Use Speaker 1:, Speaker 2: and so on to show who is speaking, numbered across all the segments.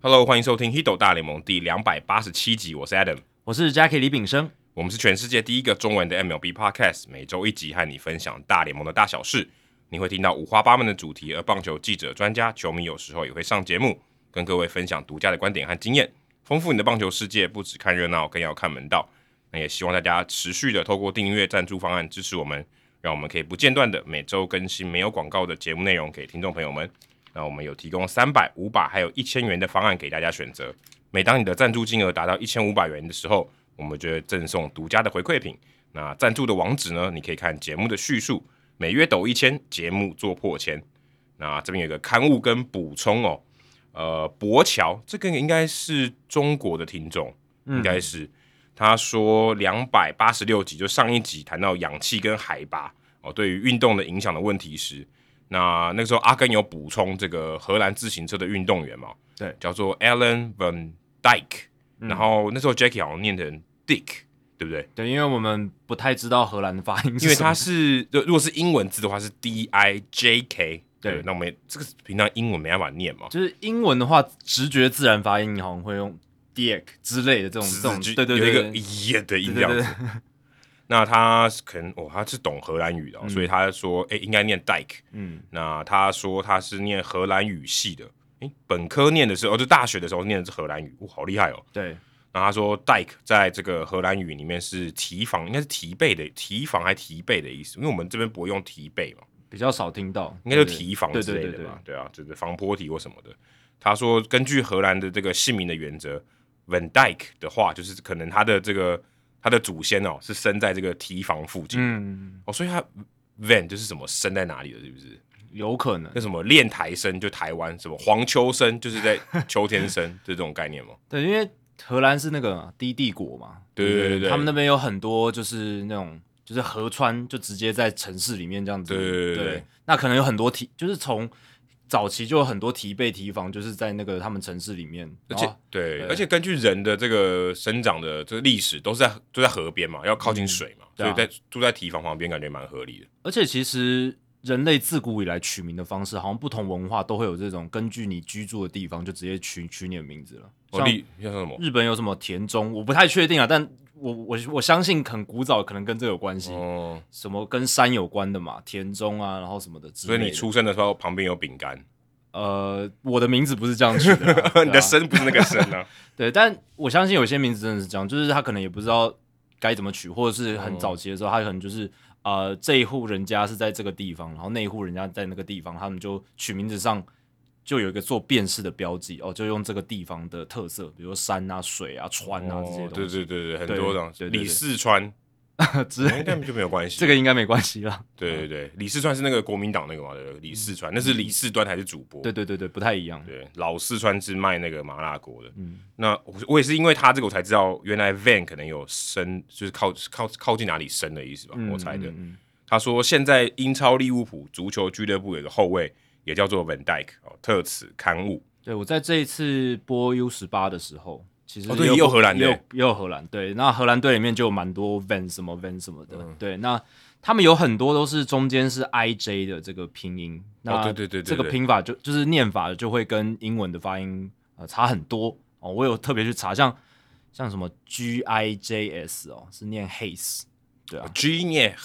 Speaker 1: Hello，欢迎收听《h i d o 大联盟》第两百八十七集，我是 Adam，
Speaker 2: 我是 Jackie 李炳生。
Speaker 1: 我们是全世界第一个中文的 MLB Podcast，每周一集和你分享大联盟的大小事。你会听到五花八门的主题，而棒球记者、专家、球迷有时候也会上节目，跟各位分享独家的观点和经验，丰富你的棒球世界。不只看热闹，更要看门道。那也希望大家持续的透过订阅赞助方案支持我们，让我们可以不间断的每周更新没有广告的节目内容给听众朋友们。那我们有提供三百、五百还有一千元的方案给大家选择。每当你的赞助金额达到一千五百元的时候，我们就会赠送独家的回馈品。那赞助的网址呢？你可以看节目的叙述。每月抖一千，节目做破千。那这边有一个刊物跟补充哦，呃，博乔这个应该是中国的听众，应该是他说两百八十六集，就上一集谈到氧气跟海拔哦对于运动的影响的问题时，那那个时候阿根有补充这个荷兰自行车的运动员嘛，
Speaker 2: 对
Speaker 1: 叫做 Alan Van Dyke，、然
Speaker 2: 嗯
Speaker 1: 后那时候 Jackie 好像念成 Dick，对不对？
Speaker 2: 对，因为我们不太知道荷兰的发音
Speaker 1: 因为
Speaker 2: 什么
Speaker 1: 它是如如果是英文字的话是 D I J K，
Speaker 2: 对
Speaker 1: 那我们也这个平常英文没办法念嘛，
Speaker 2: 就是英文的话，直觉自然发音，你好像会用 Dick 之类的这种
Speaker 1: 只
Speaker 2: 这
Speaker 1: 是
Speaker 2: 种，
Speaker 1: 就
Speaker 2: 对对
Speaker 1: 有一个
Speaker 2: 对，对
Speaker 1: 耶的音
Speaker 2: 对
Speaker 1: 这样
Speaker 2: 对
Speaker 1: 子。那他是可能哦，他是懂荷兰语的哦、所以他说哎、诶应该念 Dyke。
Speaker 2: 嗯，
Speaker 1: 那他说他是念荷兰语系的，哎、本科念的是哦，就大学的时候念的是荷兰语，哇、好厉害哦。
Speaker 2: 对，
Speaker 1: 那他说 Dyke 在这个荷兰语里面是提防，应该是提背的提防还提背的意思，因为我们这边不会用提背嘛。
Speaker 2: 比较少听到，
Speaker 1: 应该就
Speaker 2: 对对
Speaker 1: 提防
Speaker 2: 对
Speaker 1: 之
Speaker 2: 对
Speaker 1: 类
Speaker 2: 对
Speaker 1: 的
Speaker 2: 对
Speaker 1: 吧？对啊，就是防坡体或什么的。他说，根据荷兰的这个姓名的原则，Van Dyke 的话，就是可能他的这个他的祖先哦是生在这个提防附近、
Speaker 2: 嗯，
Speaker 1: 哦，所以他 Van 就是什么生在哪里的，是不是？
Speaker 2: 有可能
Speaker 1: 那，什么练台生就台湾，什么黄秋生就是在秋天 生，就这种概念吗？
Speaker 2: 对，因为荷兰是那个低地国嘛，
Speaker 1: 对对对对
Speaker 2: 他们那边有很多就是那种就是河川，就直接在城市里面这样子，
Speaker 1: 对对对对
Speaker 2: 那可能有很多提，就是从早期就有很多提备提防，就是在那个他们城市里面，
Speaker 1: 而
Speaker 2: 然
Speaker 1: 且、
Speaker 2: 后
Speaker 1: 对，
Speaker 2: 对
Speaker 1: 而且根据人的这个生长的这个历史，都是在都在河边嘛，要靠近水嘛，
Speaker 2: 对啊
Speaker 1: 所以在住在堤防旁边，感觉蛮合理的。
Speaker 2: 而且其实人类自古以来取名的方式，好像不同文化都会有这种根据你居住的地方就直接取取你的名字了。
Speaker 1: 哦，
Speaker 2: 像
Speaker 1: 例像什么？
Speaker 2: 日本有什么田中，我不太确定啊，但我我我相信很古早，可能跟这有关系，
Speaker 1: 哦，
Speaker 2: 什么跟山有关的嘛，田中啊，然后什么的之
Speaker 1: 所
Speaker 2: 类
Speaker 1: 以
Speaker 2: 的。
Speaker 1: 你出生的时候旁边有饼干，
Speaker 2: 呃，我的名字不是这样取 的啊、对啊
Speaker 1: 你的生不是那个生 啊。
Speaker 2: 对，但我相信有些名字真的是这样，就是他可能也不知道该怎么取，或者是很早期的时候，他可能就是呃这一户人家是在这个地方，然后那一户人家在那个地方，他们就取名字上就有一个做辨识的标记哦，就用这个地方的特色，比如说山啊、水啊、川啊、这些
Speaker 1: 哦
Speaker 2: 东
Speaker 1: 对对
Speaker 2: 西
Speaker 1: 对对，很
Speaker 2: 对
Speaker 1: 多种。
Speaker 2: 对对对
Speaker 1: 李四 川
Speaker 2: 之类
Speaker 1: 应
Speaker 2: 的
Speaker 1: 该就没有关系。
Speaker 2: 这个应该没关系啦。
Speaker 1: 对对对，李四川是那个国民党那个嘛？对不对李四川那是李四端还是主播？
Speaker 2: 嗯对对对对，不太一样。
Speaker 1: 对，老四川是卖那个麻辣锅的。
Speaker 2: 嗯
Speaker 1: 那我我也是因为他这个，我才知道原来 Van 可能有生，就是靠靠靠近哪里生的意思吧？
Speaker 2: 嗯
Speaker 1: 我猜的。
Speaker 2: 嗯嗯
Speaker 1: 他说，现在英超利物浦足球俱乐部有个后卫也叫做 Van Dyke 哦，特此刊物。
Speaker 2: 对，我在这一次播 U 十八的时候，其实
Speaker 1: 哦对
Speaker 2: 有
Speaker 1: 也有荷兰的
Speaker 2: 也有也有荷兰。对，那荷兰队里面就有蛮多 Van 什么 Van 什么的。
Speaker 1: 嗯
Speaker 2: 对，那他们有很多都是中间是 I J 的这个拼音。那、
Speaker 1: 哦对对对对
Speaker 2: 这个
Speaker 1: 对
Speaker 2: 拼法就就是念法就会跟英文的发音呃差很多哦。我有特别去查，像像什么 G I J S 哦，是念 Haze。对啊，
Speaker 1: G 念哦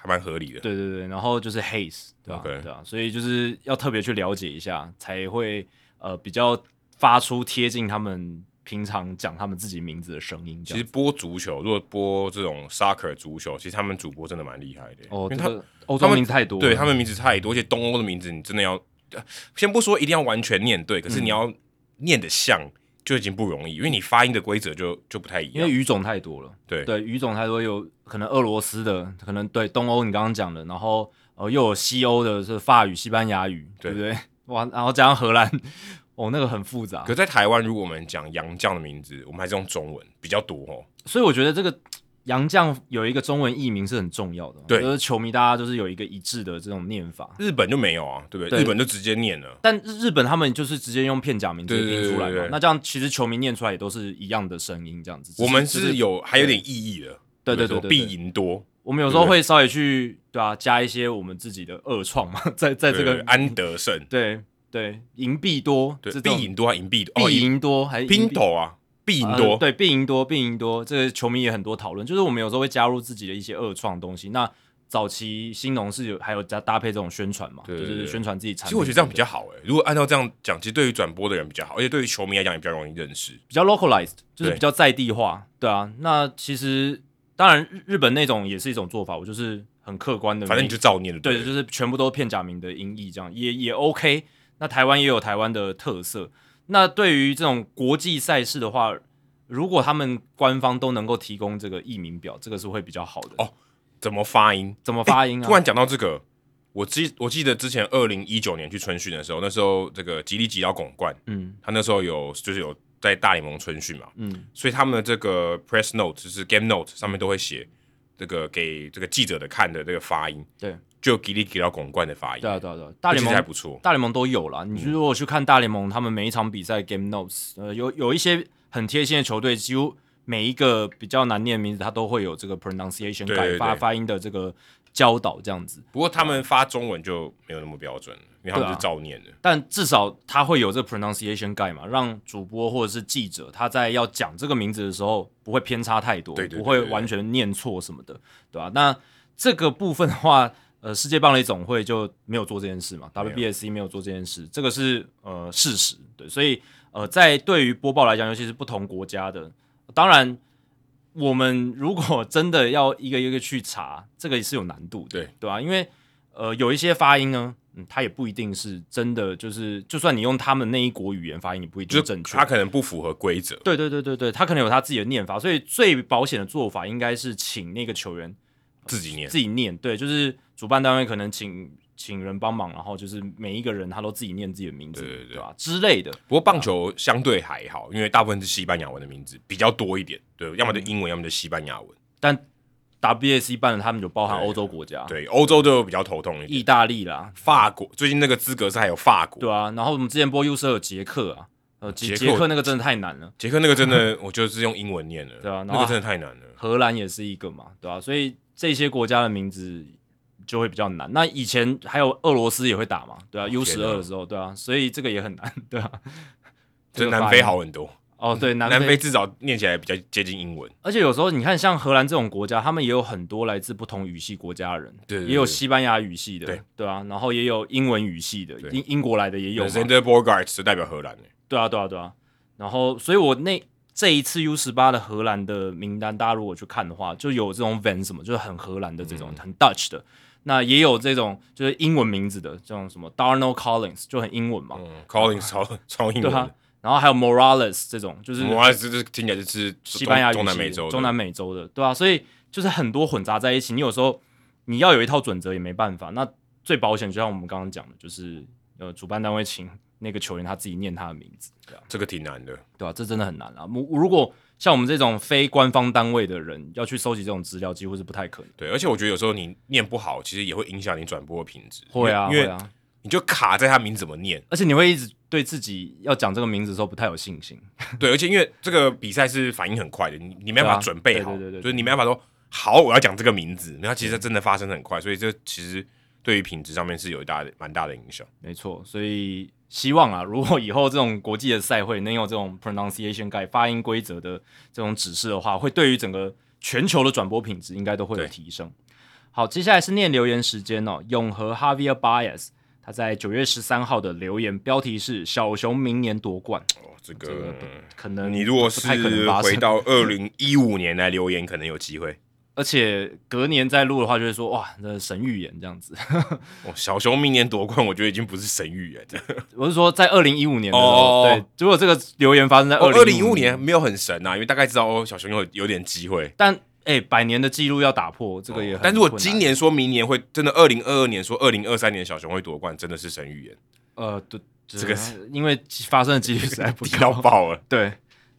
Speaker 1: 还蛮合理的。
Speaker 2: 对对对，然后就是 haze，对吧、
Speaker 1: OK
Speaker 2: 对啊，所以就是要特别去了解一下，才会呃比较发出贴近他们平常讲他们自己名字的声音这
Speaker 1: 其实
Speaker 2: 样。
Speaker 1: 播足球，如果播这种 soccer 足球，其实他们主播真的蛮厉害的。
Speaker 2: 哦，
Speaker 1: 因为
Speaker 2: 这
Speaker 1: 他
Speaker 2: 个欧
Speaker 1: 他
Speaker 2: 洲
Speaker 1: 们
Speaker 2: 名字太多了，嗯
Speaker 1: 对他们名字太多，而且东欧的名字你真的要，呃先不说一定要完全念对，可是你
Speaker 2: 嗯
Speaker 1: 要念得像就已经不容易，因为你发音的规则就就不太一
Speaker 2: 因为
Speaker 1: 样。
Speaker 2: 语种太多了，
Speaker 1: 对
Speaker 2: 对，语种太多，有可能俄罗斯的，可能对东欧你刚刚讲的，然后呃又有西欧的是法语、西班牙语，
Speaker 1: 对
Speaker 2: 对不对？哇，然后加上荷兰，哦，那个很复杂
Speaker 1: 可。在台湾，如果我们讲洋将的名字，我们还是用中文比较多哦。
Speaker 2: 所以我觉得这个杨绛有一个中文译名是很重要的，
Speaker 1: 对
Speaker 2: 就是球迷大家就是有一个一致的这种念法。
Speaker 1: 日本就没有啊，对不对？
Speaker 2: 对
Speaker 1: 日本就直接念了。
Speaker 2: 但日本他们就是直接用片假名直接
Speaker 1: 对对
Speaker 2: 拼出来
Speaker 1: 对对
Speaker 2: 嘛
Speaker 1: 对，
Speaker 2: 那这样其实球迷念出来也都是一样的声音，这样子。只
Speaker 1: 我们
Speaker 2: 就是
Speaker 1: 有还有点意义的，
Speaker 2: 对对
Speaker 1: 比如
Speaker 2: 对
Speaker 1: 说
Speaker 2: 对，
Speaker 1: 必
Speaker 2: 对
Speaker 1: 赢多，
Speaker 2: 我们有时候会稍微去对啊加一些我们自己的恶创嘛，在在这
Speaker 1: 对对
Speaker 2: 个
Speaker 1: 对安德胜，
Speaker 2: 对对，赢必多，
Speaker 1: 对，
Speaker 2: 这
Speaker 1: 必
Speaker 2: 种
Speaker 1: 赢多还赢必多，哦
Speaker 2: 必赢多，还是
Speaker 1: 拼
Speaker 2: 赢必
Speaker 1: 斗啊，必赢
Speaker 2: 呃
Speaker 1: 多，
Speaker 2: 对，必赢多，必赢多，这个球迷也很多讨论。就是我们有时候会加入自己的一些二创东西。那早期新农是有还有加搭配这种宣传嘛，
Speaker 1: 对对
Speaker 2: 就
Speaker 1: 对
Speaker 2: 是宣传自己产品。
Speaker 1: 其实我觉得这样比较好诶、欸如果按照这样讲，其实对于转播的人比较好，而且对于球迷来讲也比较容易认识。
Speaker 2: 比较 localized，就是
Speaker 1: 对
Speaker 2: 比较在地化，对啊。那其实当然日日本那种也是一种做法，我就是很客观的，
Speaker 1: 反正你就照念就对
Speaker 2: 对，
Speaker 1: 了，
Speaker 2: 就是全部都片假名的音译，这样也也 OK。那台湾也有台湾的特色。那对于这种国际赛事的话，如果他们官方都能够提供这个译名表，这个是会比较好的。
Speaker 1: 哦怎么发音。
Speaker 2: 怎么发音啊？
Speaker 1: 哎突然讲到这个，我记我记得之前二零一九年去春训的时候，那时候这个吉利吉到拱冠，
Speaker 2: 嗯
Speaker 1: 他那时候有就是有在大联盟春训嘛，
Speaker 2: 嗯，
Speaker 1: 所以他们的这个 press note 就是 game note 上面都会写这个给这个记者的看的这个发音，
Speaker 2: 对，
Speaker 1: 就吉利吉到拱冠的发音，
Speaker 2: 对啊对啊对啊，大
Speaker 1: 哎其
Speaker 2: 联
Speaker 1: 实
Speaker 2: 盟
Speaker 1: 还不错。嗯
Speaker 2: 大联盟都有啦。你如果去看大联盟，他们每一场比赛 game notes，呃，有有一些很贴心的球队，几乎每一个比较难念的名字，它都会有这个 pronunciation
Speaker 1: 对
Speaker 2: 改
Speaker 1: 对
Speaker 2: 发
Speaker 1: 对
Speaker 2: 发音的这个教导这样子。
Speaker 1: 不过他们发中文就没有那么标准了，因为他们
Speaker 2: 对啊
Speaker 1: 是照念的。
Speaker 2: 但至少它会有这个 pronunciation guide 嘛，让主播或者是记者他在要讲这个名字的时候不会偏差太多，
Speaker 1: 对对对
Speaker 2: 不会完全念错什么的，对吧、那这个部分的话，呃，世界棒垒总会就没有做这件事嘛
Speaker 1: 有
Speaker 2: ，WBSC 没有做这件事，这个是呃事实，对，所以呃，在对于播报来讲，尤其是不同国家的，当然。我们如果真的要一个一个去查，这个也是有难度的，
Speaker 1: 对
Speaker 2: 对吧、因为呃，有一些发音呢，嗯，它也不一定是真的，就是就算你用他们那一国语言发音，也不一定
Speaker 1: 就是
Speaker 2: 正确
Speaker 1: 他。可能不符合规则，
Speaker 2: 对对对对对，他可能有他自己的念法，所以最保险的做法应该是请那个球员
Speaker 1: 自己念。
Speaker 2: 自己念，对，就是主办单位可能请请人帮忙，然后就是每一个人他都自己念自己的名字，
Speaker 1: 对对对
Speaker 2: 吧？之类的，
Speaker 1: 不过棒球相对还好，因为大部分是西班牙文的名字比较多一点，对，要么就
Speaker 2: 嗯
Speaker 1: 英文，要么就西班牙文。
Speaker 2: 但 WAC 办的他们有包含
Speaker 1: 对啊
Speaker 2: 欧洲国家，
Speaker 1: 对，欧洲就比较头痛一
Speaker 2: 意
Speaker 1: 点。
Speaker 2: 大利啦，
Speaker 1: 法国最近那个资格赛还有法国，
Speaker 2: 对啊，然后我们之前播 U 十二捷克啊，呃，捷
Speaker 1: 捷克
Speaker 2: 捷克那个真的太难了。
Speaker 1: 捷克那个真的， 我就是用英文念了，
Speaker 2: 对啊然后
Speaker 1: 那个真的太难了。
Speaker 2: 荷兰也是一个嘛，对吧、啊所以这些国家的名字就会比较难。那以前还有俄罗斯也会打嘛，对啊，U
Speaker 1: 哦天
Speaker 2: 十
Speaker 1: 哪
Speaker 2: 二的时候，对啊，所以这个也很难， 对啊。
Speaker 1: 这
Speaker 2: 个
Speaker 1: 南
Speaker 2: 发音
Speaker 1: 非好很多，
Speaker 2: 哦，对，南
Speaker 1: 南非至少念起来比较接近英文。
Speaker 2: 而且有时候你看，像荷兰这种国家，他们也有很多来自不同语系国家的人，
Speaker 1: 对对对
Speaker 2: 也有西班牙语系的，
Speaker 1: 对
Speaker 2: 啊，然后也有英文语系的，
Speaker 1: 对
Speaker 2: 英英国来的也
Speaker 1: 有
Speaker 2: 有嘛，
Speaker 1: z e n d e r b o r g a r t 就代表荷兰、欸，
Speaker 2: 对啊，对啊，对啊。然后，所以我那这一次 U 十八的荷兰的名单，大家如果去看的话，就有这种 Van 什么，就是很荷兰的这种，
Speaker 1: 嗯
Speaker 2: 很 Dutch 的。那也有这种就是英文名字的，这种什么 Darnell Collins 就很英文嘛，
Speaker 1: 嗯，Collins 超超英
Speaker 2: 对
Speaker 1: 文
Speaker 2: 啊
Speaker 1: 的。。
Speaker 2: 然后还有 Morales 这种，就是
Speaker 1: 摩拉斯这听起来就是
Speaker 2: 西班牙语
Speaker 1: 中中
Speaker 2: 系的
Speaker 1: 南美洲的，
Speaker 2: 中南美洲的，对啊，所以就是很多混杂在一起，你有时候你要有一套准则也没办法。那最保险，就像我们刚刚讲的，就是呃，主办单位请那个球员他自己念他的名字，对啊。
Speaker 1: 这个挺难的。
Speaker 2: 对啊，这真的很难啊。如如果像我们这种非官方单位的人要去收集这种资料，几乎是不太可能。
Speaker 1: 对，而且我觉得有时候你念不好，其实也会影响你转播的品质。
Speaker 2: 会啊，
Speaker 1: 因为
Speaker 2: 会
Speaker 1: 因为
Speaker 2: 啊，
Speaker 1: 你就卡在他名怎么 念。
Speaker 2: 而且你会一直对自己要讲这个名字的时候不太有信心。
Speaker 1: 对，而且因为这个比赛是反应很快的，你你没办
Speaker 2: 对
Speaker 1: 法
Speaker 2: 啊
Speaker 1: 准备好，
Speaker 2: 对对对对
Speaker 1: 就是你没办法说好我要讲这个名字，然后其实它真的发生的很快，所以这其实对于品质上面是有一大蛮大的影响。
Speaker 2: 没错，所以希望啊，如果以后这种国际的赛会能有这种 pronunciation guide 发音规则的这种指示的话，会对于整个全球的转播品质应该都会有
Speaker 1: 对
Speaker 2: 提升。好，接下来是念留言时间哦。永和 Javier Bias 他在九月十三号的留言标题是“小熊明年夺冠
Speaker 1: 哦，这”，
Speaker 2: 这个
Speaker 1: 个
Speaker 2: 不可能
Speaker 1: 你如果
Speaker 2: 不
Speaker 1: 是
Speaker 2: 太可能发
Speaker 1: 回
Speaker 2: 生，
Speaker 1: 到二零一五年来留言，可能有机会。
Speaker 2: 而且隔年再录的话，就会说哇，那神预言这样子。
Speaker 1: 哦，小熊明年夺冠，我觉得已经不是神预 言了。
Speaker 2: 我是说，在二零一五年的时候，
Speaker 1: 哦
Speaker 2: 对，如果这个留言发生在
Speaker 1: 二
Speaker 2: 二
Speaker 1: 零
Speaker 2: 零
Speaker 1: 一五年没有很神啊，因为大概知道哦，小熊有有点机会。
Speaker 2: 但哎、百年的记录要打破，这个也很困难、
Speaker 1: 哦但如果今年说明年会真的，二零二二年说二零二三年小熊会夺冠，真的是神预言，
Speaker 2: 呃，对，
Speaker 1: 这个
Speaker 2: 是因为发生的几率 实在不
Speaker 1: 低到
Speaker 2: 高。
Speaker 1: 爆了。
Speaker 2: 对，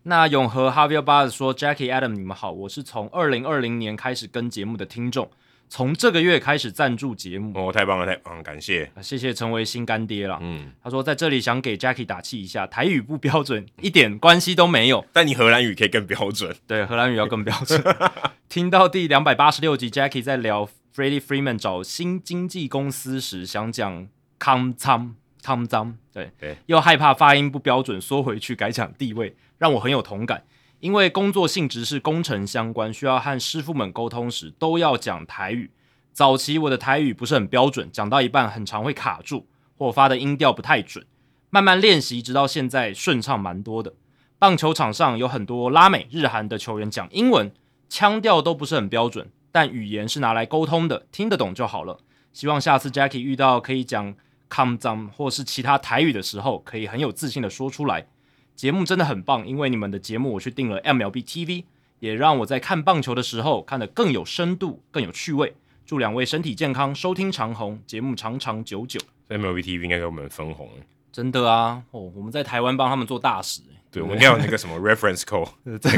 Speaker 2: 那永和 Javier 巴说：“Jackie Adam，你们好，我是从二零二零年开始跟节目的听众，从这个月开始赞助节目，
Speaker 1: 哦，太棒了，太棒了，感谢。
Speaker 2: 啊谢谢成为新干爹了。
Speaker 1: 嗯，
Speaker 2: 他说：“在这里想给 Jackie 打气一下，台语不标准，一点关系都没有。”
Speaker 1: 但你荷兰语可以更标准，
Speaker 2: 对，荷兰语要更标准。 听到第两百八十六集，Jackie 在聊 Freddie Freeman 找新经纪公司时，想讲 come 仓汤脏，对
Speaker 1: 对，
Speaker 2: 又害怕发音不标准，缩回去改讲地位，让我很有同感。因为工作性质是工程相关，需要和师傅们沟通时都要讲台语。早期我的台语不是很标准，讲到一半很常会卡住，或发的音调不太准。慢慢练习，直到现在顺畅蛮多的。棒球场上有很多拉美、日韩的球员讲英文，腔调都不是很标准，但语言是拿来沟通的，听得懂就好了。希望下次 Jackie 遇到可以讲 come down 或是其他台语的时候，可以很有自信的说出来。节目真的很棒，因为你们的节目我去订了 MLB TV，也让我在看棒球的时候看得更有深度、更有趣味。祝两位身体健康，收听长虹，节目长长久久。
Speaker 1: 所以 MLBTV 应该给我们分红。
Speaker 2: 真的啊，哦，我们在台湾帮他们做大使、欸
Speaker 1: 对，我们应该有那个什么 reference code，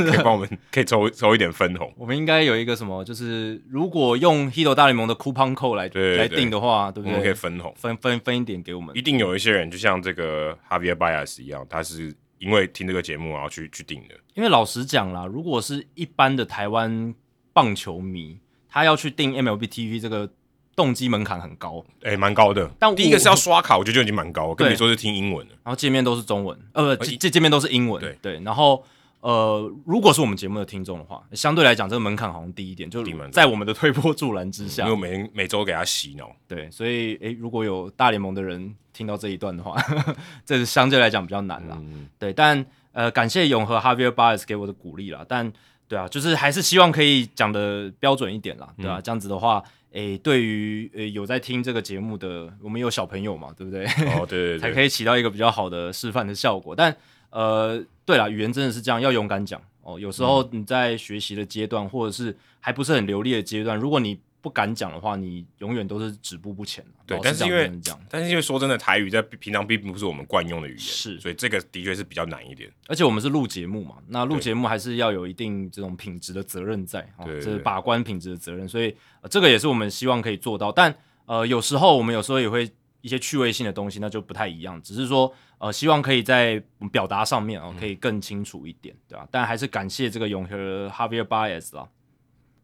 Speaker 1: 可以帮我们可以抽抽一点分红。
Speaker 2: 我们应该有一个什么，就是如果用 Hito 大联盟的 coupon code 来
Speaker 1: 对对
Speaker 2: 来定的话，对
Speaker 1: 我
Speaker 2: 不
Speaker 1: 们可以
Speaker 2: 对？
Speaker 1: 分红，
Speaker 2: 分分分一点给我们
Speaker 1: 一，定有一些人就像这个 Javier Bias 一样，他是因为听这个节目然后去去订的。
Speaker 2: 因为老实讲啦，如果是一般的台湾棒球迷，他要去订 MLB TV 这个动机门槛很高，
Speaker 1: 哎、蛮高的。
Speaker 2: 但我
Speaker 1: 第一个是要刷卡，我觉得就已经蛮高了，更别说是听英文了。
Speaker 2: 然后界面都是中文，呃，不
Speaker 1: 呃
Speaker 2: 界界界面都是英文，
Speaker 1: 对
Speaker 2: 然后呃，如果是我们节目的听众的话，相对来讲这个门槛好像低一点，就
Speaker 1: 低嗯蛮多
Speaker 2: 是在我们的推波助澜之
Speaker 1: 因
Speaker 2: 下
Speaker 1: 为，我每每周给他洗脑，
Speaker 2: 对，所以诶，如果有大联盟的人听到这一段的话， 这是相对来讲比较难啦。
Speaker 1: 嗯，
Speaker 2: 对，但呃，感谢永和 Javier Baez 给我的鼓励啦。但对啊，就是还是希望可以讲的标准一点啦，
Speaker 1: 嗯
Speaker 2: 对啊，这样子的话，诶，对于呃有在听这个节目的，我们有小朋友嘛，对不对？
Speaker 1: 哦，对对
Speaker 2: 才
Speaker 1: 对，
Speaker 2: 可以起到一个比较好的示范的效果。但呃，对了，语言真的是这样，要勇敢讲哦。有时候
Speaker 1: 嗯
Speaker 2: 你在学习的阶段，或者是还不是很流利的阶段，如果你不敢讲的话，你永远都是止步不前。啊
Speaker 1: 对
Speaker 2: 老实
Speaker 1: 但是
Speaker 2: 讲
Speaker 1: 因为
Speaker 2: 真的这样，
Speaker 1: 但是因为说真的，台语在平常并不是我们惯用的语言，
Speaker 2: 是
Speaker 1: 所以这个的确是比较难一点。
Speaker 2: 而且我们是录节目嘛，那录
Speaker 1: 对
Speaker 2: 节目还是要有一定这种品质的责任在，哦、
Speaker 1: 对
Speaker 2: 这
Speaker 1: 对
Speaker 2: 是
Speaker 1: 对
Speaker 2: 把关品质的责任，所以、呃这个也是我们希望可以做到。但呃，有时候我们有时候也会一些趣味性的东西，那就不太一样，只是说呃，希望可以在表达上面哦、可以更清楚一点，对吧、但还是感谢这个永和 Javier Baez 啦。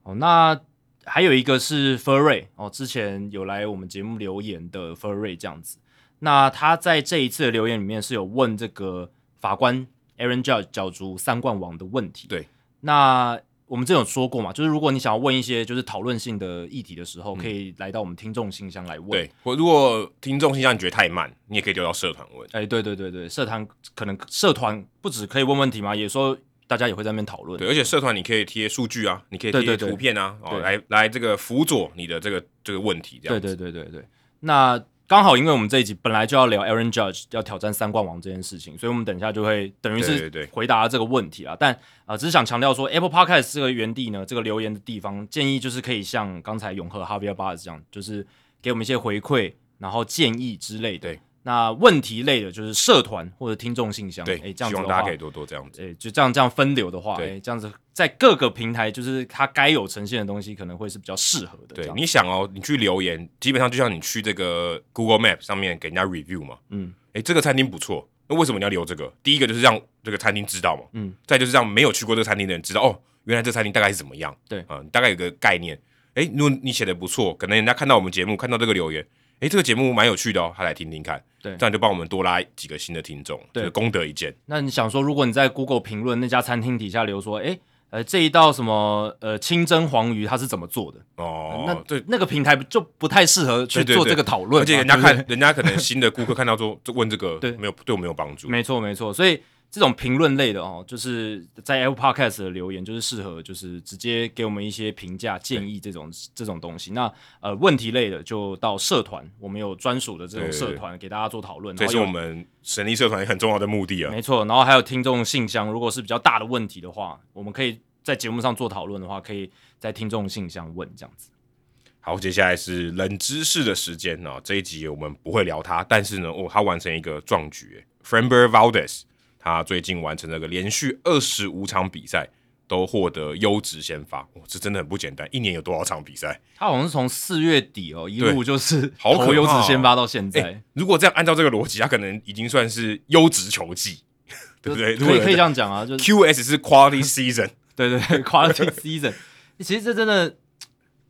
Speaker 2: 哦，那还有一个是 Furry 哦，之前有来我们节目留言的 Furry 这样子。那他在这一次的留言里面是有问这个法官 Aaron Judge 角逐三冠王的问题。
Speaker 1: 对，
Speaker 2: 那我们之前有说过嘛，就是如果你想要问一些就是讨论性的议题的时候，可以来到我们听众信箱来问。
Speaker 1: 嗯对，我如果听众信箱你觉得太慢，你也可以丢到社团问。
Speaker 2: 哎，对对对对，社团可能社团不只可以问问题嘛，也说大家也会在那边讨论。
Speaker 1: 对，而且社团你可以贴数据啊，你可以
Speaker 2: 对
Speaker 1: 贴
Speaker 2: 对对
Speaker 1: 图片啊，哦，
Speaker 2: 对
Speaker 1: 来来这个辅佐你的这个这个问题，这样
Speaker 2: 对
Speaker 1: 子。
Speaker 2: 对对对对。那刚好，因为我们这一集本来就要聊 Aaron Judge 要挑战三冠王这件事情，所以我们等一下就会等于
Speaker 1: 对
Speaker 2: 是
Speaker 1: 对对
Speaker 2: 回答这个问题啊。但啊、呃只是想强调说，Apple Podcast 这个原地呢，这个留言的地方，建议就是可以像刚才永和 Javier b a 这样，就是给我们一些回馈，然后建议之类的。
Speaker 1: 对。
Speaker 2: 那问题类的就是社团或者听众信箱，
Speaker 1: 对，
Speaker 2: 哎，这样
Speaker 1: 希
Speaker 2: 子的
Speaker 1: 望
Speaker 2: 话
Speaker 1: 大家可以多多这样子。
Speaker 2: 诶、就这样这样分流的话，
Speaker 1: 对
Speaker 2: 诶、这样子在各个平台，就是它该有呈现的东西，可能会是比较适合的。这
Speaker 1: 对，
Speaker 2: 样
Speaker 1: 你想哦，你去留言，基本上就像你去这个 Google Map 上面给人家 review 嘛，
Speaker 2: 嗯，
Speaker 1: 诶，哎这个餐厅不错，那为什么你要留这个？第一个就是让这个餐厅知道嘛，
Speaker 2: 嗯，
Speaker 1: 再就是让没有去过这个餐厅的人知道，哦，原来这餐厅大概是怎么样，
Speaker 2: 对
Speaker 1: 啊、你大概有个概念。诶，如果你写的不错，可能人家看到我们节目，看到这个留言，诶，这个节目蛮有趣的哦，他来听听看，
Speaker 2: 对
Speaker 1: 这样就帮我们多拉几个新的听众，
Speaker 2: 对
Speaker 1: 就是功德一件。
Speaker 2: 那你想说，如果你在 Google 评论那家餐厅底下留说，诶，呃，这一道什么呃清蒸黄鱼它是怎么做的？
Speaker 1: 哦，
Speaker 2: 嗯那
Speaker 1: 对，
Speaker 2: 那个平台就不太适合去
Speaker 1: 对对
Speaker 2: 做
Speaker 1: 对
Speaker 2: 这个讨论嘛，
Speaker 1: 而且人家
Speaker 2: 对不对
Speaker 1: 看，人家可能新的顾客看到说，这问这个，
Speaker 2: 对嗯
Speaker 1: 没有对我没有帮助，
Speaker 2: 没错没错，所以这种评论类的哦，就是在 Apple Podcast 的留言，就是适合就是直接给我们一些评价建议这种这种东西。那呃问题类的就到社团，我们有专属的这种
Speaker 1: 对对
Speaker 2: 社
Speaker 1: 对
Speaker 2: 团给大家做讨论，
Speaker 1: 这
Speaker 2: 然
Speaker 1: 也是
Speaker 2: 后哦有
Speaker 1: 我们神力社团很重要的目的啊。
Speaker 2: 没错，然后还有听众信箱，如果是比较大的问题的话，我们可以在节目上做讨论的话，可以在听众信箱问这样子。
Speaker 1: 好，接下来是冷知识的时间啊、这一集我们不会聊他，但是呢，哦，他完成一个壮举 f r a m b e r Valdez，他最近完成了个连续二十五场比赛都获得优质先发，哦，这真的很不简单，一年有多少场比赛？
Speaker 2: 他好像是从四月底哦，一
Speaker 1: 对
Speaker 2: 路就是
Speaker 1: 好可怕哦哎
Speaker 2: 投优质先发到现在，
Speaker 1: 如果这样按照这个逻辑，他可能已经算是优质球技，对不对？
Speaker 2: 可以可以
Speaker 1: 样
Speaker 2: 这样讲啊，就是
Speaker 1: ，QS 是 Quality Season，
Speaker 2: 对对对，quality season，其实这真的，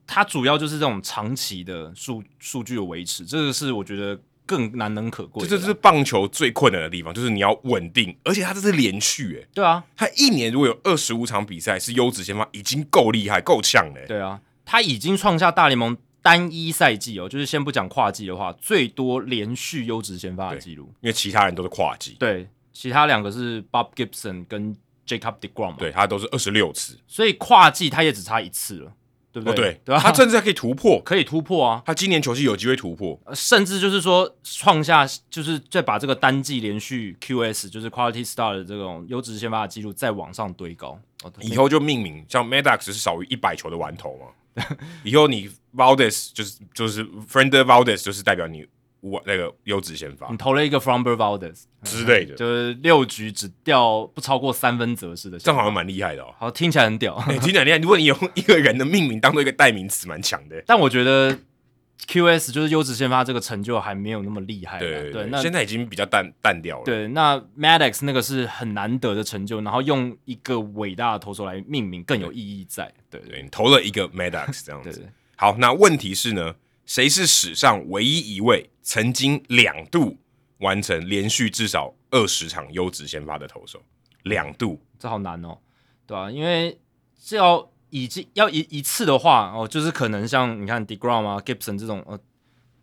Speaker 2: 它主要就是这种长期的数数据的维持，这个是我觉得更难能可贵
Speaker 1: 这
Speaker 2: 的啦。
Speaker 1: 就是棒球最困难的地方，就是你要稳定，而且它这是连续、欸，
Speaker 2: 对啊，
Speaker 1: 他一年如果有二十五场比赛是优质先发，已经够厉害、够呛了欸、
Speaker 2: 对啊，他已经创下大联盟单一赛季哦，就是先不讲跨季的话，最多连续优质先发的
Speaker 1: 对
Speaker 2: 记录。
Speaker 1: 因为其他人都是跨季，
Speaker 2: 对，其他两个是 Bob Gibson 跟 Jacob Degrom，嘛
Speaker 1: 对他都是二十六次，
Speaker 2: 所以跨季他也只差一次了，对不
Speaker 1: 哦
Speaker 2: 对？
Speaker 1: 对，
Speaker 2: 对啊，
Speaker 1: 他甚至还可以突破，
Speaker 2: 可以突破啊，
Speaker 1: 他今年球季有机会突 破，
Speaker 2: 呃甚至就是说创下，就是再把这个单季连续 QS，就是 Quality Star 的这种优质先发的记录再往上堆高。哦
Speaker 1: 以后就命名像 Medax 是少于一百球的玩头嘛， 以后你 Valdes 就是就是 Friender Valdes 就是代表你无那个优质先发
Speaker 2: 你投了一个 Fromber Valdez，
Speaker 1: 之类的，
Speaker 2: 嗯 就是六局只掉不超过三分则失的，
Speaker 1: 这样好像蛮厉害的哦。
Speaker 2: 好听起来很屌。
Speaker 1: 哎、听起来厉害。如 果你用一个人的命名当做一个代名词，蛮强的。
Speaker 2: 但我觉得 QS 就是优质先发这个成就还没有那么厉害啦。
Speaker 1: 对对
Speaker 2: 对，
Speaker 1: 对，
Speaker 2: 那
Speaker 1: 现在已经比较淡淡掉了。
Speaker 2: 对那 Maddox 那个是很难得的成就，然后用一个伟大的投手来命名更有意义在。对对
Speaker 1: 对你投了一个 Medax 这样
Speaker 2: 对
Speaker 1: 子。
Speaker 2: 对
Speaker 1: 好，那问题是呢，谁是史上唯一一位曾经两度完成连续至少二十场优质先发的投手？两度，
Speaker 2: 这好难哦，对啊，因为这要已经要一一次的话哦，就是可能像你看 Degrom 啊、Gibson 这种呃，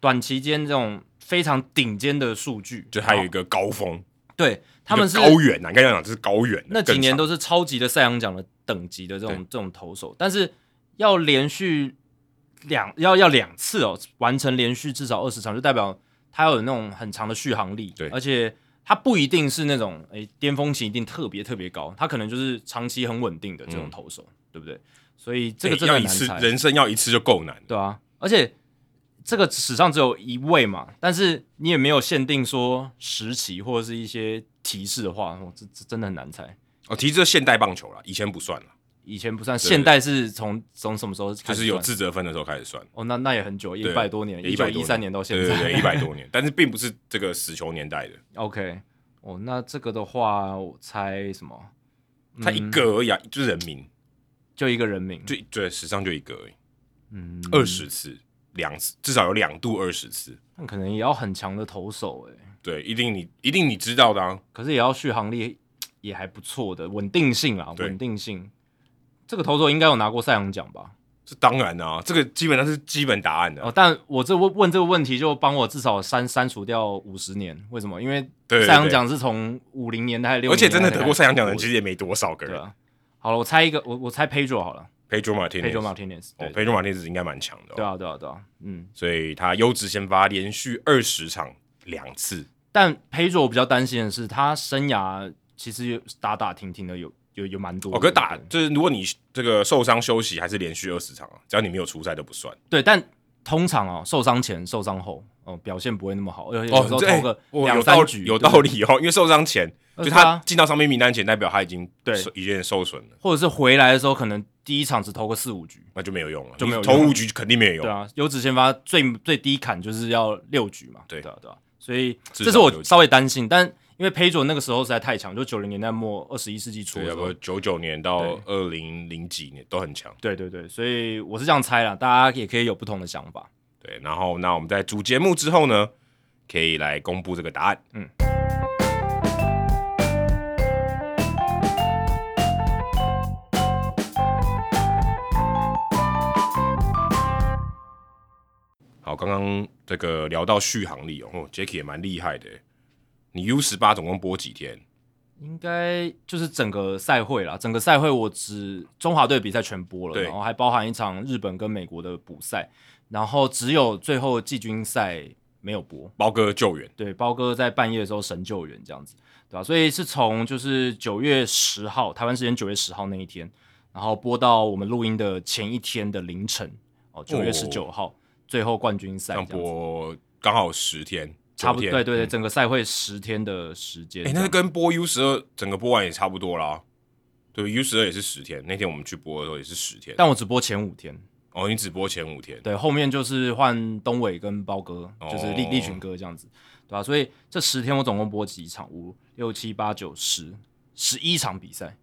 Speaker 2: 短期间这种非常顶尖的数据，
Speaker 1: 就还有一
Speaker 2: 哦
Speaker 1: 个高峰，
Speaker 2: 对他们
Speaker 1: 一
Speaker 2: 是
Speaker 1: 个高远啊，应该讲这是高远的。
Speaker 2: 那几
Speaker 1: 更
Speaker 2: 年
Speaker 1: 长哎
Speaker 2: 都是超级的赛扬奖的等级的这种
Speaker 1: 对
Speaker 2: 这种投手，但是要连续两要要两次哦，完成连续至少二十场，就代表他要有那种很长的续航力，
Speaker 1: 对
Speaker 2: 而且他不一定是那种诶巅峰期一定特别特别高，他可能就是长期很稳定的这种投手，对不对？所以这个
Speaker 1: 哎
Speaker 2: 真的
Speaker 1: 嗯要
Speaker 2: 很
Speaker 1: 一
Speaker 2: 难
Speaker 1: 次
Speaker 2: 猜，
Speaker 1: 人生要一次就够难了。
Speaker 2: 对啊，而且这个史上只有一位嘛，但是你也没有限定说时期或者是一些提示的话，哦我这这真的很难猜。
Speaker 1: 哦，其实这现代棒球了，以前不算了，
Speaker 2: 以前不算，
Speaker 1: 对
Speaker 2: 现代是从从什么时候开
Speaker 1: 就
Speaker 2: 始
Speaker 1: 是有
Speaker 2: 算
Speaker 1: 自责分的时候开始算。
Speaker 2: 哦，那那也很久，一
Speaker 1: 对
Speaker 2: 百多年，
Speaker 1: 也
Speaker 2: 一九
Speaker 1: 100
Speaker 2: 一
Speaker 1: 多
Speaker 2: 三年到现
Speaker 1: 对
Speaker 2: 在。
Speaker 1: 对对，一百多年，但是并不是这个死球年代的，
Speaker 2: OK，哦，那这个的话，我猜什么？嗯
Speaker 1: 他一个而已、啊，就是人名，
Speaker 2: 就一个人名，
Speaker 1: 就对，史上就一个而已。
Speaker 2: 嗯，
Speaker 1: 二，十次，两次至少有两度二十次，
Speaker 2: 那可能也要很强的投手哎、
Speaker 1: 对，一定你一定你知道的、啊，
Speaker 2: 可是也要续航力也还不错的，稳定性啦，
Speaker 1: 对
Speaker 2: 稳定性。这个投手应该有拿过赛扬奖吧？
Speaker 1: 这当然啊，这个基本上是基本答案的、啊
Speaker 2: 哦，但我这问问这个问题，就帮我至少删删除掉五十年，为什么？因为
Speaker 1: 对对对
Speaker 2: 赛扬奖是从五零年代六，
Speaker 1: 而且真的得过赛扬奖的人
Speaker 2: 其
Speaker 1: 其
Speaker 2: 实。
Speaker 1: 实也没多少个
Speaker 2: 对
Speaker 1: 人
Speaker 2: 啊。好了，我猜一个，我我猜 Pedro 好了
Speaker 1: Pedro Martinez，
Speaker 2: ，Pedro Martinez，
Speaker 1: 哦
Speaker 2: 对、
Speaker 1: ，Pedro Martinez 应该蛮强的、哦，
Speaker 2: 对啊，对啊，对啊，嗯。
Speaker 1: 所以他优质先发连续二十场两次，
Speaker 2: 但 Pedro 我比较担心的是，他生涯其实有打打停停的有，有有蛮多的。
Speaker 1: 哦，可是打就
Speaker 2: 对
Speaker 1: 是如果你这个受伤休息还是连续二十场啊，只要你没有出赛都不算。
Speaker 2: 对，但通常哦，受伤前、受伤后，哦、表现不会那么好，而且有时候
Speaker 1: 这哎
Speaker 2: 投个
Speaker 1: 哦
Speaker 2: 两
Speaker 1: 有道
Speaker 2: 三
Speaker 1: 理
Speaker 2: 局
Speaker 1: 有
Speaker 2: 对
Speaker 1: 道理哦，因为受伤前
Speaker 2: 呃
Speaker 1: 就
Speaker 2: 对
Speaker 1: 他
Speaker 2: 啊
Speaker 1: 进到伤病名单前，代表他已经
Speaker 2: 对
Speaker 1: 受已经受损了。
Speaker 2: 或者是回来的时候，可能第一场只投个四五局。
Speaker 1: 那就没有用了，
Speaker 2: 就没有
Speaker 1: 你
Speaker 2: 用
Speaker 1: 投
Speaker 2: 了
Speaker 1: 五局肯定没有用。
Speaker 2: 对啊，优质先发最最低砍就是要六局嘛。
Speaker 1: 对
Speaker 2: 对啊，对啊，所以
Speaker 1: 至
Speaker 2: 这是
Speaker 1: 少
Speaker 2: 我
Speaker 1: 六局
Speaker 2: 稍微担心，但因为 Pedro 那个时候实在太强，就九零年代末、二十一世纪初
Speaker 1: 对，
Speaker 2: 的时
Speaker 1: 要
Speaker 2: 候
Speaker 1: 不，九九年到
Speaker 2: 啊对
Speaker 1: 二零零几年都很强。
Speaker 2: 对对对，所以我是这样猜啦，大家也可以有不同的想法。
Speaker 1: 对，然后那我们在主节目之后呢，可以来公布这个答案。
Speaker 2: 嗯。
Speaker 1: 好，刚刚这个聊到续航力哦哦，Jacky 也蛮厉害的。你 U 十八总共播几天？
Speaker 2: 应该就是整个赛会啦，整个赛会我只中华队比赛全播了，
Speaker 1: 对
Speaker 2: 然后还包含一场日本跟美国的补赛，然后只有最后季军赛没有播。
Speaker 1: 包哥救援，
Speaker 2: 对，包哥在半夜的时候神救援这样子，对吧、所以是从就是九月十号台湾时间九月十号那一天，然后播到我们录音的前一天的凌晨，哦，九月十九号、最后冠军赛
Speaker 1: 这样
Speaker 2: 这样子，
Speaker 1: 播刚好十天，
Speaker 2: 差不
Speaker 1: 九
Speaker 2: 多，
Speaker 1: 天
Speaker 2: 对对对，。整个赛会十天的时间
Speaker 1: 哎、
Speaker 2: 这样子。
Speaker 1: 那跟播 U 十二整个播完也差不多啦。对，U 十二也是十天，那天我们去播的时候也是十天。
Speaker 2: 但我只播前五天，
Speaker 1: 哦，你只播前五天，
Speaker 2: 对，后面就是换东伟跟包哥，
Speaker 1: 哦
Speaker 2: 就是立立群哥这样子，对吧、所以这十天我总共播几场？五六七八九十十一场比赛，！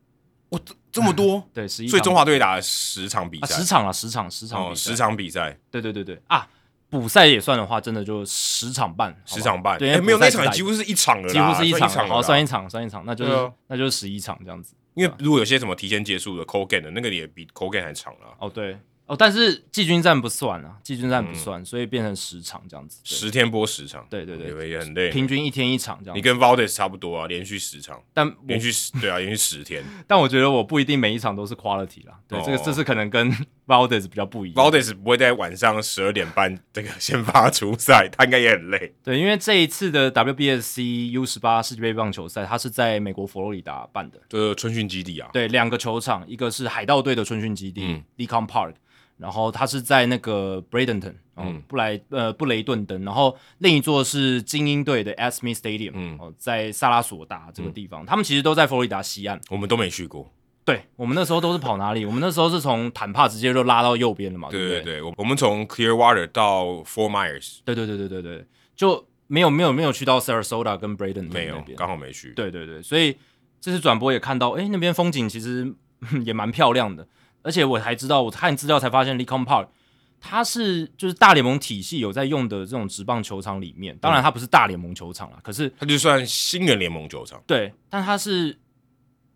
Speaker 1: 哇、这这么多
Speaker 2: 对，十一。
Speaker 1: 所以中华队打了十场比
Speaker 2: 啊
Speaker 1: 赛，
Speaker 2: 十场啊，十场，十场
Speaker 1: 哦，
Speaker 2: 比赛，
Speaker 1: 十场比赛，
Speaker 2: 对对对对啊！补赛也算的话，真的就十场半，好不好
Speaker 1: 十场半，
Speaker 2: 对，
Speaker 1: 哎
Speaker 2: 因为
Speaker 1: 没有
Speaker 2: 补赛
Speaker 1: 那
Speaker 2: 只
Speaker 1: 场
Speaker 2: 打
Speaker 1: 几乎是一场了啦，
Speaker 2: 几乎是一
Speaker 1: 算
Speaker 2: 场，
Speaker 1: 场了
Speaker 2: 好，
Speaker 1: 啦
Speaker 2: 算啊一场，算一场，那就是、
Speaker 1: 对啊
Speaker 2: 那就是十一场这样子。
Speaker 1: 因为如果有些什么提前结束的 call game 的那个也比 call game 还长了，
Speaker 2: 哦，对，哦，但是季军战不算啊，季
Speaker 1: 嗯
Speaker 2: 军战不算，所以变成十场这样子。对
Speaker 1: 十天播十场，哦
Speaker 2: 对对对
Speaker 1: 也也很累。
Speaker 2: 平均一天一场这样
Speaker 1: 你
Speaker 2: 子。
Speaker 1: 跟 Valdes 差不多啊，连续十场，
Speaker 2: 但我
Speaker 1: 连续十对啊，连续十 天。
Speaker 2: 但我觉得我不一定每一场都是 quality 啦。对，这个
Speaker 1: 哦
Speaker 2: 这是可能跟 Valdes 比较不一样。
Speaker 1: Valdes 不会在晚上十二点半这个先发出赛，他应该也很累。
Speaker 2: 对，因为这一次的 WBSC U 十八世界杯棒球赛，它是在美国佛罗里达办的。
Speaker 1: 就是春训基地啊，
Speaker 2: 对，两个球场，一个是海盗队的春训基地、
Speaker 1: 嗯
Speaker 2: Lecon Park，然后它是在那个 Bradenton，嗯
Speaker 1: 嗯，
Speaker 2: 布莱呃布雷顿登，然后另一座是精英队的 Asme Stadium，嗯
Speaker 1: 嗯，
Speaker 2: 哦，在萨拉索达这个地方，他们其实都在佛罗里达西岸。
Speaker 1: 我们都没去过。
Speaker 2: 对我们那时候都是跑哪里？我们那时候是从坦帕直接就拉到右边了嘛，
Speaker 1: 对
Speaker 2: 啊不
Speaker 1: 对对，我我们从 Clearwater 到 Four Myers
Speaker 2: 对对对对对对，就没有没有没有去到 Sarasota 跟 Bradenton
Speaker 1: 没
Speaker 2: 那
Speaker 1: 有，
Speaker 2: 边。
Speaker 1: 刚好没去。
Speaker 2: 对对对，所以这次转播也看到，哎，那边风景其实哼也蛮漂亮的。而且我还知道，我看资料才发现 l e c o n Park 它是就是大联盟体系有在用的这种职棒球场里面，当然它不是大联盟球场啦，可是
Speaker 1: 它就算新人联盟球场，
Speaker 2: 对，但它是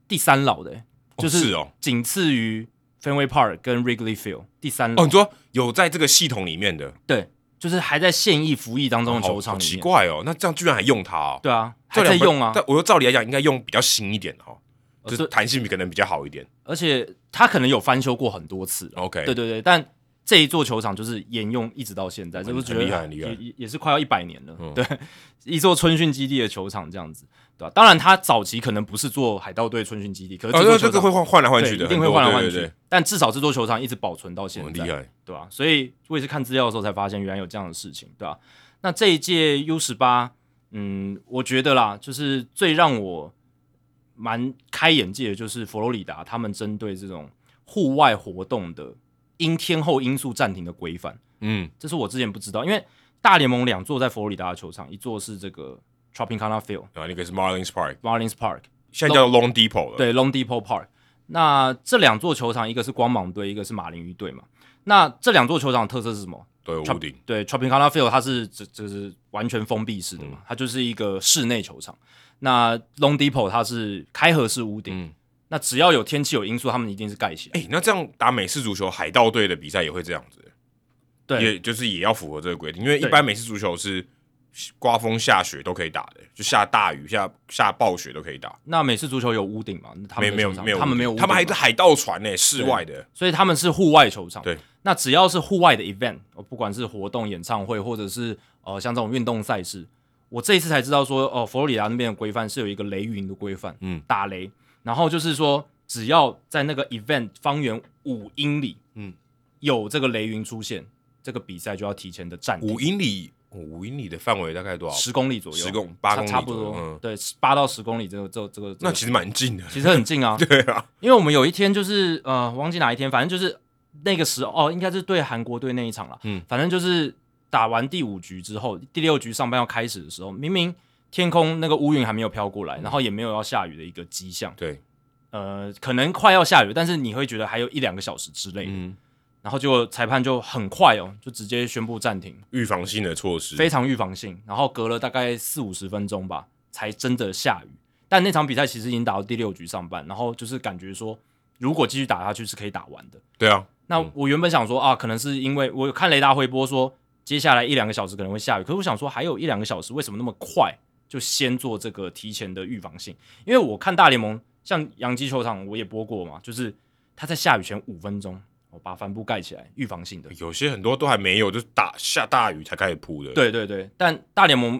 Speaker 2: 第三老的、诶
Speaker 1: 哦
Speaker 2: 就是
Speaker 1: 哦
Speaker 2: 仅次于 Fenway Park 跟 Wrigley Field 第三老，
Speaker 1: 哦，你说有在这个系统里面的，
Speaker 2: 对，就是还在现役服役当中的
Speaker 1: 好
Speaker 2: 球
Speaker 1: 好
Speaker 2: 场里
Speaker 1: 奇
Speaker 2: 面，
Speaker 1: 怪哦，那这样居然还用它哦？
Speaker 2: 对啊，还
Speaker 1: 这
Speaker 2: 在
Speaker 1: 两个
Speaker 2: 用啊，
Speaker 1: 但我说照理来讲，应该用比较新一点的哈，
Speaker 2: 呃
Speaker 1: 就是
Speaker 2: 对
Speaker 1: 弹性比可能比较好一点。
Speaker 2: 而且它可能有翻修过很多次啊了
Speaker 1: OK，
Speaker 2: 对对对，但这一座球场就是沿用一直到现在，这不
Speaker 1: 哦很
Speaker 2: 觉得
Speaker 1: 厉害很厉害
Speaker 2: 也也也是快要一百年了。
Speaker 1: 嗯
Speaker 2: 对，一座春训基地的球场这样子，对吧、当然，它早期可能不是做海盗队春训基地，可是
Speaker 1: 哦，
Speaker 2: 座
Speaker 1: 那
Speaker 2: 球
Speaker 1: 这个
Speaker 2: 场、
Speaker 1: 会换换来换
Speaker 2: 对
Speaker 1: 去的，
Speaker 2: 一定会
Speaker 1: 很多
Speaker 2: 换来换去，
Speaker 1: 对对对
Speaker 2: 但至少这座球场一直保存到现
Speaker 1: 很
Speaker 2: 在，
Speaker 1: 厉害。
Speaker 2: 对吧、所以我也是看资料的时候才发现，原来有这样的事情，对吧、那这一届 U 十八，嗯，我觉得啦，就是最让我蛮开眼界的，就是佛罗里达他们针对这种户外活动的因天候因素暂停的规范，
Speaker 1: 嗯，
Speaker 2: 这是我之前不知道，因为大联盟两座在佛罗里达的球场，一座是这个 Tropicana Field
Speaker 1: 然后那个是 Marlins Park，
Speaker 2: Marlins Park，
Speaker 1: 现在叫 Long Depot 了。，
Speaker 2: 对，Long Depot Park。那这两座球场，一个是光芒队，一个是马林鱼队嘛。那这两座球场的特色是什么？
Speaker 1: 都有
Speaker 2: Trop-
Speaker 1: 屋顶。
Speaker 2: 对 Tropicana Field 它是这这是完全封闭式的
Speaker 1: 嗯
Speaker 2: 嘛，它就是一个室内球场。那 Long Depot 它是开合式屋顶，
Speaker 1: 嗯，
Speaker 2: 那只要有天气有因素，他们一定是盖起来。
Speaker 1: 哎，那这样打美式足球，海盗队的比赛也会这样子，
Speaker 2: 对
Speaker 1: 也就是也要符合这个规定，因为一
Speaker 2: 对
Speaker 1: 般美式足球是刮风下雪都可以打的，就下大雨、下下暴雪都可以打。
Speaker 2: 那美式足球有屋顶嘛？他
Speaker 1: 没
Speaker 2: 们
Speaker 1: 有没有没有屋顶，
Speaker 2: 球场他们没有屋顶啊
Speaker 1: 他
Speaker 2: 嘛，
Speaker 1: 们还是海盗船呢，室外的。
Speaker 2: 所以他们是户外球场。
Speaker 1: 对，
Speaker 2: 那只要是户外的 event，呃不管是活动、演唱会，或者是呃像这种运动赛事，我这一次才知道说，哦、佛罗里达那边的规范是有一个雷云的规范，
Speaker 1: 嗯，
Speaker 2: 打雷，然后就是说，只要在那个 event 方圆五英里，
Speaker 1: 嗯，
Speaker 2: 有这个雷云出现，这个比赛就要提前的暂停
Speaker 1: 五英里，哦五英里的范围大概多少？
Speaker 2: 十公里左右，
Speaker 1: 十公八公里
Speaker 2: 差差不
Speaker 1: 左右
Speaker 2: 多，
Speaker 1: 嗯
Speaker 2: 对，八到十公里这个这个这个，
Speaker 1: 那
Speaker 2: 这个
Speaker 1: 其实蛮近的。
Speaker 2: 其实很近 啊，
Speaker 1: 对啊，
Speaker 2: 因为我们有一天就是呃，忘记哪一天，反正就是那个时候哦，应该是对韩国队那一场了。
Speaker 1: 嗯
Speaker 2: 反正就是打完第五局之后，第六局上半要开始的时候，明明天空那个乌云还没有飘过
Speaker 1: 嗯
Speaker 2: 来，然后也没有要下雨的一个迹象，
Speaker 1: 对，
Speaker 2: 呃，可能快要下雨，但是你会觉得还有一两个小时之类的，
Speaker 1: 嗯，
Speaker 2: 然后结果裁判就很快哦，就直接宣布暂停，
Speaker 1: 预防性的措施，
Speaker 2: 非常预防性，然后隔了大概四五十分钟吧，才真的下雨。但那场比赛其实已经打到第六局上半，然后就是感觉说，如果继续打下去是可以打完的。
Speaker 1: 对啊，
Speaker 2: 那我原本想说啊，可能是因为我有看雷达回波说接下来一两个小时可能会下雨，可是我想说还有一两个小时，为什么那么快就先做这个提前的预防性？因为我看大联盟像洋基球场我也播过嘛，就是他在下雨前五分钟，我把帆布盖起来，预防性的。
Speaker 1: 有些很多都还没有，就是打下大雨才开始铺的。，
Speaker 2: 对对对，但大联盟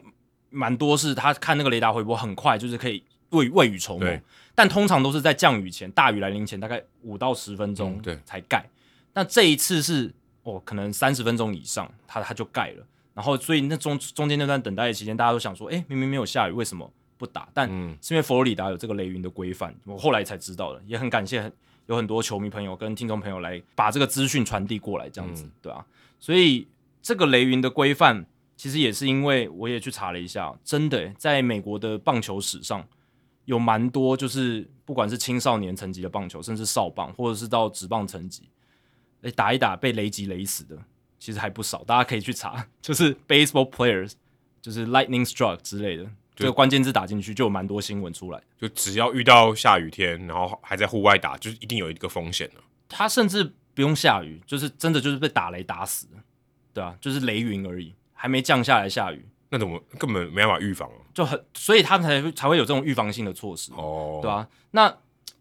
Speaker 2: 蛮多是他看那个雷达回波很快，就是可以未未雨绸缪
Speaker 1: 对，
Speaker 2: 但通常都是在降雨前、大雨来临前大概五到十分钟
Speaker 1: 嗯对
Speaker 2: 才盖。那这一次是哦，可能三十分钟以上，他他就盖了。然后所以那中中间那段等待的期间，大家都想说，哎，明明没有下雨，为什么不打？但
Speaker 1: 嗯
Speaker 2: 是因为佛罗里达有这个雷云的规范，我后来才知道的，也很感谢有很多球迷朋友跟听众朋友来把这个资讯传递过来，这样子，
Speaker 1: 嗯
Speaker 2: 对啊，所以这个雷云的规范，其实也是因为我也去查了一下，真的在美国的棒球史上，有蛮多就是不管是青少年层级的棒球，甚至少棒，或者是到职棒层级，哎打一打被雷击雷死的，其实还不少，大家可以去查，就是 baseball players，就是 lightning struck 之类的，这个关键字打进去就有蛮多新闻出来。
Speaker 1: 就只要遇到下雨天，然后还在户外打，就是一定有一个风险的、
Speaker 2: 他甚至不用下雨，就是真的就是被打雷打死的，对啊，就是雷云而已，还没降下来下雨，
Speaker 1: 那怎么根本没办法预防啊
Speaker 2: 就很，所以他们才会才会有这种预防性的措施，
Speaker 1: 哦，
Speaker 2: 对啊，那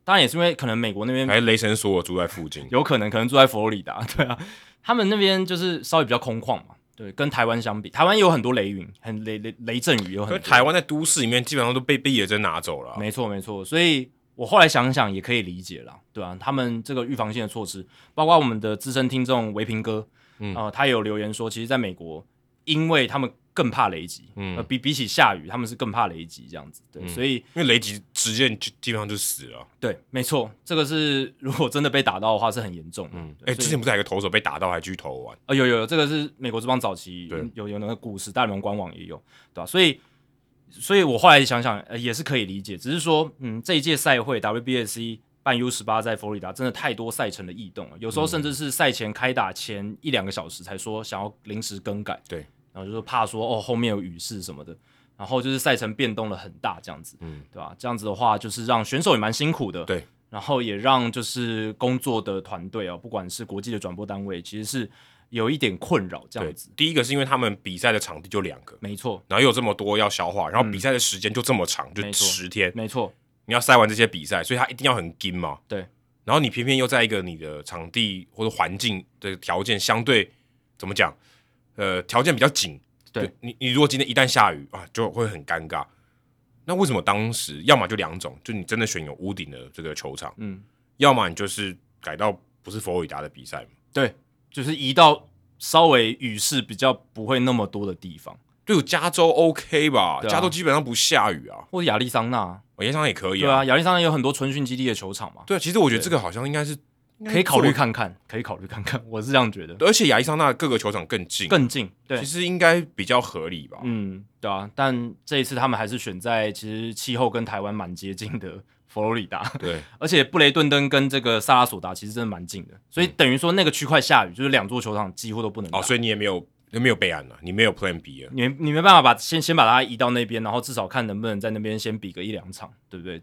Speaker 2: 当然也是因为可能美国那边
Speaker 1: 还是雷神索尔住在附近，
Speaker 2: 有可能可能住在佛罗里达，对啊，他们那边就是稍微比较空旷嘛，对，跟台湾相比，台湾也有很多雷云，很雷雷雷阵雨也有很
Speaker 1: 可
Speaker 2: 多。
Speaker 1: 是台湾在都市里面基本上都被被野针拿走了啊、
Speaker 2: 没错没错，所以我后来想想也可以理解啦，对啊，他们这个预防性的措施，包括我们的资深听众维平哥，
Speaker 1: 嗯
Speaker 2: 呃，他也有留言说，其实在美国，因为他们更怕雷击，
Speaker 1: 嗯
Speaker 2: 呃，比比起下雨，他们是更怕雷击这样子，对，
Speaker 1: 嗯
Speaker 2: 所以
Speaker 1: 因为雷吉直接就基本上就死了啊。
Speaker 2: 对，没错，这个是如果真的被打到的话是很严重的，
Speaker 1: 嗯，哎、
Speaker 2: 对所以
Speaker 1: 之前不是还有个投手被打到还继续投完？
Speaker 2: 啊、有有有，这个是美国之邦早期
Speaker 1: 对
Speaker 2: 有有那个故事，大联盟官网也有，对吧、所以，所以我后来想想，呃，也是可以理解，只是说，嗯，这一届赛会 WBSC 办 U 十八在佛罗里达，真的太多赛程的异动了，有时候
Speaker 1: 嗯
Speaker 2: 甚至是赛前开打前一两个小时才说想要临时更改，
Speaker 1: 对，
Speaker 2: 然后就说怕说哦后面有雨势什么的，然后就是赛程变动了很大这样子，
Speaker 1: 嗯，
Speaker 2: 对吧、这样子的话，就是让选手也蛮辛苦的，
Speaker 1: 对，
Speaker 2: 然后也让就是工作的团队哦，不管是国际的转播单位，其实是有一点困扰这
Speaker 1: 对
Speaker 2: 样子。，
Speaker 1: 第一个是因为他们比赛的场地就两个，
Speaker 2: 没错，
Speaker 1: 然后又有这么多要消化，然后比赛的时间就这么长，
Speaker 2: 嗯没
Speaker 1: 就
Speaker 2: 错
Speaker 1: 十天，
Speaker 2: 没错，
Speaker 1: 你要塞完这些比赛，所以他一定要很紧嘛。
Speaker 2: 对，
Speaker 1: 然后你偏偏又在一个你的场地或者环境的条件相对怎么讲，呃，条件比较紧。
Speaker 2: 对
Speaker 1: 就你，你如果今天一旦下雨啊，就会很尴尬。那为什么当时要么就两种，就你真的选有屋顶的这个球场，
Speaker 2: 嗯，
Speaker 1: 要么你就是改到不是佛罗里达的比赛嘛？
Speaker 2: 对，就是移到稍微雨势比较不会那么多的地方，
Speaker 1: 对，有加州 OK 吧？
Speaker 2: 对啊
Speaker 1: 加州基本上不下雨啊，
Speaker 2: 或者亚利桑那，
Speaker 1: 我想想也可以
Speaker 2: 对啊，亚利桑那有很多春训基地的球场嘛，
Speaker 1: 对啊，其实我觉得这个好像应该是应该
Speaker 2: 可以考虑
Speaker 1: 做
Speaker 2: 看看，可以考虑看看，我是这样觉得，
Speaker 1: 的，而且亚利桑那各个球场更近，
Speaker 2: 更近，对
Speaker 1: 其，实应该比较合理吧？
Speaker 2: 嗯，对啊，但这一次他们还是选在其实气候跟台湾蛮接近的佛罗里达，
Speaker 1: 对，
Speaker 2: 而且布雷顿登跟这个萨拉索达其实真的蛮近的，所以等于说那个区块下雨，就是两座球场几乎都不能打。
Speaker 1: 嗯哦，所以你也没有也没有备案了，你没有 Plan B 了。
Speaker 2: 你你没办法把先先把它移到那边，然后至少看能不能在那边先比个一两场，对不对？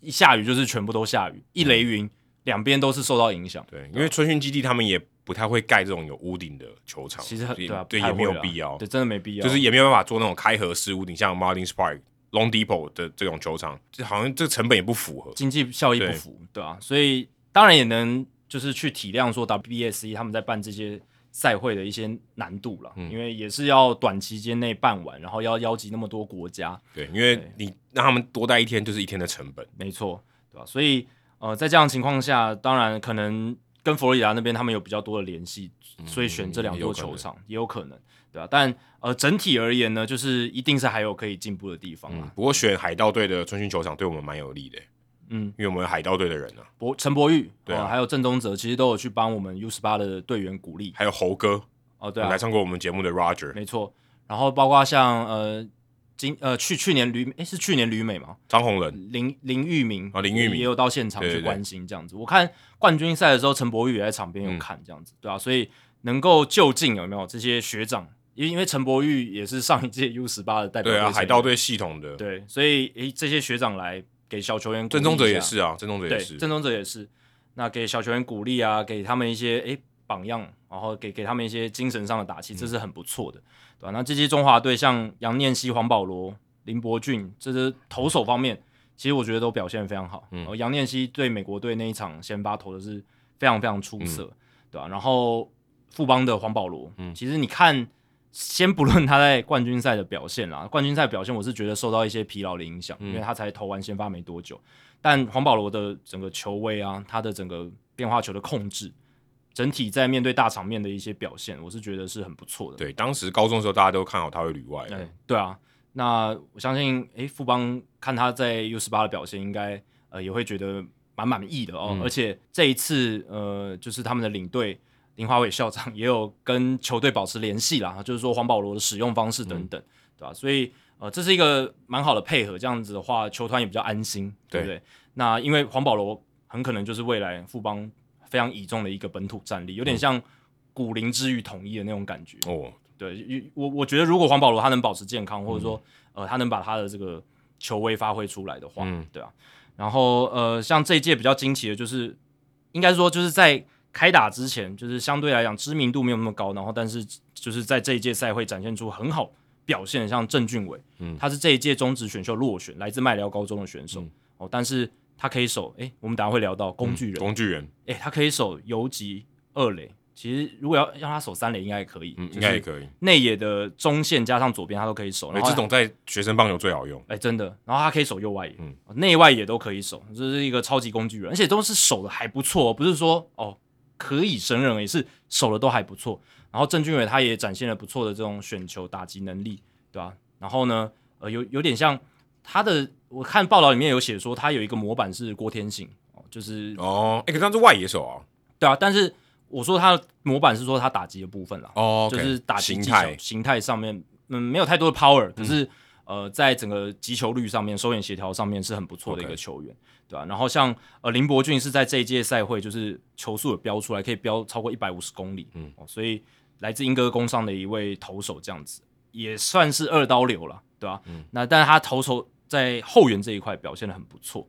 Speaker 2: 一下雨就是全部都下雨，一雷
Speaker 1: 嗯
Speaker 2: 云、两边都是受到影响。
Speaker 1: 对，因为春训基地他们也不太会盖这种有屋顶的球场，
Speaker 2: 其实很
Speaker 1: 所以
Speaker 2: 对啊，
Speaker 1: 对
Speaker 2: 不太
Speaker 1: 也没有
Speaker 2: 会啦
Speaker 1: 必要，
Speaker 2: 对，真的没必要，
Speaker 1: 就是也没有办法做那种开合式屋顶，像 Martins Park、Long Depot 的这种球场，这好像这个成本也不符合。
Speaker 2: 经济效益不
Speaker 1: 对
Speaker 2: 符，对啊，所以当然也能就是去体谅说 WBSC E 他们在办这些赛会的一些难度了，
Speaker 1: 嗯
Speaker 2: 因为也是要短期间内办完，然后要邀集那么多国家，
Speaker 1: 对，因为
Speaker 2: 对
Speaker 1: 你让他们多待一天就是一天的成本。
Speaker 2: 没错，对吧？所以呃，在这样的情况下，当然可能跟佛罗里达那边他们有比较多的联系，所以选这两座球场嗯也有可能，对吧、但呃，整体而言呢，就是一定是还有可以进步的地方
Speaker 1: 嗯
Speaker 2: 啦。，
Speaker 1: 不过选海盗队的春训球场对我们蛮有利的，
Speaker 2: 嗯，
Speaker 1: 因为我们有海盗队的人啊，
Speaker 2: 博陈博玉
Speaker 1: 对啊
Speaker 2: 呃还有郑宗哲，其实都有去帮我们 U 十八的队员鼓励。
Speaker 1: 还有猴哥，
Speaker 2: 哦，对啊
Speaker 1: 来，上过我们节目的 Roger
Speaker 2: 没错。然后包括像呃今呃去去年旅诶是去年旅美吗？
Speaker 1: 张宏仁，
Speaker 2: 林林玉明
Speaker 1: 啊林玉明
Speaker 2: 也有到现场
Speaker 1: 对
Speaker 2: 去
Speaker 1: 对对
Speaker 2: 关心这样子。我看冠军赛的时候，陈柏宇也在场边
Speaker 1: 嗯
Speaker 2: 有看这样子，对啊，所以能够就近有没有这些学长？因为因为陈柏宇也是上一届 U 十八的代表
Speaker 1: 对
Speaker 2: 队成
Speaker 1: 啊，
Speaker 2: 员
Speaker 1: 海盗队系统的，
Speaker 2: 对，所以诶这些学长来给小球员鼓
Speaker 1: 郑
Speaker 2: 励一
Speaker 1: 宗哲也
Speaker 2: 下
Speaker 1: 是啊，郑宗哲也
Speaker 2: 对，
Speaker 1: 是，
Speaker 2: 郑宗哲也是，那给小球员鼓励啊，给他们一些诶榜样，然后给给他们一些精神上的打气，这
Speaker 1: 嗯
Speaker 2: 是很不错的，对吧、那这些中华队像杨念希、黄保罗、林伯俊，这是投手方面，其实我觉得都表现得非常好。嗯，杨念希对美国队那一场先发投的是非常非常出色，
Speaker 1: 嗯
Speaker 2: 对吧、啊然后富邦的黄保罗，嗯，其实你看。先不论他在冠军赛的表现啦，冠军赛表现我是觉得受到一些疲劳的影响，因为他才投完先发没多久，但黄保罗的整个球威啊，他的整个变化球的控制，整体在面对大场面的一些表现，我是觉得是很不错的。
Speaker 1: 对，当时高中的时候大家都看好他会旅外的，
Speaker 2: 哎，对啊，那我相信，诶，富邦看他在 U 十八的表现，应该呃也会觉得蛮满意的哦。
Speaker 1: 嗯
Speaker 2: 而且这一次，呃，就是他们的领队林华伟校长也有跟球队保持联系啦，就是说黄保罗的使用方式等
Speaker 1: 嗯
Speaker 2: 等，对吧、所以呃，这是一个蛮好的配合，这样子的话，球团也比较安心，对不对？那因为
Speaker 1: 嗯
Speaker 2: 黄保罗很可能就是未来富邦非常倚重的一个本土战力，有点像。古灵之于统一的那种感觉。
Speaker 1: 哦，
Speaker 2: 对，我我觉得如果黄保罗他能保持健康，或者说、呃他能把他的这个球威发挥出来的话，
Speaker 1: 嗯
Speaker 2: 对啊。然后呃，像这一届比较惊奇的就是，应该说就是在开打之前，就是相对来讲知名度没有那么高，然后但是就是在这一届赛会展现出很好表现的，像郑俊伟，
Speaker 1: 嗯
Speaker 2: 他是这一届中职选秀落选，来自麦寮高中的选手、
Speaker 1: 嗯
Speaker 2: 哦，但是他可以守，诶，我们等一下会聊到工具人，
Speaker 1: 工具人，
Speaker 2: 诶，他可以守游击二垒，其实如果要让他守三垒应该也可以，
Speaker 1: 嗯，应
Speaker 2: 就
Speaker 1: 该
Speaker 2: 是
Speaker 1: 也可以。
Speaker 2: 内野的中线加上左边，他都可以守。
Speaker 1: 哎，
Speaker 2: 然后
Speaker 1: 这种在学生棒球最好用，
Speaker 2: 哎、真的，然后他可以守右外野，
Speaker 1: 嗯
Speaker 2: 内外野都可以守，这是一个超级工具人，而且都是守的还不错哦，不是说哦可以胜任而已，是守的都还不错。然后郑俊伟他也展现了不错的这种选球打击能力，对吧、然后呢，呃，有有点像他的，我看报道里面有写说他有一个模板是郭天信，哦，就是
Speaker 1: 哦，哎，可是他是外野手啊，
Speaker 2: 对啊，但是我说他的模板是说他打击的部分啦，
Speaker 1: 哦，
Speaker 2: 就是打击
Speaker 1: 形
Speaker 2: 技
Speaker 1: 态
Speaker 2: 巧，形态上面，嗯，没有太多的 power，可是、呃，在整个击球率上面、手眼协调上面是很不错的一个
Speaker 1: OK
Speaker 2: 球员对吧、然后像呃林伯俊是在这一届赛会就是球速有飙出来，可以飙超过一百五十公里，
Speaker 1: 嗯
Speaker 2: 嗯、哦，所以来自英歌工上的一位投手这样子，也算是二刀流了，对吧、啊
Speaker 1: 嗯
Speaker 2: 那但是他投手在后援这一块表现的很不错。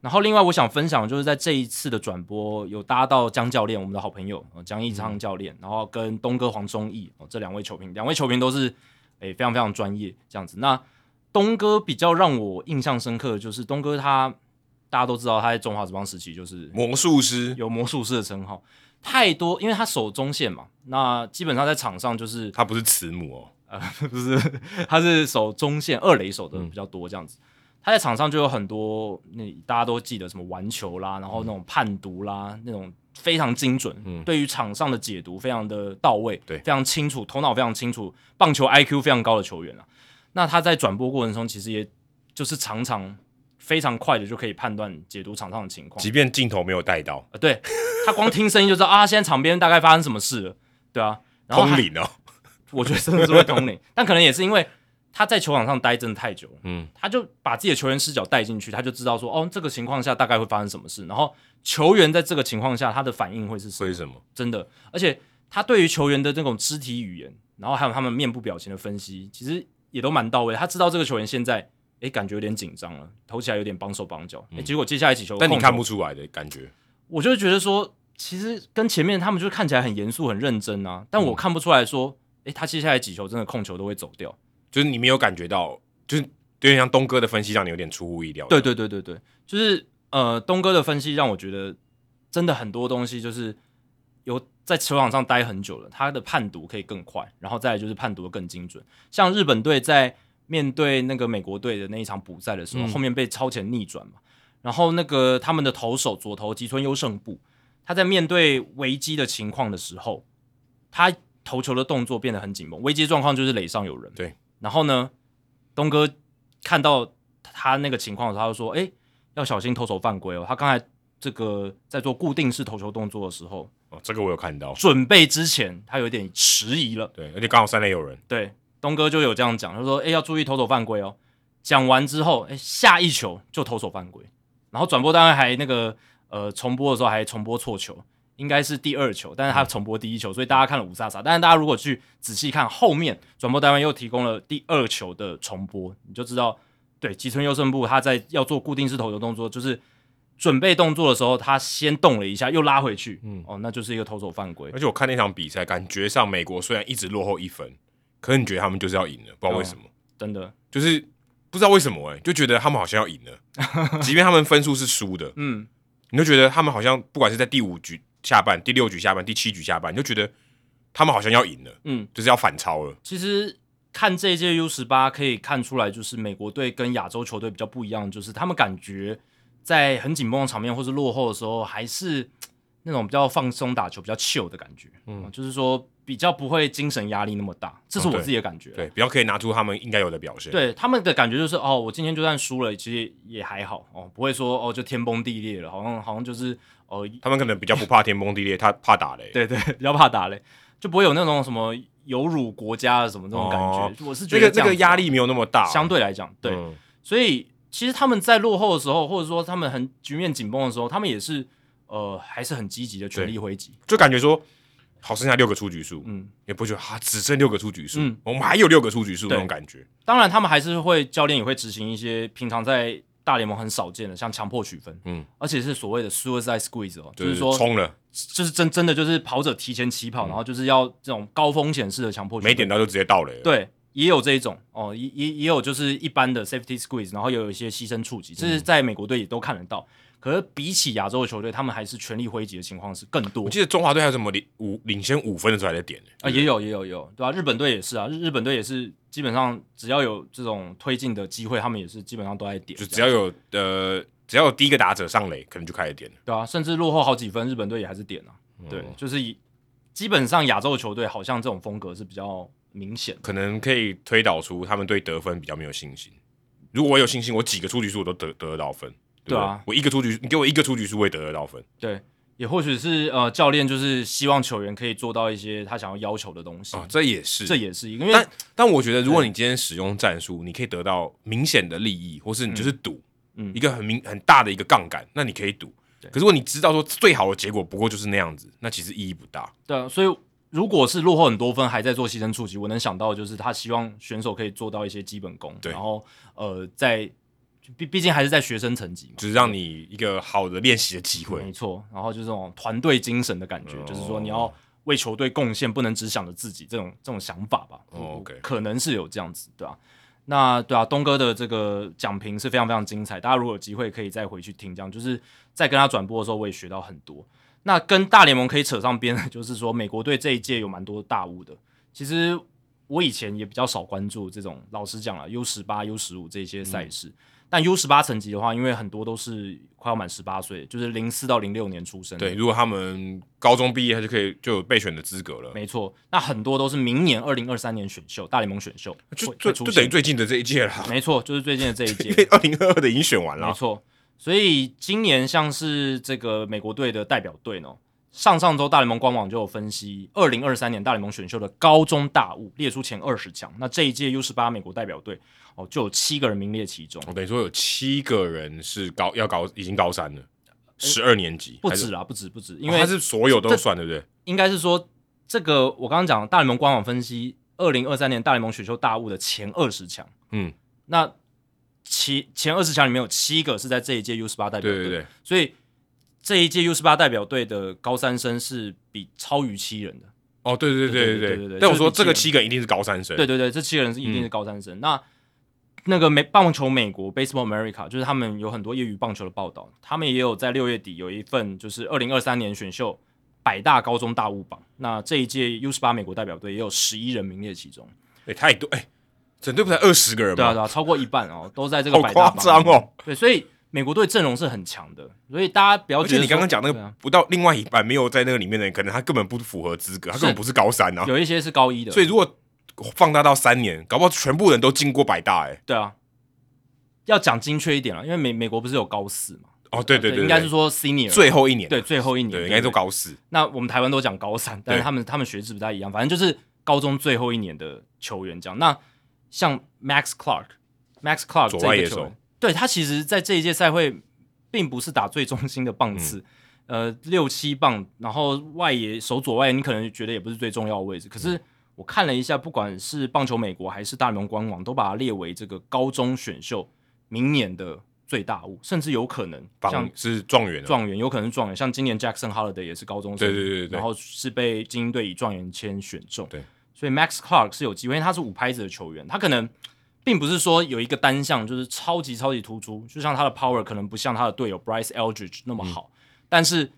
Speaker 2: 然后，另外我想分享的就是在这一次的转播有搭到江教练，我们的好朋友呃江一昌教练，然后跟东哥黄忠义哦这两位球评，两位球评都是诶非常非常专业这样子。那东哥比较让我印象深刻的就是东哥他大家都知道他在中华职棒时期就是
Speaker 1: 魔术师，
Speaker 2: 有魔术师的称号，太多，因为他守中线嘛，那基本上在场上就是
Speaker 1: 他不是慈母哦，
Speaker 2: 不是，他是守中线二垒手的比较多这样子。他在场上就有很多，那大家都记得什么玩球啦，然后那种判读啦，那种非常精准，
Speaker 1: 嗯
Speaker 2: 对于场上的解读非常的到位，
Speaker 1: 对
Speaker 2: 非常清楚，头脑非常清楚，棒球 IQ 非常高的球员啊。那他在转播过程中，其实也就是常常非常快的就可以判断解读场上的情况，
Speaker 1: 即便镜头没有带到，
Speaker 2: 呃，对他光听声音就知道啊，现在场边大概发生什么事了，对啊，然后
Speaker 1: 通
Speaker 2: 他
Speaker 1: 灵哦，
Speaker 2: 我觉得真的是会通灵，但可能也是因为他在球场上待真的太久了，
Speaker 1: 嗯，
Speaker 2: 他就把自己的球员视角带进去，他就知道说，哦，这个情况下大概会发生什么事，然后球员在这个情况下他的反应会是什么
Speaker 1: 所以什么？
Speaker 2: 真的，而且他对于球员的那种肢体语言，然后还有他们面部表情的分析，其实也都蛮到位。他知道这个球员现在，诶，感觉有点紧张了，投起来有点帮手帮脚，诶，结果接下来几球，
Speaker 1: 嗯但你看不出来的感觉，
Speaker 2: 我就会觉得说，其实跟前面他们就是看起来很严肃、很认真啊，但
Speaker 1: 嗯
Speaker 2: 我看不出来说，诶，他接下来几球真的控球都会走掉。
Speaker 1: 就是你没有感觉到，就是有点像东哥的分析让你有点出乎意料。
Speaker 2: 对，对对对对，就是呃，东哥的分析让我觉得真的很多东西就是有在球场上待很久了，他的判读可以更快，然后再来就是判读的更精准。像日本队在面对那个美国队的那一场补赛的时候，
Speaker 1: 嗯
Speaker 2: 后面被超前逆转嘛，然后那个他们的投手左投吉村优胜部，他在面对危机的情况的时候，他投球的动作变得很紧绷。危机状况就是垒上有人，
Speaker 1: 对。
Speaker 2: 然后呢，东哥看到他那个情况的时候，他就说：“哎、要小心投手犯规哦。”他刚才这个在做固定式投球动作的时候，
Speaker 1: 哦，这个我有看到，
Speaker 2: 准备之前他有点迟疑了。
Speaker 1: 对，而且刚好三垒有人，
Speaker 2: 对，东哥就有这样讲，他说：“哎、要注意投手犯规哦。”讲完之后，哎、下一球就投手犯规，然后转播单位还那个呃重播的时候还重播错球，应该是第二球，但是他重播第一球，所以大家看了五萨萨。但是大家如果去仔细看后面，转播单位又提供了第二球的重播，你就知道，对吉村优胜部他在要做固定式投球动作，就是。准备动作的时候，他先动了一下，又拉回去，嗯，哦，那就是一个投手犯规
Speaker 1: 而。且我看那场比赛，感觉上美国虽然一直落后一分，可是你觉得他们就是要赢了，不知道为什么，
Speaker 2: 真的，
Speaker 1: 就是不知道为什么、欸，哎，就觉得他们好像要赢了，即便他们分数是输的，
Speaker 2: 嗯，
Speaker 1: 你就觉得他们好像不管是在第五局下半、第六局下半、第七局下半，你就觉得他们好像要赢了，
Speaker 2: 嗯，
Speaker 1: 就是要反超了，
Speaker 2: 其实看这一届 U 十八可以看出来，就是美国队跟亚洲球队比较不一样，就是他们感觉在很紧绷的场面或是落后的时候，还是那种比较放松打球、比较 chill 的感觉，嗯，就是说比较不会精神压力那么大，这是
Speaker 1: 哦
Speaker 2: 我
Speaker 1: 对
Speaker 2: 自己的感觉。
Speaker 1: 对，比较可以拿出他们应该有的表现，，
Speaker 2: 啊对他们的感觉就是哦，我今天就算输了，其实也还好哦，不会说哦就天崩地裂了，好像好像就是哦
Speaker 1: 他们可能比较不怕天崩地裂，他怕打雷，
Speaker 2: 对对，比较怕打嘞，就不会有那种什么有辱国家的什么那种感
Speaker 1: 哦
Speaker 2: 觉。我是觉
Speaker 1: 这
Speaker 2: 得
Speaker 1: 个这
Speaker 2: 样
Speaker 1: 个
Speaker 2: 子啊
Speaker 1: 压力没有那么大，啊哦
Speaker 2: 相对来讲，对，
Speaker 1: 嗯
Speaker 2: 所以其实他们在落后的时候，或者说他们很局面紧绷的时候，他们也是呃还是很积极的全力挥击。
Speaker 1: 就感觉说，好剩下六个出局数，
Speaker 2: 嗯，
Speaker 1: 也不会觉得啊只剩六个出局数，
Speaker 2: 嗯
Speaker 1: 我们还有六个出局数那
Speaker 2: 对
Speaker 1: 种感觉。
Speaker 2: 当然，他们还是会教练也会执行一些平常在大联盟很少见的，像强迫取分，
Speaker 1: 嗯，
Speaker 2: 而且是所谓的 suicide squeeze 哦，就是是说，
Speaker 1: 冲了
Speaker 2: 就是真真的就是跑者提前起跑，然后就是要这种高风险式的强迫取分，
Speaker 1: 没点到就直接到了，，
Speaker 2: 对，也有这一种哦，也也也有就是一般的 safety squeeze，然后也有一些牺牲触及，
Speaker 1: 嗯
Speaker 2: 这是在美国队也都看得到。可是比起亚洲的球队，他们还是全力挥击的情况是更多
Speaker 1: 我记得中华队还有什么领五领先五分的时候还在点呢
Speaker 2: 啊，也有也有也有，对吧、日本队也是啊，日日本队也是基本上只要有这种推进的机会，他们也是基本上都在点这
Speaker 1: 就
Speaker 2: 样，
Speaker 1: 只要有呃只要有第一个打者上垒，可能就开始点了。
Speaker 2: 对啊，甚至落后好几分，日本队也还是点啊，对，就是以基本上亚洲的球队好像这种风格是比较明显的，
Speaker 1: 可能可以推导出他们对得分比较没有信心。如果我有信心，我几个出局数我都得得得到分，对不
Speaker 2: 对啊
Speaker 1: 我一个出局，你给我一个出局数，我也得得到分。
Speaker 2: 对，也或许是呃教练就是希望球员可以做到一些他想要要求的东西，
Speaker 1: 啊，这也是，
Speaker 2: 这也是因为
Speaker 1: 但但我觉得，如果你今天使用战术，你可以得到明显的利益，或是你就是赌，
Speaker 2: 嗯
Speaker 1: 一个很明很大的一个杠杆，那你可以赌。可是如果你知道说最好的结果不过就是那样子，那其实意义不大。
Speaker 2: 对啊，所以如果是落后很多分还在做牺牲触及，我能想到的就是他希望选手可以做到一些基本功，
Speaker 1: 对
Speaker 2: 然后呃，在毕毕竟还是在学生层级嘛，
Speaker 1: 就是让你一个好的练习的机会
Speaker 2: 没。错，然后就是这种团队精神的感觉，
Speaker 1: 哦
Speaker 2: 就是说你要为球队贡献，不能只想着自己这种这种想法吧。
Speaker 1: 哦，OK
Speaker 2: 可能是有这样子，对吧、那对啊，东哥的这个讲评是非常非常精彩，大家如果有机会可以再回去听，这样就是在跟他转播的时候，我也学到很多。那跟大联盟可以扯上边的，就是说美国队这一届有蛮多大物的。其实我以前也比较少关注这种，老实讲了，U 十八、U 十五这些赛事。但 U 十八层级的话，因为很多都是快要满十八岁，就是零四到零六年出生。
Speaker 1: 对，，如果他们高中毕业，他就可以就有备选的资格了。
Speaker 2: 没错。那很多都是明年二零二三年选秀，大联盟选秀
Speaker 1: 就
Speaker 2: 会
Speaker 1: 就
Speaker 2: 会出
Speaker 1: 就等于
Speaker 2: 现。
Speaker 1: 最近的这一届 了，
Speaker 2: 没错，就是最近的这一
Speaker 1: 因
Speaker 2: 届
Speaker 1: 为，二零二二的已经选完
Speaker 2: 没
Speaker 1: 了。
Speaker 2: 错。所以今年像是这个美国队的代表队呢，上上周大联盟官网就有分析二零二三年大联盟选秀的高中大物，列出前二十强。那这一届 U 十八美国代表队哦，就有七个人名列其中，
Speaker 1: 我哦等于说有七个人是高要高已经高三了，十二年级
Speaker 2: 呃不
Speaker 1: 还是
Speaker 2: 止啦，啊不止不止，因
Speaker 1: 因
Speaker 2: 为
Speaker 1: 为他是所有都
Speaker 2: 这
Speaker 1: 算，对不对？
Speaker 2: 应该是说，这个我刚刚讲大联盟官网分析，二零二三年大联盟选秀大物的前二十强，
Speaker 1: 嗯，
Speaker 2: 那其前二十强里面有七个是在这一届 U 十八代表
Speaker 1: 对
Speaker 2: 队，
Speaker 1: 对对，
Speaker 2: 所以这一届 U 十八代表队的高三生是比超于七人的，
Speaker 1: 哦，对对
Speaker 2: 对
Speaker 1: 对
Speaker 2: 对对
Speaker 1: 对
Speaker 2: 对
Speaker 1: 但我
Speaker 2: 就是
Speaker 1: 说
Speaker 2: 比
Speaker 1: 这个
Speaker 2: 基
Speaker 1: 七个人一定是高三生，
Speaker 2: 对对对，这七个人是一
Speaker 1: 嗯
Speaker 2: 定是高三生。那那个美棒球美国 Baseball America，就是他们有很多业余棒球的报道，他们也有在六月底有一份就是二零二三年选秀百大高中大物榜。那这一届 U 十八美国代表队也有十一人名列其中，
Speaker 1: 哎，太多哎，整队不才二十个人
Speaker 2: 对啊
Speaker 1: 吗？
Speaker 2: 对啊，超过一半哦，都在这个
Speaker 1: 好
Speaker 2: 百
Speaker 1: 夸
Speaker 2: 大榜
Speaker 1: 张
Speaker 2: 里面。
Speaker 1: 哦！
Speaker 2: 对，所以美国队阵容是很强的，所以大家不要
Speaker 1: 而
Speaker 2: 觉
Speaker 1: 且
Speaker 2: 得
Speaker 1: 你刚刚讲那
Speaker 2: 对
Speaker 1: 个
Speaker 2: 啊
Speaker 1: 不到另外一半没有在那个里面的人，可能他根本不符合资格，他根本
Speaker 2: 是
Speaker 1: 不是高三啊
Speaker 2: 说。有一些是高一的，
Speaker 1: 所以如果放大到三年，搞不好全部人都进过百大哎。
Speaker 2: 对啊，要讲精确一点了，因为美美国不是有高四嘛？
Speaker 1: 哦，对对对，
Speaker 2: 啊应该
Speaker 1: 对
Speaker 2: 是说 senior
Speaker 1: 最后一年，
Speaker 2: 对最后一年，
Speaker 1: 对，应该
Speaker 2: 对
Speaker 1: 都高四。
Speaker 2: 那我们台湾都讲高三，但是
Speaker 1: 对
Speaker 2: 他们他们学制不太一样，反正就是高中最后一年的球员这样。那像 Max Clark，Max Clark
Speaker 1: 左
Speaker 2: 这
Speaker 1: 外
Speaker 2: 个
Speaker 1: 野
Speaker 2: 球员
Speaker 1: 手，
Speaker 2: 对他其实在这一届赛会并不是打最中心的棒
Speaker 1: 嗯
Speaker 2: 次，呃，六七棒，然后外野手左外野，你可能觉得也不是最重要的位置，可
Speaker 1: 嗯
Speaker 2: 是。我看了一下，不管是棒球美国还是大联盟官网，都把它列为这个高中选秀明年的最大物，甚至有可能像
Speaker 1: 帮是状元啊，
Speaker 2: 状元，有可能是状元，像今年 Jackson Holiday 也是高中生，
Speaker 1: 对对对对对
Speaker 2: 然后是被精英队以状元签选中，
Speaker 1: 对，
Speaker 2: 所以 Max Clark 是有机会，因为他是五拍子的球员，他可能并不是说有一个单项就是超级超级突出，就像他的 power 可能不像他的队友 Bryce Eldridge 那么
Speaker 1: 嗯
Speaker 2: 好，但是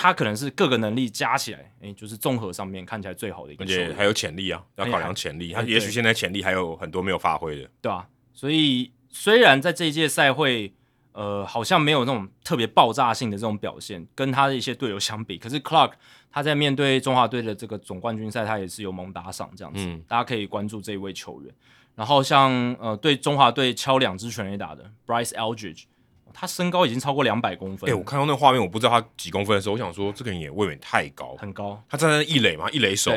Speaker 2: 他可能是各个能力加起来，诶，就是综合上面看起来最好的一个
Speaker 1: 而
Speaker 2: 球
Speaker 1: 且
Speaker 2: 员，
Speaker 1: 还有潜力啊，要
Speaker 2: 哎
Speaker 1: 考
Speaker 2: 还
Speaker 1: 量潜力。
Speaker 2: 哎
Speaker 1: 他也许
Speaker 2: 对
Speaker 1: 现在潜力还有很多没有发挥的。
Speaker 2: 对啊，所以虽然在这一届赛会，呃，好像没有那种特别爆炸性的这种表现，跟他的一些队友相比，可是 Clark 他在面对中华队的这个总冠军赛，他也是有猛打赏这样子，
Speaker 1: 嗯
Speaker 2: 大家可以关注这一位球员。然后像呃对中华队敲两支全垒打的 Bryce Eldridge，他身高已经超过两百公分
Speaker 1: 哎、，我看到那个画面，我不知道他几公分的时候，我想说这个人也未免太高。
Speaker 2: 很高，
Speaker 1: 他站在一垒嘛，一垒手，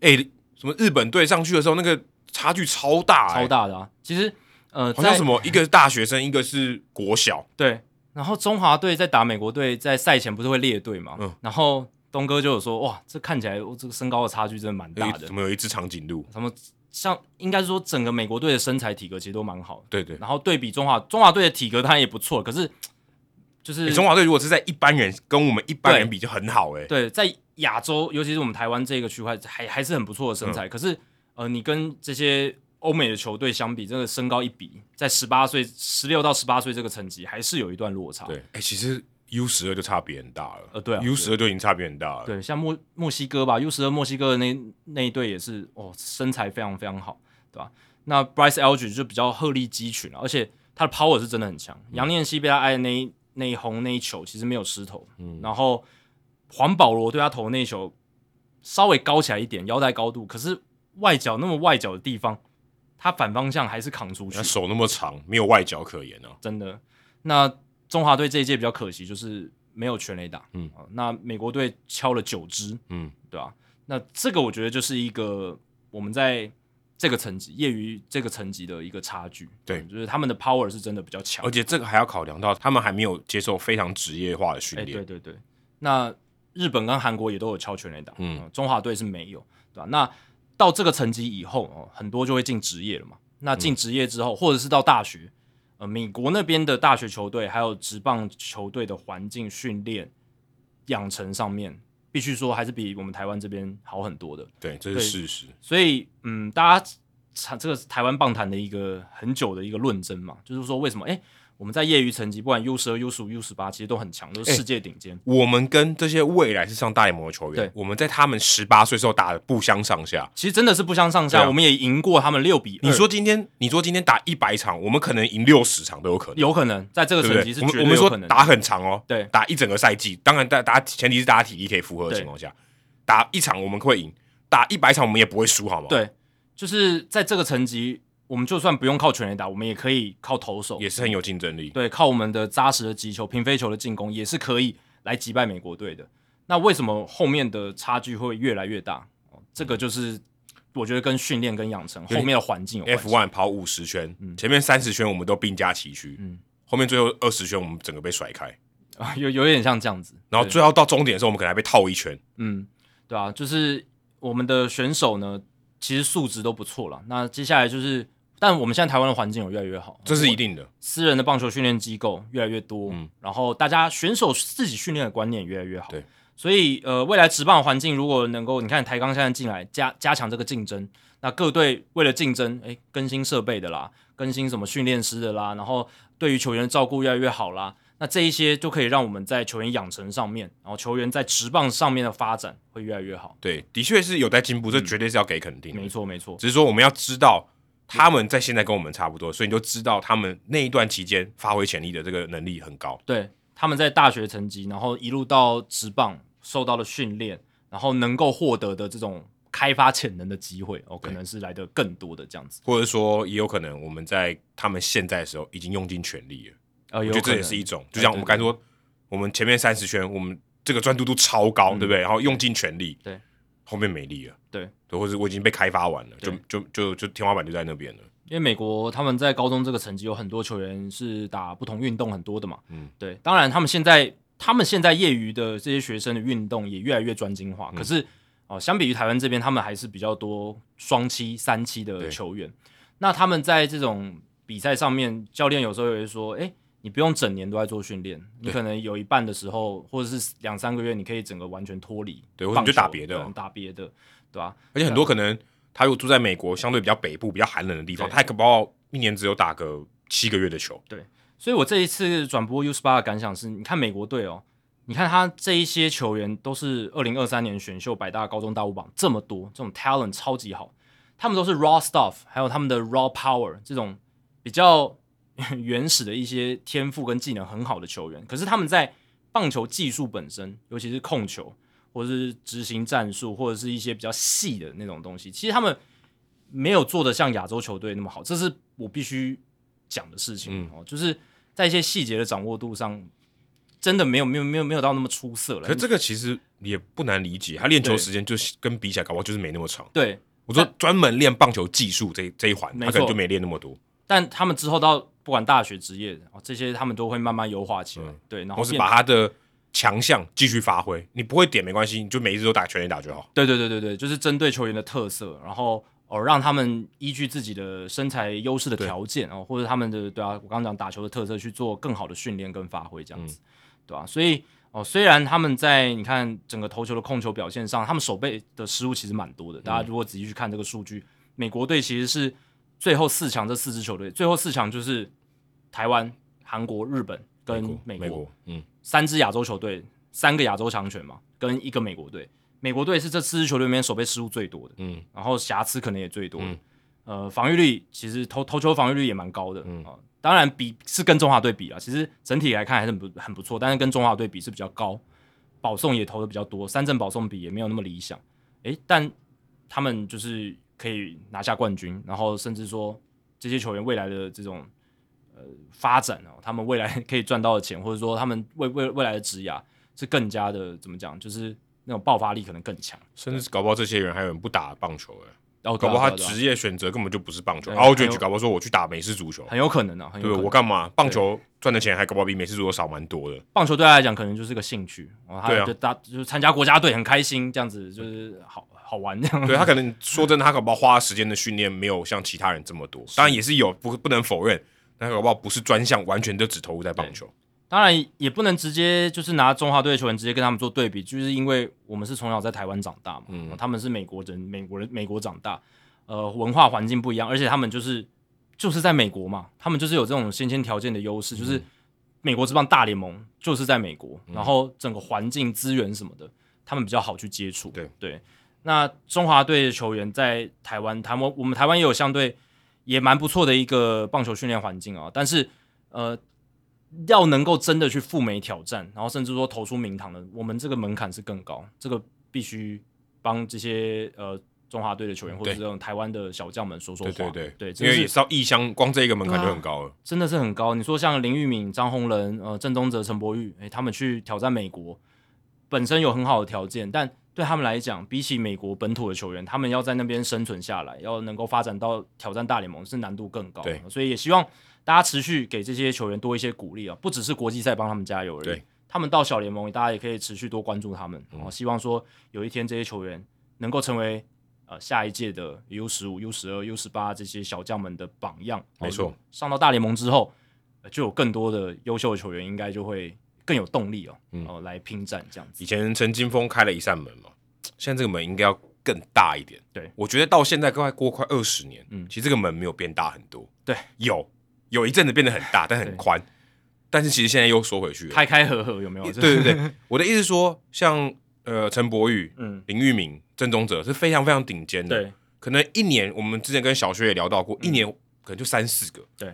Speaker 2: 对
Speaker 1: 哎、什么日本队上去的时候，那个差距超大、哎
Speaker 2: 超，大的啊。其实呃，
Speaker 1: 好像
Speaker 2: 在
Speaker 1: 什么一个是大学生，一个是国小，
Speaker 2: 对，然后中华队在打美国队，在赛前不是会列队嘛？
Speaker 1: 嗯
Speaker 2: 然后东哥就有说，哇，这看起来哦这个身高的差距真的蛮大
Speaker 1: 有一
Speaker 2: 的
Speaker 1: 哎怎。么有一只长颈鹿？
Speaker 2: 他们像应该是说整个美国队的身材体格其实都蛮好的，
Speaker 1: 对对，
Speaker 2: 然后对比中华中华队的体格当然也不错，可是就是
Speaker 1: 欸中华队如果是在一般人跟我们一般人
Speaker 2: 对
Speaker 1: 比就很好哎、欸，
Speaker 2: 对，在亚洲，尤其是我们台湾这个区块，还还是很不错的身
Speaker 1: 嗯
Speaker 2: 材。可是，呃，你跟这些欧美的球队相比，这个身高一比，在十八岁、十六到十八岁这个层级，还是有一段落差。
Speaker 1: 对，哎、其实 U 十二就差别很大了，
Speaker 2: 呃对啊
Speaker 1: u 十二就已经差别很大了，
Speaker 2: 对，像墨墨西哥吧，U 十二墨西哥的那那一队也是哦，身材非常非常好，对吧？那 Bryce Elger 就比较鹤立鸡群了，而且他的 power 是真的很强。
Speaker 1: 嗯
Speaker 2: 杨念希被他挨的那一那一红那一球，其实没有失头。
Speaker 1: 嗯
Speaker 2: 然后黄保罗对他投的那一球稍微高起来一点，腰带高度，可是外角那么外角的地方，他反方向还是扛出去
Speaker 1: 那，手那么长，没有外角可言啊。
Speaker 2: 真的。那中华队这一届比较可惜，就是没有全垒打。
Speaker 1: 嗯
Speaker 2: 啊，那美国队敲了九支，
Speaker 1: 嗯，
Speaker 2: 对吧、那这个我觉得就是一个我们在这个层级、业余这个层级的一个差距。
Speaker 1: 对哦
Speaker 2: 就是他们的 power 是真的比较强
Speaker 1: 而。且这个还要考量到他们还没有接受非常职业化的训
Speaker 2: 哎，
Speaker 1: 练，
Speaker 2: 对对对，那日本跟韩国也都有敲全垒打，
Speaker 1: 嗯
Speaker 2: 嗯，中华队是没有，对吧、那到这个层级以后哦，很多就会进职业了嘛。那
Speaker 1: 嗯
Speaker 2: 进职业之后，或者是到大学，呃，美国那边的大学球队还有职棒球队的环境训练养成上面，必须说还是比我们台湾这边好很多的。
Speaker 1: 对这是事实。
Speaker 2: 所以，嗯，大家产这个是台湾棒坛的一个很久的一个论争嘛，就是说为什么哎、诶我们在业余层级，不管 U 十二、U 十五、U 十八，其实都很强，都是世界顶尖。
Speaker 1: 我们跟这些未来是上大联盟的球员
Speaker 2: 对，
Speaker 1: 我们在他们十八岁时候打的不相上下。
Speaker 2: 其实真的是不相上下，
Speaker 1: 对啊
Speaker 2: 我们也赢过他们六比二。
Speaker 1: 你说今天，你说今天打一百场，我们可能赢六十场都有可能，
Speaker 2: 有可能在这个
Speaker 1: 对不
Speaker 2: 层
Speaker 1: 对
Speaker 2: 级是？
Speaker 1: 我
Speaker 2: 绝
Speaker 1: 们我
Speaker 2: 对
Speaker 1: 们
Speaker 2: 有
Speaker 1: 说
Speaker 2: 可能的。
Speaker 1: 打很长哦，
Speaker 2: 对
Speaker 1: 打一整个赛季，当然打打前提是大家体力可以负荷的情况下，打一场我们会赢，打一百场我们也不会输，好吗？，
Speaker 2: 对，就是在这个层级，我们就算不用靠全垒打，我们也可以靠投手，
Speaker 1: 也是很有竞争力。
Speaker 2: 对，靠我们的扎实的击球、平飞球的进攻，也是可以来击败美国队的。那为什么后面的差距会越来越大？哦这个就是我觉得跟训练跟养成后面的环境有关
Speaker 1: F
Speaker 2: 系。
Speaker 1: one 跑五十圈，前面三十圈我们都并驾齐驱，
Speaker 2: 嗯
Speaker 1: 后面最后二十圈我们整个被甩开，
Speaker 2: 啊有有点像这样子。
Speaker 1: 然后
Speaker 2: 对
Speaker 1: 最后到终点的时候我们可能还被套一圈。
Speaker 2: 嗯，对啊，就是我们的选手呢，其实素质都不错了。那接下来就是，但我们现在台湾的环境有越来越好，
Speaker 1: 这是一定的，
Speaker 2: 私人的棒球训练机构越来越多，
Speaker 1: 嗯
Speaker 2: 然后大家选手自己训练的观念也越来越好，
Speaker 1: 对，
Speaker 2: 所以呃，未来职棒环境如果能够，你看台钢现在进来加加强这个竞争，那各队为了竞争，哎，更新设备的啦，更新什么训练师的啦，然后对于球员的照顾越来越好啦，那这一些就可以让我们在球员养成上面，然后球员在职棒上面的发展会越来越好，
Speaker 1: 对，的确是有在进步，这绝对是要给肯定的。
Speaker 2: 嗯没错没错，
Speaker 1: 只是说我们要知道他们在现在跟我们差不多，所以你就知道他们那一段期间发挥潜力的这个能力很高。
Speaker 2: 对，他们在大学成绩，然后一路到职棒受到了训练，然后能够获得的这种开发潜能的机会，哦，可能是来的更多的这样子。
Speaker 1: 或者说，也有可能我们在他们现在的时候已经用尽全力了，
Speaker 2: 呃，
Speaker 1: 我
Speaker 2: 有
Speaker 1: 觉得
Speaker 2: 可
Speaker 1: 这也
Speaker 2: 能
Speaker 1: 是一种，
Speaker 2: 对
Speaker 1: 就像我们
Speaker 2: 对
Speaker 1: 刚才说，我们前面三十圈，我们这个专注度超高，对不对？然后用尽全力，
Speaker 2: 嗯对，
Speaker 1: 后面没力了，
Speaker 2: 对，
Speaker 1: 对，或者我已经被开发完了，就
Speaker 2: 对
Speaker 1: 就就就天花板就在那边了，
Speaker 2: 因为美国他们在高中这个成绩有很多球员是打不同运动很多的嘛，
Speaker 1: 嗯
Speaker 2: 嗯，对，当然他们现在他们现在业余的这些学生的运动也越来越专精化，
Speaker 1: 嗯
Speaker 2: 可是哦、相比于台湾这边，他们还是比较多双期、三期
Speaker 1: 对
Speaker 2: 的球员。那他们在这种比赛上面，教练有时候也会说，哎、你不用整年都在做训练，你
Speaker 1: 对
Speaker 2: 可能有一半的时候，或者是两三个月，你可以整个完全脱离棒球，
Speaker 1: 对或者你就打别的
Speaker 2: 嗯打别的，对吧、
Speaker 1: 而且很多可能他如果住在美国相对比较北部、比较寒冷的地方，
Speaker 2: 对
Speaker 1: 他可不好一年只有打个七个月的球，
Speaker 2: 所以我这一次转播 U 十八的感想是，你看美国队哦，你看他这一些球员都是二零二三年选秀百大高中大五榜这么多，这种 talent 超级好，他们都是 raw stuff，还有他们的 raw power 这种比较 原始的一些天赋跟技能很好的球员，可是他们在棒球技术本身，尤其是控球或者是执行战术，或者是一些比较细的那种东西，其实他们没有做的像亚洲球队那么好，这是我必须讲的事
Speaker 1: 嗯
Speaker 2: 情、哦，就是在一些细节的掌握度上，真的没有没有没有没有到那么出色了。
Speaker 1: 可是这个其实也不难理解，他练球
Speaker 2: 对
Speaker 1: 时间就是跟比起来，搞不好就是没那么长。
Speaker 2: 对，
Speaker 1: 我说专门练棒球技术这这一环，
Speaker 2: 没
Speaker 1: 他可能
Speaker 2: 错
Speaker 1: 就没练那么多，
Speaker 2: 但他们之后到不管大学、职业哦这些，他们都会慢慢优化起来。
Speaker 1: 嗯
Speaker 2: 对，然后
Speaker 1: 或是
Speaker 2: 变
Speaker 1: 把他的强项继续发挥。你不会点没关系，你就每一支都打全垒打就好。
Speaker 2: 对对对对对，就是针对球员的特色，然后哦让他们依据自己的身材优势的条件哦，或者他们的对啊，我刚刚讲打球的特色去做更好的训练跟发挥这
Speaker 1: 嗯
Speaker 2: 样子，对啊，所以哦，虽然他们在你看整个投球的控球表现上，他们手背的失误其实蛮多的，
Speaker 1: 嗯
Speaker 2: 大家如果仔细去看这个数据，美国队其实是最后四强这四支球队，最后四强就是台湾、韩国、日本跟
Speaker 1: 美国，
Speaker 2: 美国。
Speaker 1: 国嗯，
Speaker 2: 三支亚洲球队，三个亚洲强权嘛，跟一个美国队。美国队是这四支球队里面守备失误最多的，
Speaker 1: 嗯，
Speaker 2: 然后瑕疵可能也最多的
Speaker 1: 嗯
Speaker 2: 呃，防御率其实投投球防御率也蛮高的，嗯、当然比是跟中华队比啊，其实整体来看还是很不很不错，但是跟中华队比是比较高，保送也投的比较多，三振保送比也没有那么理想，诶，但他们就是可以拿下冠军，然后甚至说这些球员未来的这种呃发展哦，他们未来可以赚到的钱，或者说他们未未未来的职涯是更加的怎么讲，就是那种爆发力可能更强。哦啊
Speaker 1: 甚至搞不好这些人还有人不打棒球哎、
Speaker 2: 然后
Speaker 1: 搞不好他
Speaker 2: 职
Speaker 1: 职业选择根本就不是棒球。
Speaker 2: 对啊
Speaker 1: o u t r i
Speaker 2: 还
Speaker 1: g
Speaker 2: 有
Speaker 1: 搞不好说我去打美式足球，
Speaker 2: 很有可能啊，很有
Speaker 1: 对
Speaker 2: 可能
Speaker 1: 我干嘛？棒球赚的钱还搞不好比美式足球少蛮多的。
Speaker 2: 棒球对他来讲可能就是个兴趣，哦，
Speaker 1: 对啊
Speaker 2: 他就大、就是参加国家队很开心，这样子就是好好玩这样。
Speaker 1: 对他可能说真的，他搞不好花时间的训练没有像其他人这么多，当然也是有，不不能否认。那搞不好不是专项，完全就只投入在棒球。
Speaker 2: 当然也不能直接就是拿中华队的球员直接跟他们做对比，就是因为我们是从小在台湾长大嘛，
Speaker 1: 嗯
Speaker 2: 哦他们是美国人，美国人美国长大，呃，文化环境不一样，而且他们就是就是在美国嘛，他们就是有这种先天条件的优势，
Speaker 1: 嗯
Speaker 2: 就是美国这帮大联盟就是在美国，然后整个环境资源什么的，他们比较好去接触。
Speaker 1: 对
Speaker 2: 对，那中华队的球员在台湾，台湾我们台湾也有相对也蛮不错的一个棒球训练环境啊，但是呃，要能够真的去赴美挑战，然后甚至说投出名堂的，我们这个门槛是更高，这个必须帮这些呃中华队的球员或者
Speaker 1: 对
Speaker 2: 这种台湾的小将们说说
Speaker 1: 对
Speaker 2: 话，
Speaker 1: 对对
Speaker 2: 对，
Speaker 1: 因
Speaker 2: 这
Speaker 1: 为
Speaker 2: 是啊
Speaker 1: 也是到异乡，光这一个门槛就很高了。
Speaker 2: 真的是很高。你说像林玉敏、张宏仁、呃郑东哲、陈柏宇，诶、他们去挑战美国，本身有很好的条件，但对他们来讲，比起美国本土的球员，他们要在那边生存下来，要能够发展到挑战大联盟是难度更高。
Speaker 1: 对，
Speaker 2: 所以也希望大家持续给这些球员多一些鼓励啊，不只是国际赛帮他们加油而已。
Speaker 1: 对
Speaker 2: 他们到小联盟，大家也可以持续多关注他们。
Speaker 1: 嗯
Speaker 2: 哦，希望说有一天这些球员能够成为呃下一届的 U 十五、U 十二、U 十八这些小将们的榜样。
Speaker 1: 没错
Speaker 2: 哦，上到大联盟之后，呃就有更多的优秀的球员，应该就会更有动力哦，
Speaker 1: 嗯
Speaker 2: 哦来拼战这样子
Speaker 1: 以。前陈金峰开了一扇门嘛，现在这个门应该要更大一点。
Speaker 2: 对
Speaker 1: 我觉得到现在快过快二十年，嗯
Speaker 2: 嗯，
Speaker 1: 其实这个门没有变大很多。
Speaker 2: 对，
Speaker 1: 有有一阵子变得很大，但很
Speaker 2: 对
Speaker 1: 宽，但是其实现在又缩回去了。
Speaker 2: 开开合合 有没有？哦就是
Speaker 1: 对对，对，我的意思是说，像呃陈柏宇、
Speaker 2: 嗯，
Speaker 1: 林玉明、郑宗哲是非常非常顶尖的。
Speaker 2: 对，嗯
Speaker 1: 可能一年我们之前跟小薛也聊到过，一年可能就三四个。
Speaker 2: 对，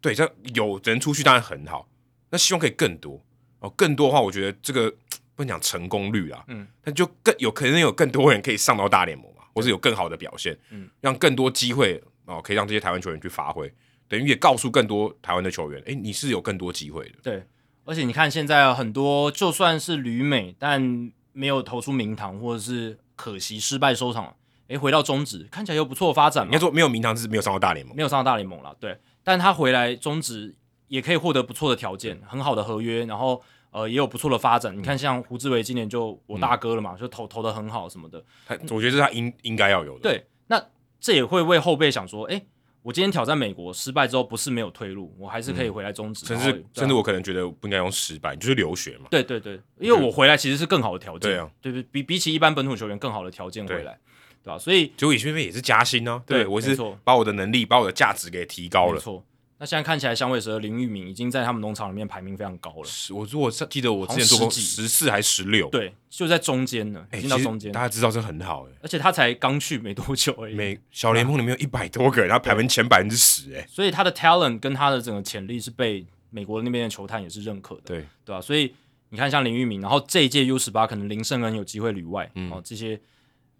Speaker 1: 对，这样有人出去当然很好，那希望可以更多哦，更多的话，我觉得这个不能讲成功率啦，
Speaker 2: 嗯，
Speaker 1: 但就更有可能有更多人可以上到大联盟嘛，或者有更好的表现，
Speaker 2: 嗯，
Speaker 1: 让更多机会哦，可以让这些台湾球员去发挥，等于也告诉更多台湾的球员，哎，你是有更多机会的，
Speaker 2: 对，而且你看现在很多就算是旅美，但没有投出名堂，或者是可惜失败收场，诶，回到中职看起来有不错的发展
Speaker 1: 应
Speaker 2: 嘛
Speaker 1: 该，说没有名堂是没有上到大联盟
Speaker 2: 没，有上到大联盟了，对，但他回来中职也可以获得不错的条件，很好的合约，然后呃也有不错的发展。你
Speaker 1: 嗯
Speaker 2: 看像胡志伟今年就我大哥了嘛，就投投的很好什么的，
Speaker 1: 他我觉得这是他应应该要有的，，
Speaker 2: 对，那这也会为后辈想说，诶，我今天挑战美国失败之后，不是没有退路，我还是
Speaker 1: 嗯
Speaker 2: 可以回来中职，
Speaker 1: 甚
Speaker 2: 然后
Speaker 1: 至
Speaker 2: 对啊
Speaker 1: 甚至我可能觉得不应该用失败，你就是留学嘛，
Speaker 2: 对对对，因为我回来其实是更好的条件，
Speaker 1: 对啊，
Speaker 2: 对不对比比起一般本土球员更好的条件
Speaker 1: 对
Speaker 2: 回来，对吧、所以
Speaker 1: 结果也这边也是加薪呢、啊，对
Speaker 2: 对
Speaker 1: 我
Speaker 2: 没
Speaker 1: 是
Speaker 2: 错
Speaker 1: 把我的能力把我的价值给提高
Speaker 2: 没
Speaker 1: 了。
Speaker 2: 错。那现在看起来，响尾蛇的林玉明已经在他们农场里面排名非常高了，
Speaker 1: 十，我如果记得我之前做过
Speaker 2: 好像十
Speaker 1: 十四还十六，
Speaker 2: 对，就在中间了，
Speaker 1: 哎，
Speaker 2: 已经到
Speaker 1: 其实
Speaker 2: 中间
Speaker 1: 大，家知道这很好哎、
Speaker 2: 而且他才刚去没多久而已，
Speaker 1: 每小联盟里面有一百多个人，他排名前百分之十哎，
Speaker 2: 所以他的 talent 跟他的整个潜力是被美国那边的球探也是认可的，
Speaker 1: 对，
Speaker 2: 对啊吧、所以你看，像林玉明，然后这一届 U 十八可能林胜恩有机会里外、
Speaker 1: 嗯
Speaker 2: 哦，这些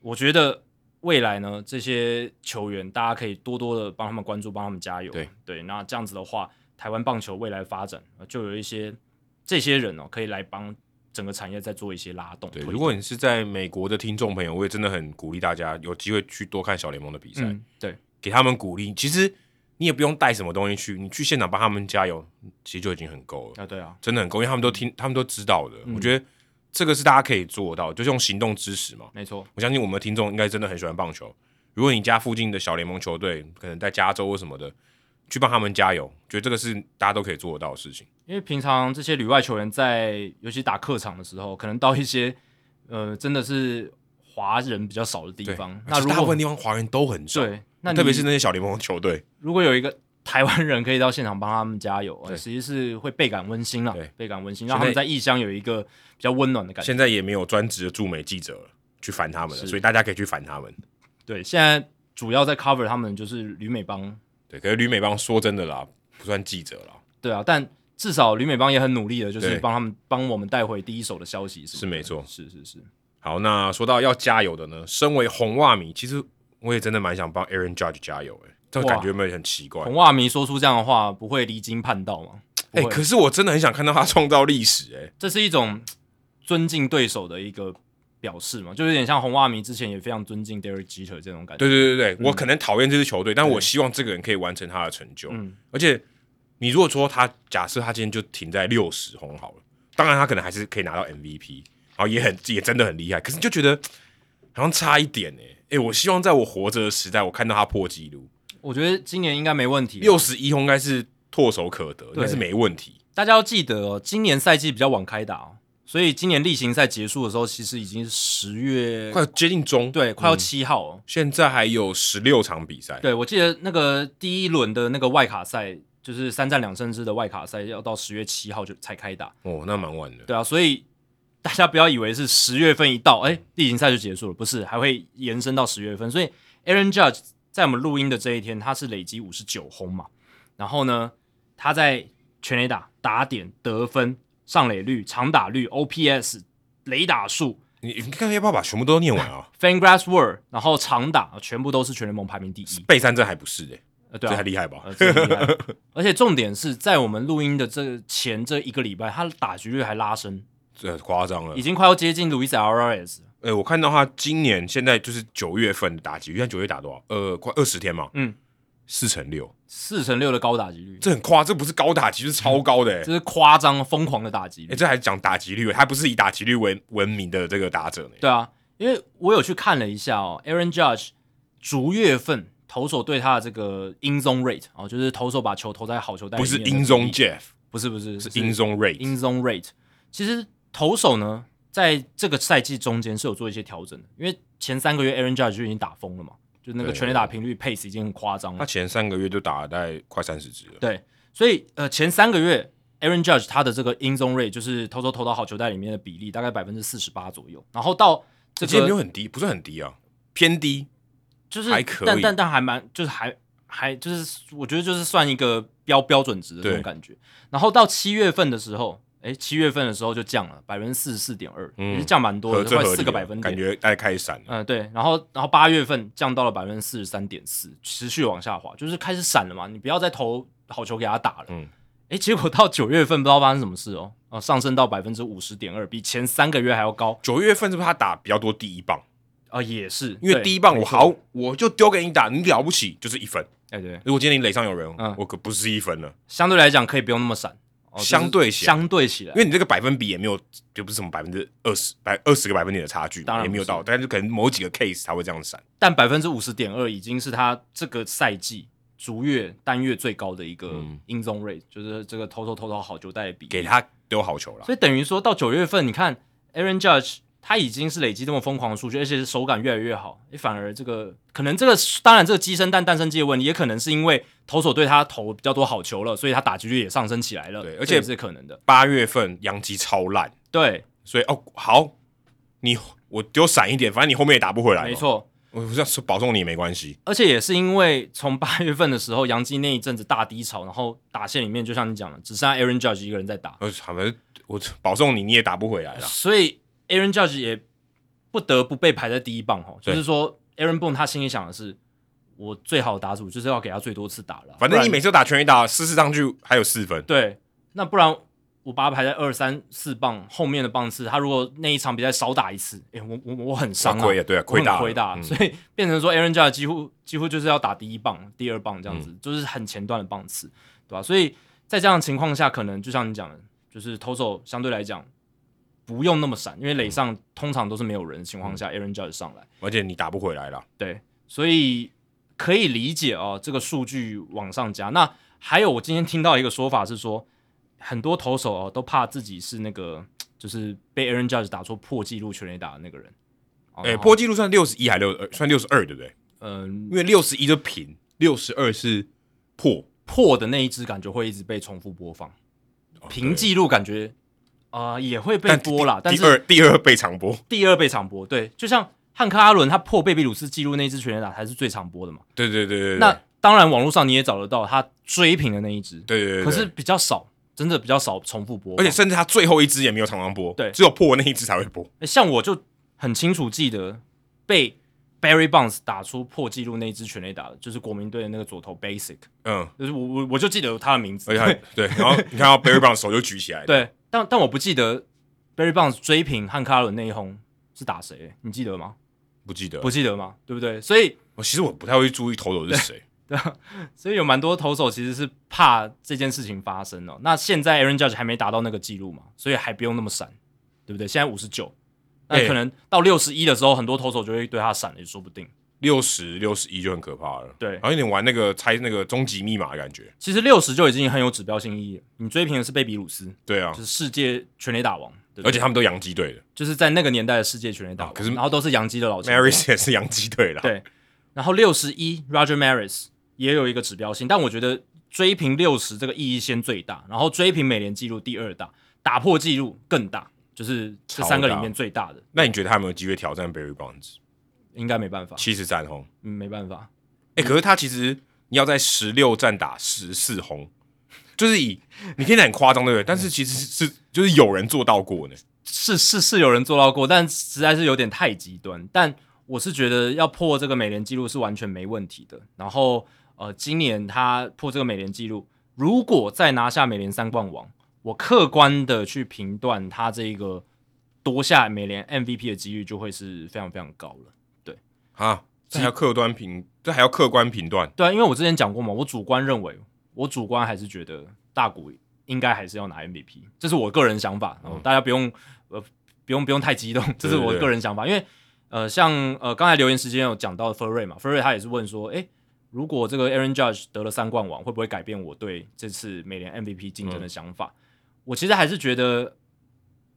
Speaker 2: 我觉得未来呢，这些球员大家可以多多的帮他们关注，帮他们加油。
Speaker 1: 对
Speaker 2: 那这样子的话，台湾棒球未来发展、呃就有一些这些人哦，可以来帮整个产业再做一些拉动。
Speaker 1: 对。
Speaker 2: 推
Speaker 1: 如果你是在美国的听众朋友，我也真的很鼓励大家有机会去多看小联盟的比赛，
Speaker 2: 嗯，对
Speaker 1: 给他们鼓励。其实你也不用带什么东西去，你去现场帮他们加油，其实就已经很够了，
Speaker 2: 啊，对啊，
Speaker 1: 真的很够，因为他们都听，他们都知道
Speaker 2: 嗯
Speaker 1: 的。我觉得这个是大家可以做到，就是用行动支持嘛。
Speaker 2: 没错，
Speaker 1: 我相信我们的听众应该真的很喜欢棒球。如果你家附近的小联盟球队，可能在加州或什么的，去帮他们加油，觉得这个是大家都可以做得到的事情。
Speaker 2: 因为平常这些旅外球员在，尤其打客场的时候，可能到一些呃真的是华人比较少的地
Speaker 1: 对
Speaker 2: 方，，
Speaker 1: 而
Speaker 2: 那
Speaker 1: 且
Speaker 2: 如
Speaker 1: 大部分
Speaker 2: 果
Speaker 1: 地方华人都很少，
Speaker 2: 对，那你
Speaker 1: 特别是那些小联盟球队，
Speaker 2: 如果有一个台湾人可以到现场帮他们加油，
Speaker 1: 对
Speaker 2: 呃、其实是会倍感温馨了
Speaker 1: 对，
Speaker 2: 倍感温馨，
Speaker 1: 现在
Speaker 2: 让他们在异乡有一个比较温暖的感觉。
Speaker 1: 现在也没有专职的驻美记者了去烦他们了，
Speaker 2: 是
Speaker 1: 所以大家可以去烦他们。
Speaker 2: 对，现在主要在 cover 他们就是旅美帮，
Speaker 1: 对，可是吕美邦说真的啦，不算记者啦，
Speaker 2: 对啊，但至少旅美帮也很努力的，就
Speaker 1: 对
Speaker 2: 是帮他们帮我们带回第一手的消息什么的，
Speaker 1: 是没错
Speaker 2: 是是是，
Speaker 1: 好，那说到要加油的呢，身为红袜迷，其实我也真的蛮想帮 Aaron Judge 加油、欸，这种
Speaker 2: 哇
Speaker 1: 感觉有没有很奇怪？
Speaker 2: 红袜迷说出这样的话，不会离经叛道吗？
Speaker 1: 哎、
Speaker 2: 不会
Speaker 1: 可是我真的很想看到他创造历史、欸，
Speaker 2: 这是一种嘖尊敬对手的一个表示嘛，就有点像红袜迷之前也非常尊敬 Derek Jeter 这种感觉。
Speaker 1: 对对对对，
Speaker 2: 嗯
Speaker 1: 我可能讨厌这支球队，但我希望这个人可以完成他的成就。
Speaker 2: 嗯
Speaker 1: 而且，你如果说他假设他今天就停在六十轰好了，当然他可能还是可以拿到 MVP，然后也很也真的很厉害，可是你就觉得好像差一点哎、欸、哎、我希望在我活着的时代，我看到他破纪录，
Speaker 2: 我觉得今年应该没问题啊。
Speaker 1: 六十一轰应该是唾手可得，应该是没问题。
Speaker 2: 大家要记得哦，今年赛季比较晚开打哦，所以今年例行赛结束的时候，其实已经是十月
Speaker 1: 快嗯接近中，
Speaker 2: 对快要七号哦。
Speaker 1: 现在还有十六场比赛，
Speaker 2: 对，我记得那个第一轮的那个外卡赛，就是三战两胜制的外卡赛，要到十月七号就才开打。
Speaker 1: 哦，那蛮晚的。
Speaker 2: 对啊，所以大家不要以为是十月份一到，哎、例行赛就结束了，不是，还会延伸到十月份。所以 Aaron Judge 在我们录音的这一天，他是累积五十九轰嘛，然后呢，他在全垒打、打点、得分、上垒率、长打率、OPS、雷打数、
Speaker 1: 你你看要不要把全部都念完
Speaker 2: 嗯
Speaker 1: 啊？
Speaker 2: Fangraphs Word，然后长打全部都是全联盟排名第一。
Speaker 1: 备战这还不是哎、欸，
Speaker 2: 呃，对
Speaker 1: 这还
Speaker 2: 啊。
Speaker 1: 厉害吧？
Speaker 2: 呃，这很厉害而且重点是在我们录音的这前这一个礼拜，他的打局率还拉升，
Speaker 1: 这夸张了
Speaker 2: 已。经快要接近 Luis Alvarez 了。
Speaker 1: 呃，我看到他今年现在就是九月份的打击，现在九月打多少？呃，快二十天嘛，
Speaker 2: 嗯，
Speaker 1: 四乘六，
Speaker 2: 四成六的高打击率，
Speaker 1: 这很夸，这不是高打击，是超高的、欸。
Speaker 2: 这是夸张疯狂的打击
Speaker 1: 哎、
Speaker 2: 率。
Speaker 1: 这还讲打击率，他不是以打击率为闻名的这个打者呢、
Speaker 2: 对啊，因为我有去看了一下哦，Aaron Judge 逐月份投手对他的这个 in zone rate 哦，就是投手把球投在好球带里
Speaker 1: 不是
Speaker 2: 面的
Speaker 1: 英宗 Jeff，
Speaker 2: 不是不是
Speaker 1: 是英宗 Ray。
Speaker 2: in zone rate。其实投手呢，在这个赛季中间是有做一些调整的，因为前三个月 Aaron Judge 就已经打疯了嘛，就那个
Speaker 1: 对
Speaker 2: 全垒打频率 pace 已经很夸张了
Speaker 1: 他。前三个月就打了大概快三十支了，
Speaker 2: 对，所以呃，前三个月 Aaron Judge 他的这个 in zone rate 就是投手投到好球袋里面的比例大概百分之四十八左右，然后到这
Speaker 1: 其实没有
Speaker 2: 个
Speaker 1: 很低，不是很低啊，偏低。
Speaker 2: 就是
Speaker 1: 还可以
Speaker 2: 但但但还蛮就是还还就是我觉得就是算一个标标准值的这
Speaker 1: 对
Speaker 2: 种感觉，然后到七月份的时候。哎，七月份的时候就降了百分之四十四点二，
Speaker 1: 嗯
Speaker 2: 也是降蛮多
Speaker 1: 合
Speaker 2: 的，
Speaker 1: 这
Speaker 2: 快
Speaker 1: 合
Speaker 2: 四
Speaker 1: 理
Speaker 2: 个
Speaker 1: 啊
Speaker 2: 百分点。
Speaker 1: 感觉大概开始闪了。
Speaker 2: 嗯，对，然后然后八月份降到了百分之四十三点四，持续往下滑，就是开始闪了嘛，你不要再投好球给他打了。
Speaker 1: 嗯
Speaker 2: 嗯，诶，结果到九月份不知道发生什么事哦，哦、上升到百分之五十点二，比前三个月还要高
Speaker 1: 九月份是不是他打比较多第一棒？
Speaker 2: 啊、也是
Speaker 1: 因为
Speaker 2: 对
Speaker 1: 第一棒
Speaker 2: 没
Speaker 1: 我
Speaker 2: 错
Speaker 1: 好，我就丢给你打，你了不起就是一分。
Speaker 2: 哎对，
Speaker 1: 如果今天你垒上有人，
Speaker 2: 嗯
Speaker 1: 我可不是一分了。
Speaker 2: 相对来讲可以不用那么闪，哦就是
Speaker 1: 相对起来
Speaker 2: 相对起来，
Speaker 1: 因为你这个百分比也没有，就不是什么百分之二十百二十个百分点的差距嘛，
Speaker 2: 当然
Speaker 1: 也没有
Speaker 2: 不是嗯
Speaker 1: 到，但是可能某几个 case 才会这样闪。
Speaker 2: 但百分之五十点二已经是他这个赛季逐月单月最高的一个
Speaker 1: 嗯
Speaker 2: in zone rate，、就是这个投投投投好球带的比例
Speaker 1: 给他丢好球了，
Speaker 2: 所以等于说到九月份，你看 Aaron Judge 他已经是累积这么疯狂的数据，而且是手感越来越好。诶反而这个可能这个当然这个鸡生蛋蛋生鸡的问题，也可能是因为投手对他投比较多好球了，所以他打击率也上升起来了。
Speaker 1: 对而
Speaker 2: 这也
Speaker 1: 且
Speaker 2: 是可能的。
Speaker 1: 八月份杨基超烂，
Speaker 2: 对，
Speaker 1: 所以哦好，你我丢闪一点，反正你后面也打不回来。
Speaker 2: 没，错。
Speaker 1: 我我这样说保送你也没关系。
Speaker 2: 而且也是因为从八月份的时候，杨基那一阵子大低潮，然后打线里面就像你讲的，只剩下 Aaron Judge 一个人在打，
Speaker 1: 呃，反正我保送你你也打不回来了。
Speaker 2: 所以 Aaron Judge 也不得不被排在第一棒哈，
Speaker 1: 对
Speaker 2: 就是说 Aaron Boone 他心里想的是，我最好的打组就是要给他最多次打了啊，
Speaker 1: 反正你
Speaker 2: 不然
Speaker 1: 每次都打全垒打，四次上去还有四分，
Speaker 2: 对，那不然我把他排在二三四棒后面的棒次，他如果那一场比赛少打一次，哎、我我我很伤、啊，
Speaker 1: 亏啊对啊
Speaker 2: 我很
Speaker 1: 亏大了
Speaker 2: 亏大，
Speaker 1: 嗯
Speaker 2: 所以变成说 Aaron Judge 几乎几乎就是要打第一棒、第二棒这样子，
Speaker 1: 嗯
Speaker 2: 就是很前段的棒次，对吧、所以在这样的情况下，可能就像你讲的，就是投手相对来讲不用那么闪，因为垒上通常都是没有人的
Speaker 1: 嗯
Speaker 2: 情况下、a a r o n Judge 上来，
Speaker 1: 而且你打不回来了。
Speaker 2: 对，所以可以理解哦，这个数据往上加。那还有，我今天听到一个说法是说，很多投手哦都怕自己是那个就是被 Aaron Judge 打出破纪录全垒打的那个人。哦
Speaker 1: 哎、
Speaker 2: 然后
Speaker 1: 破纪录算六十一还六二，算六十二对不对？
Speaker 2: 嗯、
Speaker 1: 因为六十一就平，六十二是破。
Speaker 2: 破的那一支感觉会一直被重复播放，平
Speaker 1: 哦对
Speaker 2: 纪录感觉啊、呃也会被
Speaker 1: 但
Speaker 2: 播啦，但
Speaker 1: 第
Speaker 2: 是
Speaker 1: 第二 第二被长播，
Speaker 2: 第二被场播，对，就像汉克阿伦他破贝比鲁斯纪录那一支全垒打才是最常播的嘛。
Speaker 1: 对对对对对，
Speaker 2: 那当然网络上你也找得到他追平的那一支，
Speaker 1: 对对对对，
Speaker 2: 可是比较少，真的比较少重复播
Speaker 1: 而
Speaker 2: 放。
Speaker 1: 且甚至他最后一支也没有常常播，
Speaker 2: 对
Speaker 1: 只有破那一支才会播。
Speaker 2: 欸像我就很清楚记得被 Barry Bonds 打出破纪录那一支全垒打的，就是国民队的那个左投 Basic，
Speaker 1: 嗯，
Speaker 2: 就是我我我就记得有他的名字
Speaker 1: 而。且他对，然后你看到 Barry Brown 手就举起来，，
Speaker 2: 对，但但我不记得 Barry Bonds 追平汉克阿伦那一轰是打谁、你记得吗？
Speaker 1: 不记得。哦
Speaker 2: 不记得吗？对不对？所以
Speaker 1: 我其实我不太会注意投手是谁，
Speaker 2: 所以有蛮多投手其实是怕这件事情发生哦。那现在 Aaron Judge 还没达到那个记录嘛，所以还不用那么闪，对不对？现在五十九，那
Speaker 1: 对
Speaker 2: 可能到六十一的时候，很多投手就会对他闪了，也说不定。
Speaker 1: 六十六十一就很可怕了。
Speaker 2: 对
Speaker 1: 然后有点玩那个猜那个终极密码的感觉。
Speaker 2: 其实六十就已经很有指标性意义了。你追平的是贝比鲁斯，
Speaker 1: 对啊
Speaker 2: 就，是世界全垒打王，对不
Speaker 1: 而
Speaker 2: 对
Speaker 1: 且他们都洋基队的
Speaker 2: 就是在那个年代的世界全垒打王、
Speaker 1: 啊可是
Speaker 2: 然后都是洋基的老前辈
Speaker 1: ，Maris 也是洋基队啦。
Speaker 2: 对，然后六十一 Roger Maris 也有一个指标性，但我觉得追平六十这个意义先最大，然后追平美联纪录第二大，打破纪录更大，就是这三个里面最大的，
Speaker 1: 那你觉得他有没有机会挑战 Barry Bonds
Speaker 2: 应该没办法，
Speaker 1: 七十三轰？
Speaker 2: 嗯没办法，
Speaker 1: 哎、可是他其实你要在十六战打十四轰，就是以你听起来很夸张，对不对？但是其实是就是有人做到过呢。
Speaker 2: 是是是有人做到过，但实在是有点太极端。但我是觉得要破这个美联纪录是完全没问题的。然后呃，今年他破这个美联纪录，如果再拿下美联三冠王，我客观的去评断他这个夺下美联 MVP 的几率就会是非常非常高了。
Speaker 1: 啊，这还要客观评，这还要客观评断。
Speaker 2: 对啊，因为我之前讲过嘛，我主观认为，我主观还是觉得大谷应该还是要拿 MVP，这是我个人想法，然后大家不用、呃不用不用太激动，这是我个人想法，因为呃像呃刚才留言时间有讲到 f u r r y 嘛 f u r r y 他也是问说，诶，如果这个 Aaron Judge 得了三冠王，会不会改变我对这次美联 MVP 竞
Speaker 1: 嗯
Speaker 2: 争的想法？我其实还是觉得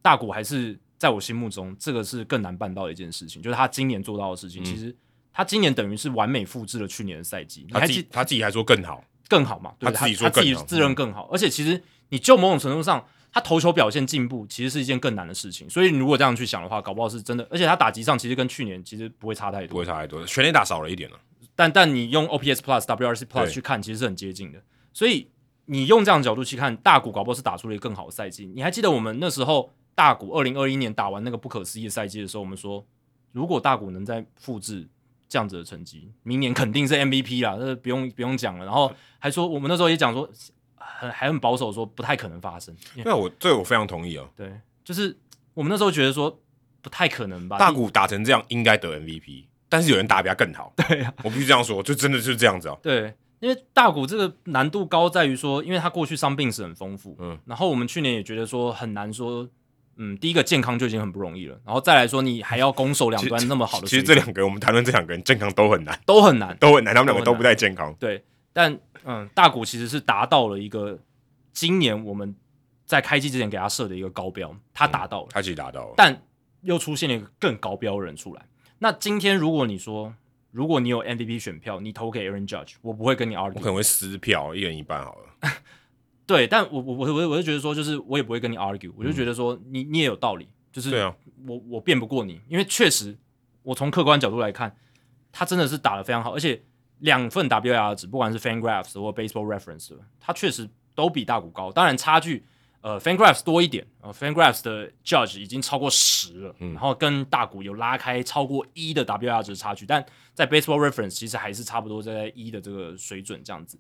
Speaker 2: 大谷还是在我心目中，这个是更难办到的一件事情，就是他今年做到的事情，
Speaker 1: 嗯
Speaker 2: 其实。他今年等于是完美复制了去年的赛季，你
Speaker 1: 他
Speaker 2: 还
Speaker 1: 自
Speaker 2: 记
Speaker 1: 己他自己还说更好，
Speaker 2: 更好嘛，对不对
Speaker 1: 他自己
Speaker 2: 他
Speaker 1: 说更
Speaker 2: 自己
Speaker 1: 好嗯
Speaker 2: 自认更好，而且其实你就某种程度上，他投球表现进步其实是一件更难的事情，所以你如果这样去想的话，搞不好是真的，而且他打击上其实跟去年其实不会差太
Speaker 1: 不
Speaker 2: 多，
Speaker 1: 会差太多，全垒打少了一点了。
Speaker 2: 但但你用 OPS Plus、WRC Plus
Speaker 1: 对
Speaker 2: 去看，其实是很接近的，所以你用这样的角度去看，大谷搞不好是打出了一个更好的赛季。你还记得我们那时候大谷二零二一年打完那个不可思议的赛季的时候，我们说如果大谷能再复制这样子的成绩，明年肯定是 MVP 啦，这不用不用讲了。然后还说我们那时候也讲说，很还很保守说不太可能发生，因为
Speaker 1: 对啊，我这个我非常同意哦。
Speaker 2: 对，就是我们那时候觉得说不太可能吧，
Speaker 1: 大谷打成这样应该得 MVP，但是有人打得比他更好。
Speaker 2: 对啊，
Speaker 1: 我必须这样说，就真的是这样子哦。
Speaker 2: 对，因为大谷这个难度高在于说，因为他过去伤病史很丰富，
Speaker 1: 嗯，
Speaker 2: 然后我们去年也觉得说很难说，嗯，第一个健康就已经很不容易了，然后再来说你还要攻守两端那么好的
Speaker 1: 其
Speaker 2: 水
Speaker 1: 实
Speaker 2: 准，
Speaker 1: 这两个人，我们谈论这两个人健康都很难，
Speaker 2: 都很难，
Speaker 1: 都很难，他们两个
Speaker 2: 都
Speaker 1: 都
Speaker 2: 很难
Speaker 1: 不太健康。
Speaker 2: 对，但嗯，大谷其实是达到了一个今年我们在开季之前给他设的一个高标，他达到了，
Speaker 1: 他其实达到了，
Speaker 2: 但又出现了一个更高标的人出来。那今天如果你说，如果你有 MVP 选票，你投给 Aaron Judge，我不会跟你 argue，
Speaker 1: 我可能会撕票，一人一半好了。
Speaker 2: 嗯对，但我我我我我就觉得说，就是我也不会跟你 argue，我就觉得说你你也有道理，就
Speaker 1: 嗯
Speaker 2: 是
Speaker 1: 对啊
Speaker 2: 我我辩不过你，因为确实我从客观角度来看，他真的是打得非常好，而且两份 WR 值，不管是 FanGraphs 或 Baseball Reference，他确实都比大谷高，当然差距呃 FanGraphs 多一点，呃 FanGraphs 的 Judge 已经超过十了，
Speaker 1: 嗯
Speaker 2: 然后跟大谷有拉开超过一的 WR 值差距，但在 Baseball Reference 其实还是差不多在一的这个水准这样子。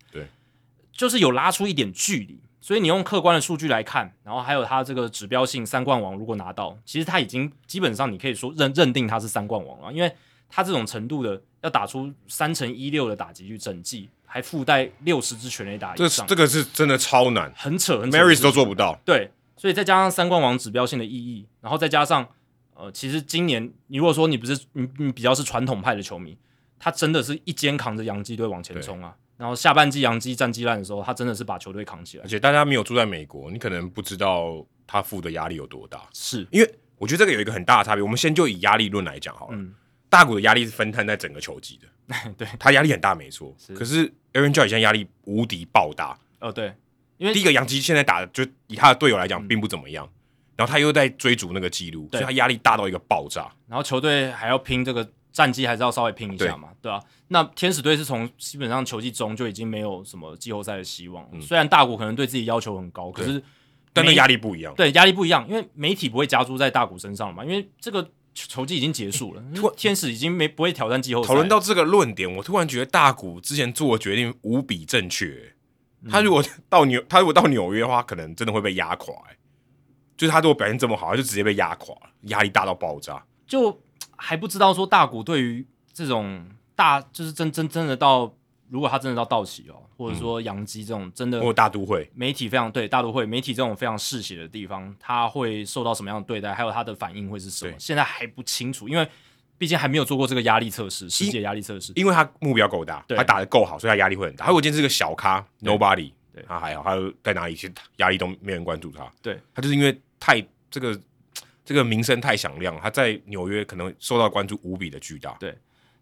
Speaker 2: 就是有拉出一点距离。所以你用客观的数据来看，然后还有他这个指标性三冠王，如果拿到，其实他已经基本上你可以说认认定他是三冠王了，因为他这种程度的要打出三乘一六的打击率整季，还附带六十支全垒打
Speaker 1: 这
Speaker 2: 以
Speaker 1: 是
Speaker 2: 上，
Speaker 1: 这个是真的超难
Speaker 2: 很扯很扯的事
Speaker 1: ，Marys
Speaker 2: 情
Speaker 1: 都做不到。
Speaker 2: 对，所以再加上三冠王指标性的意义，然后再加上呃，其实今年你如果说你不是你你比较是传统派的球迷，他真的是一肩扛着洋基队往前冲啊。然后下半季洋基战绩烂的时候，他真的是把球队扛起来
Speaker 1: 而。且大家没有住在美国，你可能不知道他负的压力有多大。
Speaker 2: 是，
Speaker 1: 因为我觉得这个有一个很大的差别。我们先就以压力论来讲好了，
Speaker 2: 嗯
Speaker 1: 大股的压力是分摊在整个球季的，
Speaker 2: 对，
Speaker 1: 他压力很大没错。
Speaker 2: 是
Speaker 1: 可是 Aaron Judge 现在压力无敌爆大。
Speaker 2: 哦，对，
Speaker 1: 第一个，杨基现在打的就以他的队友来讲并不怎么样，然后他又在追逐那个记录，所
Speaker 2: 嗯对
Speaker 1: 以他压力大到一个爆炸。
Speaker 2: 然后球队还要拼这个战绩，还是要稍微拼一下嘛，对啊，那天使队是从基本上球季中就已经没有什么季后赛的希望了，虽然大谷可能对自己要求很高，可
Speaker 1: 嗯对
Speaker 2: 是
Speaker 1: 但那
Speaker 2: 没
Speaker 1: 压力不一样。
Speaker 2: 对，压力不一样，因为媒体不会加注在大谷身上嘛，因为这个球季已经结束了，天使已经没不会挑战季后赛
Speaker 1: 讨
Speaker 2: 了。
Speaker 1: 论到这个论点，我突然觉得大谷之前做的决定无比正确、
Speaker 2: 嗯
Speaker 1: 他如果到纽，他如果到纽约的话，可能真的会被压垮、欸。就是他如果表现这么好，他就直接被压垮了，压力大到爆炸。
Speaker 2: 就还不知道说大谷对于这种大就是真真真的到，如果他真的到道奇哦，或者说洋基这种真
Speaker 1: 嗯
Speaker 2: 的
Speaker 1: 我有大都会，
Speaker 2: 媒体非常对大都会媒体这种非常嗜血的地方，他会受到什么样的对待，还有他的反应会是什么
Speaker 1: 对，
Speaker 2: 现在还不清楚，因为毕竟还没有做过这个压力测试，实际的压力测试。
Speaker 1: 因为他目标够大，
Speaker 2: 对
Speaker 1: 他打的够好，所以他压力会很大。他如果今天是个小咖，nobody，
Speaker 2: 对
Speaker 1: 他还好，他在哪里其实压力都没人关注他。
Speaker 2: 对，
Speaker 1: 他就是因为太这个这个名声太响亮，他在纽约可能受到关注无比的巨大。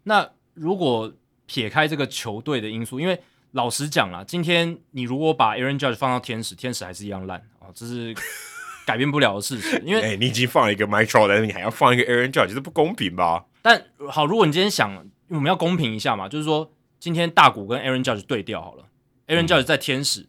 Speaker 2: 那如果撇开这个球队的因素，因为老实讲啦，今天你如果把 Aaron Judge 放到天使，天使还是一样烂啊、哦，这是改变不了的事情。因为
Speaker 1: 哎、你已经放了一个 m i c h a e l 但是你还要放一个 Aaron Judge，这不公平吧？
Speaker 2: 但好，如果你今天想，我们要公平一下嘛，就是说今天大谷跟 Aaron Judge 对调好了，Aaron Judge 在天使，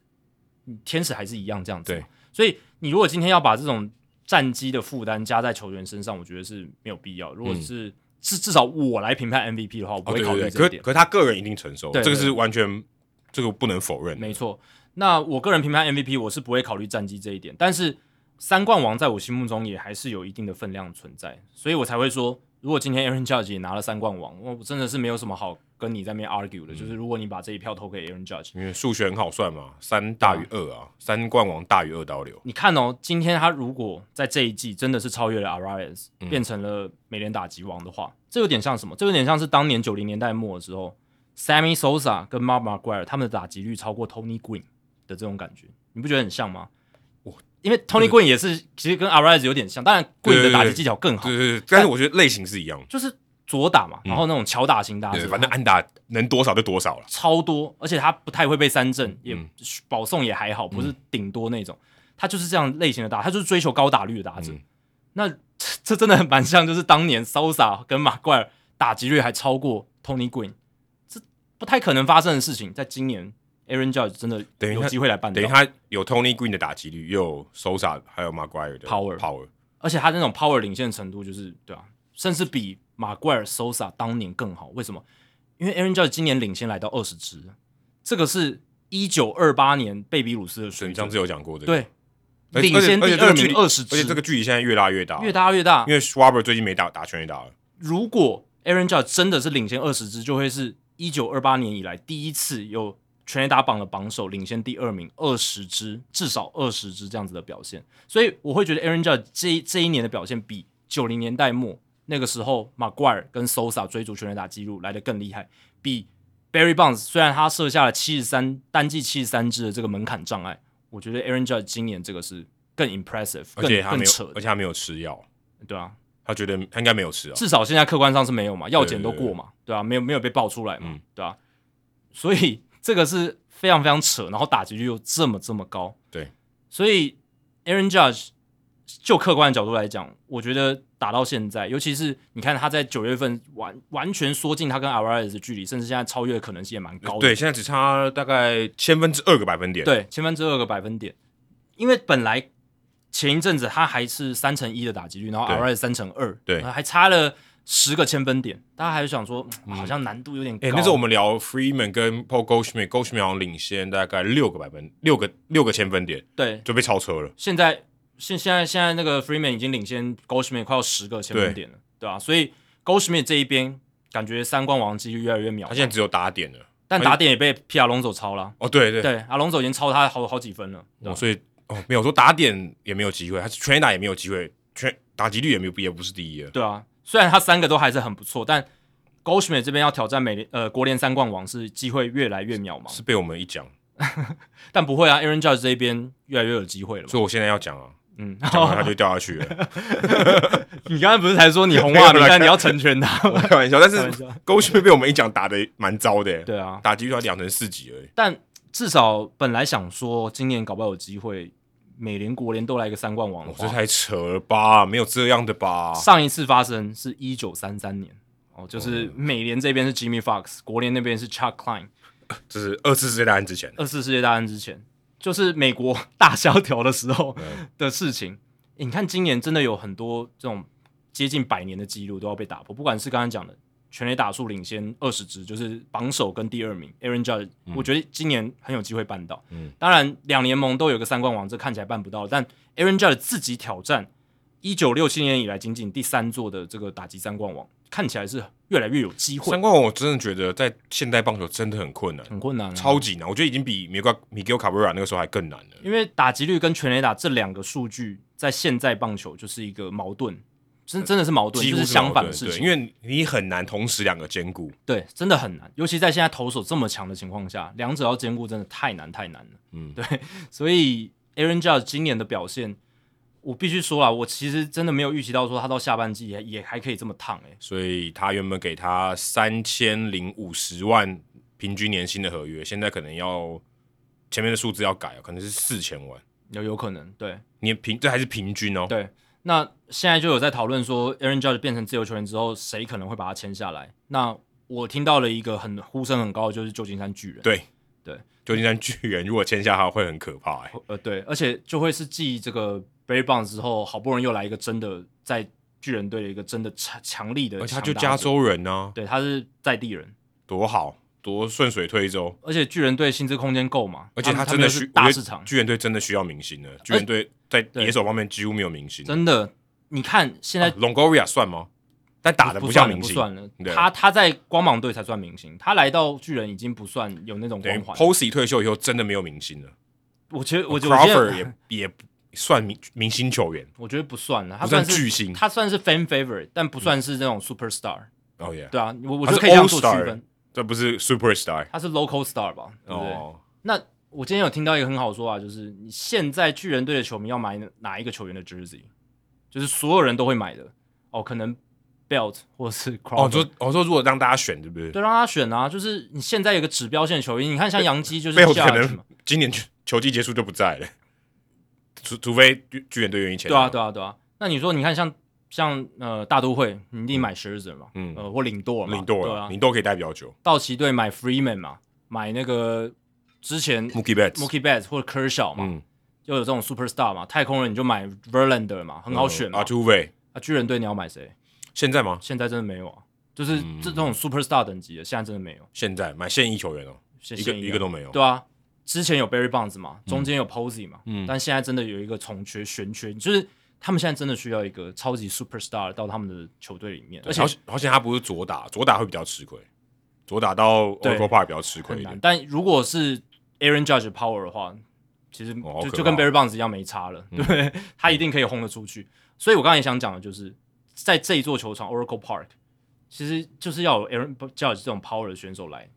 Speaker 2: 天使还是一样这样子嘛。
Speaker 1: 嗯对
Speaker 2: 所以你如果今天要把这种战机的负担加在球员身上，我觉得是没有必要。如果是、至至少我来评判 MVP 的话，我不
Speaker 1: 嗯哦，
Speaker 2: 会
Speaker 1: 对
Speaker 2: 考
Speaker 1: 对
Speaker 2: 虑
Speaker 1: 对，
Speaker 2: 这一
Speaker 1: 可
Speaker 2: 点。
Speaker 1: 可他个人一定承受，
Speaker 2: 对
Speaker 1: 这个
Speaker 2: 对
Speaker 1: 是完全这个不能否认的。
Speaker 2: 没错，那我个人评判 MVP，我是不会考虑战绩这一点，但是三冠王在我心目中也还是有一定的分量存在，所以我才会说，如果今天 Aaron Judge 也拿了三冠王，我真的是没有什么好跟你在那边 argue 的，就是如果你把这一票投给 Aaron Judge，
Speaker 1: 因为数学很好算嘛，三大于二啊，三冠王大于二到六，
Speaker 2: 你看哦，今天他如果在这一季真的是超越了 Arias，、
Speaker 1: 嗯
Speaker 2: 变成了美联打击王的话，这有点像什么？这有点像是当年九零年代末的时候，Sammy Sosa 跟 Mark McGuire 他们的打击率超过 Tony Green 的这种感觉，你不觉得很像吗？
Speaker 1: 哇
Speaker 2: 因为 Tony Green 也是，其实跟 Arias 有点像，当然 Green 的打击技巧更好，
Speaker 1: 对对对，但是我觉得类型是一样，
Speaker 2: 就是左打嘛，然后那种巧打型打
Speaker 1: 对，
Speaker 2: 者，
Speaker 1: 反正安打能多少就多少了。
Speaker 2: 超多，而且他不太会被三振，也
Speaker 1: 嗯
Speaker 2: 保送也还好，不是顶多那种。他就是这样类型的打，他就是追求高打率的打者。
Speaker 1: 嗯
Speaker 2: 那 这这真的很蛮像，就是当年 Sosa 跟马怪尔打击率还超过 Tony Green，这不太可能发生的事情，在今年 Aaron Judge 真的
Speaker 1: 等于他
Speaker 2: 有机会来办 到
Speaker 1: 等于。他有 Tony Green 的打击率，又有 Sosa 还有 Maguire 的
Speaker 2: Power
Speaker 1: power，
Speaker 2: 而且他那种 power 领先程度，就是对啊，甚至比马奎尔 Sosa 当年更好。为什么？因为 Aaron Judge 今年领先来到二十支，这个是一九二八年贝比鲁斯的
Speaker 1: 所以
Speaker 2: 水
Speaker 1: 你上
Speaker 2: 准，
Speaker 1: 次有讲过这个，
Speaker 2: 对，
Speaker 1: 而且
Speaker 2: 领先
Speaker 1: 而且而
Speaker 2: 第
Speaker 1: 且这个
Speaker 2: 二
Speaker 1: 距
Speaker 2: 名
Speaker 1: 离
Speaker 2: 二十
Speaker 1: 而且这
Speaker 2: 支，
Speaker 1: 个距离现在越拉越大，
Speaker 2: 越大越大
Speaker 1: 因。为 Schwarber 最近没打打全垒打了，
Speaker 2: 如果 Aaron Judge 真的是领先二十支，就会是一九二八年以来第一次有全垒打榜的榜首领先第二名二十支，至少二十支这样子的表现。所以我会觉得 Aaron Judge 这一这一年的表现比九零年代末那个时候马奎尔跟 Sosa 追逐全垒打纪录来的更厉害，比 Barry Bonds 虽然他设下了七十三单季七十三支的这个门槛障碍，我觉得 Aaron Judge 今年这个是更 impressive，
Speaker 1: 而且
Speaker 2: 更
Speaker 1: 他
Speaker 2: 更
Speaker 1: 没有
Speaker 2: 扯，
Speaker 1: 而
Speaker 2: 的，
Speaker 1: 且他没有吃药，
Speaker 2: 对啊，
Speaker 1: 他觉得他应该没有吃啊，
Speaker 2: 至少现在客观上是没有嘛，药检都
Speaker 1: 对对对
Speaker 2: 过嘛，对啊，没有没有被爆出来嘛，
Speaker 1: 嗯
Speaker 2: 对啊，所以这个是非常非常扯，然后打击率又这么这么高，
Speaker 1: 对，
Speaker 2: 所以 Aaron Judge 就客观的角度来讲，我觉得打到现在，尤其是你看他在九月份完完全缩进他跟 Alvarez 的距离，甚至现在超越的可能性也蛮高的，
Speaker 1: 呃对，现在只差大概千分之二个百分点，
Speaker 2: 对，千分之二个百分点，因为本来前一阵子他还是三乘一的打击率，然后
Speaker 1: 对
Speaker 2: R 二三乘二，呃
Speaker 1: 对
Speaker 2: 还差了十个千分点，大家还是想说、嗯好像难度有点高。
Speaker 1: 哎、那时候我们聊 Freeman 跟 Paul Goldschmidt，Goldschmidt 好像领先大概六个百分，六个六个千分点
Speaker 2: 对
Speaker 1: 就被超车了。
Speaker 2: 现在现现在现在那个 Freeman 已经领先 Goldschmidt 快要十个千分点了，对吧、所以 Goldschmidt 这一边感觉三冠王几率越来越渺
Speaker 1: 他现在
Speaker 2: 茫，
Speaker 1: 只有打点了。
Speaker 2: 但打点也被皮亚龙走超了。啊
Speaker 1: 哦，对对，
Speaker 2: 对，阿龙走已经超他好好几分了，对
Speaker 1: 哦
Speaker 2: 吧
Speaker 1: 所以哦没有说打点也没有机会，他是全垒打也没有机会，全打击率也没有也不是第一了。
Speaker 2: 对啊，虽然他三个都还是很不错，但 g o s h m a n 这边要挑战美联呃国联三冠王是机会越来越渺茫，
Speaker 1: 是被我们一讲，
Speaker 2: 但不会啊，Aaron Judge 这边越来越有机会了嘛。
Speaker 1: 所以我现在要讲 啊，
Speaker 2: 嗯，
Speaker 1: 讲完他就掉下去 了。
Speaker 2: 你刚才不是才说你红
Speaker 1: 没
Speaker 2: 袜名
Speaker 1: 有啦
Speaker 2: 单你要成全他？
Speaker 1: 我开玩笑，但
Speaker 2: 开玩
Speaker 1: 是
Speaker 2: 笑
Speaker 1: 勾去被我们一讲打的蛮糟的，
Speaker 2: 对啊，
Speaker 1: 打击率才两成四几而已。
Speaker 2: 但至少本来想说今年搞不好有机会，美联国联都来一个三冠王的
Speaker 1: 我
Speaker 2: 话
Speaker 1: 哦这太扯了吧，没有这样的吧？
Speaker 2: 上一次发生是一九三三年。哦，就是美联这边是 Jimmy Fox，国联那边是 Chuck Klein，
Speaker 1: 这是二次世界大战之前的，
Speaker 2: 二次世界大战之前，就是美国大萧条的时候的事情。诶你看今年真的有很多这种接近百年的记录都要被打破，不管是刚刚讲的全垒打数领先二十支，就是榜首跟第二名 Aaron Judge，、我觉得今年很有机会办到。
Speaker 1: 嗯
Speaker 2: 当然两联盟都有个三冠王，这看起来办不到，但 Aaron Judge 自己挑战一九六七年以来仅仅第三座的这个打击三冠王，看起来是越来越有机会
Speaker 1: 三，冠王我真的觉得在现代棒球真的很困难，
Speaker 2: 很困难、啊，
Speaker 1: 超级难。我觉得已经比米高米高卡布拉那个时候还更难了。
Speaker 2: 因为打击率跟全垒打这两个数据，在现在棒球就是一个矛盾，真真的是矛盾，
Speaker 1: 几乎
Speaker 2: 就是
Speaker 1: 是
Speaker 2: 相
Speaker 1: 矛
Speaker 2: 反的
Speaker 1: 盾
Speaker 2: 事
Speaker 1: 对
Speaker 2: 情。
Speaker 1: 因为你很难同时两个兼顾。
Speaker 2: 对，真的很难，尤其在现在投手这么强的情况下，两者要兼顾真的太难太难了。
Speaker 1: 嗯，
Speaker 2: 对， 所以 Aaron Judge 今年的表现，我必须说啦，我其实真的没有预期到说他到下半季也也还可以这么烫诶、欸
Speaker 1: 所以他原本给他三千零五十万平均年薪的合约，现在可能要前面的数字要改，可能是四千万。
Speaker 2: 有有可能对。
Speaker 1: 你平这还是平均哦，
Speaker 2: 对，那现在就有在讨论说，Aaron Judge 变成自由球员之后，谁可能会把他签下来？那我听到了一个很呼声很高的，就是旧金山巨人。
Speaker 1: 对
Speaker 2: 对，
Speaker 1: 旧金山巨人如果签下他会很可怕哎、
Speaker 2: 呃，对，而且就会是继这个 Barry Bonds 之后，好不容易又来一个真的在巨人队的一个真的强强力的，
Speaker 1: 而且他就加，州人呢、
Speaker 2: 对，他是在地人，
Speaker 1: 多好，多顺水推舟。
Speaker 2: 而且巨人队薪资空间够嘛，
Speaker 1: 而且
Speaker 2: 他们
Speaker 1: 真的
Speaker 2: 他们又
Speaker 1: 需
Speaker 2: 是，大
Speaker 1: 我觉得
Speaker 2: 市场，
Speaker 1: 巨人队真的需要明星的。巨人队在野手方面几乎没有明星。啊
Speaker 2: 真的，你看现在
Speaker 1: Longoria 算吗？但打的
Speaker 2: 不
Speaker 1: 像
Speaker 2: 算了
Speaker 1: 明
Speaker 2: 不
Speaker 1: 星，
Speaker 2: 算了
Speaker 1: 对，
Speaker 2: 他他在光芒队才算明星，他来到巨人已经不算有那种
Speaker 1: 等于
Speaker 2: 光环。
Speaker 1: Posey 退休以后真的没有明星了。
Speaker 2: 我觉得，我觉得我觉
Speaker 1: Crawford
Speaker 2: 得
Speaker 1: 也也算明明星球员，
Speaker 2: 我觉得不算了，他
Speaker 1: 不算
Speaker 2: 是
Speaker 1: 巨星
Speaker 2: 他算是 fan favorite，但不算是那种 super star、
Speaker 1: 哦耶，
Speaker 2: 对啊，我我
Speaker 1: 他
Speaker 2: 觉
Speaker 1: 是
Speaker 2: 得可以这样做
Speaker 1: all-star
Speaker 2: 区分，
Speaker 1: 这不是 superstar
Speaker 2: 他是 local star 吧，对不对？
Speaker 1: 哦，
Speaker 2: 那我今天有听到一个很好的说法，就是你现在巨人队的球迷要买哪一个球员的 jersey，就是所有人都会买的哦，可能 belt 或是 c r
Speaker 1: 哦
Speaker 2: o w
Speaker 1: 说哦说如果让大家选，对不对？
Speaker 2: 对，让他选啊，就是你现在有个指标性的球员，你看像杨基就是
Speaker 1: 贝尔
Speaker 2: 下
Speaker 1: 可
Speaker 2: 来嘛
Speaker 1: 能，今年球球季结束就不在了，除除非巨巨人队愿意签，
Speaker 2: 对啊，对啊，对啊。那你说，你看像像呃大都会，你一定买 Scherzer 嘛，
Speaker 1: 嗯
Speaker 2: 呃或领舵嘛，
Speaker 1: 领舵
Speaker 2: 对
Speaker 1: 了，
Speaker 2: 啊，
Speaker 1: 领舵可以待比较久
Speaker 2: 道奇队买 Freeman 嘛，买那个之前
Speaker 1: ，Mookie Betts，
Speaker 2: Mookie Betts 或者 Kershaw 嘛，
Speaker 1: 嗯，
Speaker 2: 又有这种 Superstar 嘛，太空人你就买 Verlander 嘛，很好选嘛
Speaker 1: 啊，。two way，
Speaker 2: 啊，巨人队你要买谁？
Speaker 1: 现在吗？
Speaker 2: 现在真的没有啊，就是
Speaker 1: 嗯
Speaker 2: 这这种 superstar 等级的，现在真的没有，
Speaker 1: 现在买现役球员哦，
Speaker 2: 现
Speaker 1: 一个
Speaker 2: 现
Speaker 1: 一个都没有，
Speaker 2: 对啊。之前有 Barry Bonds 嘛，中间有 Posey 嘛，
Speaker 1: 嗯
Speaker 2: 但现在真的有一个重缺悬缺，就是他们现在真的需要一个超级 superstar 到他们的球队里面，
Speaker 1: 对
Speaker 2: 而且
Speaker 1: 好险好险他不是左打，左打会比较吃亏，左打到 o r
Speaker 2: 对
Speaker 1: a c l Park 比较吃亏
Speaker 2: 很
Speaker 1: 一
Speaker 2: 难。
Speaker 1: 点，
Speaker 2: 但如果是 Aaron Judge 的 power 的话，其实
Speaker 1: 哦好嗯
Speaker 2: 就
Speaker 1: 可
Speaker 2: 就跟
Speaker 1: 怕
Speaker 2: Barry Bonds 一样没差了，对不 对？他一定可以轰得出去。所以我刚才也想讲的就是，在这一座球场 Oracle Park，其实就是要有 Aaron Judge 这种 power 的选手来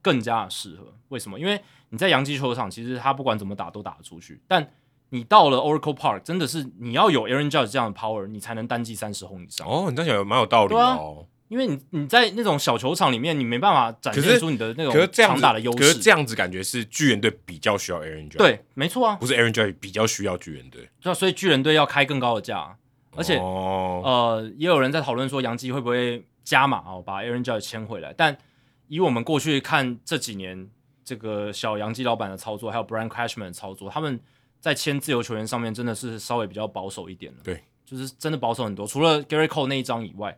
Speaker 2: 更加的适合。为什么？因为你在洋基球场，其实他不管怎么打都打得出去，但你到了 Oracle Park，真的是你要有 Aaron Judge 这样的 power，你才能单季三十轰以上。
Speaker 1: 哦，你这样想蛮有道理的哦。
Speaker 2: 因为你你在那种小球场里面，你没办法展
Speaker 1: 可是
Speaker 2: 现出你的那
Speaker 1: 可是
Speaker 2: 种
Speaker 1: 这样
Speaker 2: 啊强
Speaker 1: 子
Speaker 2: 打的优势。
Speaker 1: 可是这样子感觉是巨人队比较需要 Aaron Judge，，
Speaker 2: 对，没错啊，
Speaker 1: 不是 Aaron Judge 比较需要巨人队，
Speaker 2: 对啊，所以巨人队要开更高的价，而且、
Speaker 1: 哦，
Speaker 2: 呃，也有人在讨论说杨基会不会加码哦，把 Aaron Judge 签回来。但以我们过去看这几年这个小杨基老板的操作，还有 Brian Cashman 的操作，他们在签自由球员上面真的是稍微比较保守一点了。
Speaker 1: 对，
Speaker 2: 就是真的保守很多。除了 Gary Cole 那一张以外，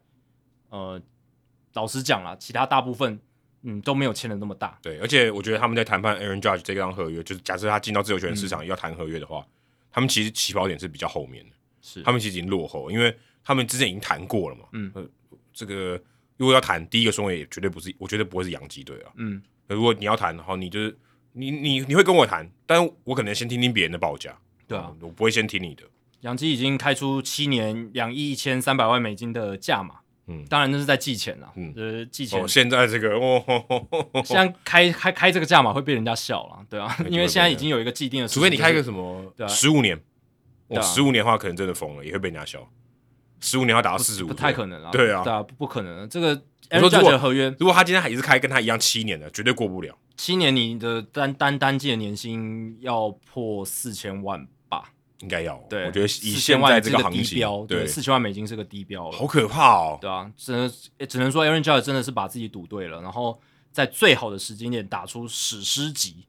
Speaker 2: 呃，老实讲啦，其他大部分嗯都没有签的那么大。
Speaker 1: 对，而且我觉得他们在谈判 Aaron Judge 这张合约，就是假设他进到自由球员市
Speaker 2: 嗯
Speaker 1: 场要谈合约的话，他们其实起跑点是比较后面的，
Speaker 2: 是
Speaker 1: 他们其实已经落后，因为他们之前已经谈过了嘛。
Speaker 2: 嗯
Speaker 1: 呃，这个如果要谈第一个顺位，也绝对不是，我绝对不会是洋基队啊。
Speaker 2: 嗯，
Speaker 1: 如果你要谈，好，你就是你你你会跟我谈，但我可能先听听别人的报价，
Speaker 2: 对啊，
Speaker 1: 嗯我不会先听你的。
Speaker 2: 杨基已经开出七年两亿一千三百万美金的价码，
Speaker 1: 嗯
Speaker 2: 当然那是在季前啦，
Speaker 1: 嗯
Speaker 2: 就是季前
Speaker 1: 哦，现在这个哦，吼吼吼吼
Speaker 2: 现在开开开这个价码会被人家笑了，对啊，因为现在已经有一个既定的事
Speaker 1: 除
Speaker 2: 情，
Speaker 1: 非你开一
Speaker 2: 就
Speaker 1: 个
Speaker 2: 是
Speaker 1: 什么
Speaker 2: 对啊
Speaker 1: 十五年，
Speaker 2: 对
Speaker 1: 我
Speaker 2: 啊
Speaker 1: 十五年的话可能真的疯了，也会被人家笑。十五年要打到四十五，
Speaker 2: 不太可能啊，
Speaker 1: 对啊
Speaker 2: 对啊，不不可能，这个
Speaker 1: 我
Speaker 2: Aaron
Speaker 1: 说如果
Speaker 2: Judge 的合约
Speaker 1: 如果他今天还一直开跟他一样七年的，绝对过不了。
Speaker 2: 七年，你的单单单季的年薪要破四千万吧？
Speaker 1: 应该要，
Speaker 2: 对，
Speaker 1: 我觉得以现在
Speaker 2: 4000万
Speaker 1: 这
Speaker 2: 这
Speaker 1: 个行
Speaker 2: 低
Speaker 1: 情，
Speaker 2: 标，对，四千万美金是个低标了，
Speaker 1: 好可怕哦。
Speaker 2: 对啊，只能也只能说 Aaron Judge 真的是把自己赌对了，然后在最好的时间点打出史诗级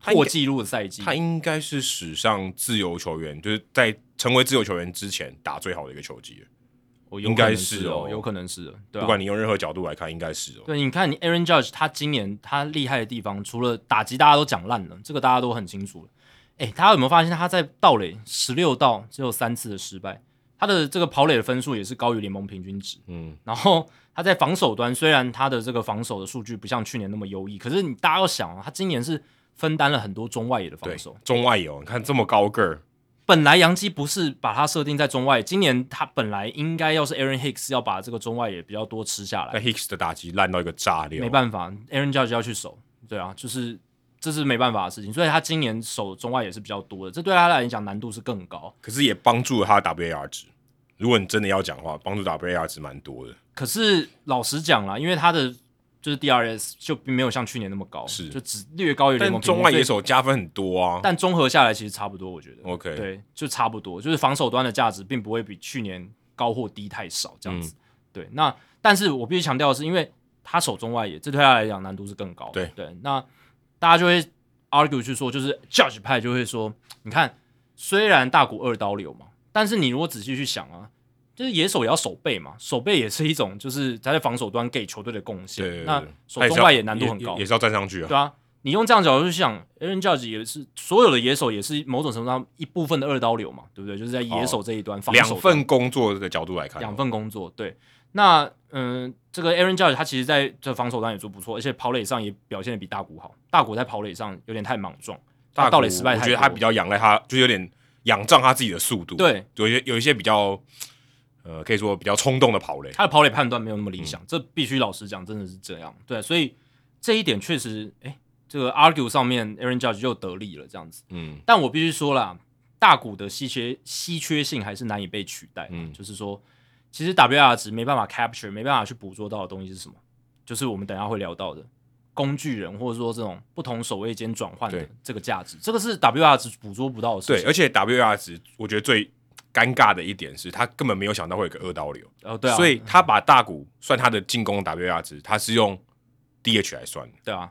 Speaker 1: 他应
Speaker 2: 破
Speaker 1: 该
Speaker 2: 纪录的赛季，
Speaker 1: 他应该是史上自由球员，就是在成为自由球员之前打最好的一个球季了，
Speaker 2: 哦
Speaker 1: 应该
Speaker 2: 有可能
Speaker 1: 是
Speaker 2: 是
Speaker 1: 哦
Speaker 2: 有可能是的，对
Speaker 1: 不
Speaker 2: 啊。
Speaker 1: 管你用任何角度来看，应该是哦。
Speaker 2: 对，啊你看你 Aaron Judge 他今年他厉害的地方，除了打击大家都讲烂了，这个大家都很清楚了。哎，大家有没有发现他在盗垒十六道只有三次的失败，他的这个跑垒的分数也是高于联盟平均值。
Speaker 1: 嗯，
Speaker 2: 然后他在防守端虽然他的这个防守的数据不像去年那么优异，可是你大家要想哦，他今年是分担了很多中外野的
Speaker 1: 对
Speaker 2: 防守。，
Speaker 1: 中外野哦，你看这么高个儿，
Speaker 2: 本来杨基不是把他设定在中外野，今年他本来应该要是 Aaron Hicks 要把这个中外野比较多吃下来
Speaker 1: 但，Hicks 的打击烂到一个炸裂哦，
Speaker 2: 没办法，Aaron Judge 要去守，对啊，就是这是没办法的事情，所以他今年守中外也是比较多的，这对他来讲难度是更高。
Speaker 1: 可是也帮助了他的 WAR 值。如果你真的要讲的话，帮助 WAR 值蛮多的。
Speaker 2: 可是老实讲啦，因为他的就是 DRS 就并没有像去年那么高，
Speaker 1: 是
Speaker 2: 就只略高于联
Speaker 1: 但
Speaker 2: 盟平均
Speaker 1: 中外野
Speaker 2: 所以
Speaker 1: 手加分很多啊。
Speaker 2: 但综合下来其实差不多，我觉得
Speaker 1: OK，
Speaker 2: 对，就差不多，就是防守端的价值并不会比去年高或低太少这样
Speaker 1: 嗯
Speaker 2: 子。对，那但是我必须强调的是，因为他守中外野，这对他来讲难度是更高的。对，那大家就会 argue 去说，就是 judge 派就会说，你看，虽然大谷二刀流嘛，但是你如果仔细去想啊。就是野手也要守备嘛，守备也是一种，就是他在防守端给球队的贡献。
Speaker 1: 对对对
Speaker 2: 那
Speaker 1: 对
Speaker 2: 守中外野难度很高
Speaker 1: 也，也是要站上去啊。
Speaker 2: 对啊，你用这样角度去想，Aaron Judge 也是所有的野手也是某种程度上一部分的二刀流嘛，对不对？就是在野手这一端，防守
Speaker 1: 两
Speaker 2: 端
Speaker 1: 份工作的角度来看，
Speaker 2: 两份工作，对。那嗯、这个 Aaron Judge 他其实在这防守端也做不错，而且跑垒上也表现的比大谷好。大谷在跑垒上有点太莽撞，
Speaker 1: 大
Speaker 2: 他
Speaker 1: 谷
Speaker 2: 盗垒失败
Speaker 1: 我
Speaker 2: 太
Speaker 1: 觉
Speaker 2: 多，
Speaker 1: 得他比较仰赖他，就有点仰仗他自己的速度。，
Speaker 2: 对
Speaker 1: 有一些有一些比较，呃，可以说比较冲动的跑垒。
Speaker 2: 他的跑垒判断没有那么理
Speaker 1: 嗯
Speaker 2: 想，这必须老实讲，真的是这样。对，所以这一点确实，哎，这个 argue 上面 Aaron Judge 又得利了，这样子。
Speaker 1: 嗯，
Speaker 2: 但我必须说啦，大股的稀缺稀缺性还是难以被取代。
Speaker 1: 嗯
Speaker 2: 嗯，就是说，其实 WR 值没办法 capture，没办法去捕捉到的东西是什么？就是我们等一下会聊到的工具人，或者说这种不同守卫间转换的
Speaker 1: 对
Speaker 2: 这个价值，这个是 WR 值捕捉不到的事
Speaker 1: 对，
Speaker 2: 情。
Speaker 1: 而且 WR 值，我觉得最尴尬的一点是他根本没有想到会有个二刀流，
Speaker 2: 呃，对啊，
Speaker 1: 所以他把大谷算他的进攻 WR 值，他是用 DH 来算的
Speaker 2: 对啊，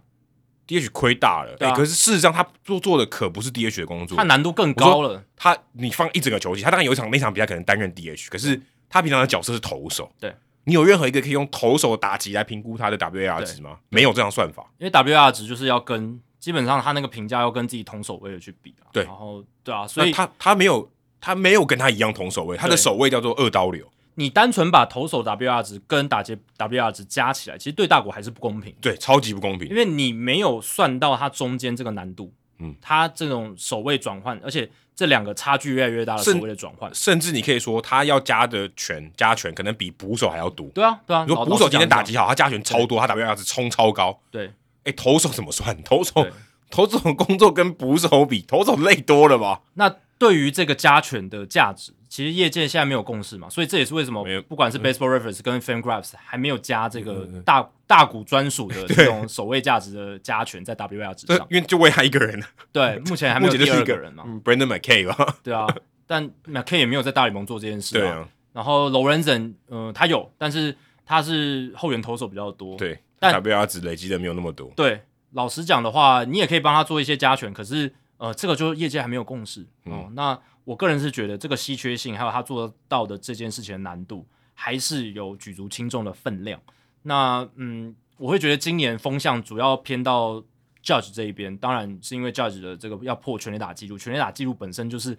Speaker 1: ，DH 亏大了。
Speaker 2: 对啊
Speaker 1: 诶可是事实上他做做的可不是 DH 的工作
Speaker 2: 它，难度更高了。
Speaker 1: 他你放一整个球季，他当然有一场那场比赛可能担任 DH，可是他平常的角色是投手。
Speaker 2: 对，
Speaker 1: 你有任何一个可以用投手打击来评估他的 WAR
Speaker 2: 对
Speaker 1: 值吗？没有这样算法。
Speaker 2: 因为 WR 值就是要跟基本上他那个评价要跟自己同守卫的去比啊。
Speaker 1: 对
Speaker 2: 然后对啊，所
Speaker 1: 那
Speaker 2: 以
Speaker 1: 他他没有他没有跟他一样同守位，他的
Speaker 2: 对
Speaker 1: 守位叫做二刀流。
Speaker 2: 你单纯把投手 WR 值跟打劫 WR 值加起来，其实对大股还是不公平的。
Speaker 1: 对，超级不公
Speaker 2: 因
Speaker 1: 平。
Speaker 2: 为你没有算到它中间这个难度，
Speaker 1: 嗯
Speaker 2: 嗯，它这种守卫转换，而且这两个差距越来越大的
Speaker 1: 甚
Speaker 2: 守卫的转换，
Speaker 1: 甚至你可以说他要加的拳加拳可能比捕手还要多。
Speaker 2: 对啊，对啊，
Speaker 1: 如果
Speaker 2: 老
Speaker 1: 捕手今天打，
Speaker 2: 老实
Speaker 1: 击好，他加拳超多，他 WAR 值冲超高。
Speaker 2: 讲对
Speaker 1: 哎，投手怎么算？投手
Speaker 2: 对。
Speaker 1: 投手的工作跟捕手比，投手累多了吧？
Speaker 2: 那对于这个加权的价值，其实业界现在没有共识嘛，所以这也是为什么
Speaker 1: 没有嗯
Speaker 2: 不管是 Baseball Reference 跟 FanGraphs 还没有加这个大大股专属的这种守卫价值的加权在 WR 值
Speaker 1: 这
Speaker 2: 上，
Speaker 1: 因为就为他一个人，
Speaker 2: 对，目啊前还没
Speaker 1: 目
Speaker 2: 有
Speaker 1: 前就
Speaker 2: 第
Speaker 1: 是一
Speaker 2: 二
Speaker 1: 个
Speaker 2: 人嘛，
Speaker 1: 嗯，Brandon McKay 吧？
Speaker 2: 对啊，但 McK 也没有在大联盟做这件事
Speaker 1: 对啊，
Speaker 2: 然后 l o r e n z e n 嗯，他有，但是他是后援投手比较多。
Speaker 1: 对
Speaker 2: 但
Speaker 1: ，WAR 值累积的没有那么多。
Speaker 2: 对老实讲的话，你也可以帮他做一些加权，可是呃，这个就业界还没有共识、哦。那我个人是觉得这个稀缺性，还有他做到的这件事情的难度，还是有举足轻重的分量。那嗯，我会觉得今年风向主要偏到 Judge 这一边，当然是因为 Judge 的这个要破全垒打记录，全垒打记录本身就是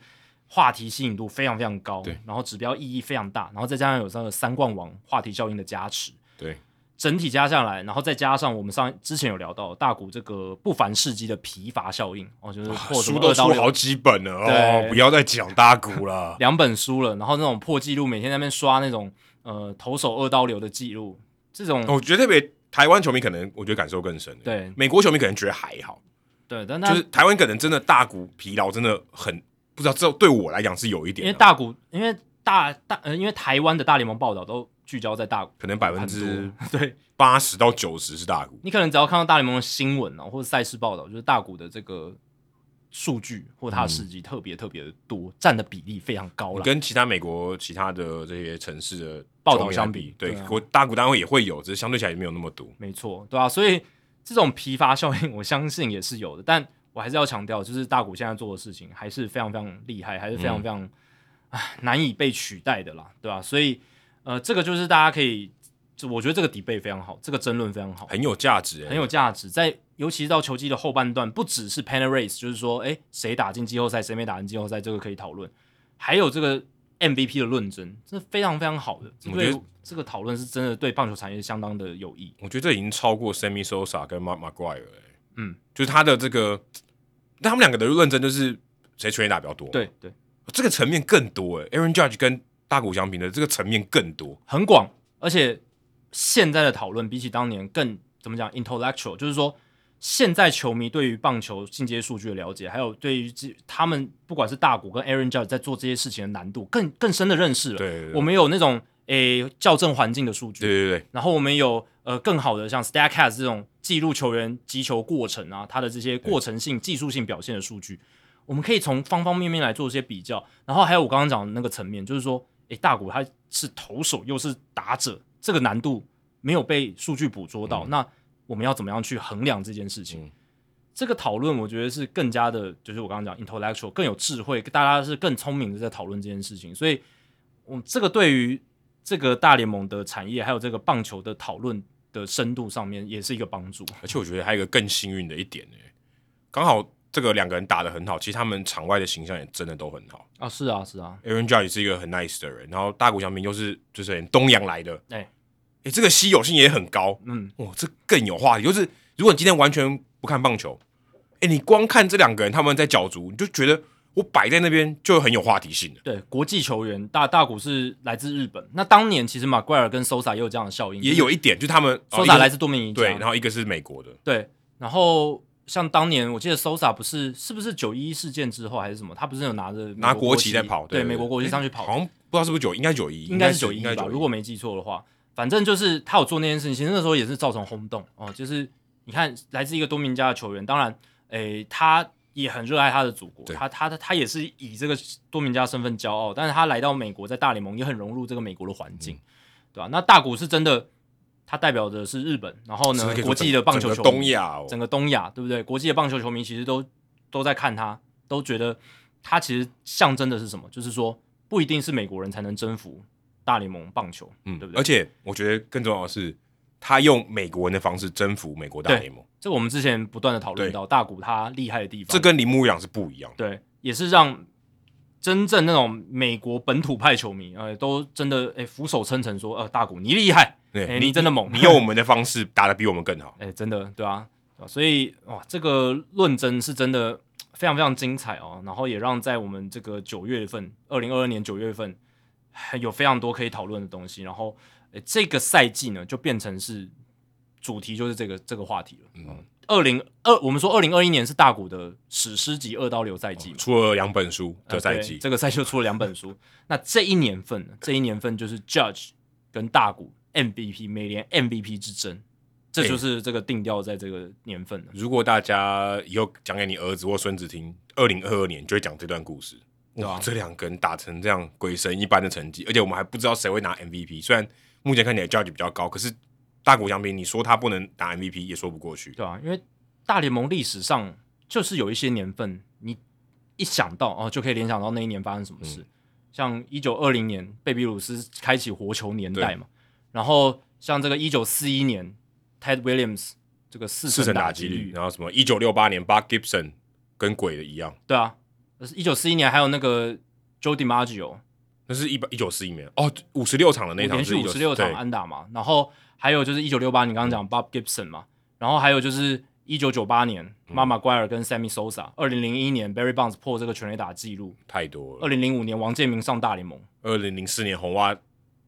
Speaker 2: 话题吸引度非常非常高
Speaker 1: 对，
Speaker 2: 然后指标意义非常大，然后再加上有这个三冠王话题效应的加持，
Speaker 1: 对，
Speaker 2: 整体加下来，然后再加上我们上之前有聊到大谷这个不凡事迹的疲乏效应，哦，就是破什
Speaker 1: 书
Speaker 2: 么
Speaker 1: 都
Speaker 2: 二
Speaker 1: 出
Speaker 2: 刀流
Speaker 1: 好几本了哦，
Speaker 2: 对。
Speaker 1: 不要再讲大股了
Speaker 2: 两本书了，然后那种破纪录，每天在那边刷那种呃投手二刀流的记录，这种、
Speaker 1: 哦我觉得特别台湾球迷可能我觉得感受更深，，
Speaker 2: 对
Speaker 1: 美国球迷可能觉得还好，
Speaker 2: 对，但那、
Speaker 1: 就是台湾可能真的大股疲劳真的很不知道，这对我来讲是有一
Speaker 2: 因
Speaker 1: 点啊，
Speaker 2: 为大股，因为大大呃，因为台湾的大联盟报道都聚焦在大股，
Speaker 1: 可能百分之
Speaker 2: 很多 对
Speaker 1: 八十到九十是大股，
Speaker 2: 你可能只要看到大联盟的新闻啊，或者赛事报道，就是大股的这个数据或
Speaker 1: 嗯
Speaker 2: 他的事迹特别特别的多，占的比例非常高
Speaker 1: 你
Speaker 2: 了。
Speaker 1: 跟其他美国其他的这些城市的
Speaker 2: 嗯报道
Speaker 1: 球迷来
Speaker 2: 相
Speaker 1: 比
Speaker 2: 比，
Speaker 1: 对
Speaker 2: 对啊
Speaker 1: 国大股单位也会有，只是相对起来也没有那么多。
Speaker 2: 没错，对啊，所以这种疲乏效应，我相信也是有的。但我还是要强调，就是大谷现在做的事情还是非常非常厉害，还是
Speaker 1: 嗯
Speaker 2: 非常非常、唉难以被取代的啦，对吧、所以呃，这个就是大家可以，就我觉得这个 debate 非常好，这个争论非常好，
Speaker 1: 很有价值、欸，
Speaker 2: 很有价值。在尤其是到球季的后半段，不只是 p a n race，就是说，诶，谁打进季后赛，谁没打进季后赛，这个可以讨论，还有这个 MVP 的论争，这非常非常好的。这
Speaker 1: 我觉得
Speaker 2: 对这个讨论是真的对棒球产业相当的有益。
Speaker 1: 我觉得这已经超过 Sammy Sosa 跟 Mark McGuire 了、欸。
Speaker 2: 嗯，
Speaker 1: 就是他的这个，但他们两个的认真就是谁全垒打比较多，，
Speaker 2: 对对。
Speaker 1: 这个层面更多、欸。Aaron Judge 跟大谷翔平的这个层面更多，
Speaker 2: 很广，而且现在的讨论比起当年更怎么讲 intellectual，就是说现在球迷对于棒球进阶数据的了解，还有对于这他们不管是大谷跟 Aaron Judge 在做这些事情的难度更更深的认识了。
Speaker 1: 对对对
Speaker 2: 啊我们有那种诶校正环境的数据，
Speaker 1: 对对对，
Speaker 2: 然后我们有呃更好的像 Statcast 这种记录球员击球过程啊，他的这些过程性、技术性表现的数据，我们可以从方方面面来做一些比较。然后还有我刚刚讲的那个层面，就是说，诶，大谷他是投手又是打者，这个难度没有被数据捕捉到，那我们要怎么样去衡量这件事情？
Speaker 1: 嗯
Speaker 2: 这个讨论我觉得是更加的，就是我刚刚讲 intellectual 更有智慧，大家是更聪明的在讨论这件事情，所以我这个对于这个大联盟的产业还有这个棒球的讨论的深度上面也是一个帮助。
Speaker 1: 而且我觉得还有一个更幸运的一点呢、欸刚好这个两个人打得很好，其实他们场外的形象也真的都很好。
Speaker 2: 啊，是啊，是啊，
Speaker 1: Aaron Judge 是一个很 nice 的人，然后大谷翔平又是就是很东洋来的，
Speaker 2: 哎
Speaker 1: 哎、这个稀有性也很高，
Speaker 2: 嗯，
Speaker 1: 哇，这更有话题。就是如果你今天完全不看棒球，哎、你光看这两个人他们在角逐，你就觉得我摆在那边就很有话题性了。
Speaker 2: 对，国际球员大大谷是来自日本，那当年其实马奎尔跟 Sosa 也有这样的效应，
Speaker 1: 也有一点，就他们
Speaker 2: 就
Speaker 1: 哦
Speaker 2: 是
Speaker 1: 一个
Speaker 2: Sosa
Speaker 1: 是
Speaker 2: 来自多米尼加，
Speaker 1: 对，然后一个是美国的，
Speaker 2: 对，然后像当年我记得 Sosa 不是是不是九一事件之后还是什么，他不是有拿着美
Speaker 1: 拿
Speaker 2: 国
Speaker 1: 国旗在跑，
Speaker 2: 对
Speaker 1: 对
Speaker 2: 美国国旗上去跑，
Speaker 1: 好像不知道是不是九，应该九一，
Speaker 2: 应该是
Speaker 1: 是
Speaker 2: 九
Speaker 1: 应
Speaker 2: 一
Speaker 1: 该
Speaker 2: 吧，
Speaker 1: 91
Speaker 2: 如果没记错的话，反正就是他有做那件事情，其实那时候也是造成轰动哦。就是你看，来自一个多名家的球员，当然，诶，他也很热爱他的祖国，
Speaker 1: 对
Speaker 2: 他他他他也是以这个多名家身份骄傲，但是他来到美国，在大联盟也很融入这个美国的环
Speaker 1: 嗯
Speaker 2: 境，对吧、那大谷是真的，他代表的是日本，然后
Speaker 1: 是不是
Speaker 2: 呢
Speaker 1: 可，以说
Speaker 2: 国际的棒球
Speaker 1: 整
Speaker 2: 球
Speaker 1: 个
Speaker 2: 迷
Speaker 1: 东亚哦，
Speaker 2: 整个东亚，对不对？国际的棒球球迷其实都都在看他，都觉得他其实象征的是什么？就是说，不一定是美国人才能征服大联盟棒球，
Speaker 1: 嗯，
Speaker 2: 对不对？
Speaker 1: 而且我觉得更重要的是，他用美国人的方式征服美国大
Speaker 2: 对
Speaker 1: 联盟，
Speaker 2: 这我们之前不断的讨论到大谷他厉害的地方，
Speaker 1: 这跟铃木一朗是不一样的。
Speaker 2: 对，也是让真正那种美国本土派球迷，呃，都真的哎俯首称臣说，呃，大谷你厉害，
Speaker 1: 对
Speaker 2: 哎，你真的猛，
Speaker 1: 你用我们的方式打得比我们更 好，
Speaker 2: 哎、真的，对啊，对啊所以哇，这个论争是真的非常非常精彩哦，然后也让在我们这个九月份，二零二二年九月份还有非常多可以讨论的东西，然后、哎这个赛季呢就变成是主题就是这个这个话题了。
Speaker 1: 嗯
Speaker 2: 嗯，二零二我们说二零二一年是大谷的史诗级二刀流赛季嘛，
Speaker 1: 出了两本书的赛
Speaker 2: 呃对
Speaker 1: 季，
Speaker 2: 这个赛季就出了两本书。那这一年份呢，这一年份就是 Judge 跟大谷 MVP 美联 MVP 之争，这就是这个定调在这个年份了。
Speaker 1: 如果大家以后讲给你儿子或孙子听，二零二二年就会讲这段故事。
Speaker 2: 对啊
Speaker 1: 哇，这两个人打成这样鬼神一般的成绩，而且我们还不知道谁会拿 MVP。虽然目前看起来 Judge 比较高，可是大谷翔平，你说他不能拿 MVP 也说不过去。
Speaker 2: 对啊，因为大联盟历史上
Speaker 1: 嗯
Speaker 2: 就是有一些年份，你一想到哦，就可以联想到那一年发生什么事。像一九二零年贝比鲁斯开启活球年代嘛，然后像这个一九四一年 Ted Williams 这个四
Speaker 1: 四成
Speaker 2: 成
Speaker 1: 打
Speaker 2: 击
Speaker 1: 击率，然后什么一九六八年 b u c Gibson 跟鬼的一样，
Speaker 2: 对啊，一九四一年还有那个 Joe DiMaggio
Speaker 1: 那是一百一九四一年哦，五十六场的那场
Speaker 2: 连
Speaker 1: 是
Speaker 2: 续五十六
Speaker 1: 19
Speaker 2: 场
Speaker 1: 对嗯
Speaker 2: 安打嘛，然后还有就是一九六八你刚刚讲 Bob Gibson 嘛，然后还有就是一九九八年
Speaker 1: 嗯
Speaker 2: 妈妈怪尔跟 Sammy Sosa，二零零一年 Barry Bonds 破这个全垒打记录，
Speaker 1: 太多
Speaker 2: 二
Speaker 1: 了。
Speaker 2: 零零五年王建民上大联盟
Speaker 1: 二零零四年红袜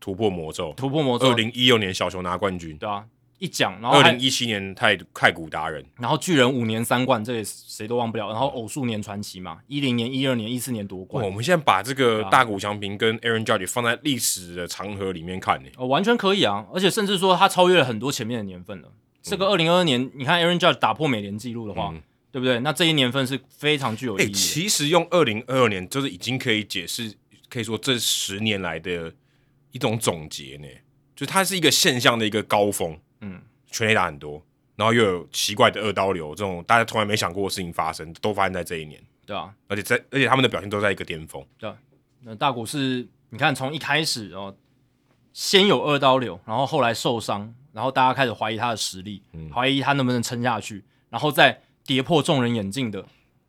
Speaker 1: 突破魔咒，
Speaker 2: 突破魔咒，
Speaker 1: 二零一六年小熊拿冠军，
Speaker 2: 对啊，一奖，然后
Speaker 1: 二
Speaker 2: 还
Speaker 1: 零一七年太太古达人，
Speaker 2: 然后巨人五年三冠，这也谁都忘不了，然后偶数年传奇嘛，一零年、一二年、一四年夺
Speaker 1: 哇
Speaker 2: 冠
Speaker 1: 我，们现在把这个
Speaker 2: 啊
Speaker 1: 大谷翔平跟 Aaron Judge 放在历史的长河里面看呢、
Speaker 2: 呃，完全可以啊，而且甚至说他超越了很多前面的年份了。这个二零二二年，你看 Aaron Judge 打破美联纪录的话，
Speaker 1: 嗯
Speaker 2: 对不对？那这一年份是非常具有意
Speaker 1: 哎、
Speaker 2: 义的。
Speaker 1: 其实用二零二二年，就是已经可以解释，可以说这十年来的一种总结呢。就它是一个现象的一个高峰，
Speaker 2: 嗯，
Speaker 1: 全垒打很多，然后又有奇怪的二刀流这种大家从来没想过的事情发生，都发生在这一年，
Speaker 2: 对啊，
Speaker 1: 而且在而且他们的表现都在一个巅峰。
Speaker 2: 那大谷是，你看从一开始哦，先有二刀流，然后后来受伤，然后大家开始怀疑他的实力，怀疑他能不能撑下去，然后再跌破众人眼镜的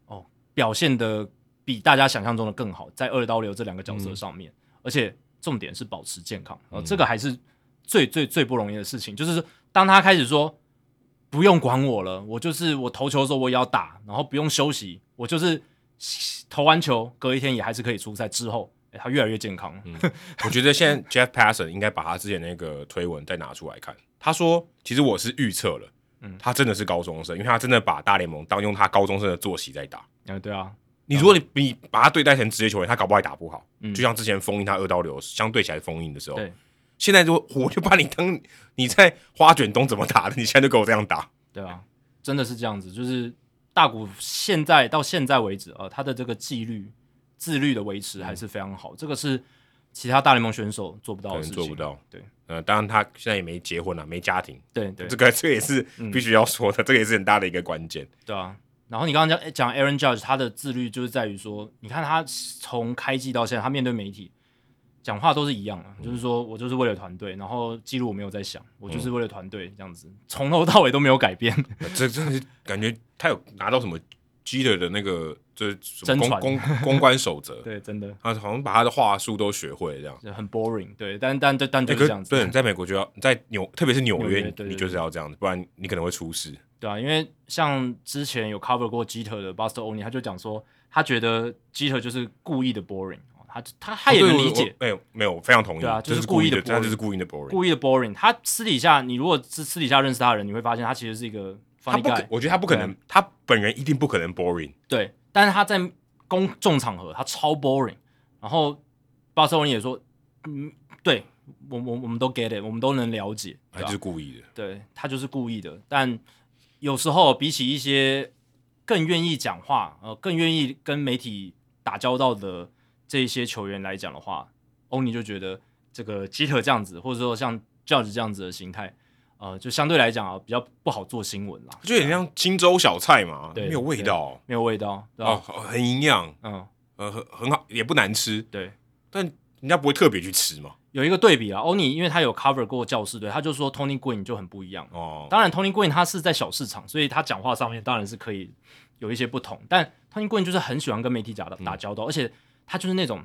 Speaker 2: 哦，表现的比大家想象中的更好，在二刀流这两个角色上面，而且重点是保持健康，哦，这个还是最最最不容易的事情，就是说当他开始说。不用管我了，我就是我投球的时候我也要打，然后不用休息，我就是投完球隔一天也还是可以出赛。之后、诶他越来越健康了，
Speaker 1: 嗯 我觉得现在 Jeff p a s s o n 应该把他之前那个推文再拿出来看。他说：“其实我是预测了，
Speaker 2: 嗯
Speaker 1: 他真的是高中生，因为他真的把大联盟当用他高中生的作息在打。
Speaker 2: 嗯，对啊，
Speaker 1: 你如果你你把他对待成职业球员，他搞不好也打不好。
Speaker 2: 嗯
Speaker 1: 就像之前封印他二刀流，相对起来封印的时候
Speaker 2: 对，
Speaker 1: 现在如果我就 把你当你在花卷东怎么打的，你现在就给我这样打。
Speaker 2: 对啊，真的是这样子。就是大谷现在到现在为止，呃，他的这个纪律、自律的维持还是非常好，这个是其他大联盟选手做不到
Speaker 1: 可
Speaker 2: 的
Speaker 1: 能
Speaker 2: 事
Speaker 1: 做
Speaker 2: 情，
Speaker 1: 不到。
Speaker 2: 哦对
Speaker 1: 呃，当然他现在也没结婚了、啊没家庭，
Speaker 2: 对对嗯
Speaker 1: 这个这个也是必须要说的，这个也是很大的一个关键。
Speaker 2: 对啊。然后你刚刚讲讲 Aaron Judge，他的自律就是在于说，你看他从开季到现在，他面对媒体讲话都是一样
Speaker 1: 嗯
Speaker 2: 的，就是说我就是为了团队，然后记录我没有在想，我
Speaker 1: 嗯
Speaker 2: 就是为了团队这样子，从头到尾都没有改变。
Speaker 1: 呃这真的是感觉他有拿到什么 g e t e r 的那个就是什么
Speaker 2: 真
Speaker 1: 公
Speaker 2: 传
Speaker 1: 公公关守则，
Speaker 2: 对，真的
Speaker 1: 他好像把他的话术都学会了这样。
Speaker 2: 就很 boring。对，但但但但就
Speaker 1: 欸
Speaker 2: 是
Speaker 1: 可
Speaker 2: 这样子，
Speaker 1: 对，在美国就要在纽，特别是纽
Speaker 2: 纽
Speaker 1: 约，
Speaker 2: 约
Speaker 1: 你
Speaker 2: 对
Speaker 1: 你
Speaker 2: 对
Speaker 1: 就是要这样子，不然你可能会出事。
Speaker 2: 对啊，因为像之前有 cover 过 Jeter 的 Buster Olney，他就讲说，他觉得 Jeter 就是故意的 boring，哦他他他也
Speaker 1: 哦对
Speaker 2: 能
Speaker 1: 我
Speaker 2: 理
Speaker 1: 我
Speaker 2: 解
Speaker 1: 没有没有，我非常同意。
Speaker 2: 对啊
Speaker 1: 这
Speaker 2: 就是是故
Speaker 1: 意
Speaker 2: 意的
Speaker 1: 他就是
Speaker 2: boring
Speaker 1: 故意的 boring。
Speaker 2: 故意的 boring。他私底下，你如果是私底下认识他的人，你会发现他其实是一个
Speaker 1: 他
Speaker 2: funny
Speaker 1: 不可
Speaker 2: guy，，
Speaker 1: 我觉得他不可
Speaker 2: 啊
Speaker 1: 能，他本人一定不可能 boring。
Speaker 2: 对，但是他在公众场合他超 boring。然后 Buster Olney 也说，嗯，对我我我们都 get it，我们都能了解，
Speaker 1: 他
Speaker 2: 对啊吧
Speaker 1: 就是故意的，
Speaker 2: 对他就是故意的。但有时候比起一些更愿意讲话，呃，更愿意跟媒体打交道的这一些球员来讲的话，欧尼就觉得这个基特这样子，或者说像 Judge 这样子的形态，呃，就相对来讲啊，比较不好做新闻啦，
Speaker 1: 就有点像青州小菜嘛，
Speaker 2: 对
Speaker 1: 没有味道
Speaker 2: 没有味道，对吧？
Speaker 1: 哦，很营养，
Speaker 2: 嗯，
Speaker 1: 呃，很很好，也不难吃，
Speaker 2: 对。
Speaker 1: 但人家不会特别去吃嘛。
Speaker 2: 有一个对比啊，欧尼因为他有 cover 过教士队，他就说 Tony Green 就很不一样，
Speaker 1: 哦，
Speaker 2: 当然，Tony Green 他是在小市场，所以他讲话上面当然是可以有一些不同。但 Tony Green 就是很喜欢跟媒体打
Speaker 1: 嗯
Speaker 2: 的打交道，而且他就是那种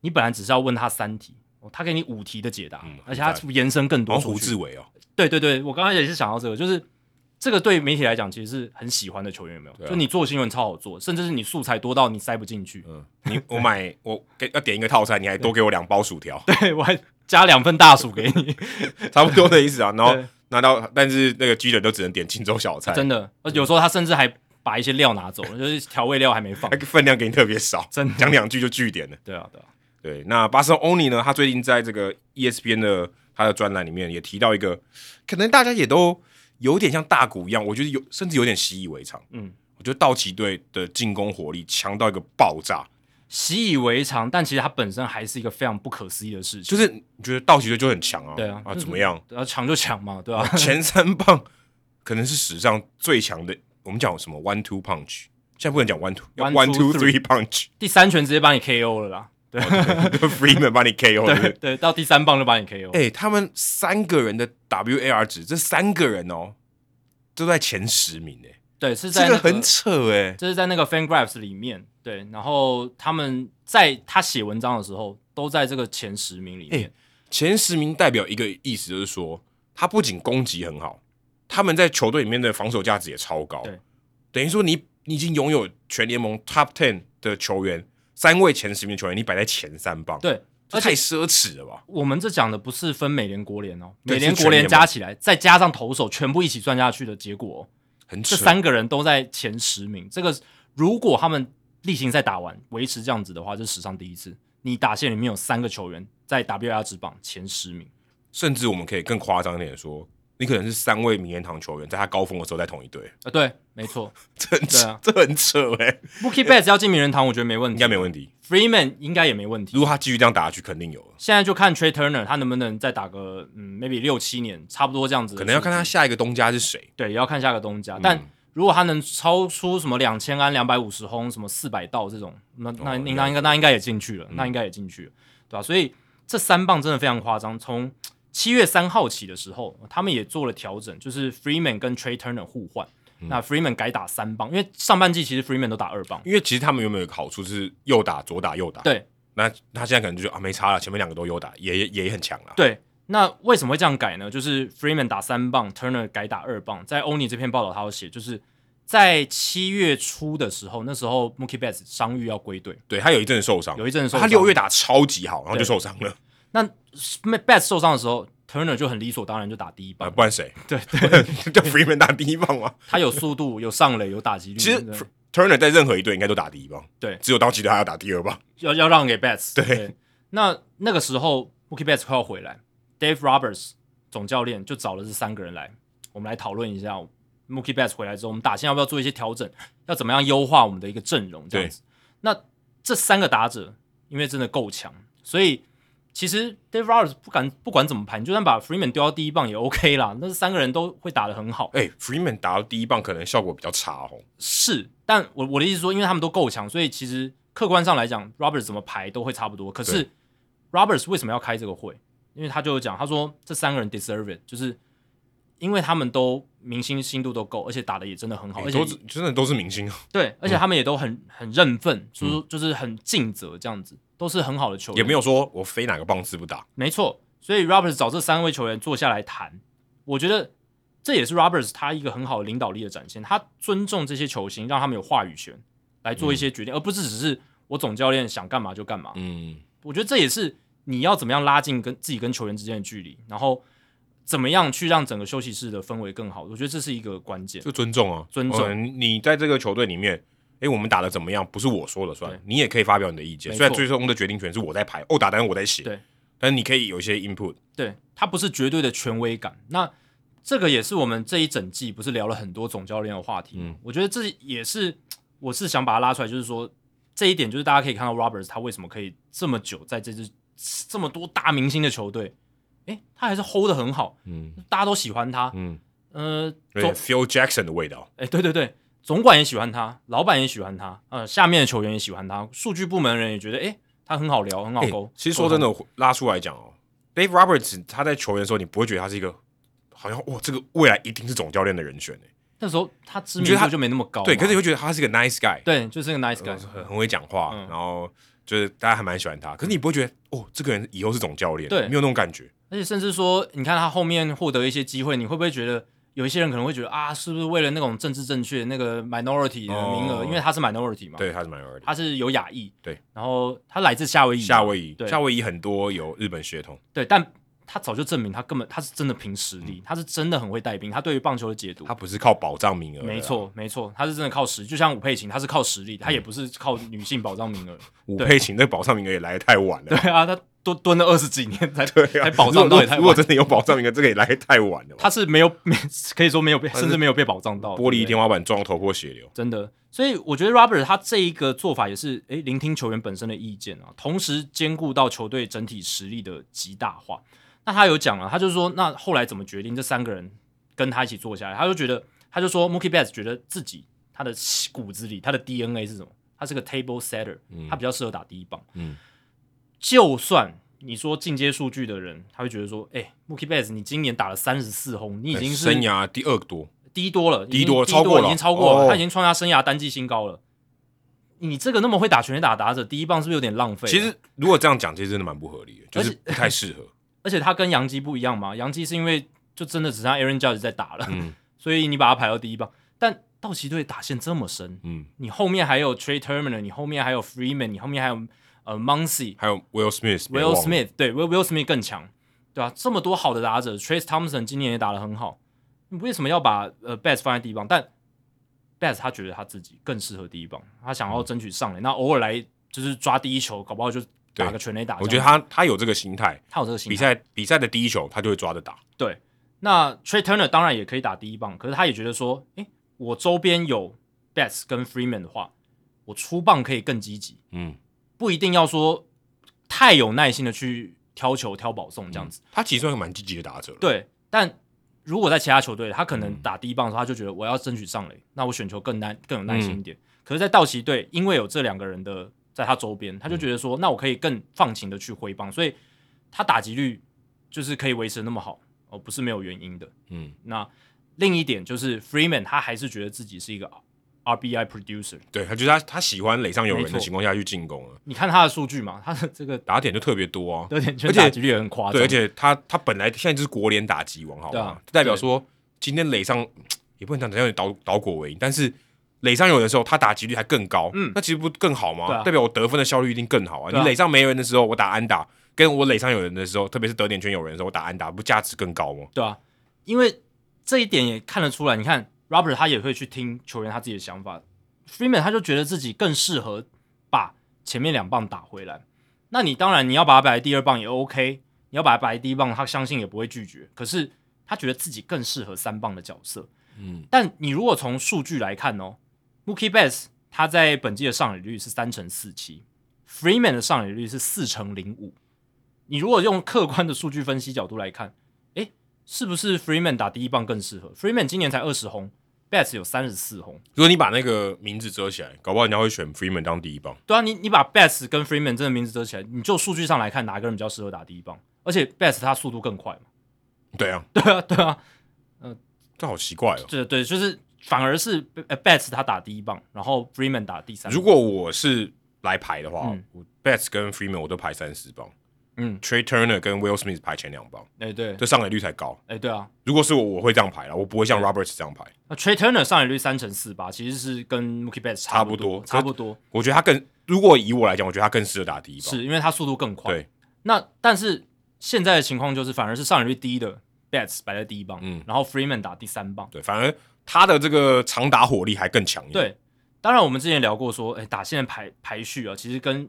Speaker 2: 你本来只是要问他三题，哦他给你五题的解答，
Speaker 1: 嗯
Speaker 2: 而且他延伸更
Speaker 1: 然
Speaker 2: 多
Speaker 1: 后
Speaker 2: 出
Speaker 1: 胡
Speaker 2: 去
Speaker 1: 志伟哦，
Speaker 2: 对对对，我刚刚也是想到这个，就是这个对媒体来讲其实是很喜欢的球员，有没有？
Speaker 1: 啊
Speaker 2: 就你做新闻超好做，甚至是你素材多到你塞不进去。
Speaker 1: 嗯，你我买我给要点一个套餐，你还多给我两包薯条，
Speaker 2: 对，我还加两份大薯给你，
Speaker 1: 差不多的意思啊。然后
Speaker 2: 对
Speaker 1: 拿到，但是那个基人都只能点青州小菜，
Speaker 2: 真的。而有时候他甚至还把一些料拿走了，就是调味料还没放
Speaker 1: 那。个分量给你特别少，
Speaker 2: 真的
Speaker 1: 讲两句就据点了。
Speaker 2: 对啊，对啊，
Speaker 1: 对，那巴塞欧尼呢？他最近在这个 E ESPN 的他的专栏里面也提到一个，可能大家也都有点像大鼓一样，我觉得有甚至有点习以为常。
Speaker 2: 嗯。
Speaker 1: 我觉得道奇队的进攻火力强到一个爆炸，
Speaker 2: 习以为常，但其实它本身还是一个非常不可思议的事情。
Speaker 1: 就是你觉得道奇队就很强啊，
Speaker 2: 对啊
Speaker 1: 啊
Speaker 2: 就是
Speaker 1: 怎么样？
Speaker 2: 然后抢就抢嘛，对吧、
Speaker 1: 前三棒可能是史上最强的，我们讲什么 one two punch，现在不能讲 one two，要
Speaker 2: One,
Speaker 1: one two
Speaker 2: two,
Speaker 1: three punch，
Speaker 2: 第三拳直接把你 KO 了啦，对
Speaker 1: Freeman 把你 KO 了是不
Speaker 2: 对
Speaker 1: 是。
Speaker 2: 对，到第三棒就把你 KO。
Speaker 1: 哦哎、他们三个人的 WAR 值，这三个人哦，都在前十名哎、
Speaker 2: 对，是在
Speaker 1: 这
Speaker 2: 那
Speaker 1: 个
Speaker 2: 个
Speaker 1: 很扯哎、
Speaker 2: 这是在那个 FanGraphs 里面，对，然后他们在他写文章的时候，都在这个前十名里
Speaker 1: 哎
Speaker 2: 面。
Speaker 1: 前十名代表一个意思，就是说他不仅攻击很好，他们在球队里面的防守价值也超高
Speaker 2: 对。
Speaker 1: 等于说你你已经拥有全联盟 Top Ten 的球员，三位前十名球员，你摆在前三棒，，
Speaker 2: 对，而且
Speaker 1: 太奢侈了吧？
Speaker 2: 我们这讲的不是分美联国联哦，
Speaker 1: 对
Speaker 2: 美联
Speaker 1: 是
Speaker 2: 国
Speaker 1: 全联
Speaker 2: 联
Speaker 1: 盟
Speaker 2: 加起来，再加上投手全部一起算下去的结果哦、
Speaker 1: 很扯
Speaker 2: 这。三个人都在前十名。这个如果他们例行赛打完维持这样子的话，这是史上第一次。你打线里面有三个球员在 WR 值榜前十名，
Speaker 1: 甚至我们可以更夸张一点说，你可能是三位名人堂球员在他高峰的时候在同一队，
Speaker 2: 啊，对，没错
Speaker 1: 这很
Speaker 2: 对
Speaker 1: 扯，
Speaker 2: 啊
Speaker 1: 这很扯哎、
Speaker 2: ，Mookie Betts 要进名人堂，我觉得没问题，
Speaker 1: 应该没问题。
Speaker 2: Freeman 应该也没问题
Speaker 1: 如。果他继续这样打下去，肯定有了。
Speaker 2: 现在就看 Trey Turner 他能不能再打个嗯，maybe 六七年，差不多这样子的数据。
Speaker 1: 可能要看他下一个东家是谁。
Speaker 2: 对，也要看下个东家。但
Speaker 1: 嗯
Speaker 2: 如果他能超出什么两千安、两百五十轰、什么四百道这种，那那
Speaker 1: 哦
Speaker 2: 那
Speaker 1: 了嗯
Speaker 2: 那应该那应该也进去了，那应该也进去了，对吧、所以这三棒真的非常夸张。从七月三号起的时候，他们也做了调整，就是 Freeman 跟 Trey Turner 互换。
Speaker 1: 嗯
Speaker 2: 那 Freeman 改打三棒，因为上半季其实 Freeman 都打二棒，
Speaker 1: 因为其实他们原本有个好处是右打左打右打，
Speaker 2: 对
Speaker 1: 那他现在可能就觉得啊没差了，前面两个都有打，也也也很强了。
Speaker 2: 对，那为什么会这样改呢？就是 Freeman 打三棒，Turner 改打二棒。在欧尼这篇报道，他有写，就是在七月初的时候，那时候 Mookie Betts 伤愈要归队，
Speaker 1: 对他有一阵受伤，
Speaker 2: 有一阵受伤
Speaker 1: 他六月打超级好，然后就
Speaker 2: 对
Speaker 1: 受伤了
Speaker 2: 那 Betts 受伤的时候，Turner 就很理所当然就打第一
Speaker 1: 啊，
Speaker 2: 棒，
Speaker 1: 不然谁？
Speaker 2: 对
Speaker 1: 叫 Freeman 打第一棒吗？
Speaker 2: 他有速度，有上垒，有打击率，
Speaker 1: 其实
Speaker 2: 对
Speaker 1: Fr- Turner 在任何一队应该都打第一棒，
Speaker 2: 对
Speaker 1: 只有道奇队他要打第二棒，
Speaker 2: 要要让给 Betts
Speaker 1: 对
Speaker 2: 那那个时候 Mookie Betts 快要回来，Dave Roberts 总教练就找了这三个人来，我们来讨论一下 Mookie Betts 回来之后，我们打线要不要做一些调整，要怎么样优化我们的一个阵容这样子。那这三个打者因为真的够强，所以其实 Dave Roberts 不敢不管怎么盘，就算把 Freeman 丢到第一棒也 OK 啦，那三个人都会打得很好。
Speaker 1: 哎、f r e e m a n 打到第一棒可能效果比较差哦。
Speaker 2: 是，但我我的意思是说，因为他们都够强，所以其实客观上来讲，Roberts 怎么排都会差不多。可是 Roberts 为什么要开这个会？因为他就有讲，他说这三个人 deserve it，就是因为他们都明星心度都够，而且打的也真的很好，
Speaker 1: 哎
Speaker 2: 而
Speaker 1: 都
Speaker 2: 且
Speaker 1: 是真的都是明星，啊，
Speaker 2: 对，而且他们也都很很认份，就是就是很尽责这样子，都是很好的球员，
Speaker 1: 嗯也没有说我非哪个棒次不打。
Speaker 2: 没错，所以 Roberts 找这三位球员坐下来谈，我觉得这也是 Roberts 他一个很好的领导力的展现。他尊重这些球星，让他们有话语权来做一些决定，而不是只是我总教练想干嘛就干嘛。
Speaker 1: 嗯，
Speaker 2: 我觉得这也是你要怎么样拉近跟自己跟球员之间的距离，然后怎么样去让整个休息室的氛围更好。我觉得这是一个关键。
Speaker 1: 就尊重啊，
Speaker 2: 尊重
Speaker 1: 嗯你在这个球队里面，哎、我们打的怎么样？不是我说了算
Speaker 2: 对，
Speaker 1: 你也可以发表你的意见。
Speaker 2: 没错
Speaker 1: 虽然最终的决定权是我在排，哦，打单我在写，
Speaker 2: 对，
Speaker 1: 但是你可以有一些 input。
Speaker 2: 对，他不是绝对的权威感。那这个也是我们这一整季不是聊了很多总教练的话题吗？
Speaker 1: 嗯
Speaker 2: 我觉得这也是我是想把它拉出来，就是说这一点，就是大家可以看到 Roberts 他为什么可以这么久在这支这么多大明星的球队，诶，他还是 hold 的很好，
Speaker 1: 嗯
Speaker 2: 大家都喜欢他。
Speaker 1: 嗯，
Speaker 2: 呃，
Speaker 1: 有
Speaker 2: 总
Speaker 1: 点 Phil Jackson 的味道。
Speaker 2: 哎，对对对，总管也喜欢他，老板也喜欢他，呃，下面的球员也喜欢他，数据部门的人也觉得，诶，他很好聊，很好
Speaker 1: 哎
Speaker 2: 沟。
Speaker 1: 其实说
Speaker 2: 沟
Speaker 1: 真
Speaker 2: 通，
Speaker 1: 的，拉出来讲哦，Dave Roberts 他在球员的时候，你不会觉得他是一个好像哇，这个未来一定是总教练的人选、欸、
Speaker 2: 那时候他知
Speaker 1: 你
Speaker 2: 名
Speaker 1: 觉得他
Speaker 2: 度就没那么高嘛，
Speaker 1: 对，可是你会觉得他是个 nice guy，
Speaker 2: 对，就是个 nice guy，
Speaker 1: 很很会讲话，
Speaker 2: 嗯
Speaker 1: 然后就是大家还蛮喜欢他。可是你不会觉得哦，这个人以后是总教练，
Speaker 2: 对
Speaker 1: 没有那种感觉。
Speaker 2: 而且甚至说，你看他后面获得一些机会，你会不会觉得有一些人可能会觉得啊，是不是为了那种政治正确那个 minority 的名额，
Speaker 1: 哦
Speaker 2: 因为他是 minority 嘛，
Speaker 1: 对，他是蛮有耳的。
Speaker 2: 他是有亚裔，
Speaker 1: 对，
Speaker 2: 然后他来自夏威夷嘛，
Speaker 1: 夏威夷，
Speaker 2: 对
Speaker 1: 夏威夷很多有日本血统，
Speaker 2: 对，但他早就证明他根本他是真的凭实力，他是真的很会带兵，他对于棒球的解读
Speaker 1: 嗯他。不啊是靠保障名额，
Speaker 2: 没，错，没错，他是真的靠实力，就像武佩琴，他是靠实力，他
Speaker 1: 嗯
Speaker 2: 也不是靠女性保障名额。
Speaker 1: 伍
Speaker 2: 对
Speaker 1: 佩琴那保障名额也来得太晚了
Speaker 2: 对
Speaker 1: 吧。
Speaker 2: 啊，他多蹲了二十几年才
Speaker 1: 对啊，
Speaker 2: 才保障到也
Speaker 1: 如果
Speaker 2: 太
Speaker 1: 如果
Speaker 2: 晚。
Speaker 1: 真的有保障名额，这个也来得太晚了吧。
Speaker 2: 他是没有没可以说没有被，甚至没有被保障到
Speaker 1: 玻
Speaker 2: 对
Speaker 1: 璃
Speaker 2: 不对
Speaker 1: 天花板撞到头破血流，
Speaker 2: 真的。所以我觉得 Robert 他这一个做法也是，诶，聆听球员本身的意见啊，同时兼顾到球队整体实力的极大化。那他有讲了、他就说，那后来怎么决定这三个人跟他一起坐下来？他就觉得，他就说，Mookie Betts 觉得自己他的骨子里他的 DNA 是什么？他是个 table setter，、他比较适合打第一棒。
Speaker 1: 嗯
Speaker 2: 就算你说进阶数据的人，他会觉得说，哎、m o o k i e Betts，你今年打了三十四轰，你已经是
Speaker 1: 哎生涯第二多，
Speaker 2: 低多了，已经
Speaker 1: 低多了超过
Speaker 2: 多
Speaker 1: 了
Speaker 2: 已经超过了，
Speaker 1: 哦
Speaker 2: 他已经创下生涯单季新高了。你这个那么会打全垒打的打者，第一棒是不是有点浪费？啊
Speaker 1: 其，实如果这样讲，其实真的蛮不合理的，就是不太适合。
Speaker 2: 而且他跟杨基不一样嘛，杨基是因为就真的只剩下 Aaron Judge 在打了，
Speaker 1: 嗯
Speaker 2: 所以你把他排到第一棒。但道奇队打线这么深，
Speaker 1: 嗯，
Speaker 2: 你后面还有 Trey Turner，你后面还有 Freeman，你后面还有呃 Muncy、
Speaker 1: 还有 Will Smith，别
Speaker 2: Will
Speaker 1: 忘了
Speaker 2: Smith，对 Will Will Smith 更强，对吧、这么多好的打者，Trace Thompson 今年也打得很好，你为什么要把呃 Bass 放在第一棒？但 Bass 他觉得他自己更适合第一棒，他想
Speaker 1: 嗯
Speaker 2: 要争取上垒，那偶尔来就是抓第一球，搞不好就打个全垒打。
Speaker 1: 我觉得
Speaker 2: 这样
Speaker 1: 他他有这个心态，
Speaker 2: 他有这个心
Speaker 1: 比
Speaker 2: 态。
Speaker 1: 赛比赛的第一球他就会抓着打，
Speaker 2: 对，那 Trey Turner 当然也可以打第一棒，可是他也觉得说，诶，我周边有 Bass 跟 Freeman 的话，我出棒可以更积极。
Speaker 1: 嗯，
Speaker 2: 不一定要说太有耐心的去挑球、挑保送这样子。
Speaker 1: 他其实算一个蛮积极的打者了。
Speaker 2: 对，但如果在其他球队，他可
Speaker 1: 嗯
Speaker 2: 能打第一棒的时候，他就觉得我要争取上垒，那我选球更耐、更有耐
Speaker 1: 嗯
Speaker 2: 心一点。可是，在道奇队，因为有这两个人的在他周边，他
Speaker 1: 嗯
Speaker 2: 就觉得说，那我可以更放情的去挥棒，所以他打击率就是可以维持得那么好哦，不是没有原因的。
Speaker 1: 嗯，
Speaker 2: 那另一点就是 Freeman，他还是觉得自己是一个 RBI producer。
Speaker 1: 对，他就是他他喜欢垒上有人
Speaker 2: 没
Speaker 1: 的
Speaker 2: 错
Speaker 1: 情况下去进攻了，
Speaker 2: 你看他的数据嘛，他的这个
Speaker 1: 打点就特别多啊。
Speaker 2: 得点圈
Speaker 1: 而且
Speaker 2: 打击率也很夸张，
Speaker 1: 对，而且他他本来现在就是国联打击王，好
Speaker 2: 啊对
Speaker 1: 吧，
Speaker 2: 啊
Speaker 1: 代表说今天垒上嗯也不能讲怎样倒倒果为因，但是垒上有人的时候，他打击率还更高，
Speaker 2: 嗯
Speaker 1: 那其实不更好吗？
Speaker 2: 对啊
Speaker 1: 代表我得分的效率一定更好啊！
Speaker 2: 对啊
Speaker 1: 你垒上没人的时候，我打安打，跟我垒上有人的时候，特别是得点圈有人的时候，我打安打，不价值更高吗？
Speaker 2: 对啊，因为这一点也看得出来。你看 Robert 他也会去听球员他自己的想法，Freeman 他就觉得自己更适合把前面两棒打回来。那你当然你要把他摆在第二棒也 OK，你要把他摆在第一棒，他相信也不会拒绝。可是他觉得自己更适合三棒的角色。
Speaker 1: 嗯，
Speaker 2: 但你如果从数据来看哦，Mookie Betts 他在本季的上垒率是三成四七，Freeman 的上垒率是四成零五。你如果用客观的数据分析角度来看，诶，是不是 Freeman 打第一棒更适合？Freeman 今年才二十轰，Betts 有三十四轰。
Speaker 1: 如果你把那个名字遮起来，搞不好人家会选 Freeman 当第一棒。
Speaker 2: 对啊，你你把 Betts 跟 Freeman 真的名字遮起来，你就数据上来看，哪个人比较适合打第一棒？而且 Betts 他速度更快嘛。
Speaker 1: 对啊，
Speaker 2: 对啊，对啊，
Speaker 1: 这好奇怪哦。
Speaker 2: 对对，就是反而是呃 Betts 他打第一棒，然后 Freeman 打第三棒。
Speaker 1: 如果我是来排的话、
Speaker 2: 嗯
Speaker 1: 我 b e t s 跟 Freeman 我都排三四棒
Speaker 2: 嗯，
Speaker 1: ，Trey Turner 跟 Will Smith 排前两棒，
Speaker 2: 哎对，
Speaker 1: 这上垒率才高。
Speaker 2: 哎对啊，
Speaker 1: 如果是我，我会这样排了，我不会像 Roberts 这样排。
Speaker 2: 那 Trey Turner 上垒率三成四八，其实是跟 Mookie Betts
Speaker 1: 差
Speaker 2: 不
Speaker 1: 不多
Speaker 2: 差不多，
Speaker 1: 我觉得他更，如果以我来讲，我觉得他更适合打第一棒。
Speaker 2: 是因为他速度更快。
Speaker 1: 对，
Speaker 2: 那但是现在的情况就是，反而是上垒率低的 Betts 摆在第一棒，
Speaker 1: 嗯
Speaker 2: 然后 Freeman 打第三棒。
Speaker 1: 对，反而他的这个长打火力还更强一点。
Speaker 2: 对，当然我们之前聊过说，哎，打线的排排序啊，其实跟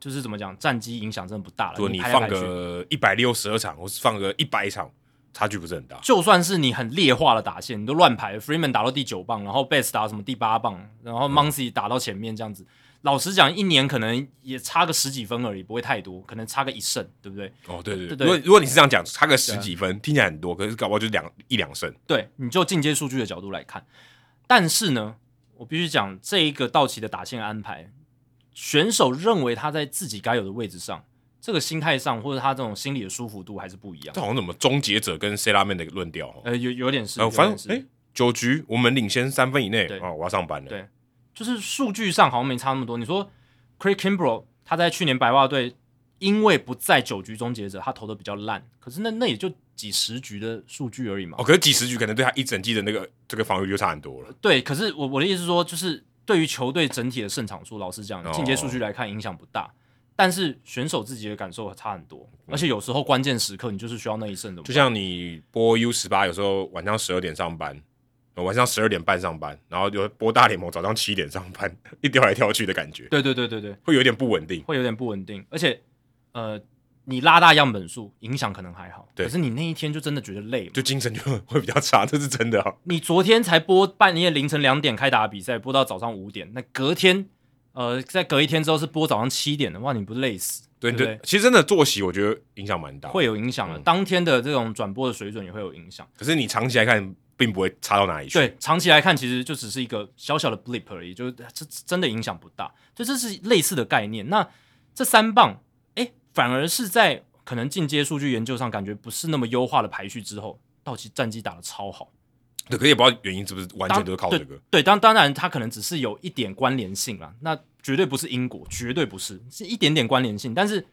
Speaker 2: 就是怎么讲，战绩影响真的不大了。
Speaker 1: 如果你
Speaker 2: 排来
Speaker 1: 放
Speaker 2: 排去
Speaker 1: 个一百六十二场，或是放个一百场，差距不是很大。
Speaker 2: 就算是你很劣化的打线，你都乱排，Freeman 打到第九棒，然后 Bass 打到什么第八棒，然
Speaker 1: 嗯
Speaker 2: 后 Muncy 打到前面这样子。老实讲，一年可能也差个十几分而已，不会太多，可能差个一胜，对不对？
Speaker 1: 哦，对对
Speaker 2: 对对
Speaker 1: 对。
Speaker 2: 啊
Speaker 1: 如果如果你是这样讲，差个十几分，听起来很多，可是搞不好就两一两胜。
Speaker 2: 对，你就进阶数据的角度来看。但是呢，我必须讲这一个道奇的打线安排，选手认为他在自己该有的位置上，这个心态上或者他这种心理的舒服度还是不一样
Speaker 1: 这。好像什么终结者跟 s e l a m a n 的论调哦。
Speaker 2: 呃，有有点是，
Speaker 1: 呃，反
Speaker 2: 有点是
Speaker 1: 正哎，九局我们领先三分以内
Speaker 2: 对
Speaker 1: 啊，我要上班了。
Speaker 2: 对就是数据上好像没差那么多。你说 Craig Kimbrel 他在去年白袜队因为不在九局终结者，他投的比较烂，可是那那也就几十局的数据而已嘛。
Speaker 1: 哦，可是几十局可能对他一整季的那个这个防御就差很多了。
Speaker 2: 对，可是我我的意思是说，就是对于球队整体的胜场数，老实讲，
Speaker 1: 哦
Speaker 2: 进阶数据来看影响不大，但是选手自己的感受差很多，而且有时候关键时刻你就是需要那一胜的嘛，
Speaker 1: 嗯就像你播 U 十八，有时候晚上十二点上班，呃晚上十二点半上班，然后就播大联盟，早上七点上班，一跳来跳去的感觉，
Speaker 2: 对对对对对，
Speaker 1: 会有点不稳定。
Speaker 2: 会有点不稳定，而且呃，你拉大样本数影响可能还好，
Speaker 1: 对
Speaker 2: 可是你那一天就真的觉得累嘛，
Speaker 1: 就精神就 会比较差，这是真的啊！
Speaker 2: 你昨天才播半夜凌晨两点开打的比赛，播到早上五点，那隔天呃再隔一天之后是播早上七点的，哇，你不累死？
Speaker 1: 对
Speaker 2: 对不
Speaker 1: 对，其实真的作息我觉得影响蛮大。
Speaker 2: 会，有影响的，
Speaker 1: 嗯
Speaker 2: 当天的这种转播的水准也会有影响。
Speaker 1: 可是你长期来看，并不会差到哪里去。，
Speaker 2: 对，长期来看，其实就只是一个小小的 blip 而已，就是这这真的影响不大。就这是类似的概念。那这三棒，哎，反而是在可能进阶数据研究上，感觉不是那么优化的排序之后，道奇战绩打得超好。
Speaker 1: 对，可是也不知道原因是不是完全都是靠这个
Speaker 2: 对。对，当当然，它可能只是有一点关联性啦，那绝对不是因果，绝对不是，是一点点关联性。但是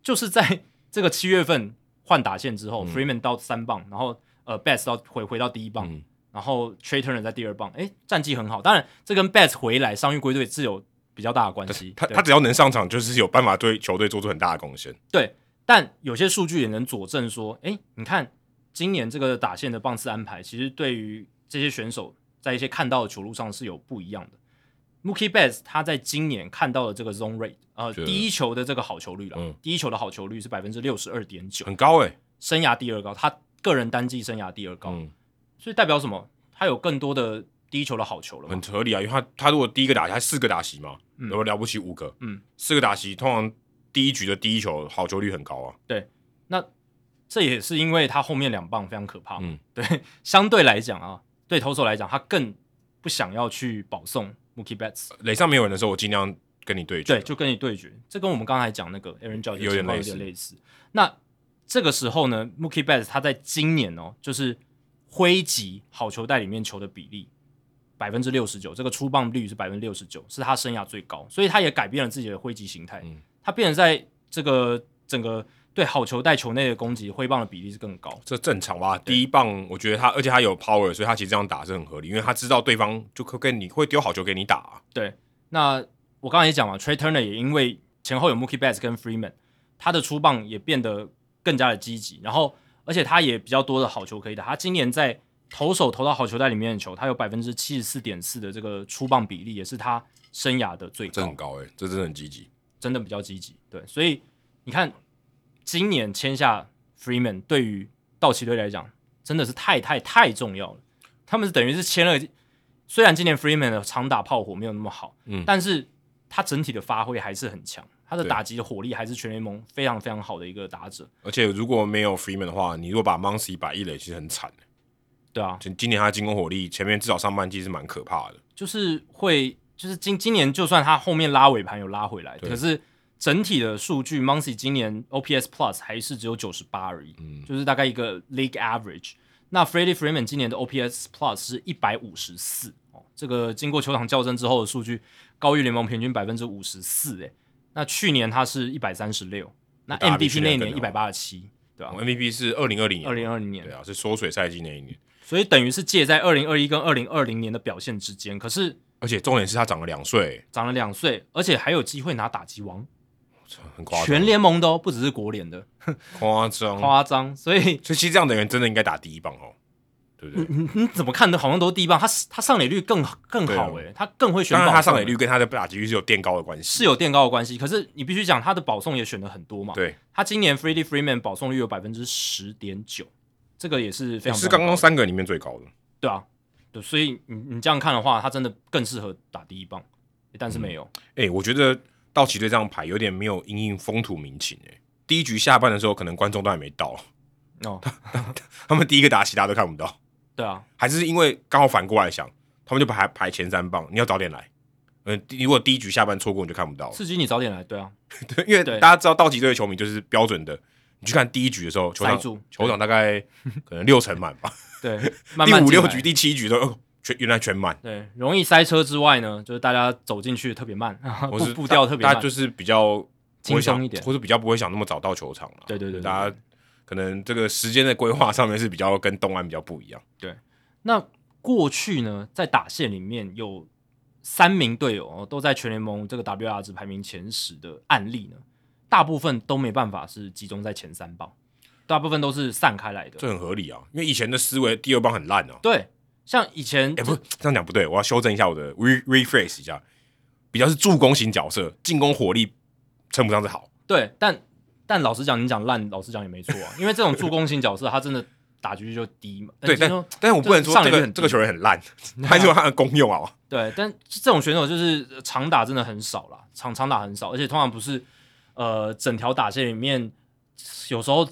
Speaker 2: 就是在 这个七月份换打线之后、f
Speaker 1: 嗯
Speaker 2: r e e m a n 到三棒，然后呃 Bass 到回回到第一棒，
Speaker 1: 嗯
Speaker 2: 然后 t r a y t u r n 在第二棒，诶，战绩很好。当然，这跟 Bass 回来伤愈归队是有比较大的关系。
Speaker 1: 他
Speaker 2: 对
Speaker 1: 他只要能上场，就是有办法对球队做出很大的贡献。
Speaker 2: 对，但有些数据也能佐证说，哎，你看今年这个打线的棒次安排，其实对于这些选手在一些看到的球路上是有不一样的。Mookie Betts 他在今年看到的这个 zone rate，呃，
Speaker 1: 是
Speaker 2: 第一球的这个好球率了，
Speaker 1: 嗯
Speaker 2: 第一球的好球率是百分之六十二点九，
Speaker 1: 很高哎、
Speaker 2: 生涯第二高，他个人单季生涯第二高，
Speaker 1: 嗯，
Speaker 2: 所以代表什么？他有更多的第一球的好球了嘛
Speaker 1: 很合理啊，因为他他如果第一个打他四个打席嘛，
Speaker 2: 嗯
Speaker 1: 然后了不起五个，
Speaker 2: 嗯，
Speaker 1: 四个打席通常第一局的第一球好球率很高啊，
Speaker 2: 那这也是因为他后面两棒非常可怕嘛。
Speaker 1: 嗯
Speaker 2: 对，相对来讲啊，对投手来讲，他更不想要去保送 Mookie Betts，
Speaker 1: 垒上没有人的时候，我尽量跟你对决。啊
Speaker 2: 对，就跟你对决。这跟我们刚才讲那个 Aaron Judge 的
Speaker 1: 有点
Speaker 2: 情况
Speaker 1: 类
Speaker 2: 有
Speaker 1: 似
Speaker 2: 点类似。那这个时候呢，Mookie Betts 他在今年哦，就是挥击好球带里面球的比例。百分之六十九，这个出棒率是百分之六十九，是他生涯最高，所以他也改变了自己的挥击形态，
Speaker 1: 嗯
Speaker 2: 他变得在这个整个对好球带球内的攻击挥棒的比例是更高。
Speaker 1: 这正常吧？第一棒，我觉得他，而且他有 power，所以他其实这样打是很合理，因为他知道对方就可跟你会丢好球给你打、啊。
Speaker 2: 那我刚才也讲嘛，Trey Turner 也因为前后有 Mookie Betts 跟 Freeman，他的出棒也变得更加的积极，然后而且他也比较多的好球可以打。他今年在投手投到好球袋里面的球，他有百分之七十四点四的这个出棒比例，也是他生涯的最
Speaker 1: 这
Speaker 2: 高
Speaker 1: 很，高哎、这真的很积极。
Speaker 2: 真的比较积极。对，所以你看今年签下 Freeman 对于道奇队来讲真的是太太太重要了。他们是等于是签了，虽然今年 Freeman 的长打炮火没有那么好，
Speaker 1: 嗯
Speaker 2: 但是他整体的发挥还是很强，他的
Speaker 1: 对
Speaker 2: 打击的火力还是全联盟非常非常好的一个打者，
Speaker 1: 而且如果没有 Freeman 的话，你如果把 Muncy 摆一垒，其实很惨、
Speaker 2: 对啊，
Speaker 1: 今今年他的进攻火力，前面至少上半季是蛮可怕的。
Speaker 2: 就是会就是今今年就算他后面拉尾盘有拉回来，
Speaker 1: 对
Speaker 2: 可是整体的数据 m o n c y 今年 OPS Plus 还是只有九十八而已，就是大概一个 League Average。那 Freddie Freeman 今年的 OPS Plus 是一百五十四哦，这个经过球场校正之后的数据高于联盟平均百分之五十四，哎，那去年他是一百三十六，那
Speaker 1: 打得比去
Speaker 2: MVP 那
Speaker 1: 年
Speaker 2: 一
Speaker 1: 更
Speaker 2: 年一百八十七，对吧、
Speaker 1: MVP 是二零二零年，
Speaker 2: 二零二零年
Speaker 1: 对，啊，是缩水赛季那一年。
Speaker 2: 所以等于是介在二零二一跟二零二零年的表现之间，可是
Speaker 1: 而且重点是他长了两岁，
Speaker 2: 长了两岁，而且还有机会拿打击王，
Speaker 1: 很夸张，嗯
Speaker 2: 全联盟的哦，不只是国联的，
Speaker 1: 夸张。
Speaker 2: 夸张。所 以
Speaker 1: 所以其实这样的人真的应该打第一棒哦，对不对？
Speaker 2: 你你怎么看的，好像都是第一棒，他他上垒率更更好
Speaker 1: 对啊
Speaker 2: 诶、他更会选
Speaker 1: 当
Speaker 2: 保
Speaker 1: 然，
Speaker 2: 送，欸
Speaker 1: 他上垒率跟他的打击率是有垫高的关系。
Speaker 2: 是有垫高的关系，可是你必须讲他的保送也选的很多嘛。，
Speaker 1: 对，
Speaker 2: 他今年 Freddie Freeman 保送率有百分之十点九，这个也是啊非常
Speaker 1: 是
Speaker 2: 非常
Speaker 1: 刚刚三个里面最高的。
Speaker 2: 对啊，对，所以你你这样看的话，他真的更适合打第一棒，诶但是没有。
Speaker 1: 哎、我觉得道奇队这样排有点没有因应风土民情哎、第一局下半的时候，可能观众都还没到， 嗯
Speaker 2: 哦，
Speaker 1: 他们第一个打席大家都看不到，
Speaker 2: 对啊，
Speaker 1: 还是因为刚好反过来想，他们就排排前三棒，你要早点来。嗯，第如果第一局下半错过，你就看不到了。
Speaker 2: 刺激你早点来，对啊，
Speaker 1: 对， 因为
Speaker 2: 对
Speaker 1: 大家知道道奇队的球迷就是标准的，你去看第一局的时候，球场
Speaker 2: 塞住
Speaker 1: 球场大 概可能六成满吧，
Speaker 2: 对，慢慢
Speaker 1: 第五
Speaker 2: 进
Speaker 1: 六
Speaker 2: 来
Speaker 1: 局、第七局都、哦全原来全满，
Speaker 2: 对，容易塞车之外呢，就是大家走进去特别慢，
Speaker 1: 我
Speaker 2: 步
Speaker 1: 是
Speaker 2: 哦步
Speaker 1: 大
Speaker 2: 调特别
Speaker 1: 大
Speaker 2: 慢，
Speaker 1: 家就是比较不会
Speaker 2: 轻松
Speaker 1: 想
Speaker 2: 一点
Speaker 1: 或者比较不会想那么早到球场了。
Speaker 2: 对对对对
Speaker 1: 大家可能这个时间的规划上面是比较跟东岸比较不一样。
Speaker 2: 那过去呢，在打线里面有三名队友哦，都在全联盟这个 WR 值排名前十的案例呢，大部分都没办法是集中在前三棒，大部分都是散开来
Speaker 1: 这
Speaker 2: 的。
Speaker 1: 很合理啊，因为以前的思维第二棒很烂啊。
Speaker 2: 对，像以前
Speaker 1: 哎、不是这样讲不对，我要修正一下我的 re rephrase 一下，比较是助攻型角色，进攻火力称不上是好。
Speaker 2: 对，但但老实讲，你讲烂，老实讲也没错啊，因为这种助攻型角色，他真的打局就低嘛。呃
Speaker 1: 对，
Speaker 2: 就
Speaker 1: 但
Speaker 2: 是说
Speaker 1: 但是我不能说
Speaker 2: 上
Speaker 1: 这
Speaker 2: 垒率
Speaker 1: 个
Speaker 2: 很低
Speaker 1: 这个球员很烂，还是有他的功用啊。
Speaker 2: 对，但这种选手就是呃长打真的很少啦，长长打很少，而且通常不是呃整条打线里面，有时候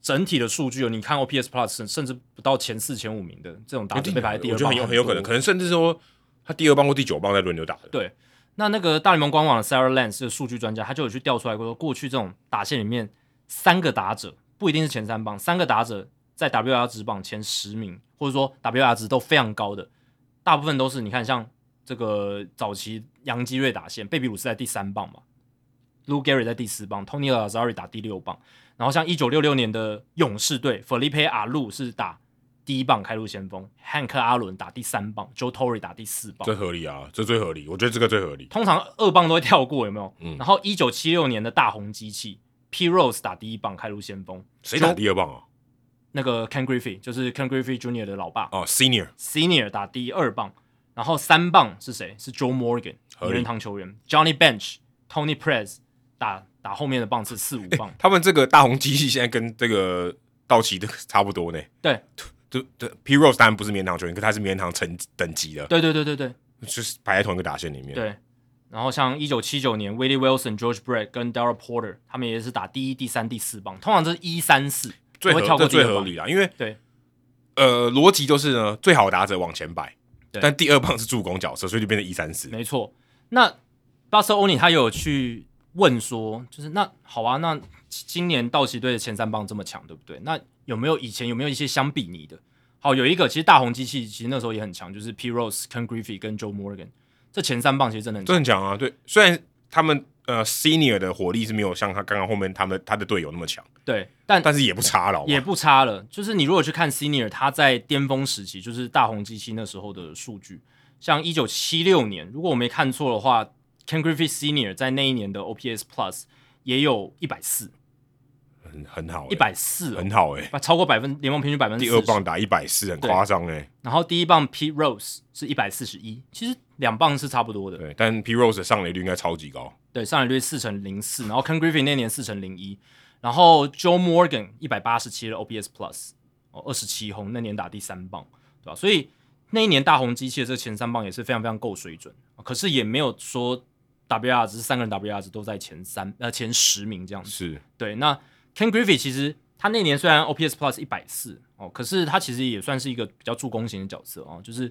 Speaker 2: 整体的数据，哦你看 OPS Plus 甚甚至不到前四前五名的这种打者被排在第
Speaker 1: 我
Speaker 2: 二
Speaker 1: 觉得
Speaker 2: 棒
Speaker 1: 很
Speaker 2: 多，
Speaker 1: 有很有可能，可能甚至说他第二棒或第九棒在轮流打的。
Speaker 2: 对。那那个大联盟官网的 Sarah Lance 的数据专家，他就有去调出来过说，过去这种打线里面，三个打者不一定是前三棒，三个打者在 WR 值榜前十名，或者说 WR 值都非常高的，大部分都是你看像这个早期杨基瑞打线，贝比鲁斯在第三棒嘛，Lou Gary 在第四棒，Tony Lazzari 打第六棒，然后像一九六六年的勇士队，Felipe a l 是打第一棒开路先锋，汉克阿伦打第三棒，Joe Torre 打第四棒
Speaker 1: 这，合理啊，这最合理，我觉得这个最合理。
Speaker 2: 通常二棒都会跳过，有没有？
Speaker 1: 嗯
Speaker 2: 然后一九七六年的大红机器，P Rose 打第一棒开路先锋，
Speaker 1: 谁打第二棒啊？
Speaker 2: 那个 Ken Griffey 就是 Ken Griffey Jr. 的老爸、
Speaker 1: 哦，Senior，
Speaker 2: Senior 打第二棒，然后三棒是谁？是 Joe Morgan
Speaker 1: 合理
Speaker 2: 名人堂球员，Johnny Bench、Tony Perez 打打后面的棒是四五棒，
Speaker 1: 他们这个大红机器现在跟这个道奇的差不多呢。
Speaker 2: 对
Speaker 1: 就对，P Rose 当然不是棉糖球员，可他是棉糖层等级的，
Speaker 2: 对对对对对
Speaker 1: 就是排在同一个打线里面。，
Speaker 2: 对。然后像一九七九年，Willie Wilson、George Brett 跟 Darryl Porter 他们也是打第一、第三、第四棒，通常这是一三四，
Speaker 1: 最
Speaker 2: 都会跳
Speaker 1: 合这
Speaker 2: 过第
Speaker 1: 最
Speaker 2: 二
Speaker 1: 合
Speaker 2: 棒。
Speaker 1: 理啦，因为
Speaker 2: 对
Speaker 1: 呃，逻辑就是呢，最好的打者往前摆，
Speaker 2: 对
Speaker 1: 但第二棒是助攻角色，所以就变成一三四。
Speaker 2: 没错。那巴塞欧尼他也有去问说，就是那好啊，那今年道奇队的前三棒这么强，对不对？那有没有以前有没有一些相比拟的？好，有一个其实大红机器其实那时候也很强，就是 P Rose、Ken Griffey 跟 Joe Morgan 这前三棒其实真的很
Speaker 1: 这
Speaker 2: 强。
Speaker 1: 很强啊，对，虽然他们呃 Senior 的火力是没有像他刚刚后面他们他的队友那么强，
Speaker 2: 对，但
Speaker 1: 但是也不差了，好吧
Speaker 2: 嗯也不差了。就是你如果去看 Senior 他在巅峰时期，就是大红机器那时候的数据，像一九七六年，如果我没看错的话，Ken Griffey Senior 在那一年的 OPS Plus 也有一百四，
Speaker 1: 很很好欸、
Speaker 2: 一百四，哦
Speaker 1: 很好哎、
Speaker 2: 把超过百分联盟平均百分之
Speaker 1: 第二棒打一百四，很
Speaker 2: 对
Speaker 1: 夸张哎。
Speaker 2: 然后第一棒 Pete Rose 是一百四十一，其实两棒是差不多的，对，
Speaker 1: 对，但 P Rose 的上垒率应该超级高，
Speaker 2: 上垒率四乘零四，然后 Ken Griffey 那年四乘零一，然后 Joe Morgan 一百八十七的 OPS Plus 哦二十七轰，那年打第三棒，对吧？所以那一年大红机器的这前三棒也是非常非常够水准，可是也没有说 WR 值三个人 WR 值都在前三呃前十名这样子。
Speaker 1: 是
Speaker 2: 对，那 Ken Griffey 其实他那年虽然 OPS Plus 一百四哦，可是他其实也算是一个比较助攻型的角色哦，就是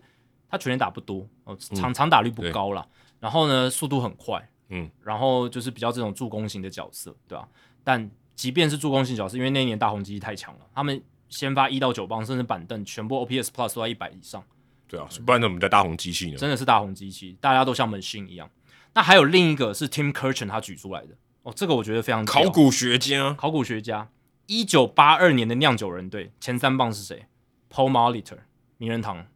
Speaker 2: 他全垒打不多哦，长长打率不高啦，然后呢速度很快，
Speaker 1: 嗯，
Speaker 2: 然后就是比较这种助攻型的角色，对吧、但即便是助攻型角色，因为那一年大红机太强了，他们先发一到九棒甚至板凳全部 OPS Plus 都在一百以上，
Speaker 1: 对啊，不然怎么叫大红机器呢？
Speaker 2: 真的是大红机器，大家都像门兴一样。那还有另一个是 Tim k i r c h e n 他举出来的哦，这个我觉得非常屌
Speaker 1: 考古学家
Speaker 2: 考古学家，一九八二年的酿酒人队前三棒是谁？Paul Molitor 名人堂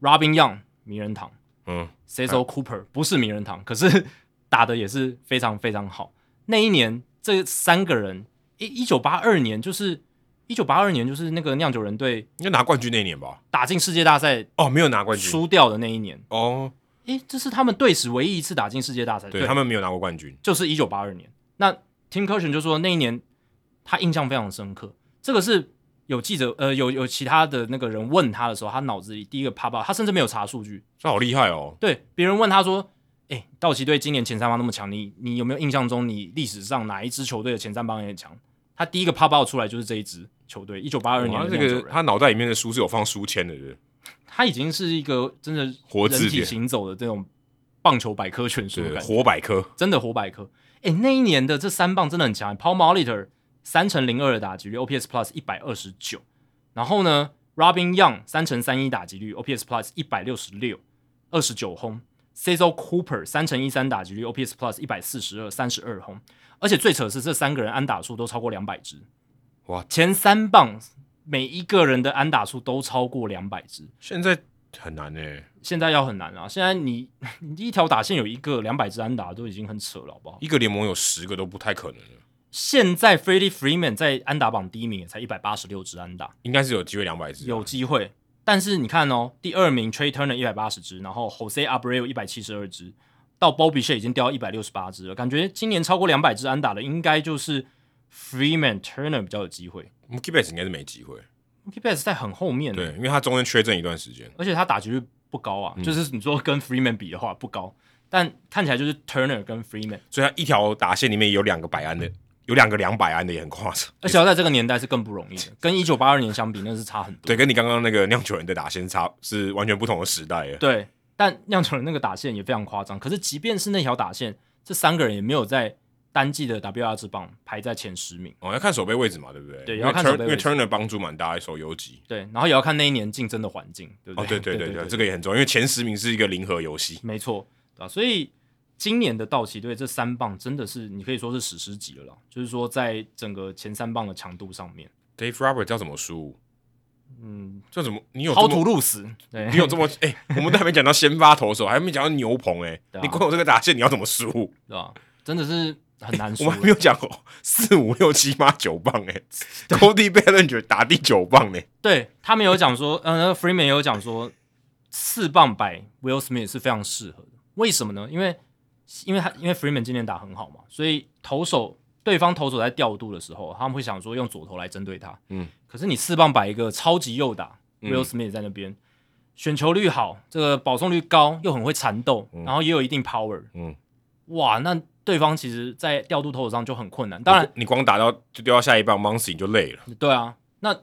Speaker 2: ，Robin Young 名人堂
Speaker 1: 嗯，
Speaker 2: ，Cecil Cooper 不是名人堂，可是 打的也是非常非常好。那一年这三个人，一一九八二年就是一九八二年就是那个酿酒人队
Speaker 1: 应该拿冠军那一年吧？
Speaker 2: 打进世界大赛
Speaker 1: 哦，没有拿冠军
Speaker 2: 输掉的那一年，
Speaker 1: 哦，
Speaker 2: 诶，这是他们队史唯一一次打进世界大赛，
Speaker 1: 对他们没有拿过冠军，
Speaker 2: 就是一九八二年。那 Tim c u r c h e n 就说那一年他印象非常深刻，这个是有记者呃有有其他的那个人问他的时候，他脑子里第一个啪啪，他甚至没有查数据，
Speaker 1: 这好厉害哦，
Speaker 2: 对别人问他说。哎、道奇队今年前三棒那么强，你你有没有印象中你历史上哪一支球队的前三棒也很强？他第一个 pop out 出来就是这一支球队，一九八二年
Speaker 1: 哇
Speaker 2: 的
Speaker 1: 这
Speaker 2: 酿酒
Speaker 1: 个
Speaker 2: 人
Speaker 1: 他脑袋里面的书是有放书签的，对不对
Speaker 2: 他已经是一个真的
Speaker 1: 活字
Speaker 2: 人体
Speaker 1: 典
Speaker 2: 行走的这种棒球百科全书的
Speaker 1: 对，
Speaker 2: 感觉。
Speaker 1: 活百科，
Speaker 2: 真的活百科。哎、那一年的这三棒真的很强，Paul Molitor 三乘零二的打击率，OPS Plus 一百二十九，然后呢，Robin Young 三乘三一打击率，OPS Plus 一百六十六，二十九轰。Cecil Cooper 三乘一三打击率，OPS Plus 一百四十二，三十二轰。而且最扯的是，这三个人安打数都超过两百支。
Speaker 1: 哇
Speaker 2: 前三棒每一个人的安打数都超过两百支，
Speaker 1: 现在很难哎，
Speaker 2: 现在要很难啊！现在你 你一条打线有一个两百支安打都已经很扯了，好不好？
Speaker 1: 一个联盟有十个都不太可能了，
Speaker 2: 现在 Freddie Freeman 在安打榜第一名，也才一百八十六支安打，
Speaker 1: 应该是啊有机会两百支，
Speaker 2: 有机会。但是你看哦，第二名 Trey Turner 一百八十支，然后 Jose Abreu 一百七十二支，到 Bobby Shea 已经掉到一百六十八支了。感觉今年超过两百支安打的，应该就是 Freeman Turner 比较有机会。
Speaker 1: m o o k i e Betts 应该是没机会，
Speaker 2: k b e s 在很后面，
Speaker 1: 对，，因嗯为他中间缺阵一段时间，
Speaker 2: 而且他打击率不高啊，就是你说跟 Freeman 比的话不高，但看起来就是 Turner 跟 Freeman，
Speaker 1: 所以他一条打线里面有两个百安
Speaker 2: 嗯
Speaker 1: 的，有两个两百安的也很夸张，
Speaker 2: 而且要在这个年代是更不容易的，跟一九八二年相比，那是差很多。
Speaker 1: 对，跟你刚刚那个酿酒人的打线差是完全不同的时代耶，
Speaker 2: 对，但酿酒人那个打线也非常夸张。可是即便是那条打线，这三个人也没有在单季的 WR 之棒排在前十名。
Speaker 1: 哦，要看守备位置嘛，对不对？
Speaker 2: 对
Speaker 1: 因
Speaker 2: 要
Speaker 1: 为
Speaker 2: 看守
Speaker 1: Turn
Speaker 2: 备
Speaker 1: 因
Speaker 2: 位
Speaker 1: 为
Speaker 2: 置
Speaker 1: Turner 帮助蛮大，手游级。
Speaker 2: 对，然后也要看那一年竞争的环境，对不
Speaker 1: 哦，
Speaker 2: 对
Speaker 1: 对对对
Speaker 2: 对
Speaker 1: 对，这个也很重要，因为前十名是一个零和游戏。
Speaker 2: 没错，对吧、所以今年的道奇队这三棒真的是你可以说是史诗级了啦，就是说在整个前三棒的强度上面，
Speaker 1: Dave Robert 要怎么输？
Speaker 2: 嗯，
Speaker 1: 这怎么？你有这
Speaker 2: 薅土
Speaker 1: 么
Speaker 2: 路死，对
Speaker 1: 你有这么？哎，我们都还没讲到先发投手，还没讲到牛棚，哎
Speaker 2: 对，啊
Speaker 1: 你光有这个打线，你要怎么输？
Speaker 2: 对吧、真的是很难
Speaker 1: 我
Speaker 2: 说、
Speaker 1: 们还没有讲过四五六七八九棒， 哎，Cody Bellinger 打第九棒欸呢。
Speaker 2: 对他们有讲说，嗯、呃、，Freeman 也有讲说，四棒摆 Will Smith 是非常适合的。为什么呢？因为因为他因为 Freeman 今年打很好嘛，所以投手对方投手在调度的时候，他们会想说用左投来针对他。
Speaker 1: 嗯，
Speaker 2: 可是你四棒摆一个超级右打、
Speaker 1: 嗯
Speaker 2: Will Smith 在那边，选球率好，这个保送率高，又很会缠斗，然后也有一定 power。
Speaker 1: 嗯，
Speaker 2: 哇，那对方其实，在调度投手上就很困难。当然，
Speaker 1: 你光打到就丢到下一棒 m o n c y 你就累了。
Speaker 2: 对啊，那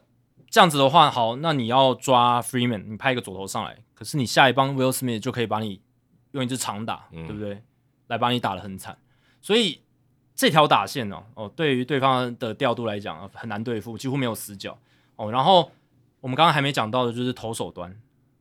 Speaker 2: 这样子的话，好，那你要抓 Freeman，你派一个左投上来，可是你下一棒 Will Smith 就可以把你用一支长打，
Speaker 1: 嗯
Speaker 2: 对不对？来把你打得很惨，所以这条打线哦，哦，对于对方的调度来讲很难对付，几乎没有死角哦。然后我们刚刚还没讲到的就是投手端，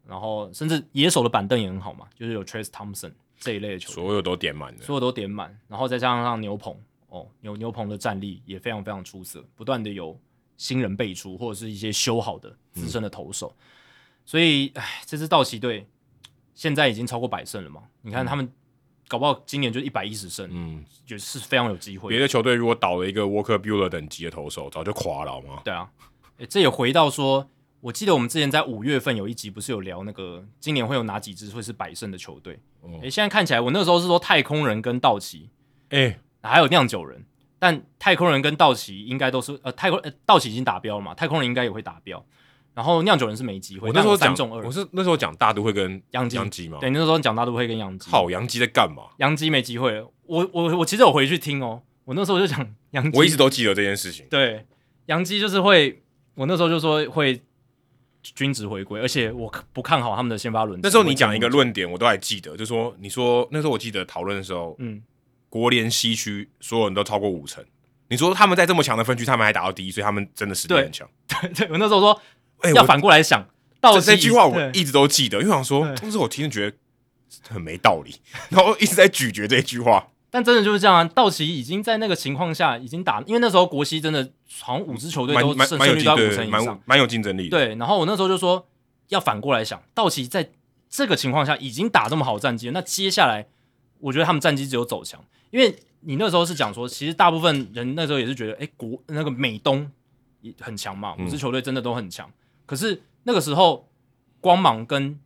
Speaker 2: 然后甚至野手的板凳也很好嘛，就是有 Trace Thompson 这一类的球员。
Speaker 1: 所有都点满了。
Speaker 2: 所有都点满，然后再加上牛棚哦，牛牛棚的战力也非常非常出色，不断的有新人辈出或者是一些修好的资深的投手，所以唉，这支道奇队现在已经超过百胜了嘛？你看他们搞不好今年就一百一十胜，
Speaker 1: 嗯，
Speaker 2: 也是非常有机会
Speaker 1: 别
Speaker 2: 的。
Speaker 1: 的球队如果倒了一个 Walker Bueller 等级的投手，早就垮了好吗？
Speaker 2: 对啊，诶这也回到说，我记得我们之前在五月份有一集不是有聊那个今年会有哪几支会是百胜的球队？
Speaker 1: 哦
Speaker 2: 诶，现在看起来我那时候是说太空人跟道奇，
Speaker 1: 哎、
Speaker 2: 还有酿酒人，但太空人跟道奇应该都是呃，太空呃道奇已经达标了嘛，太空人应该也会达标，然后酿酒人是没机会。
Speaker 1: 我那时候
Speaker 2: 但
Speaker 1: 讲
Speaker 2: 有三中二
Speaker 1: 我，是那时候讲大都会跟
Speaker 2: 洋基
Speaker 1: 洋基嘛，
Speaker 2: 对，那时候讲大都会跟杨基，
Speaker 1: 靠，洋基在干嘛？
Speaker 2: 杨基没机会了。我我我其实有回去听哦，我那时候就讲杨基，
Speaker 1: 我一直都记得这件事情。
Speaker 2: 对杨基就是会，我那时候就说会均值回归，而且我不看好他们的先发轮值。
Speaker 1: 那时候你讲一个论点，我都还记得，就说你说那时候我记得讨论的时候，
Speaker 2: 嗯，
Speaker 1: 国联西区所有人都超过五成，你说他们在这么强的分区，他们还打到第一，所以他们真的实力
Speaker 2: 对
Speaker 1: 很强。
Speaker 2: 对我那时候说
Speaker 1: 哎、
Speaker 2: 要
Speaker 1: 我
Speaker 2: 反过来想，道
Speaker 1: 这
Speaker 2: 奇
Speaker 1: 这句话我
Speaker 2: 对
Speaker 1: 一直都记得，因为我想说
Speaker 2: 对
Speaker 1: 那时候我听着觉得很没道理，然后一直在咀嚼这一句话。
Speaker 2: 但真的就是这样啊！道奇已经在那个情况下已经打，因为那时候国西真的好像五支球队
Speaker 1: 蛮
Speaker 2: 都
Speaker 1: 蛮
Speaker 2: 胜
Speaker 1: 蛮有
Speaker 2: 胜率
Speaker 1: 竞
Speaker 2: 到五
Speaker 1: 对
Speaker 2: 成以
Speaker 1: 蛮
Speaker 2: 上。
Speaker 1: 蛮有竞争力的。
Speaker 2: 对，然后我那时候就说要反过来想，道奇在这个情况下已经打这么好战绩了，那接下来我觉得他们战绩只有走强，因为你那时候是讲说，其实大部分人那时候也是觉得，哎、国那个美东也很强嘛，
Speaker 1: 嗯
Speaker 2: 五支球队真的都很强，可是那个时候光芒跟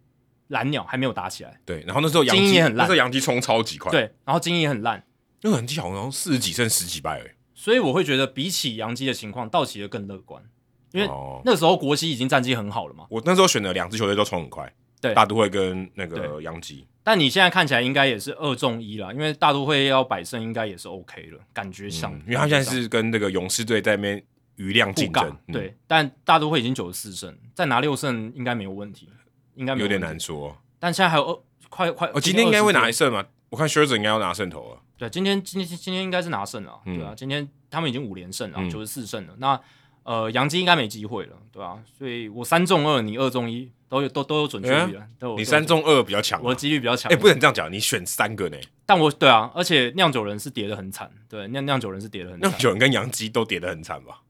Speaker 2: 蓝鸟还没有打起来，
Speaker 1: 对，然后那时候杨
Speaker 2: 精英
Speaker 1: 基
Speaker 2: 也很
Speaker 1: 那
Speaker 2: 烂
Speaker 1: 时候杨基冲超级快，，
Speaker 2: 对，然后精英也很烂。
Speaker 1: 那个杨基好像四十几胜十几败而已。
Speaker 2: 所以我会觉得比起杨基的情况，道奇的更乐观，因为
Speaker 1: 哦，
Speaker 2: 那时候国西已经战绩很好了嘛。
Speaker 1: 我那时候选的两支球队都冲很快，
Speaker 2: 对
Speaker 1: 大都会跟那个
Speaker 2: 对
Speaker 1: 杨基。
Speaker 2: 但你现在看起来应该也是二中一啦，因为大都会要百胜应该也是 OK 了，感觉上，
Speaker 1: 嗯，因为他现在是跟那个勇士队在那边余量
Speaker 2: 不
Speaker 1: 竞争，嗯，
Speaker 2: 对，但大都会已经九十四胜，再拿六胜应该没有问题，应该没
Speaker 1: 有点
Speaker 2: 问题
Speaker 1: 难。说。
Speaker 2: 但现在还有二快快，
Speaker 1: 哦，今天应该会拿一
Speaker 2: 20多
Speaker 1: 胜嘛？我看 s h i r z e r 应该要拿胜投了。
Speaker 2: 对，今天今天今天应该是拿胜了，
Speaker 1: 嗯
Speaker 2: 对啊，今天他们已经五连胜了，
Speaker 1: 嗯
Speaker 2: 九十四胜了。那呃，杨基应该没机会了，对啊，所以我三中二，你二中一，都有都都有准确率了。都有
Speaker 1: 哎你
Speaker 2: 都有
Speaker 1: 三中二比较强啊，
Speaker 2: 我的几率比较强。
Speaker 1: 哎，不能这样讲，你选三个呢？
Speaker 2: 但我对啊，而且酿酒人是跌得很惨，对，酿酿酒人是跌得很
Speaker 1: 那
Speaker 2: 惨，
Speaker 1: 九人跟杨基都跌得很惨吧？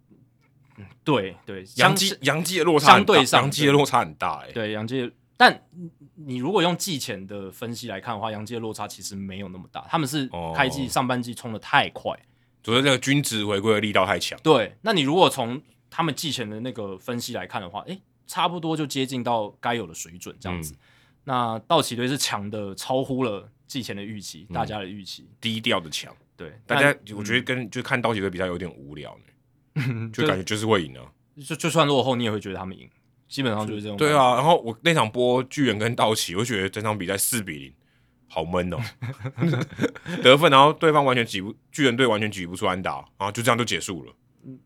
Speaker 2: 对对，
Speaker 1: 杨
Speaker 2: 相
Speaker 1: 基
Speaker 2: 是
Speaker 1: 杨基的落差很
Speaker 2: 相对
Speaker 1: 大
Speaker 2: 上
Speaker 1: 杨基的落差很大哎。
Speaker 2: 对杨基，但你你如果用季前的分析来看的话，杨基的落差其实没有那么大，他们是
Speaker 1: 哦
Speaker 2: 开季上半季冲的太快，
Speaker 1: 主要那个均值回归的力道太强，
Speaker 2: 对，那你如果从他们季前的那个分析来看的话，诶、差不多就接近到该有的水准这
Speaker 1: 嗯
Speaker 2: 样子。那道奇队是强的，超乎了季前的预期，大家的预期，
Speaker 1: 低调的强。
Speaker 2: 对，
Speaker 1: 嗯大家
Speaker 2: 但
Speaker 1: 我觉得跟就看刀姐的比赛有点无聊呢，
Speaker 2: 嗯
Speaker 1: 就感觉就是会赢啊。
Speaker 2: 就就算落后，你也会觉得他们赢，基本上就是这种。
Speaker 1: 对，啊，然后我那场播巨人跟道奇，我就觉得整场比赛四比零，好 闷哦，得分，然后对方完全挤不，巨人队完全挤不出安打，然后就这样就结束了。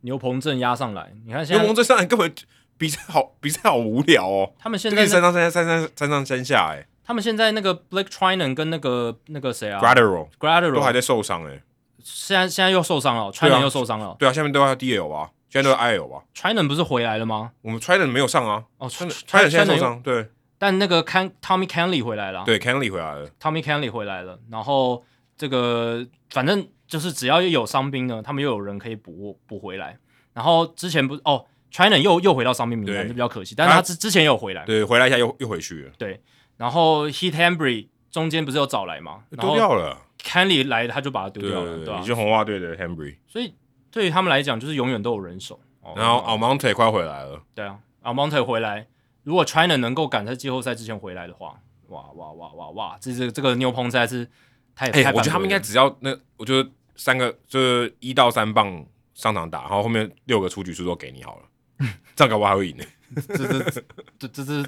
Speaker 2: 牛棚阵压上来，你看现
Speaker 1: 因为
Speaker 2: 在
Speaker 1: 蒙这上来根本比赛好，比赛好无聊哦，
Speaker 2: 他们现
Speaker 1: 就
Speaker 2: 在
Speaker 1: 跟
Speaker 2: 那
Speaker 1: 三上三下三上三上三下哎、
Speaker 2: 他们现在那个 Blake Trinan 跟那个那个谁啊
Speaker 1: g r a d e r o
Speaker 2: g r a d e r
Speaker 1: 都还
Speaker 2: o
Speaker 1: 在受伤哎、
Speaker 2: 现在现在又受伤了
Speaker 1: 啊
Speaker 2: ，Trinan 又受伤了
Speaker 1: 对啊，下面都要 DL 吧，现在都要 IL 吧。
Speaker 2: ，Trinan 不是回来了吗？
Speaker 1: 我们 t r i d e n 没有上啊
Speaker 2: 哦
Speaker 1: t r i d e n t r i d e n
Speaker 2: ，Trinan
Speaker 1: 现在受
Speaker 2: 又，
Speaker 1: 伤，对
Speaker 2: 但那个 Can Tommy Canley 回来了啊，
Speaker 1: 对 c a n l y 回来了，
Speaker 2: Tommy Canley 回来了，然后这个反正就是只要有伤兵呢，他们又有人可以补补回来。然后之前不哦，China 又又回到伤兵名单，
Speaker 1: 对
Speaker 2: 这比较可惜，但是
Speaker 1: 他
Speaker 2: 他之之前也有回来。
Speaker 1: 对，回来一下又又回去了，
Speaker 2: 然后 Heat Hambry 中间不是有找来嘛，然
Speaker 1: 哎丢
Speaker 2: 后
Speaker 1: 掉了，
Speaker 2: Canley 来他就把他丢
Speaker 1: 对
Speaker 2: 掉了，
Speaker 1: 对
Speaker 2: 对啊
Speaker 1: 对，
Speaker 2: 吧、
Speaker 1: 也是红袜队的 Henry，
Speaker 2: 所以对于他们来讲，就是永远都有人手。哦
Speaker 1: 然后 Almonte 快回来了，
Speaker 2: 对啊 a m o n t e 回来，如果 China 能够赶在季后赛之前回来的话，哇哇哇哇哇，这这这个牛棚实在是太
Speaker 1: 哎、
Speaker 2: 太
Speaker 1: 我觉得他
Speaker 2: 反
Speaker 1: 们
Speaker 2: 驳
Speaker 1: 应该
Speaker 2: 了
Speaker 1: 只要那，我觉得三个就是一到三棒上场打，然后后面六个出局数都给你好了，这样搞不好还会赢呢。
Speaker 2: 这这 这这这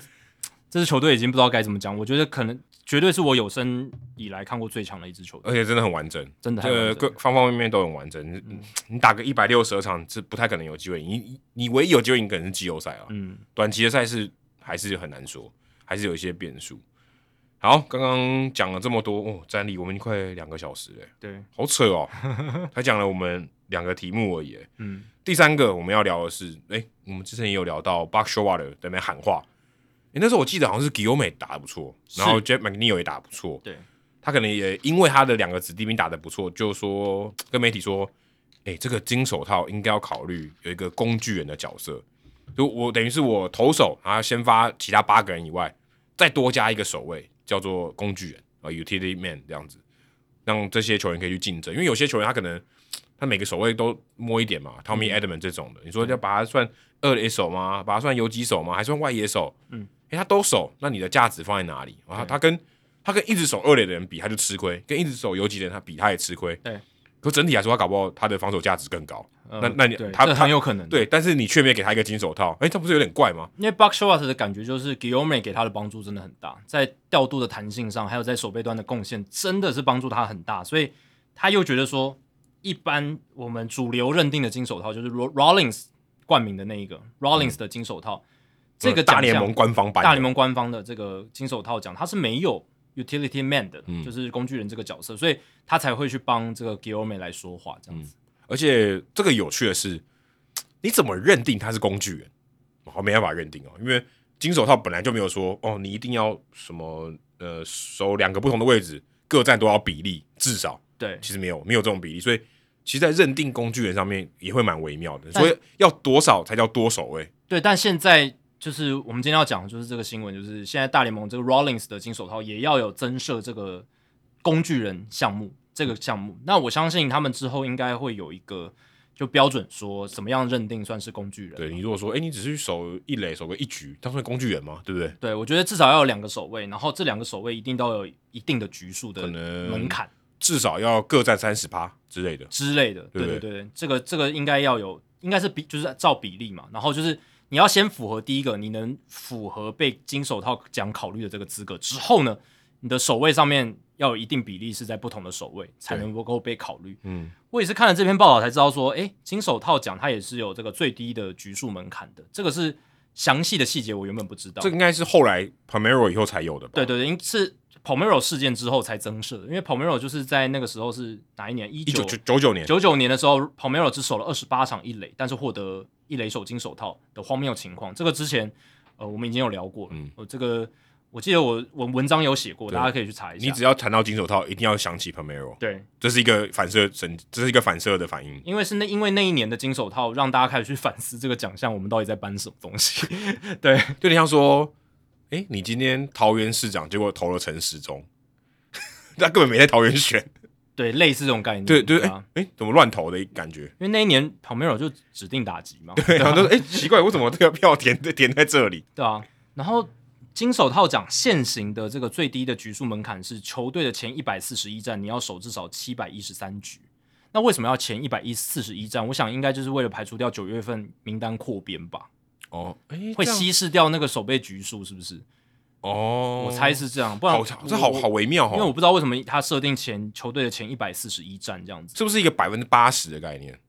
Speaker 2: 这支球队已经不知道该怎么讲。我觉得可能绝对是我有生以来看过最强的一支球队，
Speaker 1: 而且真的很完整，
Speaker 2: 真的还
Speaker 1: 呃，
Speaker 2: 有
Speaker 1: 各方方面面都很完整。你你打个一百六十二场是不太可能有机会赢，你你你唯一有机会赢可能是季后赛啊，
Speaker 2: 嗯，
Speaker 1: 短期的赛事还是很难说，还是有一些变数。好，刚刚讲了这么多哦，战力我们已经快两个小时了，
Speaker 2: 对，
Speaker 1: 好扯哦，才讲了我们两个题目而已。
Speaker 2: 嗯，
Speaker 1: 第三个我们要聊的是，哎、我们之前也有聊到 Buck Showalter 在那边喊话，哎、那时候我记得好像是 g i l m e 打的不错，
Speaker 2: 是
Speaker 1: 然后 Jeff McNeil 也打得不错，
Speaker 2: 对，
Speaker 1: 他可能也因为他的两个子弟兵打得不错，就说跟媒体说，哎、这个金手套应该要考虑有一个工具人的角色，就我等于是我投手，然后先发其他八个人以外，再多加一个守卫，叫做工具人啊、u t i l i t y man 这样子，让这些球员可以去竞争，因为有些球员他可能他每个守卫都摸一点嘛，Tommy
Speaker 2: 嗯
Speaker 1: Edman 这种的，你说要把他算二垒手吗？把他算游击手吗？还算外野手？
Speaker 2: 嗯，
Speaker 1: 诶、他都守，那你的价值放在哪里？啊，
Speaker 2: 对
Speaker 1: 他跟他跟一直守二垒的人比，他就吃亏；跟一直守游击的人他比，他也吃亏。
Speaker 2: 对，
Speaker 1: 可整体来说，他搞不好他的防守价值更高。
Speaker 2: 呃
Speaker 1: 那那你
Speaker 2: 对
Speaker 1: 他
Speaker 2: 这
Speaker 1: 他
Speaker 2: 很有可能，，
Speaker 1: 对，但是你却没给他一个金手套，哎、这不是有点怪吗？
Speaker 2: 因为 Buck Showalter 的感觉就是 Guillaume 给他的帮助真的很大，在调度的弹性上，还有在手背端的贡献，真的是帮助他很大，所以他又觉得说，一般我们主流认定的金手套就是 Ro- Rollins 冠名的那一个 Rollins 的金手套，这个
Speaker 1: 嗯呃大
Speaker 2: 奖项
Speaker 1: 联盟官方版的，
Speaker 2: 大联盟官方的这个金手套奖，他是没有 utility man 的，
Speaker 1: 嗯
Speaker 2: 就是工具人这个角色，所以他才会去帮这个 Guillaume 来说话，这样子。
Speaker 1: 而且这个有趣的是，你怎么认定他是工具人？好，没办法认定哦，因为金手套本来就没有说哦，你一定要什么呃，守两个不同的位置，各占多少比例，至少
Speaker 2: 对，
Speaker 1: 其实没有没有这种比例，所以其实，在认定工具人上面也会蛮微妙的，
Speaker 2: 但
Speaker 1: 所以要多少才叫多哎守卫？
Speaker 2: 对，但现在就是我们今天要讲的就是这个新闻，就是现在大联盟这个 Rollins 的金手套也要有增设这个工具人项目这个项目。那我相信他们之后应该会有一个就标准，说怎么样认定算是工具人。
Speaker 1: 对你如果说，哎、你只是去守一垒，守个一局，当算工具人吗？对不对？
Speaker 2: 对，我觉得至少要有两个守卫，然后这两个守卫一定都有一定的局数的
Speaker 1: 可能
Speaker 2: 门槛。
Speaker 1: 至少要各占三十趴之类的。
Speaker 2: 之类的。
Speaker 1: 对
Speaker 2: 对
Speaker 1: 对
Speaker 2: 对对，这个这个应该要有，应该是比就是照比例嘛。然后就是你要先符合第一个，你能符合被金手套奖考虑的这个资格之后呢，你的守卫上面要有一定比例是在不同的守卫才能够被考虑。
Speaker 1: 嗯，
Speaker 2: 我也是看了这篇报道才知道说，诶，金手套奖它也是有这个最低的局数门槛的，这个是详细的细节我原本不知道。
Speaker 1: 这个应该是后来 Pomero 以后才有的吧？
Speaker 2: 对，对对，因为是 Pomero 事件之后才增设的，因为 Pomero 就是在那个时候是哪一年？一
Speaker 1: 一九九九九年，
Speaker 2: 九九年的时候，Pomero 只守了二十八场一垒，但是获得一垒手金手套的荒谬情况。这个之前呃我们已经有聊过了，
Speaker 1: 嗯
Speaker 2: 嗯，这个我记得我我文章有写过，
Speaker 1: 对
Speaker 2: 大家可以去查一下。
Speaker 1: 你只要谈到金手套，一定要想起 Pomero。
Speaker 2: 对，
Speaker 1: 这是一个反射神，这是一个反射的反应。
Speaker 2: 因为是那因为那一年的金手套，让大家开始去反思这个奖项我们到底在颁什么东西。 对，
Speaker 1: 就你像说，哎、你今天桃园市长，结果投了陈时中， 他根本没在桃园选。
Speaker 2: 对，类似这种概念。
Speaker 1: 对对，哎哎、
Speaker 2: 嗯啊，
Speaker 1: 诶怎么乱投的感觉？
Speaker 2: 因为那一年 Pomero 就指定打击嘛，
Speaker 1: 对，然后就说，哎、奇怪，为什么这个票填填在这里？
Speaker 2: 对啊，然后金手套奖现行的这个最低的局数门槛是球队的前一百四十一战，你要守至少七百一十三局。那为什么要前一百一四十一战？我想应该就是为了排除掉九月份名单扩编吧，
Speaker 1: 哦，哎、
Speaker 2: 会
Speaker 1: 这样
Speaker 2: 稀释掉那个守备局数，是不是？
Speaker 1: 哦，
Speaker 2: 我猜是这样，不然
Speaker 1: 好，这好好
Speaker 2: 我，
Speaker 1: 微妙
Speaker 2: 因为我
Speaker 1: 哦，
Speaker 2: 不知道为什么他设定前球队的前一百四十一战这样子。
Speaker 1: 是不是一个百分之八十的概念？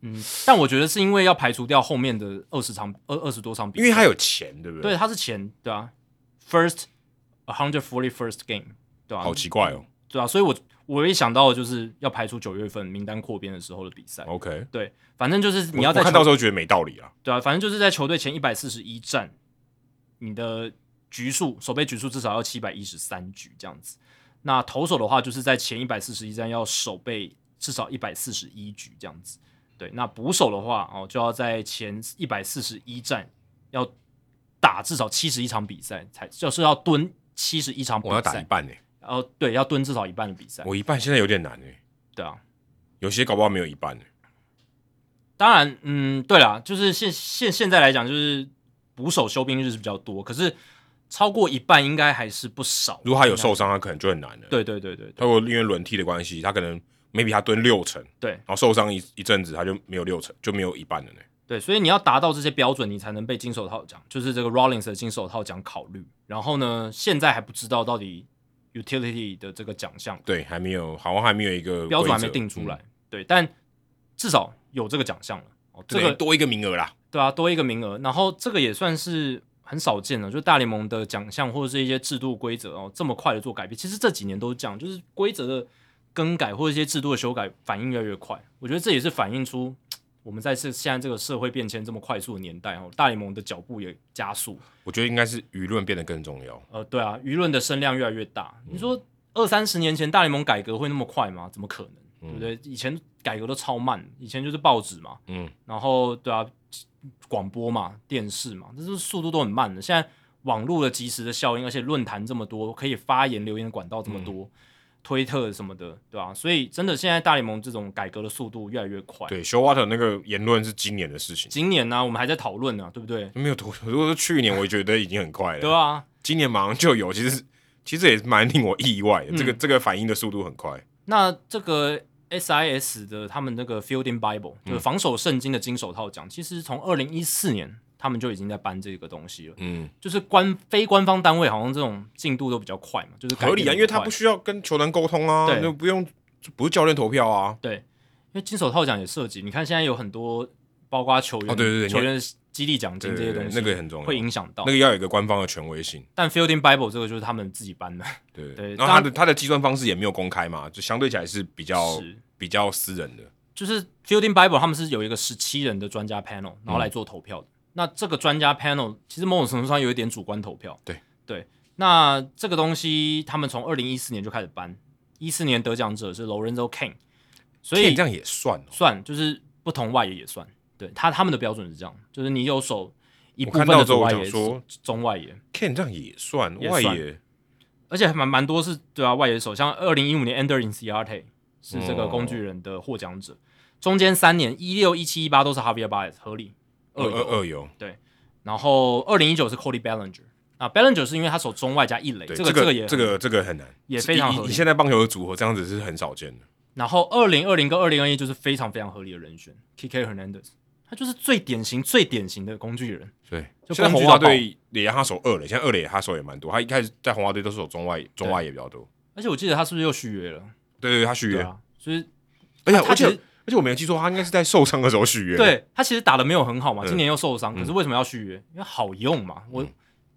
Speaker 2: 嗯，但我觉得是因为要排除掉后面的二十场二二十多场比赛，
Speaker 1: 因为他有钱，对不
Speaker 2: 对，
Speaker 1: 对？
Speaker 2: 它是前对啊，first a hundred forty first game，对吧、
Speaker 1: 好奇怪哦。
Speaker 2: 对啊，所以我我一想到就是要排除九月份名单扩编的时候的比赛，
Speaker 1: OK，
Speaker 2: 对，反正就是你
Speaker 1: 我
Speaker 2: 要在
Speaker 1: 我看到
Speaker 2: 球
Speaker 1: 时候觉得没道理啊。
Speaker 2: 对啊，反正就是在球队前一百四十一战，你的局数守备局数至少要七百一十三局这样子。那投手的话，就是在前一百四十一战要守备至少一百四十一局这样子。对，那捕手的话哦，就要在前一百四十一战要打至少七十一场比赛，才就是要蹲七十一场比
Speaker 1: 我要打一
Speaker 2: 赛，
Speaker 1: 半呢、
Speaker 2: 然后对，要蹲至少一半的比赛。
Speaker 1: 我一半现在有点难哎、
Speaker 2: 对啊，
Speaker 1: 有些搞不好没有一半、欸。
Speaker 2: 当然，嗯，对啦，就是现现现在来讲，就是捕手休兵日是比较多，可是超过一半应该还是不少。
Speaker 1: 如果他有受伤，他可能就很难了。，
Speaker 2: 啊对，对对对对
Speaker 1: 他如果因为轮替的关系，他可能 maybe 他蹲六成，
Speaker 2: 对
Speaker 1: 然后受伤一一阵子，他就没有六成，就没有一半了呢、
Speaker 2: 对，所以你要达到这些标准，你才能被金手套奖，就是这个 Rollins 的金手套奖考虑。然后呢，现在还不知道到底 utility 的这个奖项
Speaker 1: 对，还没有，好像还没有一个
Speaker 2: 标准还
Speaker 1: 规
Speaker 2: 没
Speaker 1: 则
Speaker 2: 定出来，
Speaker 1: 嗯
Speaker 2: 对，但至少有这个奖项了。哦，这
Speaker 1: 这
Speaker 2: 个
Speaker 1: 个嗯多一个名额啦。
Speaker 2: 对啊，多一个名额，然后这个也算是很少见的，就大联盟的奖项或者是一些制度规则哦，这么快的做改变，其实这几年都是这样，就是规则的更改或者一些制度的修改反应越来越快，我觉得这也是反映出我们在这现在这个社会变迁这么快速的年代哦，大联盟的脚步也加速，
Speaker 1: 我觉得应该是舆论变得更重要。
Speaker 2: 呃，对啊，舆论的声量越来越大。你说二三十年前大联盟改革会那么快吗？怎么可能？对不对？以前改革都超慢，以前就是报纸嘛，
Speaker 1: 嗯，
Speaker 2: 然后对啊，广播嘛，电视嘛，这是速度都很慢的。现在网络的及时的效应，而且论坛这么多，可以发言留言的管道这么多，
Speaker 1: 嗯
Speaker 2: 推特什么的，对吧、所以真的现在大联盟这种改革的速度越来越快。
Speaker 1: 对，Show Water 那个言论是今年的事情，
Speaker 2: 今年呢、我们还在讨论呢、对不对？
Speaker 1: 没有多。如果是去年，我觉得已经很快了。
Speaker 2: 对啊，
Speaker 1: 今年马上就有，其实其实也蛮令我意外的。这
Speaker 2: 嗯
Speaker 1: 个这个反应的速度很快，
Speaker 2: 那这个 SIS 的他们那个 Fielding Bible，就是
Speaker 1: 嗯
Speaker 2: 防守圣经的金手套奖，其实从二零一四年他们就已经在搬这个东西了。
Speaker 1: 嗯，
Speaker 2: 就是官非官方单位好像这种进度都比较快嘛，就是改
Speaker 1: 合理啊，
Speaker 2: 变
Speaker 1: 因
Speaker 2: 得
Speaker 1: 为
Speaker 2: 比较
Speaker 1: 他
Speaker 2: 快
Speaker 1: 不需要跟球员沟通啊，
Speaker 2: 对
Speaker 1: 那不用不是教练投票啊，
Speaker 2: 对，因为金手套奖也涉及，你看现在有很多包括球员
Speaker 1: 哦对对对
Speaker 2: 球员激励奖金这些
Speaker 1: 对
Speaker 2: 东西，
Speaker 1: 那个也很重要
Speaker 2: 会影响到。
Speaker 1: 那个要有一个官方的权威性。
Speaker 2: 但 Fielding Bible 这个就是他们自己搬的，
Speaker 1: 对，
Speaker 2: 对
Speaker 1: 然后他
Speaker 2: 当
Speaker 1: 的他的计算方式也没有公开嘛，就相对起来是比较
Speaker 2: 是
Speaker 1: 比较私人的。
Speaker 2: 就是 Fielding Bible 他们是有一个十七人的专家 panel，然后
Speaker 1: 嗯
Speaker 2: 来做投票的。那这个专家 panel 其实某种程度上有一点主观投票。
Speaker 1: 对
Speaker 2: 对，那这个东西他们从二零一四年就开始搬，一四年得奖者是 Lorenzo Kane，所以
Speaker 1: 这样也算哦。
Speaker 2: 算就是不同外野也算。对他他们的标准是这样，就是你有手一
Speaker 1: 我
Speaker 2: 部
Speaker 1: 看
Speaker 2: 分
Speaker 1: 到
Speaker 2: 的
Speaker 1: 之后
Speaker 2: 左
Speaker 1: 我
Speaker 2: 外
Speaker 1: 想
Speaker 2: 野
Speaker 1: 说
Speaker 2: 中外野，
Speaker 1: Ken 这样也算，
Speaker 2: 也
Speaker 1: 外
Speaker 2: 算
Speaker 1: 野
Speaker 2: 而且还蛮蛮多是对啊外野手，像二零一五年 Ender in Ciarte 是这个工具人的获奖者，中间三年一六一七一八都是 Javier Baez 合理
Speaker 1: 二
Speaker 2: 二游，
Speaker 1: 二二游，
Speaker 2: 然后二零一九是 Cody Bellinger 啊 Bellinger 是因为他手中外加一垒，
Speaker 1: 对
Speaker 2: 这
Speaker 1: 个
Speaker 2: 这
Speaker 1: 这
Speaker 2: 个也
Speaker 1: 这个这个很难，
Speaker 2: 也非常合理
Speaker 1: 你现在棒球的组合这样子是很少见的。
Speaker 2: 然后二零二零跟二零二一就是非常非常合理的人选 KK Hernandez，他就是最典型最典型的工具人，
Speaker 1: 对，
Speaker 2: 就
Speaker 1: 现在红
Speaker 2: 工具
Speaker 1: 花
Speaker 2: 到
Speaker 1: 队也让他守二垒，现在二垒他守也蛮多。他一开始在红花队都是守中外中外野比较多。
Speaker 2: 而且我记得他是不是又续约了？
Speaker 1: 对对，对他续
Speaker 2: 对
Speaker 1: 约，
Speaker 2: 啊，就是
Speaker 1: 而且
Speaker 2: 他
Speaker 1: 而且
Speaker 2: 其实
Speaker 1: 而且我没有记错，他应该是在受伤的时候续约。，
Speaker 2: 对他其实打的没有很好嘛，
Speaker 1: 嗯
Speaker 2: 今年又受伤，可是为什么要续约？因为好用嘛。我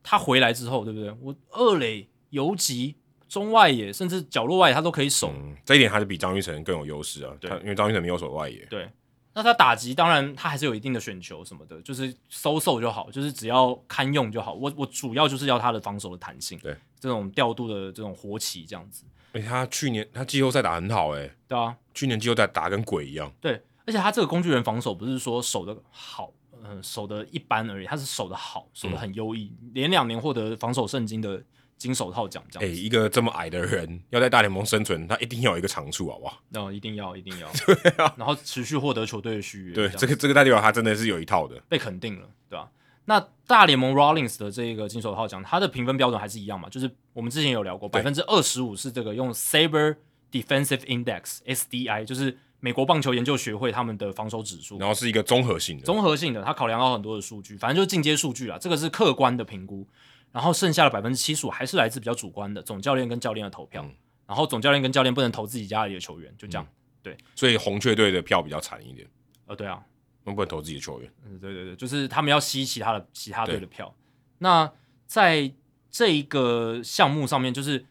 Speaker 2: 他回来之后，对不对？我二垒、游击、中外野，甚至角落外野他都可以守。
Speaker 1: 嗯，这一点还是比张玉成更有优势啊。
Speaker 2: 对
Speaker 1: 他因为张玉成没有守外野，
Speaker 2: 对，那他打击当然他还是有一定的选球什么的，就是收手就好，就是只要堪用就好。我我主要就是要他的防守的弹性，
Speaker 1: 对
Speaker 2: 这种调度的这种活棋这样子，
Speaker 1: 而且哎他去年他季后赛打很好哎、
Speaker 2: 对啊，
Speaker 1: 去年季后赛打跟鬼一样。
Speaker 2: 对。而且他这个工具人防守不是说守的好，嗯、守的一般而已，他是守的好，守
Speaker 1: 嗯
Speaker 2: 的很优异，连两年获得防守圣经的金手套奖，这样
Speaker 1: 哎、一个这么矮的人要在大联盟生存，他一定要有一个长处，好不好？
Speaker 2: 那、一定要 一定要，对啊，然后持续获得球队的续约，
Speaker 1: 对，
Speaker 2: 样
Speaker 1: 这个这个代表他真的是有一套的。
Speaker 2: 被肯定了，对吧、那大联盟 Rollins 的这个金手套奖，它的评分标准还是一样嘛？就是我们之前有聊过，
Speaker 1: 对
Speaker 2: 百分之二十五是这个用 Saber Defensive Index SDI，就是美国棒球研究学会他们的防守指数，
Speaker 1: 然后是一个综合性的，
Speaker 2: 综合性的，它考量到很多的数据，反正就是进阶数据啦，这个是客观的评估。然后剩下的百分之七十五还是来自比较主观的总教练跟教练的投票，
Speaker 1: 嗯
Speaker 2: 然后总教练跟教练不能投自己家里的球员，就这样。
Speaker 1: 所以红雀队的票比较惨一点，
Speaker 2: 呃，对啊，呃
Speaker 1: 那不能投自己的球员。
Speaker 2: 嗯，对对对，就是他们要吸其他的其他队
Speaker 1: 对
Speaker 2: 的票。那在这一个项目上面，就是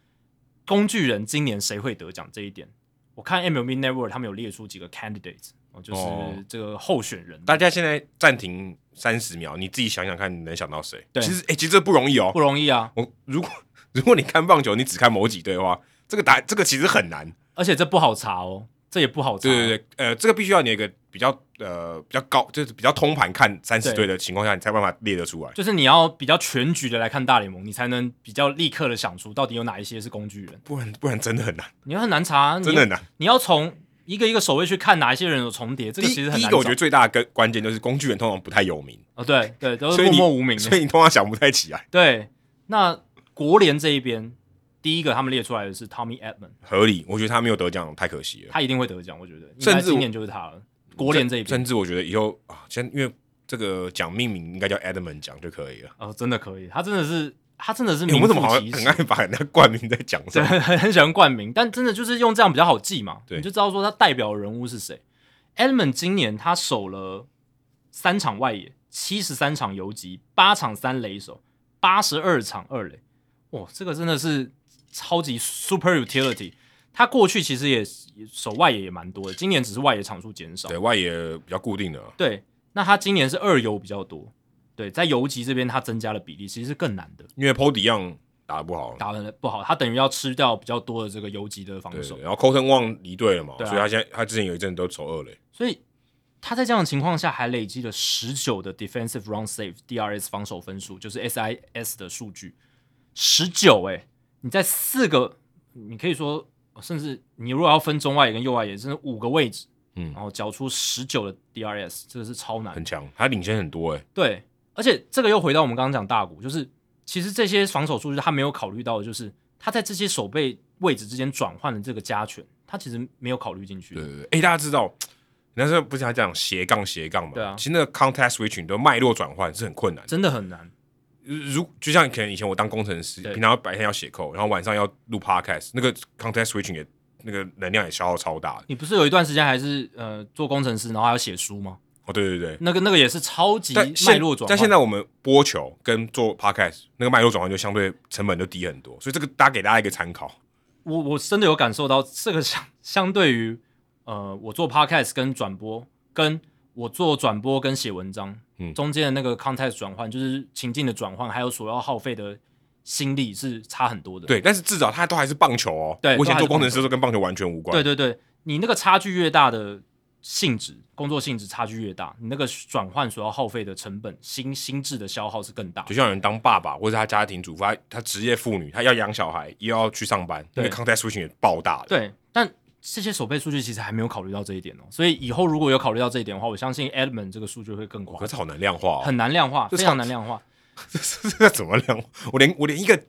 Speaker 2: 工具人今年谁会得奖这一点，我看 MLB Network 他们有列出几个 candidates，哦，就是
Speaker 1: 哦
Speaker 2: 这个候选人，
Speaker 1: 大家现在暂停三十秒，你自己想想看，你能想到谁？
Speaker 2: 对
Speaker 1: 其实哎、其实这不容易哦。
Speaker 2: 不容易啊，
Speaker 1: 我如果 如果你看棒球，你只看某几队的话，这个答这个其实很难。
Speaker 2: 而且这不好查哦，这也不好查，
Speaker 1: 对对对，呃，这个必须要你有一个比较呃比较高，就是比较通盘看三十
Speaker 2: 对
Speaker 1: 队的情况下，你才有办法列得出来。
Speaker 2: 就是你要比较全局的来看大联盟，你才能比较立刻的想出到底有哪一些是工具人。
Speaker 1: 不然不然真的很难，
Speaker 2: 你很难查啊，你
Speaker 1: 真的很难。
Speaker 2: 你要从一个一个守卫去看哪一些人有重叠，这个
Speaker 1: 第一
Speaker 2: 其实很
Speaker 1: 第一
Speaker 2: 难
Speaker 1: 个
Speaker 2: 找。
Speaker 1: 我觉得最大的跟关键就是工具人通常不太有名，
Speaker 2: 哦，对对，都
Speaker 1: 所
Speaker 2: 是
Speaker 1: 以
Speaker 2: 默
Speaker 1: 你
Speaker 2: 默无名
Speaker 1: 所
Speaker 2: 的。
Speaker 1: 以你通常想不太起来，
Speaker 2: 对，那国联这一边，第一个他们列出来的是 Tommy Edman，
Speaker 1: 合理。我觉得他没有得奖太可惜了，
Speaker 2: 他一定会得奖，我觉得，应
Speaker 1: 甚
Speaker 2: 该
Speaker 1: 至我
Speaker 2: 今年就是他了。国联这一边，
Speaker 1: 甚至我觉得以后啊，先因为这个奖命名应该叫 Edmond 奖就可以了。
Speaker 2: 哦，真的可以，他真的是，他真的是
Speaker 1: 你
Speaker 2: 名
Speaker 1: 们
Speaker 2: 副
Speaker 1: 怎么好像
Speaker 2: 其
Speaker 1: 很
Speaker 2: 实
Speaker 1: 爱。把人家冠名在奖
Speaker 2: 对，
Speaker 1: 上？
Speaker 2: 很很喜欢冠名，但真的就是用这样比较好记嘛，
Speaker 1: 对
Speaker 2: 你就知道说他代表的人物是谁。Element 今年他守了三场外野，七十三场游击，八场三垒手，八十二场二垒，哇，这个真的是超级 super utility。他过去其实也也守外野也蛮多的，今年只是外野场数减少。
Speaker 1: 对外野比较固定的，
Speaker 2: 对，那他今年是二游比较多，对，在游击这边他增加了比例，其实是更难的，
Speaker 1: 因为 Pody 样打得不好，
Speaker 2: 打的不好，他等于要吃掉比较多的这个游击的防
Speaker 1: 对
Speaker 2: 守，。
Speaker 1: 然后 Colton Wong 离队了嘛，
Speaker 2: 对啊
Speaker 1: 所以他现在他之前有一阵都守二垒，
Speaker 2: 所以他在这样的情况下还累积了十九的 defensive round save DRS 防守分数，就是 SIS 的数据，十九哎，你在四个，你可以说甚至你如果要分中外野跟右外野，甚至五个位置，
Speaker 1: 嗯
Speaker 2: 然后缴出十九的 DRS，这个是超难的
Speaker 1: 很强，他领先很多哎、
Speaker 2: 对，而且这个又回到我们刚刚讲大股，就是其实这些防守数据他没有考虑到的，就是他在这些守备位置之间转换的这个加权，他其实没有考虑进去。
Speaker 1: 对对对，哎、大家知道，那时候不是还讲斜杠斜杠嘛？
Speaker 2: 对啊
Speaker 1: 其实那个 context switching 的脉络转换是很困难的。
Speaker 2: 真的很难，
Speaker 1: 如就像可能以前我当工程师，
Speaker 2: 对
Speaker 1: 平常白天要写 code，然后晚上要录 podcast，那个 context switching 也那个能量也消耗超大的。
Speaker 2: 你不是有一段时间还是呃做工程师，然后还要写书吗？
Speaker 1: 哦，对对对。
Speaker 2: 那个那个也是超级
Speaker 1: 但
Speaker 2: 脉
Speaker 1: 现
Speaker 2: 络转换。
Speaker 1: 但现在我们播球跟做 podcast 那个脉络转换就相对成本就低很多，所以这个大家给大家一个参考。
Speaker 2: 我我真的有感受到这个相相对于呃我做 podcast 跟转播，跟我做转播跟写文章，
Speaker 1: 嗯
Speaker 2: 中间的那个 context 转换，就是情境的转换，还有所要耗费的心力是差很多的。
Speaker 1: 对，但是至少它都还是棒球哦。
Speaker 2: 对
Speaker 1: 我以前
Speaker 2: 都还是
Speaker 1: 做工程师的时候跟棒球完全无关。
Speaker 2: 对对对，你那个差距越大的性质，工作性质差距越大，你那个转换所要耗费的成本、心心智的消耗是更大的
Speaker 1: 就。像有人当爸爸或者他家庭主妇，他他职业妇女，他要养小孩，又要去上班，那
Speaker 2: 对
Speaker 1: 个 contact switching 也爆大了。
Speaker 2: 对，但这些手背数据其实还没有考虑到这一点哦，所以以后如果有考虑到这一点的话，我相信 Edmond 这个数据会更
Speaker 1: 哇，
Speaker 2: 广
Speaker 1: 可，是好难量化、哦，
Speaker 2: 很难量化，
Speaker 1: 这
Speaker 2: 非
Speaker 1: 超
Speaker 2: 常难量化。
Speaker 1: 这这 这怎么量？我连我连一个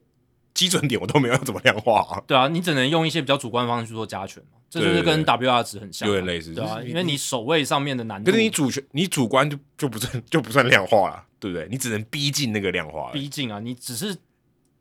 Speaker 1: 基准点我都没有，要怎么量化啊？
Speaker 2: 对啊，你只能用一些比较主观的方式去做加权嘛，这就
Speaker 1: 对
Speaker 2: 是
Speaker 1: 对对
Speaker 2: 跟 WR 值很像嘛，
Speaker 1: 有点类似
Speaker 2: 对啊，
Speaker 1: 就是
Speaker 2: 因为你守卫上面的难度
Speaker 1: 可是你主权你主观就就不算就不算量化了，对不对？你只能逼近那个量化了。
Speaker 2: 逼近啊，你只是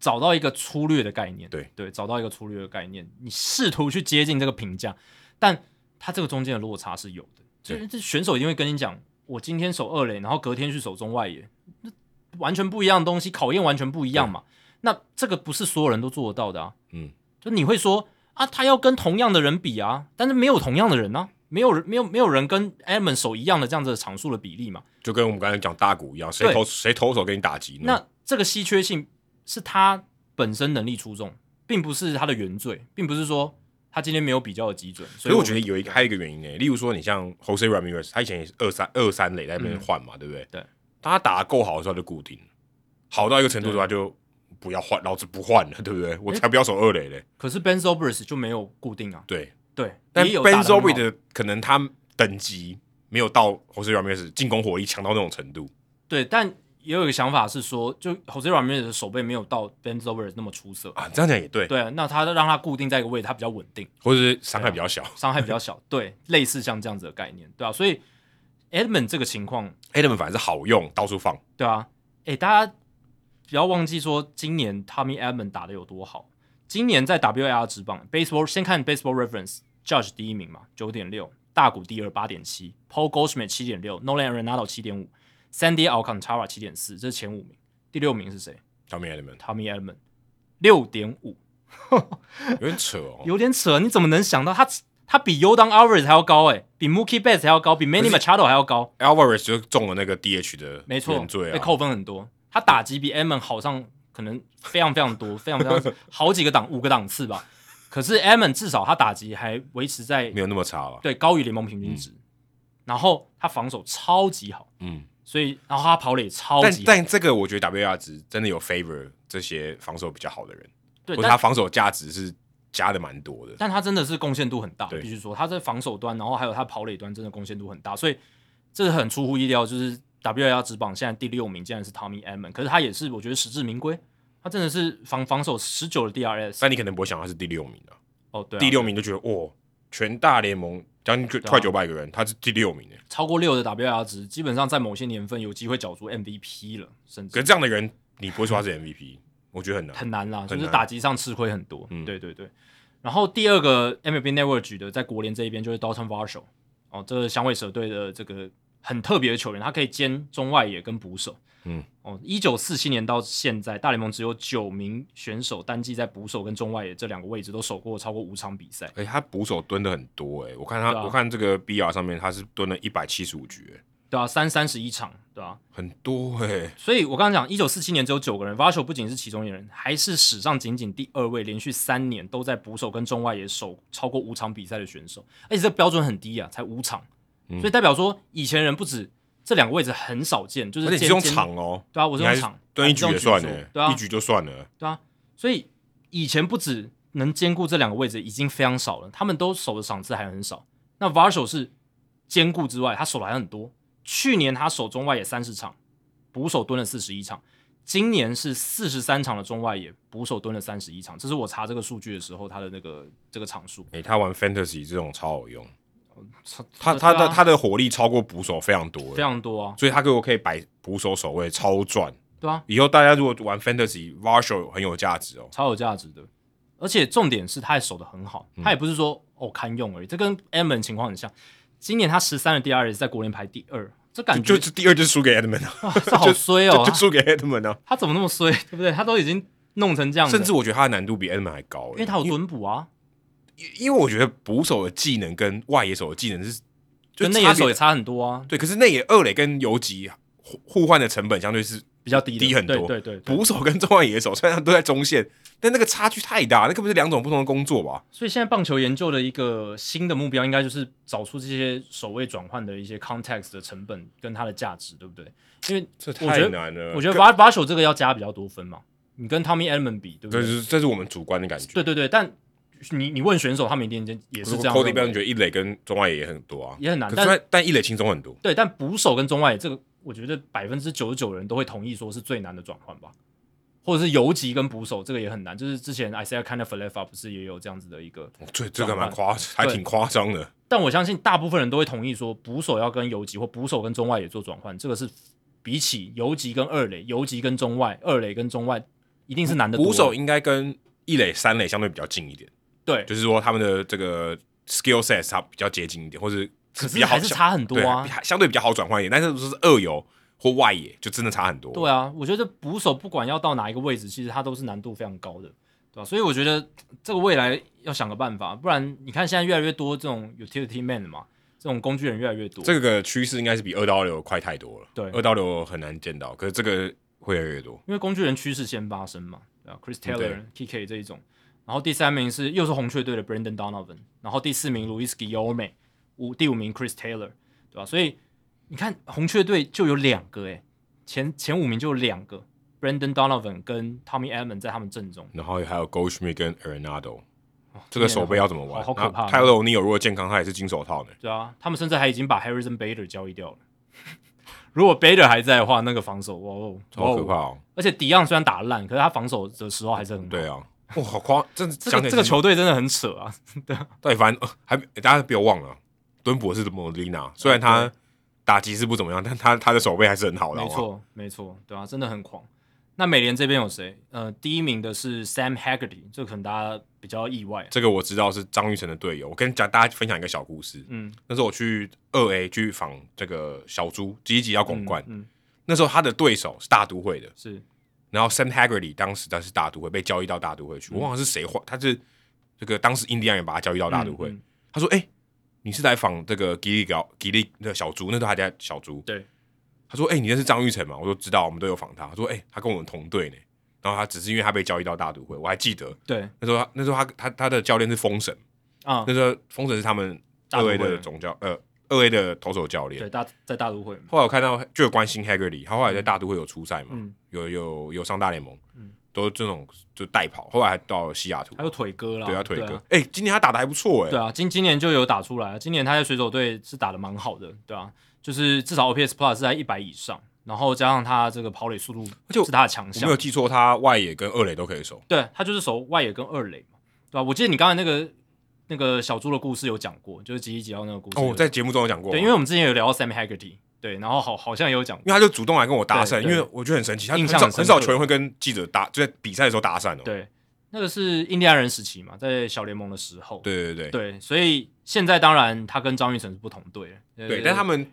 Speaker 2: 找到一个粗略的概念，
Speaker 1: 对
Speaker 2: 对，找到一个粗略的概念，你试图去接近这个评价，但它这个中间的落差是有的，
Speaker 1: 对
Speaker 2: 就是这选手一定会跟你讲，我今天守二垒，然后隔天去守中外野，那完全不一样的东西，考验完全不一样嘛，那这个不是所有人都做得到的啊，
Speaker 1: 嗯，
Speaker 2: 就你会说啊，他要跟同样的人比啊，但是没有同样的人啊。没有人，没有没有人跟 Edmond 守一样的这样子的场数的比例嘛？
Speaker 1: 就跟我们刚才讲大鼓一样，谁
Speaker 2: 对
Speaker 1: 投谁投手给你打击呢？
Speaker 2: 那这个稀缺性是他本身能力出众，并不是他的原罪，并不是说他今天没有比较的基准。
Speaker 1: 所
Speaker 2: 所
Speaker 1: 以
Speaker 2: 以
Speaker 1: 我觉得有一个还有一个原因呢、例如说你像 Jose Ramirez，他以前也是二三二三垒在那边
Speaker 2: 嗯
Speaker 1: 换嘛，对不对？
Speaker 2: 对，
Speaker 1: 他打得够好的时候他就固定了，好到一个程度的话就不要换，老子不换了，对不对？我才不要守二垒嘞。
Speaker 2: 可是 Ben Zobrist 就没有固定啊，
Speaker 1: 对，
Speaker 2: 对，
Speaker 1: 但
Speaker 2: 也有
Speaker 1: Ben
Speaker 2: 打得很好
Speaker 1: Zobrist 的可能他等级没有到 Jose Ramirez 进攻火力强到那种程度，
Speaker 2: 对，但也有一个想法是说，就 Jose Ramirez 的手背没有到 Ben Zobrist 那么出色，
Speaker 1: 啊，这样讲也对，
Speaker 2: 对，那他让他固定在一个位置，他比较稳定。
Speaker 1: 或者是伤害比较小。
Speaker 2: 伤害比较小， 对，类似像这样子的概念，对啊，所以 Edmond 这个情况，
Speaker 1: Adam 反而是好用，到处放，
Speaker 2: 对啊，诶，大家不要忘记说，今年 Tommy Edman 打的有多好。今年在 WAR 值榜，Baseball 先看 Baseball Reference Judge 第一名嘛，九点六，大谷第二八点七，Paul Goldschmidt 七点六，Nolan Arenado 七点五，Sandy Alcantara 七点四，这是前五名。第六名是谁
Speaker 1: Tommy Edman
Speaker 2: Tommy Edman 六点五，
Speaker 1: 有点扯哦。
Speaker 2: 有点扯，你怎么能想到他？他比 y o d a n Alvarez 还要高哎、比 Mookie Betts 还要高，比 Manny
Speaker 1: 可
Speaker 2: Machado 还要高，
Speaker 1: Alvarez 就中了那个 DH 的
Speaker 2: 没错
Speaker 1: 原，罪
Speaker 2: 被
Speaker 1: 啊，
Speaker 2: 扣分很多。他打击比 Edman 好上可能非常非常多，非常非 常好几个档，五个档次吧。可是 Edman 至少他打击还维持在
Speaker 1: 没有那嗯么差了。
Speaker 2: 对高于联盟平均值，然后他防守超级好，
Speaker 1: 嗯，
Speaker 2: 所以然后他跑垒超
Speaker 1: 但
Speaker 2: 级好，
Speaker 1: 但这个我觉得 WR 值真的有 favor 这些防守比较好的人，
Speaker 2: 对，
Speaker 1: 或者
Speaker 2: 但
Speaker 1: 他防守价值是加的蛮多的。
Speaker 2: 但他真的是贡献度很大，
Speaker 1: 对
Speaker 2: 必须说他在防守端，然后还有他跑垒端真的贡献度很大，所以这很出乎意料，就是 W L 直榜现在第六名竟然是 Tommy Edman，可是他也是我觉得实至名归，他真的是防防守十九的 D R S，
Speaker 1: 但你可能不会想到他是第六名啊，
Speaker 2: 哦对啊、
Speaker 1: 第六名就觉得哦，全大联盟将近
Speaker 2: 对啊
Speaker 1: 快九百个人，他是第六名诶。欸
Speaker 2: 超过六的 W L 值，基本上在某些年份有机会角逐 M V P 了，甚
Speaker 1: 可是
Speaker 2: 至
Speaker 1: 这样的人，你不会说他是 MVP，我觉得很难。
Speaker 2: 很难啦，
Speaker 1: 很
Speaker 2: 就是
Speaker 1: 难
Speaker 2: 打击上吃亏很多，
Speaker 1: 嗯
Speaker 2: 对对对。然后第二个 MLB Network 举的在国联这一边就是 Dalton Varsho，哦，这个响尾蛇队的这个很特别的球员，他可以兼中外野跟捕手。
Speaker 1: 嗯，
Speaker 2: 哦，一九四七年到现在，大联盟只有九名选手单季在捕手跟中外野这两个位置都守过超过五场比赛。
Speaker 1: 哎、他捕手蹲的很多哎、我看他，
Speaker 2: 对啊
Speaker 1: 我看这个 BR 上面他是蹲了一百七十五局、欸，
Speaker 2: 对啊，三三十一场，对啊，
Speaker 1: 很多哎、
Speaker 2: 所以我刚刚讲，一九四七年只有九个人 v a s h o 不仅是其中一人，还是史上仅仅第二位连续三年都在捕手跟中外野手超过五场比赛的选手，而且这标准很低啊，才五场，
Speaker 1: 嗯
Speaker 2: 所以代表说以前人不止这两个位置很少见，就是
Speaker 1: 而且你是
Speaker 2: 兼
Speaker 1: 用
Speaker 2: 兼
Speaker 1: 场哦、
Speaker 2: 对啊，我是
Speaker 1: 你还
Speaker 2: 用
Speaker 1: 是
Speaker 2: 场
Speaker 1: 蹲一
Speaker 2: 还是
Speaker 1: 局
Speaker 2: 用
Speaker 1: 也算
Speaker 2: 数
Speaker 1: 了、
Speaker 2: 对啊，
Speaker 1: 一局就算了，
Speaker 2: 对啊，所以以前不止能兼顾这两个位置已经非常少了，他们都守的场次还很少。那 Varsho 是兼顾之外，他守的还很多。去年他守中外野三十场，捕手蹲了四十一场，今年是四十三场的中外野，捕手蹲了三十一场。这是我查这个数据的时候他的那个这个场数。
Speaker 1: 哎、他玩 Fantasy 这种超好用，他
Speaker 2: 他
Speaker 1: 他的、他的火力超过捕手非常多、
Speaker 2: 啊非
Speaker 1: 欸，
Speaker 2: 常多啊，
Speaker 1: 所以他给我可以摆捕手守卫超赚。
Speaker 2: 对啊，
Speaker 1: 以后大家如果玩 Fantasy，Varsho 很有价值哦、
Speaker 2: 超有价值的。而且重点是，他也守得很好，
Speaker 1: 嗯
Speaker 2: 他也不是说哦堪用而已。这跟 M 的情况很像。今年他十三的 DRS 在国联排第二，这感觉
Speaker 1: 就就第二就输给 Edmond 啊，
Speaker 2: 哇，这好衰哦
Speaker 1: 就！就输给 Edmond 啊，
Speaker 2: 他他怎么那么衰，对不对？他都已经弄成这样子，
Speaker 1: 甚至我觉得他的难度比 Edmond 还高、欸，
Speaker 2: 因为他有蹲捕啊，
Speaker 1: 因为我觉得捕手的技能跟外野手的技能是，就
Speaker 2: 跟内
Speaker 1: 差
Speaker 2: 野
Speaker 1: 别
Speaker 2: 手也差很多啊，
Speaker 1: 对，可是内野二垒跟游击互互换的成本相对是
Speaker 2: 比较低的
Speaker 1: 低很多
Speaker 2: 对对对对
Speaker 1: 捕手跟中外野手，虽 然都在中线，但那个差距太大，那根本是两种不同的工作吧？
Speaker 2: 所以现在棒球研究的一个新的目标，应该就是找出这些守卫转换的一些 context 的成本跟它的价值，对不对？因为
Speaker 1: 这
Speaker 2: 我觉
Speaker 1: 太
Speaker 2: 得
Speaker 1: 难了。
Speaker 2: 我觉得
Speaker 1: 呃跟
Speaker 2: v a v a s h o 这个要加比较多分嘛，你跟 Tommy Edman 比，对不
Speaker 1: 这
Speaker 2: 对？
Speaker 1: 是这是我们主观的感觉。
Speaker 2: 对对对，但你你问选手，他们一定也是这样认
Speaker 1: c o
Speaker 2: 为。
Speaker 1: d y 标准觉得一垒跟中外野也很多啊，
Speaker 2: 也很难
Speaker 1: 可是
Speaker 2: 但
Speaker 1: 但但一垒轻松很多。
Speaker 2: 对，但捕手跟中外野这个，我觉得百分之九十九人都会同意说是最难的转换吧，或者是游击跟捕手这个也很难。就是之前 Isaiah k i n d f l e f a 不是也有这样子的一个，
Speaker 1: 哦这这个蛮夸，还
Speaker 2: 对
Speaker 1: 挺夸张的。
Speaker 2: 但我相信大部分人都会同意说捕手要跟游击或捕手跟中外野做转换，这个是比起游击跟二垒、游击跟中外、二垒跟中外一定是难的多。
Speaker 1: 捕手应该跟一垒、三垒相对比较近一点，
Speaker 2: 对，
Speaker 1: 就是说他们的这个 skill set 它比较接近一点，或者
Speaker 2: 可
Speaker 1: 比
Speaker 2: 是
Speaker 1: 较好
Speaker 2: 还是
Speaker 1: 想
Speaker 2: 差很多
Speaker 1: 对
Speaker 2: 啊
Speaker 1: 比。相对比较好转换一点。但是如果是二游或外野，就真的差很多。
Speaker 2: 对啊，我觉得捕手不管要到哪一个位置，其实他都是难度非常高的，对吧、所以我觉得这个未来要想个办法，不然你看现在越来越多这种 utility man 的嘛，这种工具人越来越多。
Speaker 1: 这个呃趋势应该是比二刀流快太多了。
Speaker 2: 对
Speaker 1: 二刀流很难见到，可是这个会越来越多。
Speaker 2: 因为工具人趋势先发生嘛，对啊，Chris
Speaker 1: 嗯对
Speaker 2: Taylor、Kike 这一种，然后第三名是又是红雀队的 Brandon Donovan，然后第四名 Luis Guillorme，五第五名 Chris Taylor，对吧、所以你看红雀队就有两个诶、前前五名就有两个 Brandon Donovan 跟 Tommy Edman 在他们阵中。
Speaker 1: 然后还有 Goldschmidt 跟 Arenado，、这个手背要怎么玩？
Speaker 2: 哦啊好好可怕
Speaker 1: 泰勒欧尼尔如果健康，他也是金手套呢。
Speaker 2: 对啊，他们甚至还已经把 Harrison Bader 交易掉了。 如果 Bader 还在的话，那个防守哇哦，
Speaker 1: 好可
Speaker 2: 哇
Speaker 1: 怕
Speaker 2: 哦！
Speaker 1: 哦！
Speaker 2: 而且迪昂虽然打得烂，可是他防守的时候还是很好。
Speaker 1: 对啊，哇，好夸！真的
Speaker 2: 这
Speaker 1: 想起来
Speaker 2: 个这个
Speaker 1: 真的
Speaker 2: 球队真的很扯啊！
Speaker 1: 到底反正、呃还大家不要忘了，敦博是莫莉娜，虽然他打击是不怎么样，但他他的手背还是很好的。
Speaker 2: 没
Speaker 1: 好不好，
Speaker 2: 错，没错，对啊，真的很狂。那美联这边有谁？呃，第一名的是 Sam Haggerty，这可能大家比较意外。
Speaker 1: 这个我知道是张玉成的队友。我跟讲大家分享一个小故事，
Speaker 2: 嗯，
Speaker 1: 那时候我去二 A 去访这个小猪，积极要拱冠，
Speaker 2: 嗯，
Speaker 1: 那时候他的对手是大都会的，
Speaker 2: 是
Speaker 1: 然后 Sam Haggerty 当时他是大都会被交易到大都会
Speaker 2: 嗯
Speaker 1: 去，我忘了是谁换，他是这个当时印第安人把他交易到大都会。
Speaker 2: 嗯嗯
Speaker 1: 他说：“哎、你是来访这个吉利搞吉利那个小猪，那时候还叫小猪。”
Speaker 2: 对，
Speaker 1: 他说：“哎、你认识张玉成吗？”我说：“知道，我们都有访他。”他说：“哎、他跟我们同队呢。”然后他只是因为他被交易到大都会，我还记得
Speaker 2: 对
Speaker 1: 那时候他那时候他他他的教练是封神，
Speaker 2: 啊，
Speaker 1: 那时候封神是他们
Speaker 2: 大
Speaker 1: 二
Speaker 2: 都
Speaker 1: A
Speaker 2: 会
Speaker 1: 的总教呃二 A 的投手教练。
Speaker 2: 对大在大都会嘛，
Speaker 1: 后来我看到就有关心 Haggerty，他后来在大都会有出赛嘛，
Speaker 2: 嗯
Speaker 1: 有有有上大联盟，
Speaker 2: 嗯
Speaker 1: 都是这种就代跑，后来还到西雅图
Speaker 2: 还，有腿哥啦，
Speaker 1: 对他腿
Speaker 2: 啊
Speaker 1: 哥，哎、今年他打的还不错哎、
Speaker 2: 对啊，今今年就有打出来，今年他在水手队是打的蛮好的，对啊，就是至少 OPS Plus 是在一百以上，然后加上他这个跑垒速度
Speaker 1: 且
Speaker 2: 是他的强
Speaker 1: 我没
Speaker 2: 项
Speaker 1: 有，记错，他外野跟二垒都可以守，
Speaker 2: 对他就是守外野跟二垒嘛，对吧、啊我记得你刚才那个那个小猪的故事有讲过，就是吉一吉奥那个故事
Speaker 1: 哦，
Speaker 2: 有，
Speaker 1: 我在节目中有讲过，
Speaker 2: 对，因为我们之前有聊到 Sam Haggerty，对，然后好好像也有讲
Speaker 1: 因为他
Speaker 2: 过，
Speaker 1: 就主动来跟我搭讪，
Speaker 2: 对
Speaker 1: 因
Speaker 2: 对
Speaker 1: 为我觉得很神奇，他很
Speaker 2: 印象
Speaker 1: 少
Speaker 2: 很深刻
Speaker 1: 很少球员会跟记者搭，就在比赛的时候搭讪哦。
Speaker 2: 对，那个是印第安人时期嘛，在小联盟的时候，
Speaker 1: 对对对
Speaker 2: 对，所以现在当然他跟张玉成是不同队了，对
Speaker 1: 对，但他们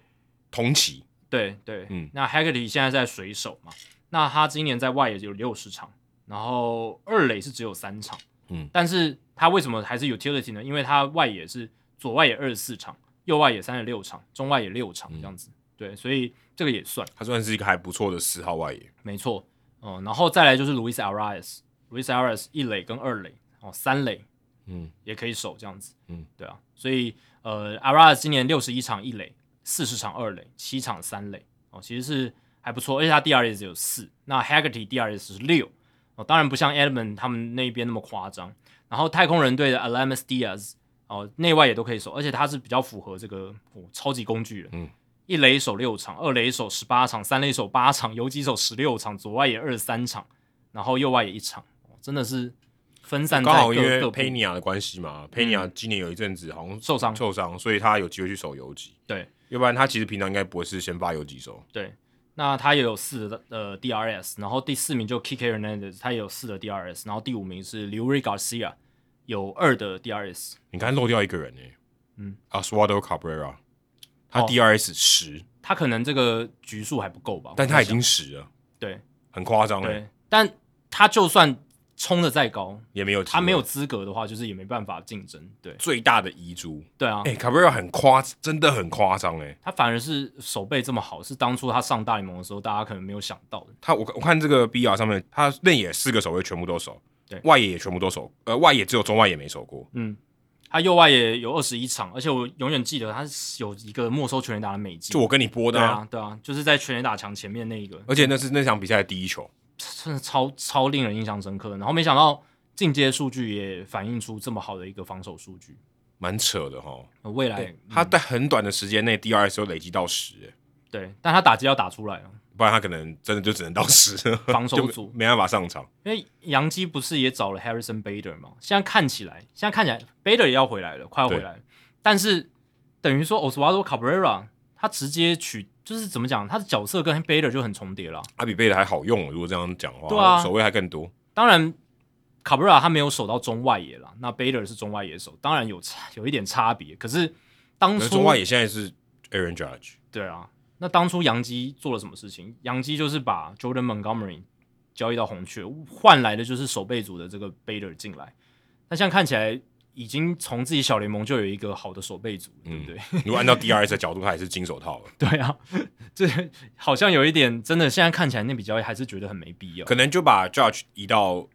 Speaker 1: 同期，
Speaker 2: 对对，
Speaker 1: 嗯
Speaker 2: 那 Haggerty 现在在水手嘛，那他今年在外野有六十场，然后二垒是只有三场，
Speaker 1: 嗯
Speaker 2: 但是他为什么还是 utility 呢？因为他外野是左外野二十四场，右外野三十六场，中外野六场
Speaker 1: 嗯
Speaker 2: 这样子，对，所以这个也算
Speaker 1: 他算是一个还不错的四号外野，
Speaker 2: 没错，嗯、然后再来就是 Luis Arias，Luis Arias 一垒跟二垒哦，三垒
Speaker 1: 嗯，
Speaker 2: 也可以守这样子，
Speaker 1: 嗯，
Speaker 2: 对啊，所以呃 a r a 今年六十一场一垒，四十场二垒，七场三垒哦，其实是还不错，而且他 DRS 只有四，那 Haggerty DRS 是六哦，当然不像 Edmond 他们那边那么夸张。然后太空人队的 Alamis Diaz 哦，内外也都可以守，而且他是比较符合这个哦超级工具人，
Speaker 1: 嗯，
Speaker 2: 一垒手六场，二垒手十八场，三垒手八场，游击手十六场，左外野二十三场，然后右外野一场，哦真的是分散在
Speaker 1: 刚好因
Speaker 2: 各
Speaker 1: 为
Speaker 2: 各部嗯
Speaker 1: 佩尼亚的关系嘛，佩尼亚今年有一阵子好像
Speaker 2: 受伤
Speaker 1: 受伤，所以他有机会去守游击，
Speaker 2: 对。
Speaker 1: 要不然他其实平常应该不会是先发游击手。
Speaker 2: 对，那他也有四的呃 DRS，然后第四名就 Kike Hernandez，他也有四的 DRS，然后第五名是 l u r i Garcia，有二的 DRS，
Speaker 1: 你刚才漏掉一个人呢、
Speaker 2: 嗯
Speaker 1: 啊 s w a d o Cabrera，他
Speaker 2: 哦
Speaker 1: DRS 十、
Speaker 2: 他可能这个局数还不够吧？
Speaker 1: 但他已
Speaker 2: 我
Speaker 1: 经十了，
Speaker 2: 在想
Speaker 1: 很夸张欸
Speaker 2: 对
Speaker 1: 了，
Speaker 2: 哦对，但他就算冲的再高，
Speaker 1: 也没有机会
Speaker 2: 他没有资格的话，就是也没办法竞争。对
Speaker 1: 最大的遗珠。
Speaker 2: 对啊，
Speaker 1: 哎、卡 c a b r e r a 很夸，真的很夸张哎。
Speaker 2: 他反而是手背这么好，是当初他上大联盟的时候，大家可能没有想到的。
Speaker 1: 他我我看这个 BR 上面，他内野四个守卫全部都守，
Speaker 2: 对
Speaker 1: 外野也全部都守，呃，外野只有中外野没守过。
Speaker 2: 嗯。他右外也有二十一场，而且我永远记得他是有一个没收全垒打的美记，
Speaker 1: 就我跟你播的、
Speaker 2: 对啊，对啊，就是在全垒打墙前面那一个，
Speaker 1: 而且那是那场比赛的第一球，
Speaker 2: 真的超超令人印象深刻的。然后没想到进阶数据也反映出这么好的一个防守数据，
Speaker 1: 蛮扯的哈。
Speaker 2: 呃未来
Speaker 1: 他在很短的时间内 DRS 都累积到十、哎
Speaker 2: 对，但他打击要打出来了，啊
Speaker 1: 不然他可能真的就只能到十，
Speaker 2: 防 守
Speaker 1: 就
Speaker 2: 组
Speaker 1: 没办法上场。
Speaker 2: 因为杨基不是也找了 Harrison Bader 嘛？现在看起来，现在看起来 Bader 也要回来了，快要回来了，但是等于说 Oswaldo Cabrera 他直接取，就是怎么讲，他的角色跟 Bader 就很重叠了。啊
Speaker 1: 阿比贝的还好用，如果这样讲的话，
Speaker 2: 对啊
Speaker 1: 守卫还更多。
Speaker 2: 当然，卡布拉他没有守到中外野啦，那 Bader 是中外野手，当然有差有一点差别。可是当
Speaker 1: 可是
Speaker 2: 初
Speaker 1: 中外野现在是 Aaron Judge，
Speaker 2: 对啊，那当初杨基做了什么事情？杨基就是把 Jordan Montgomery 交易到红雀，换来的就是守备组的这个 Bader 进来。那现在看起来，已经从自己小联盟就有一个好的守备组，对不对？
Speaker 1: 如果按照 DRS 的角度，他也是金手套了，
Speaker 2: 对啊， 这好像有一点真的，现在看起来那笔交易还是觉得很没必要
Speaker 1: 可。能就把 Judge 移到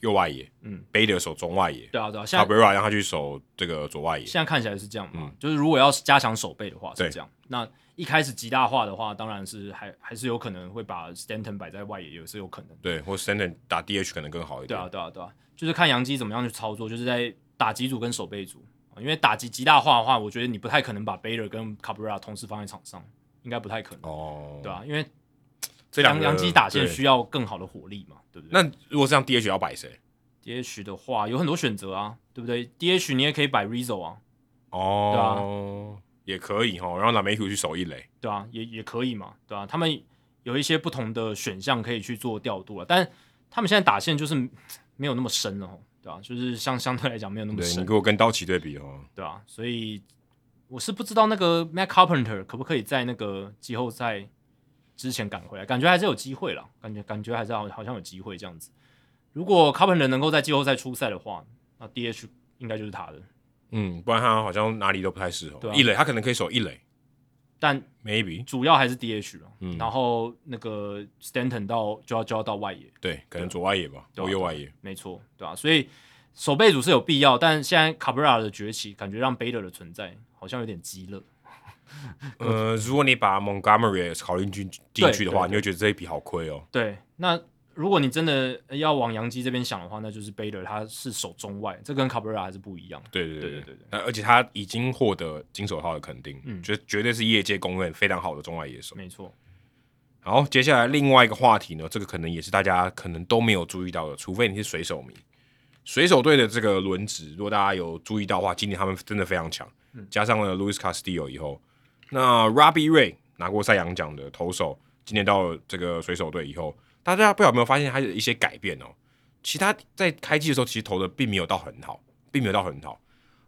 Speaker 1: 右外野，
Speaker 2: 嗯
Speaker 1: ，Bader 守中外野
Speaker 2: 对啊，对啊，现在
Speaker 1: ，Cabrera 让他去守这个左外野。
Speaker 2: 现在看起来是这样嘛，
Speaker 1: 嗯
Speaker 2: 就是如果要加强守备的话
Speaker 1: 对
Speaker 2: 是这样。那一开始极大化的话，当然是还还是有可能会把 Stanton 摆在外野，也是有可能。
Speaker 1: 对，或 Stanton 打 DH 可能更好一
Speaker 2: 对
Speaker 1: 点。
Speaker 2: 啊，对啊，对啊，就是看杨基怎么样去操作，就是在打击组跟守备组，因为打击极大化的话，我觉得你不太可能把 Bader 跟 Cabrera 同时放在场上，应该不太可能，
Speaker 1: 哦，
Speaker 2: 对啊，因为
Speaker 1: 这两
Speaker 2: 杨
Speaker 1: 个
Speaker 2: 杨基打线
Speaker 1: 对
Speaker 2: 需要更好的火力嘛，对不对？
Speaker 1: 那如果这样 DH 要摆谁？
Speaker 2: DH 的话有很多选择啊，对不对？DH 你也可以摆 Rizzo 啊，
Speaker 1: 哦，也可以哈，然后拿梅图去守一垒。
Speaker 2: 对啊，也也可以嘛，对啊，他们有一些不同的选项可以去做调度了，啊但他们现在打线就是嗯没有那么深了哦，对啊，就是相相对来讲没有那么
Speaker 1: 对，
Speaker 2: 深
Speaker 1: 你，给我跟刀奇对比哦，
Speaker 2: 对啊，所以我是不知道那个 Matt Carpenter 可不可以在那个季后赛之前赶回来，感觉还是有机会啦，感觉感觉还是好好像有机会这样子。如果 Carpenter 能够在季后赛出赛的话，那 DH 应该就是他的。
Speaker 1: 嗯，不然他好像哪里都不太适合。
Speaker 2: 对啊
Speaker 1: 一垒他可能可以守一垒
Speaker 2: 但
Speaker 1: ，maybe
Speaker 2: 主要还是 DH 了，
Speaker 1: 嗯
Speaker 2: 然后那个 Stanton 到就要就要到外野，
Speaker 1: 对，可能左外野吧，
Speaker 2: 对啊
Speaker 1: 或右外野。
Speaker 2: 没错，对啊吧、所以守备组是有必要，但现在 Cabrera 的崛起，感觉让 Bader 的存在好像有点鸡肋。
Speaker 1: 呃，如果你把 Montgomery 也考虑进进去的话，
Speaker 2: 对对
Speaker 1: 你会觉得这一笔好亏哦。
Speaker 2: 对，那如果你真的要往洋基这边想的话，那就是 Bader 他是守中外，这跟 Cabrera 还是不一样。
Speaker 1: 对对
Speaker 2: 对
Speaker 1: 对
Speaker 2: 对对对
Speaker 1: 那而且他已经获得金手套的肯定，
Speaker 2: 嗯
Speaker 1: 绝绝对是业界公认非常好的中外野手。
Speaker 2: 没错，
Speaker 1: 然后接下来另外一个话题呢，这个可能也是大家可能都没有注意到的，除非你是水手迷。水手队的这个轮值，如果大家有注意到的话，今年他们真的非常强，加上了 Luis Castillo 以后，那 Robbie Ray 拿过赛扬奖的投手，今年到了这个水手队以后，大家不知道有没有发现他有一些改变哦？其他在开季的时候，其实投的并没有到很好，并没有到很好。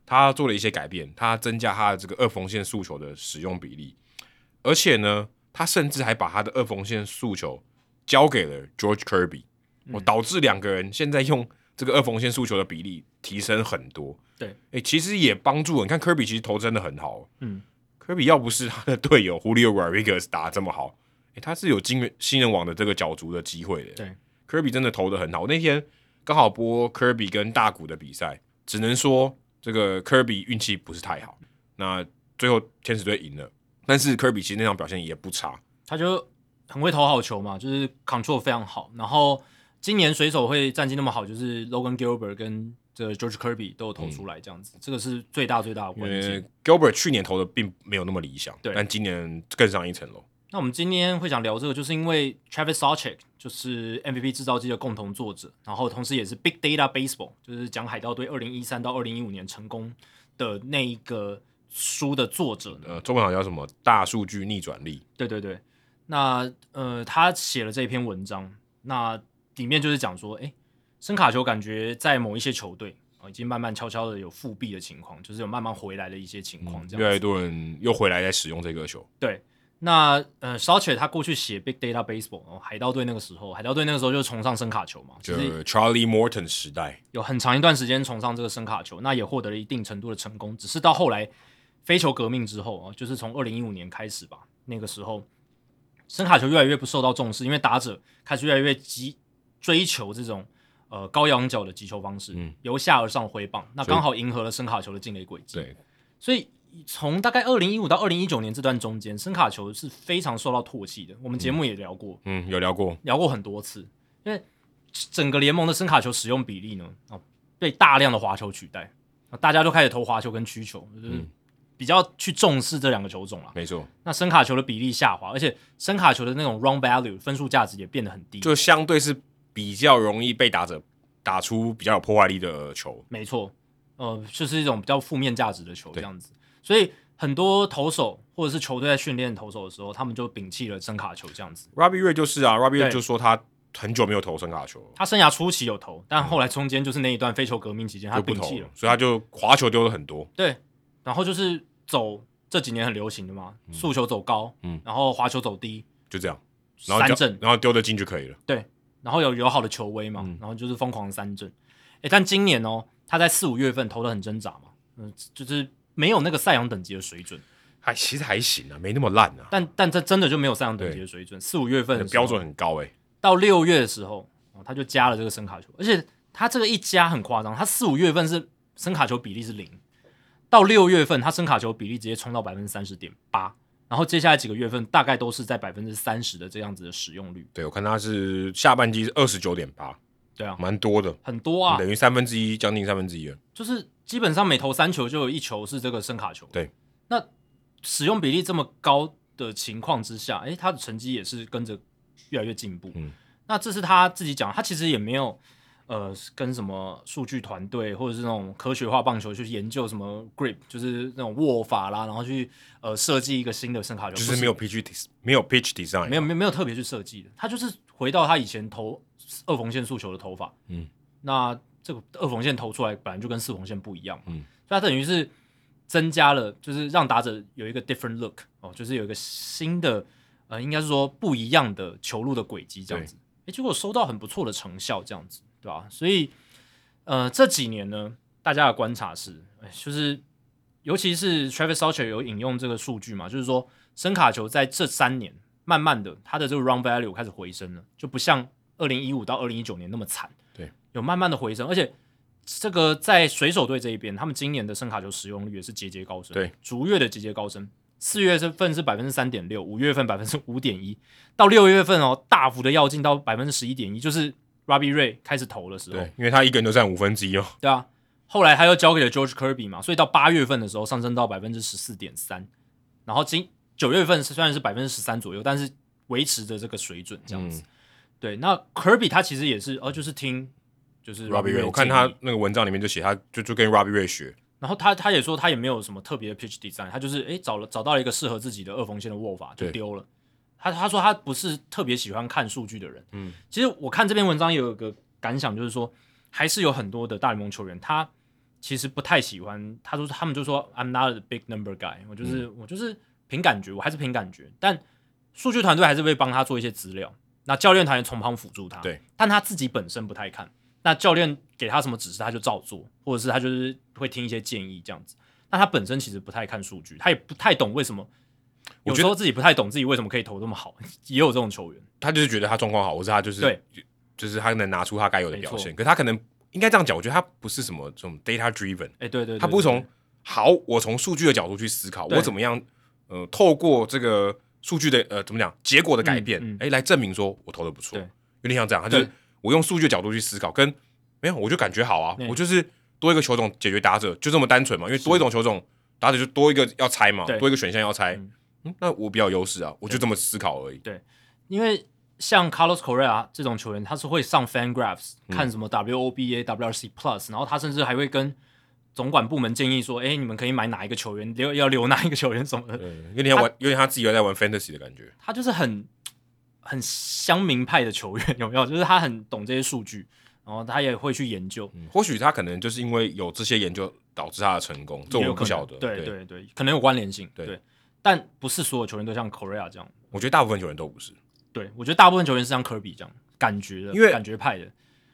Speaker 1: 他做了一些改变，他增加他的这个二缝线诉求的使用比例，而且呢，他甚至还把他的二缝线诉求交给了 George Kirby，、我导致两个人现在用这个二缝线诉求的比例提升很多。
Speaker 2: 对
Speaker 1: 诶、其实也帮助你看 Kirby 其实投真的很好，
Speaker 2: 嗯，
Speaker 1: 科比要不是他的队友 Julio Rodriguez 打得这么好，诶、他是有金人新人王的这个角逐的机会的。
Speaker 2: 对，
Speaker 1: 科比真的投的很好。我那天刚好播科比跟大谷的比赛，只能说这个科比运气不是太好。那最后天使队赢了，但是科比其实那场表现也不差。
Speaker 2: 他就很会投好球嘛，就是 control 非常好。然后今年水手会战绩那么好，就是 Logan Gilbert 跟这 George Kirby 都有投出来，这样子，这个是最大最大的
Speaker 1: 嗯因
Speaker 2: 关键
Speaker 1: 为。Gilbert 去年投的并没有那么理想，
Speaker 2: 对
Speaker 1: 但今年更上一层楼。
Speaker 2: 那我们今天会想聊这个，就是因为 Travis Sawchek 就是 MVP 制造机的共同作者，然后同时也是 Big Data Baseball，就是讲海盗队二零一三到二零一五年成功的那一个书的作者呢。
Speaker 1: 呃，中文好像叫什么？大数据逆转力。
Speaker 2: 对对对，那呃，他写了这篇文章，那里面就是讲说，哎，声卡球感觉在某一些球队啊、已经慢慢悄悄的有复辟的情况，就是有慢慢回来的一些情况，这
Speaker 1: 嗯
Speaker 2: 样子
Speaker 1: 越来越多人又回来在使用这个球。
Speaker 2: 对，那呃 s a u c h e 他过去写 Big Data Baseball，然后海盗队那个时候，海盗队那个时候就崇尚声卡球嘛，
Speaker 1: 就
Speaker 2: 就是
Speaker 1: Charlie Morton 时代，
Speaker 2: 有很长一段时间崇尚这个声卡球，那也获得了一定程度的成功。只是到后来非球革命之后啊，就是从二零一五年开始吧，那个时候声卡球越来越不受到重视，因为打者开始越来越急追求这种。呃，高仰角的击球方式，
Speaker 1: 嗯
Speaker 2: 由下而上挥棒，那
Speaker 1: 所以
Speaker 2: 刚好迎合了声卡球的进垒轨迹。
Speaker 1: 对，
Speaker 2: 所以从大概二零一五到二零一九年这段中间，声卡球是非常受到唾弃的。我们节目也聊过，
Speaker 1: 嗯，有聊过，
Speaker 2: 聊过很多次，因为整个联盟的声卡球使用比例呢，啊，被大量的滑球取代，啊大家都开始投滑球跟曲球，就是
Speaker 1: 嗯
Speaker 2: 比较去重视这两个球种了。
Speaker 1: 没错，
Speaker 2: 那声卡球的比例下滑，而且声卡球的那种 run value 分数价值也变得很低。
Speaker 1: 就相对是比较容易被打者打出比较有破坏力的球，
Speaker 2: 没错，呃，就是一种比较负面价值的球这
Speaker 1: 对
Speaker 2: 样子。所以很多投手或者是球队在训练投手的时候，他们就摒弃了声卡球这样子。
Speaker 1: Robbie Ray 就是啊，Robbie
Speaker 2: 对
Speaker 1: Ray 就说他很久没有投声卡球，
Speaker 2: 他生涯初期有投，但后来中间就是那一段非球革命期间，他
Speaker 1: 嗯就不
Speaker 2: 摒
Speaker 1: 投
Speaker 2: 弃
Speaker 1: 了，所以他就滑球丢了很多。
Speaker 2: 对，然后就是走这几年很流行的嘛，速球走高，
Speaker 1: 嗯
Speaker 2: 然后滑球走低，
Speaker 1: 就这样，然后
Speaker 2: 三
Speaker 1: 就
Speaker 2: 振，
Speaker 1: 然后丢得进就可以了。
Speaker 2: 然后有友好的球威嘛，
Speaker 1: 嗯
Speaker 2: 然后就是疯狂三振。诶，但今年哦，他在四五月份投的很挣扎嘛，嗯，就是没有那个赛扬等级的水准，
Speaker 1: 还其实还行啊，没那么烂啊，
Speaker 2: 但但这真的就没有赛扬等级的水准。四五月份的时候
Speaker 1: 标准很高诶、
Speaker 2: 到六月的时候，哦他就加了这个声卡球，而且他这个一加很夸张，他四五月份是声卡球比例是零，到六月份他声卡球比例直接冲到百分之三十点八，然后接下来几个月份大概都是在百分之三十的这样子的使用率，
Speaker 1: 对我看他是下半季是二十九点八，
Speaker 2: 对啊，
Speaker 1: 蛮多的，
Speaker 2: 很多啊，
Speaker 1: 等于三分之一，将近三分之一了。
Speaker 2: 就是基本上每投三球就有一球是这个声卡球，
Speaker 1: 对，
Speaker 2: 那使用比例这么高的情况之下，诶，他的成绩也是跟着越来越进步，
Speaker 1: 嗯，
Speaker 2: 那这是他自己讲，他其实也没有呃跟什么数据团队或者是那种科学化棒球去研究什么 grip，就是那种握法啦，然后去呃设计一个新的声卡球，
Speaker 1: 就是没有 pitch des- 没有 pitch design，
Speaker 2: 没有没有没有特别去设计的，他就是回到他以前投二缝线速球的投法，
Speaker 1: 嗯，
Speaker 2: 那这个二缝线投出来本来就跟四缝线不一样嘛，
Speaker 1: 嗯，
Speaker 2: 所以他等于是增加了，就是让打者有一个 different look 哦，就是有一个新的呃，应该是说不一样的球路的轨迹这样子。诶，结果收到很不错的成效，这样子，对吧、所以，呃，这几年呢，大家的观察是，诶就是尤其是 Travis s a u c h e r 有引用这个数据嘛，就是说声卡球在这三年，慢慢的它的这个 run value 开始回升了，就不像二零一五到二零一九年那么惨，
Speaker 1: 对，
Speaker 2: 有慢慢的回升，而且。这个在水手队这一边，他们今年的声卡球使用率也是节节高升，
Speaker 1: 对，
Speaker 2: 逐月的节节高升。四月份是百分之三点六，五月份百分之五点一，到六月份哦，大幅的要进到百分之十一点一，就是 Robbie Ray 开始投的时候，
Speaker 1: 对，因为他一个人就占五分之一哦，
Speaker 2: 对啊，后来他又交给了 George Kirby 嘛，所以到八月份的时候上升到百分之十四点三，然后今九月份虽然是百分之十三左右，但是维持着这个水准这
Speaker 1: 嗯
Speaker 2: 样子。对，那 Kirby 他其实也是，哦，就是听就是
Speaker 1: Robbie
Speaker 2: Ray，
Speaker 1: Ray，我看他那个文章里面就写，他就就跟 Robbie Ray 学，
Speaker 2: 然后他他也说他也没有什么特别的 pitch design，他就是诶找了找到了一个适合自己的二缝线的握法就
Speaker 1: 对
Speaker 2: 丢了。他他说他不是特别喜欢看数据的人，
Speaker 1: 嗯，
Speaker 2: 其实我看这篇文章也有一个感想，就是说还是有很多的大联盟球员他其实不太喜欢，他说他们就说 I'm not a big number guy，我就是、
Speaker 1: 嗯
Speaker 2: 我就是凭感觉，我还是凭感觉，但数据团队还是会帮他做一些资料，那教练团也从旁辅助他，
Speaker 1: 对，
Speaker 2: 但他自己本身不太看，那教练给他什么指示他就照做，或者是他就是会听一些建议这样子。那他本身其实不太看数据，他也不太懂为什么，
Speaker 1: 我
Speaker 2: 有
Speaker 1: 觉得
Speaker 2: 时候自己不太懂自己为什么可以投这么好，也有这种球员。
Speaker 1: 他就是觉得他状况好，或是他就是
Speaker 2: 对，
Speaker 1: 就是他能拿出他该有的表
Speaker 2: 没
Speaker 1: 现，可是他可能应该这样讲，我觉得他不是什么这种 data driven，
Speaker 2: 哎、对对对，
Speaker 1: 他不是
Speaker 2: 对
Speaker 1: 从好，我从数据的角度去思考，
Speaker 2: 对
Speaker 1: 我怎么样呃，透过这个数据的呃怎么讲结果的改变，哎、
Speaker 2: 嗯嗯
Speaker 1: 来证明说我投的不错
Speaker 2: 对，
Speaker 1: 有点像这样，他就是
Speaker 2: 对
Speaker 1: 我用数据的角度去思考，跟没有我就感觉好啊，
Speaker 2: 嗯
Speaker 1: 我就是多一个球种解决打者，就这么单纯嘛，因为多一种球种打者就多一个要猜嘛，
Speaker 2: 对
Speaker 1: 多一个选项要猜
Speaker 2: 嗯，
Speaker 1: 嗯，那我比较有优势啊，我就这么思考而已，
Speaker 2: 因为像 Carlos Correa 这种球员，他是会上 FanGraphs 看什么 WOBA、WRC Plus，然后他甚至还会跟总管部门建议说，哎、你们可以买哪一个球员，留要留哪一个球员什么的。
Speaker 1: 嗯，有点像玩，有点像他自己在玩 fantasy 的感觉，
Speaker 2: 他就是很很乡民派的球员，有没 有？就是他很懂这些数据，然后他也会去研究，
Speaker 1: 嗯或许他可能就是因为有这些研究导致他的成功，这我
Speaker 2: 也有
Speaker 1: 们
Speaker 2: 可
Speaker 1: 不
Speaker 2: 能
Speaker 1: 晓得，
Speaker 2: 对对对，可能有关联性，
Speaker 1: 对
Speaker 2: 对。但不是所有球员都像 Correa 这样，
Speaker 1: 我觉得大部分球员都不是。
Speaker 2: 对我觉得大部分球员是像科比这样感觉的，
Speaker 1: 因为
Speaker 2: 感觉派的，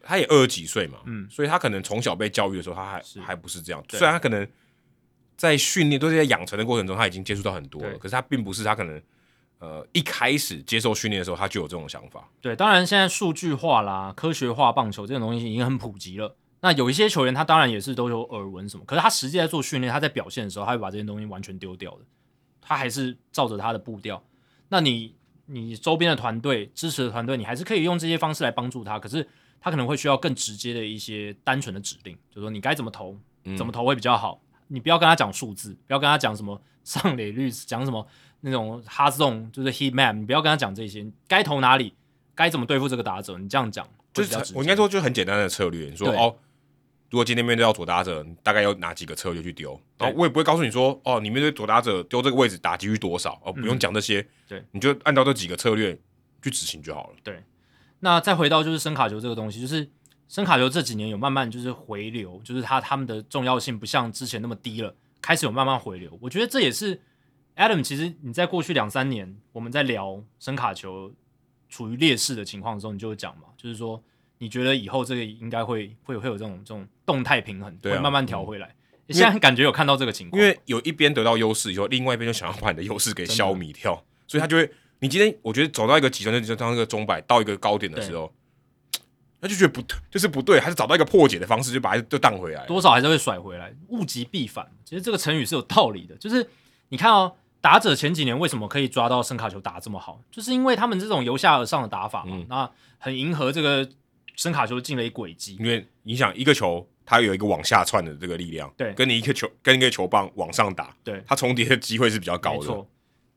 Speaker 1: 他也二十几岁嘛，
Speaker 2: 嗯
Speaker 1: 所以他可能从小被教育的时候，他还
Speaker 2: 是
Speaker 1: 还不是这样。
Speaker 2: 对
Speaker 1: 虽然他可能在训练、都是在养成的过程中，他已经接触到很多了，
Speaker 2: 对
Speaker 1: 可是他并不是他可能呃一开始接受训练的时候，他就有这种想法。
Speaker 2: 对，当然现在数据化啦、科学化棒球这种东西已经很普及了。那有一些球员，他当然也是都有耳闻什么，可是他实际在做训练，他在表现的时候，他会把这些东西完全丢掉的。他还是照着他的步调。那你你周边的团队支持的团队，你还是可以用这些方式来帮助他，可是他可能会需要更直接的一些单纯的指令，就是说你该怎么投，
Speaker 1: 嗯
Speaker 2: 嗯怎么投会比较好。你不要跟他讲数字，不要跟他讲什么 上垒率，讲什么那种哈 zone，就是 heat map，你不要跟他讲这些，该投哪里，该怎么对付这个打者，你这样讲
Speaker 1: 就
Speaker 2: 会比
Speaker 1: 是
Speaker 2: 较直接
Speaker 1: 我应该说，就是很简单的策略。你说
Speaker 2: 对
Speaker 1: 哦，如果今天面对到左打者，你大概有哪几个策略去丢？
Speaker 2: 对
Speaker 1: 然后我也不会告诉你说，哦，你面对左打者丢这个位置打击率多少哦，不用讲这些，
Speaker 2: 嗯对，
Speaker 1: 你就按照这几个策略去执行就好了。
Speaker 2: 那再回到就是声卡球这个东西，就是声卡球这几年有慢慢就是回流，就是它它们的重要性不像之前那么低了，开始有慢慢回流。我觉得这也是 Adam，其实你在过去两三年我们在聊声卡球处于劣势的情况的时候，你就会讲嘛，就是说你觉得以后这个应该会会会有这种这种动态平衡，
Speaker 1: 对啊
Speaker 2: 会慢慢调回来。现在感觉有看到这个情况，
Speaker 1: 因为有一边得到优势以后，另外一边就想要把你的优势给消弭掉，所以他就会，你今天我觉得走到一个极端，就就当那个钟摆到一个高点的时候，他就觉得不对，就是不对，他是找到一个破解的方式，就把它就荡回来。
Speaker 2: 多少还是会甩回来，物极必反。其实这个成语是有道理的，就是你看哦，打者前几年为什么可以抓到声卡球打得这么好，就是因为他们这种由下而上的打法嘛，
Speaker 1: 嗯
Speaker 2: 那很迎合这个声卡球进了一轨迹。
Speaker 1: 因为你想一个球，它有一个往下窜的这个力量，
Speaker 2: 对
Speaker 1: 跟你一个球跟一个球棒往上打，
Speaker 2: 对，
Speaker 1: 它重叠的机会是比较高
Speaker 2: 没
Speaker 1: 的。
Speaker 2: 错。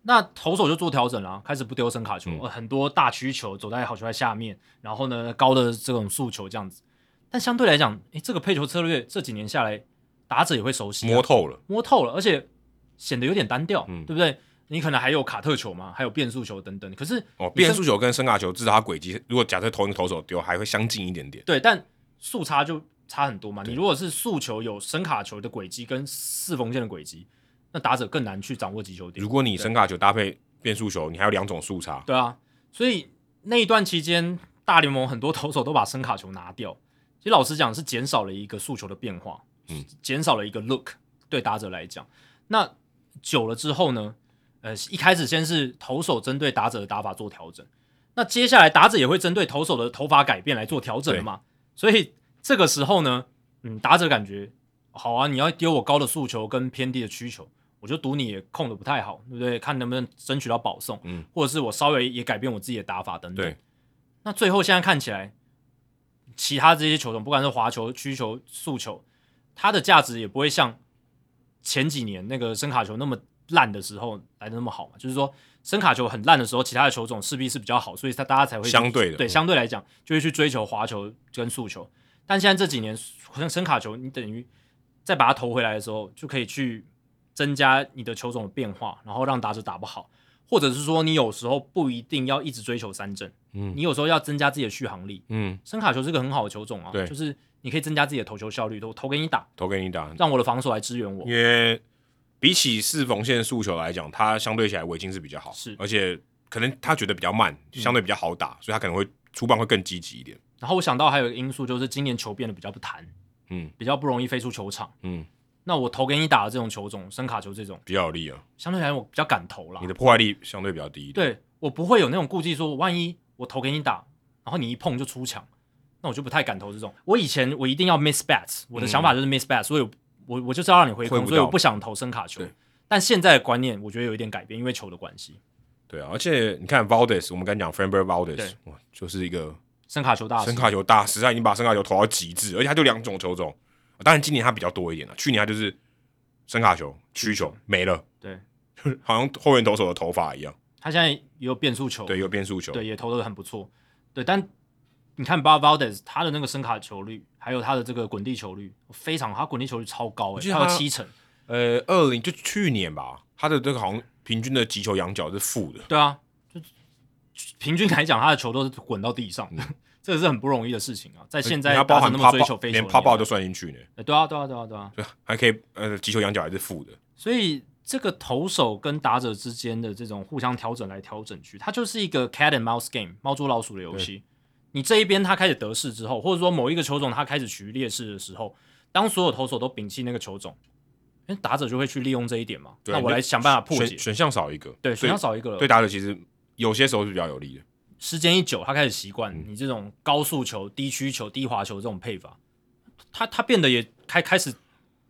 Speaker 2: 那投手就做调整了，开始不丢声卡球，
Speaker 1: 嗯
Speaker 2: 呃很多大曲球走在好球在下面，然后呢高的这种速球这样子。但相对来讲，诶，这个配球策略这几年下来，打者也会熟悉啊、
Speaker 1: 摸透了，
Speaker 2: 摸透了，而且显得有点单调，
Speaker 1: 嗯
Speaker 2: 对不对？你可能还有卡特球嘛，还有变速球等等。可是
Speaker 1: 哦，变速球跟声卡球至少它轨迹，如果假设同一个投手丢，还会相近一点点。
Speaker 2: 对，但速差就差很多嘛。你如果是速球有深卡球的轨迹跟四缝线的轨迹，那打者更难去掌握击球点
Speaker 1: 如。果你声卡球搭配变速球，你还有两种速差，
Speaker 2: 对啊，所以那一段期间，大联盟很多投手都把声卡球拿掉。其实老实讲，是减少了一个诉求的变化，
Speaker 1: 嗯，
Speaker 2: 减少了一个 look 对打者来讲。那久了之后呢，呃，一开始先是投手针对打者的打法做调整，那接下来打者也会针对投手的投法改变来做调整嘛。所以这个时候呢，嗯，打者感觉好啊，你要丢我高的诉求跟偏低的需求，我就赌你也控的不太好，对不对？看能不能争取到保送，
Speaker 1: 嗯，
Speaker 2: 或者是我稍微也改变我自己的打法等等。
Speaker 1: 对，
Speaker 2: 那最后现在看起来，其他这些球种，不管是滑球、曲球、速球，它的价值也不会像前几年那个声卡球那么烂的时候来的那么好嘛。就是说，声卡球很烂的时候，其他的球种势必是比较好，所以它大家才会去
Speaker 1: 相对的
Speaker 2: 对
Speaker 1: 嗯
Speaker 2: 相对来讲就会去追求滑球跟速球。但现在这几年，声声卡球你等于再把它投回来的时候，就可以去增加你的球种的变化，然后让打者打不好，或者是说你有时候不一定要一直追求三振。
Speaker 1: 嗯
Speaker 2: 你有时候要增加自己的续航力。
Speaker 1: 嗯，
Speaker 2: 声卡球是个很好的球种啊，
Speaker 1: 对
Speaker 2: 就是你可以增加自己的投球效率，我投给你打，
Speaker 1: 投给你打，
Speaker 2: 让我的防守来支援我
Speaker 1: 因。为比起四缝线速球来讲，它相对起来围巾是比较好，
Speaker 2: 是嗯
Speaker 1: 而且可能他觉得比较慢，相对比较好打，所以他可能会出棒会更积极一点。
Speaker 2: 然后我想到还有一个因素就是今年球变得比较不弹，
Speaker 1: 嗯
Speaker 2: 比较不容易飞出球场。
Speaker 1: 嗯，
Speaker 2: 那我投给你打的这种球种，声卡球这种，
Speaker 1: 比较有力啊，
Speaker 2: 相对来讲我比较敢投啦
Speaker 1: 你。的破坏力相对比较低一点。
Speaker 2: 对我不会有那种顾忌，说万一我投给你打，然后你一碰就出墙，那我就不太敢投这种。我以前我一定要 miss bats，我的想法就是 miss bats，、所以我我我就是要让你回
Speaker 1: 嗯挥
Speaker 2: 空，
Speaker 1: 不
Speaker 2: 所以我
Speaker 1: 到
Speaker 2: 不想投声卡球
Speaker 1: 对。
Speaker 2: 但现在的观念我觉得有一点改变，因为球的关系。
Speaker 1: 对啊，而且你看 Valdes，我们刚才讲 Framber
Speaker 2: 对
Speaker 1: Valdes，哇，就是一个
Speaker 2: 声卡球大师
Speaker 1: 声卡球大师，他已经把声卡球投到极致，而且他就两种球种，啊当然今年他比较多一点了，啊去年他就是声卡球、曲球没 了，
Speaker 2: 对，
Speaker 1: 好像后援投手的头发一样，
Speaker 2: 他现在也有变速球，
Speaker 1: 对，有变速球，
Speaker 2: 对也投的很不错，对。但你看 b a v a l d e s 他的那个声卡球率，还有他的这个滚地球率非常好，他滚地球率超高、
Speaker 1: 记
Speaker 2: 欸，
Speaker 1: 得
Speaker 2: 他有
Speaker 1: 他
Speaker 2: 七成。
Speaker 1: 呃，二零就去年吧，他的这个好像平均的击球仰角是负的，
Speaker 2: 对啊，就平均来讲，他的球都是滚到 地上的，这个是很不容易的事情啊。在现在
Speaker 1: 人家
Speaker 2: 大
Speaker 1: 呃包
Speaker 2: 家
Speaker 1: 含
Speaker 2: 那么
Speaker 1: pop
Speaker 2: 追
Speaker 1: out，
Speaker 2: 求飞球的
Speaker 1: 连
Speaker 2: 年代，
Speaker 1: p o p out 都算进去呢，
Speaker 2: 欸对啊，对啊，对啊，对啊。
Speaker 1: 对啊，还可以呃击球仰角还是负的，
Speaker 2: 所以这个投手跟打者之间的这种互相调整来调整去，它就是一个 cat and mouse game 猫捉老鼠的游戏。你这一边他开始得势之后，或者说某一个球种他开始处于劣势的时候，当所有投手都摒弃那个球种，哎，打者就会去利用这一点嘛。
Speaker 1: 对
Speaker 2: 那我
Speaker 1: 你
Speaker 2: 来想办法破解
Speaker 1: 选。选项少一个，
Speaker 2: 对，
Speaker 1: 所以
Speaker 2: 选项少一个了。
Speaker 1: 对打者其实有些时候是比较有利的，
Speaker 2: 时间一久，他开始习惯
Speaker 1: 嗯
Speaker 2: 你这种高速球、低曲球、低滑球这种配法，他他变得也开开始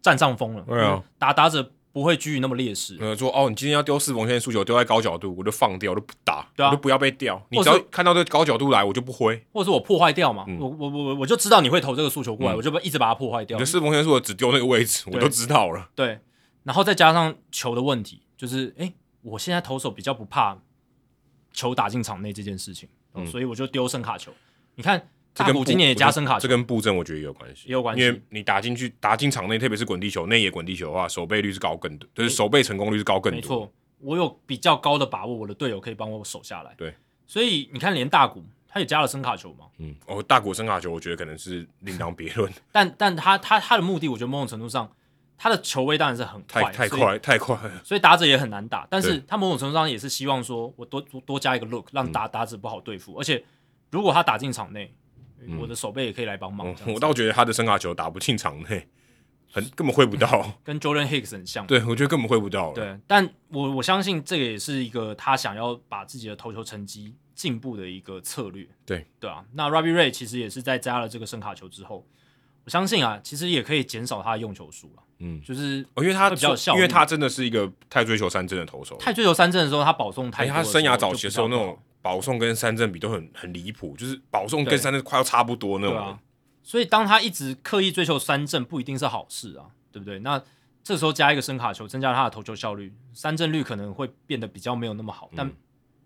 Speaker 2: 占上风了。
Speaker 1: 对啊，
Speaker 2: 打打者不会居于那么劣势。
Speaker 1: 呃，说哦，你今天要丢四缝线速球，丢在高角度，我就放掉，我就不打，
Speaker 2: 对啊
Speaker 1: 我就不要被掉，你
Speaker 2: 或
Speaker 1: 只
Speaker 2: 是
Speaker 1: 要看到这高角度来，我就不挥，
Speaker 2: 或者是我破坏掉嘛，
Speaker 1: 嗯
Speaker 2: 我我我我我就知道你会投这个诉求过来，
Speaker 1: 嗯
Speaker 2: 我就把一直把它破坏掉
Speaker 1: 你的。四缝线速球只丢那个位置，我
Speaker 2: 对
Speaker 1: 都知道了，
Speaker 2: 对，然后再加上球的问题，就是诶，我现在投手比较不怕球打进场内这件事情，
Speaker 1: 嗯
Speaker 2: 所以我就丢声卡球。你看，
Speaker 1: 这
Speaker 2: 大
Speaker 1: 跟
Speaker 2: 谷
Speaker 1: 布
Speaker 2: 啊今年也加
Speaker 1: 我觉得
Speaker 2: 声卡
Speaker 1: 这，
Speaker 2: 球
Speaker 1: 跟布阵我觉得也有关系，
Speaker 2: 也有关系
Speaker 1: 因为你打进去，打进场内，特别是滚地球、内野滚地球的话，守备率是高更多，就是守备成功率是高更多。
Speaker 2: 没，错，我有比较高的把握，我的队友可以帮我守下来。
Speaker 1: 对，
Speaker 2: 所以你看，连大谷他也加了声卡球嘛，
Speaker 1: 嗯，哦，大国声卡球，我觉得可能是另当别论，
Speaker 2: 但但他他他的目的，我觉得某种程度上，他的球位当然是很快
Speaker 1: 太，太
Speaker 2: 所以
Speaker 1: 快太快了。
Speaker 2: 所以打者也很难打。但是
Speaker 1: 对嗯
Speaker 2: 他某种程度上也是希望说，我多多多加一个 look，让打打者不好对付。而且如果他打进场内，我的手背也可以来帮忙。
Speaker 1: 嗯
Speaker 2: 这样子
Speaker 1: 我倒觉得他的声卡球打不进场内，很根本挥不 到。
Speaker 2: 跟 Jordan Hicks 很像。
Speaker 1: 对，我觉得根本挥不到了。，
Speaker 2: 对但我我相信这个也是一个他想要把自己的投球成绩进步的一个策略。
Speaker 1: 对
Speaker 2: 对啊，那 Robbie Ray 其实也是在加了这个声卡球之后，我相信啊，其实也可以减少他的用球数啊。
Speaker 1: 嗯
Speaker 2: 就是
Speaker 1: 哦因为他
Speaker 2: 会比较有效率
Speaker 1: 因为他真的是一个太追求三振的投手了，
Speaker 2: 太追求三振的时候，他保送太
Speaker 1: 而且
Speaker 2: 多
Speaker 1: 哎他
Speaker 2: 的时候
Speaker 1: 生涯
Speaker 2: 就
Speaker 1: 早
Speaker 2: 比
Speaker 1: 期的时
Speaker 2: 较
Speaker 1: 候那
Speaker 2: 不好
Speaker 1: 种保送跟三振比都很很离谱，就是保送
Speaker 2: 对
Speaker 1: 跟三振快要差不多那
Speaker 2: 对
Speaker 1: 种。
Speaker 2: 啊，所以当他一直刻意追求三振，不一定是好事啊，对不对？那这时候加一个声卡球，增加他的投球效率，三振率可能会变得比较没有那么好。但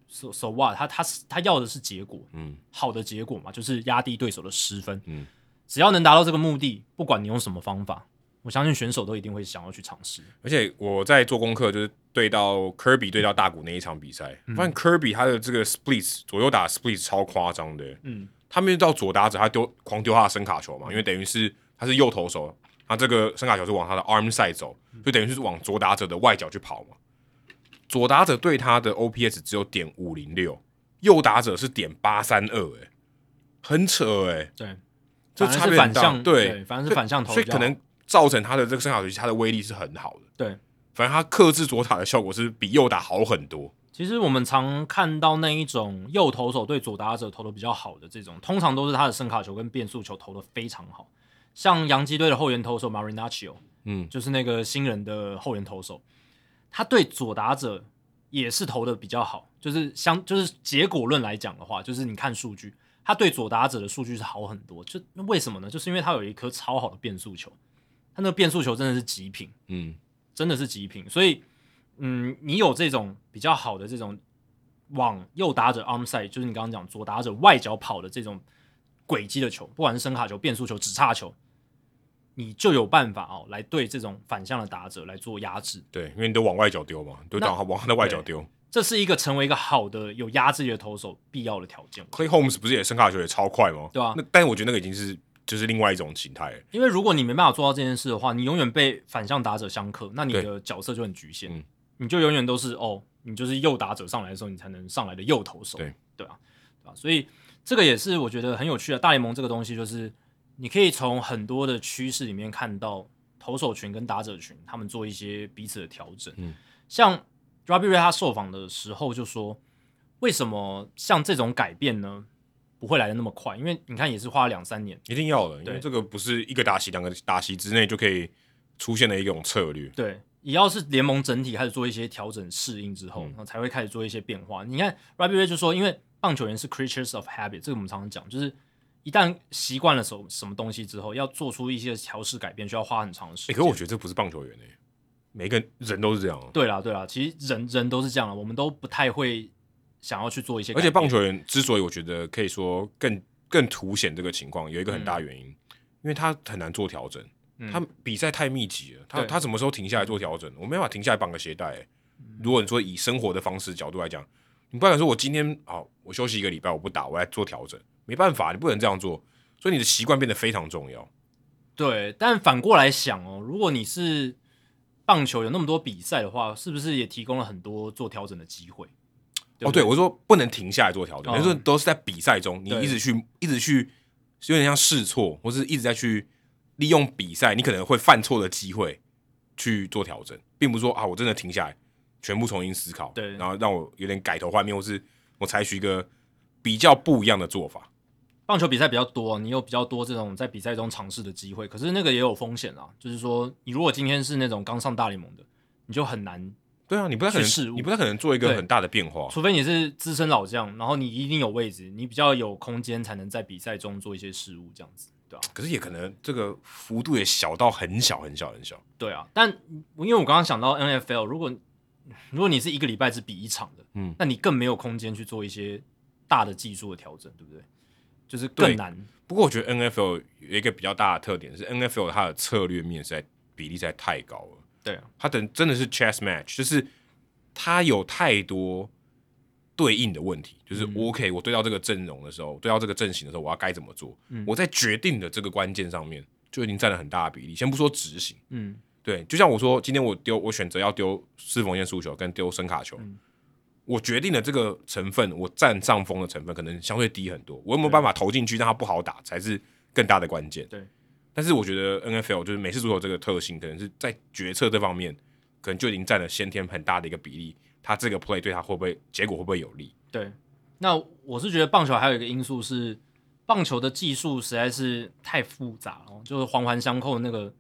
Speaker 2: so so what，他他他要的是结果，
Speaker 1: 嗯，
Speaker 2: 好的结果嘛，就是压低对手的失分。
Speaker 1: 嗯，
Speaker 2: 只要能达到这个目的，不管你用什么方法，我相信选手都一定会想要去尝试。
Speaker 1: 而且我在做功课，就是对到 Kirby 对到大谷那一场比赛，
Speaker 2: 嗯
Speaker 1: 发现 Kirby 他的这个 splits 左右打 splits 超夸张的。
Speaker 2: 嗯，
Speaker 1: 他面对到左打者，他丢狂丢他的声卡球嘛，因为等于是他是右投手，他这个声卡球是往他的 arm side 走，就等于是往左打者的外角去跑嘛。左打者对他的 OPS 只有点五零六，右打者是点八三二，哎，很扯哎、
Speaker 2: 对，
Speaker 1: 这
Speaker 2: 反而
Speaker 1: 差
Speaker 2: 是
Speaker 1: 别很
Speaker 2: 反
Speaker 1: 大。
Speaker 2: 向
Speaker 1: 对，
Speaker 2: 反正是反向投
Speaker 1: 所以
Speaker 2: 比
Speaker 1: 可
Speaker 2: 较
Speaker 1: 能造成他的这个生涯球他的威力是很好的。
Speaker 2: 对，
Speaker 1: 反正他克制左打的效果是比右打好很多。
Speaker 2: 其实我们常看到那一种右投手对左打者投的比较好的这种，通常都是他的声卡球跟变速球投的非常好。像洋基队的后援投手 Marinaccio，
Speaker 1: 嗯，
Speaker 2: 就是那个新人的后援投手，他对左打者也是投的比较好，就是相就是结果论来讲的话，就是你看数据，他对左打者的数据是好很多。就那为什么呢？就是因为他有一颗超好的变速球，他那个变速球真的是极品。
Speaker 1: 嗯，
Speaker 2: 真的是极品。所以，嗯，你有这种比较好的这种往右打者 arm side，就是你刚刚讲左打者外角跑的这种轨迹的球，不管是声卡球、变速球、直叉球，你就有办法哦来对这种反向的打者来做压制。
Speaker 1: 对，因为你都往外角丢嘛，都
Speaker 2: 那
Speaker 1: 往他往他的外角丢。
Speaker 2: 这是一个成为一个好的有压制力的投手必要的条件。
Speaker 1: Clay Holmes 不是也声卡球也超快吗？
Speaker 2: 对啊
Speaker 1: 那但我觉得那个已经是就是另外一种形态了。
Speaker 2: 因为如果你没办法做到这件事的话，你永远被反向打者相克，那你
Speaker 1: 对
Speaker 2: 的角色就很局限，
Speaker 1: 嗯
Speaker 2: 你就永远都是哦，你就是右打者上来的时候，你才能上来的右投手，
Speaker 1: 对
Speaker 2: 对啊，对啊，所以这个也是我觉得很有趣的。大联盟这个东西就是你可以从很多的趋势里面看到投手群跟打者群他们做一些彼此的调整，
Speaker 1: 嗯
Speaker 2: 像 Robbie Ray 他受访的时候就说，为什么像这种改变呢不会来的那么快？因为你看也是花了两三年。
Speaker 1: 一定要的，因为
Speaker 2: 对
Speaker 1: 这个不是一个打席、两个打席之内就可以出现的一种策略。
Speaker 2: 对，也要是联盟整体开始做一些调整适应之后，
Speaker 1: 嗯
Speaker 2: 然后才会开始做一些变化。你看 r a b b i Ray 就说，因为棒球员是 creatures of habit，这个我们常常讲，就是一旦习惯了什什么东西之后，要做出一些调试改变，需要花很长的时
Speaker 1: 哎、
Speaker 2: 间。
Speaker 1: 可是我觉得这不是棒球员哎、每个人都是这样啊。
Speaker 2: 对啦对啦，其实人人都是这样的，我们都不太会想要去做一些改
Speaker 1: 而且
Speaker 2: 变，
Speaker 1: 棒球员之所以我觉得可以说更更凸显这个情况，有一个很大原因，因为他很难做调整，
Speaker 2: 嗯
Speaker 1: 他比赛太密集了，他
Speaker 2: 对
Speaker 1: 他什么时候停下来做调整？我没办法停下来绑个鞋带、欸。
Speaker 2: 嗯
Speaker 1: 如果你说以生活的方式角度来讲，你不敢说我今天好，我休息一个礼拜，我不打，我来做调整，没办法，你不能这样做，所以你的习惯变得非常重要。
Speaker 2: 对，但反过来想哦，如果你是棒球有那么多比赛的话，是不是也提供了很多做调整的机会？
Speaker 1: 哦，
Speaker 2: 不
Speaker 1: 对，我说不能停下来做调整，
Speaker 2: 哦
Speaker 1: 就是说都是在比赛中，你
Speaker 2: 对
Speaker 1: 一直去一直去，有点像试错，或是一直在去利用比赛你可能会犯错的机会去做调整，并不是说啊，我真的停下来，全部重新思考，
Speaker 2: 对
Speaker 1: 然后让我有点改头换面，或是我采取一个比较不一样的做法。
Speaker 2: 棒球比赛比较多，你有比较多这种在比赛中尝试的机会，可是那个也有风险啊。就是说，你如果今天是那种刚上大联盟的，你就很难，
Speaker 1: 对啊，你不太可
Speaker 2: 去试
Speaker 1: 能，
Speaker 2: 误
Speaker 1: 你不太可能做一个
Speaker 2: 对
Speaker 1: 很大的变化。
Speaker 2: 除非你是资深老将，然后你一定有位置，你比较有空间才能在比赛中做一些失误，这样子，对啊，
Speaker 1: 可是也可能这个幅度也小到很小很小很小。
Speaker 2: 对啊。但因为我刚刚想到 NFL，如果如果你是一个礼拜只比一场的，
Speaker 1: 嗯
Speaker 2: 那你更没有空间去做一些大的技术的调整，对不对？就是
Speaker 1: 对
Speaker 2: 更难，
Speaker 1: 不过我觉得 NFL 有一个比较大的特点是 NFL 它的策略面实在比例实在太高了。
Speaker 2: 对啊，
Speaker 1: 它等真的是 chess match，就是它有太多对应的问题，就是
Speaker 2: 嗯
Speaker 1: OK，、我对到这个阵容的时候，对到这个阵型的时候，我要该怎么做？
Speaker 2: 嗯
Speaker 1: 我在决定的这个关键上面就已经占了很大的比例。先不说执行，
Speaker 2: 嗯，
Speaker 1: 对，就像我说，今天我丢，我选择要丢四缝线速球跟丢声卡球，
Speaker 2: 嗯
Speaker 1: 我决定了这个成分，我占上风的成分可能相对低很多。我有没有办法投进去让它不好打，才是更大的关键。
Speaker 2: 对，
Speaker 1: 但是我觉得 N F L 就是美式足球这个特性，可能是在决策这方面，可能就已经占了先天很大的一个比例。他这个 play 对他会不会结果会不会有利？
Speaker 2: 对，那我是觉得棒球还有一个因素是，棒球的技术实在是太复杂了哦，就是环环相扣的那个，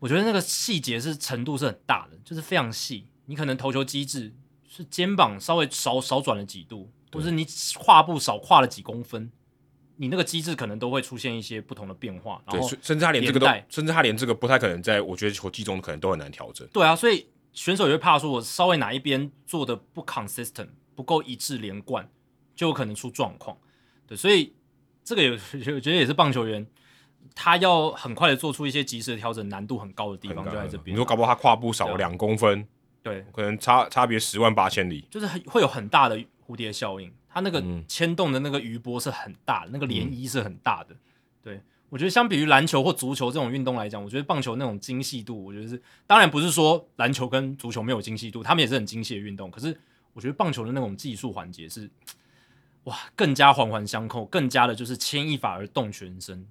Speaker 2: 我觉得那个细节是程度是很大的，就是非常细。你可能投球机制是肩膀稍微少少转了几度，或是你跨步少跨了几公分，你那个机制可能都会出现一些不同的变化。然
Speaker 1: 对，
Speaker 2: 后
Speaker 1: 甚甚至他连这个都
Speaker 2: 连带，
Speaker 1: 甚至他连这个不太可能在我觉得球技中可能都很难调整。
Speaker 2: 对啊，所以选手也会怕说，我稍微哪一边做的不 consistent，不够一致连贯，就有可能出状况。对，所以这 个也我觉得也是棒球员他要很快的做出一些及时的调整，难度很高的地方
Speaker 1: 很
Speaker 2: 就在这
Speaker 1: 难
Speaker 2: 边。
Speaker 1: 你说搞不好他跨步少
Speaker 2: 对啊
Speaker 1: 两公分，
Speaker 2: 对，
Speaker 1: 可能差差别十万八千里。
Speaker 2: 就是很会有很大的蝴蝶效应，它那个
Speaker 1: 嗯
Speaker 2: 牵动的那个余波是很大的，那个涟漪是很大的。对我觉得相比于篮球或足球这种运动来讲，我觉得棒球那种精细度，我觉得是当然不是说篮球跟足球没有精细度，他们也是很精细的运动。可是我觉得棒球的那种技术环节是，哇，更加环环相扣，更加的就是牵一发而动全身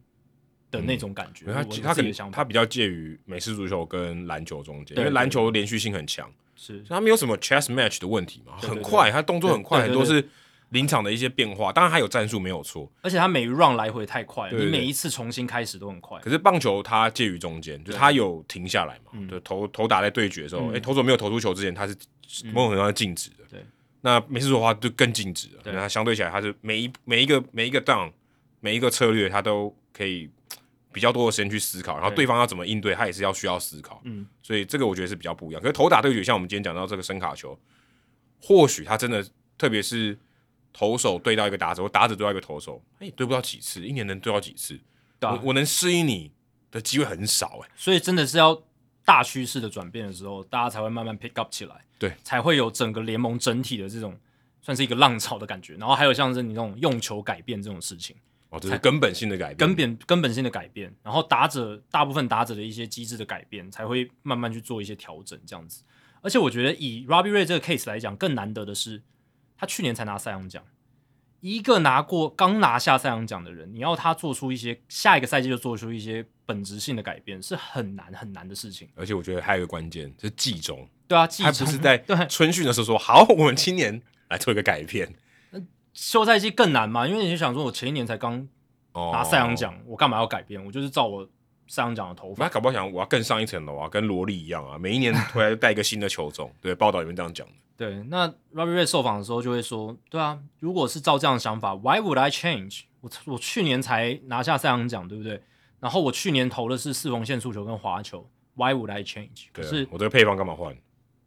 Speaker 2: 的
Speaker 1: 嗯
Speaker 2: 那种感觉。
Speaker 1: 因为他
Speaker 2: 我
Speaker 1: 他可
Speaker 2: 自己的
Speaker 1: 能
Speaker 2: 想法
Speaker 1: 他比较介于美式足球跟篮球中间，
Speaker 2: 对
Speaker 1: 因为
Speaker 2: 对
Speaker 1: 篮球连续性很强，
Speaker 2: 是
Speaker 1: 所以他没有什么 chess match 的问题嘛，
Speaker 2: 对对
Speaker 1: 很快，他动作很快，
Speaker 2: 对
Speaker 1: 很
Speaker 2: 对
Speaker 1: 多
Speaker 2: 对
Speaker 1: 是临场的一些变化。当然他有战术没有错，
Speaker 2: 而且他每一 round 来回太快了，
Speaker 1: 对对对
Speaker 2: 你每一次重新开始都很快。
Speaker 1: 可是棒球它介于中间，就他有停下来嘛，
Speaker 2: 嗯
Speaker 1: 就投投打在对决的时候，哎、
Speaker 2: 嗯
Speaker 1: 投手没有投出球之前，他是某种程度上禁止的。
Speaker 2: 对，
Speaker 1: 那美式足球的话就更禁止了，
Speaker 2: 对
Speaker 1: 那它相对起来，它是每一每一个每一个 down 每一个策略，它都可以比较多的时间去思考，然后
Speaker 2: 对
Speaker 1: 对方要怎么应对，他也是要需要思考。
Speaker 2: 嗯，
Speaker 1: 所以这个我觉得是比较不一样。可是投打对决，像我们今天讲到这个声卡球，或许他真的，特别是投手对到一个打者，或打者对到一个投手，他也对不到几次，一年能对到几次？
Speaker 2: 对啊
Speaker 1: 我我能适应你的机会很少、哎，
Speaker 2: 所以真的是要大趋势的转变的时候，大家才会慢慢 pick up 起来，
Speaker 1: 对，
Speaker 2: 才会有整个联盟整体的这种算是一个浪潮的感觉。然后还有像是你那种用球改变这种事情，
Speaker 1: 哦，这是根本性的改变，
Speaker 2: 根本根本性的改变，然后打者大部分打者的一些机制的改变，才会慢慢去做一些调整这样子。而且我觉得以 Robbie Ray 这个 case 来讲，更难得的是他去年才拿赛扬奖，一个拿过刚拿下赛扬奖的人，你要他做出一些下一个赛季就做出一些本质性的改变，是很难很难的事情。
Speaker 1: 而且我觉得还有一个关键是季中，
Speaker 2: 对啊，季
Speaker 1: 他
Speaker 2: 中
Speaker 1: 不是在
Speaker 2: 对
Speaker 1: 春训的时候说好，我们今年来做一个改 变
Speaker 2: 休赛季更难嘛，因为你就想说，我前一年才刚
Speaker 1: 哦，
Speaker 2: 拿赛扬。奖，我干嘛要改变？我就是照我赛扬奖的头
Speaker 1: 那
Speaker 2: 发。
Speaker 1: 搞不好想我要更上一层楼啊，跟萝莉一样啊，每一年回来就带一个新的球种。对，报道里面这样讲的。
Speaker 2: 对，那 Robbie Ray 受访的时候就会说，对啊，如果是照这样的想法，Why would I change？我我去年才拿下赛扬奖，对不对？然后我去年投的是四缝线速球跟滑球，Why would I change？可
Speaker 1: 对啊，
Speaker 2: 是
Speaker 1: 我这个配方干嘛换？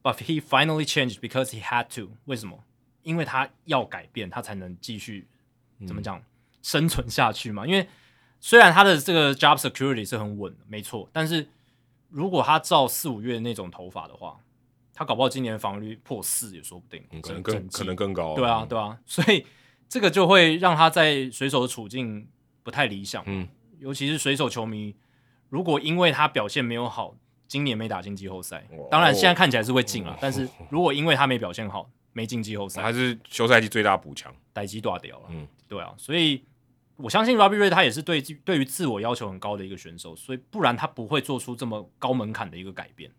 Speaker 2: But he finally changed because he had to。为什么？因为他要改变，他才能继续怎么讲、
Speaker 1: 嗯
Speaker 2: 生存下去嘛。因为虽然他的这个 job security 是很稳的，没错，但是如果他照四五月那种头发的话，他搞不好今年防御率破四也说不定，
Speaker 1: 嗯，可能
Speaker 2: 整
Speaker 1: 更
Speaker 2: 整
Speaker 1: 可
Speaker 2: 季
Speaker 1: 能更高、嗯
Speaker 2: 对啊，对啊，所以这个就会让他在水手的处境不太理想。
Speaker 1: 嗯，
Speaker 2: 尤其是水手球迷，如果因为他表现没有好，今年没打进季后赛
Speaker 1: 哇哦，哦
Speaker 2: 当然现在看起来是会进了，但是如果因为他没表现好，没进季后赛，
Speaker 1: 他是休赛季最大补强。
Speaker 2: 逮鸡断掉了。
Speaker 1: 嗯
Speaker 2: 嗯，对啊，所以我相信 Robbie Ray 他也是对自对于自我要求很高的一个选手，所以不然他不会做出这么高门槛的一个改变。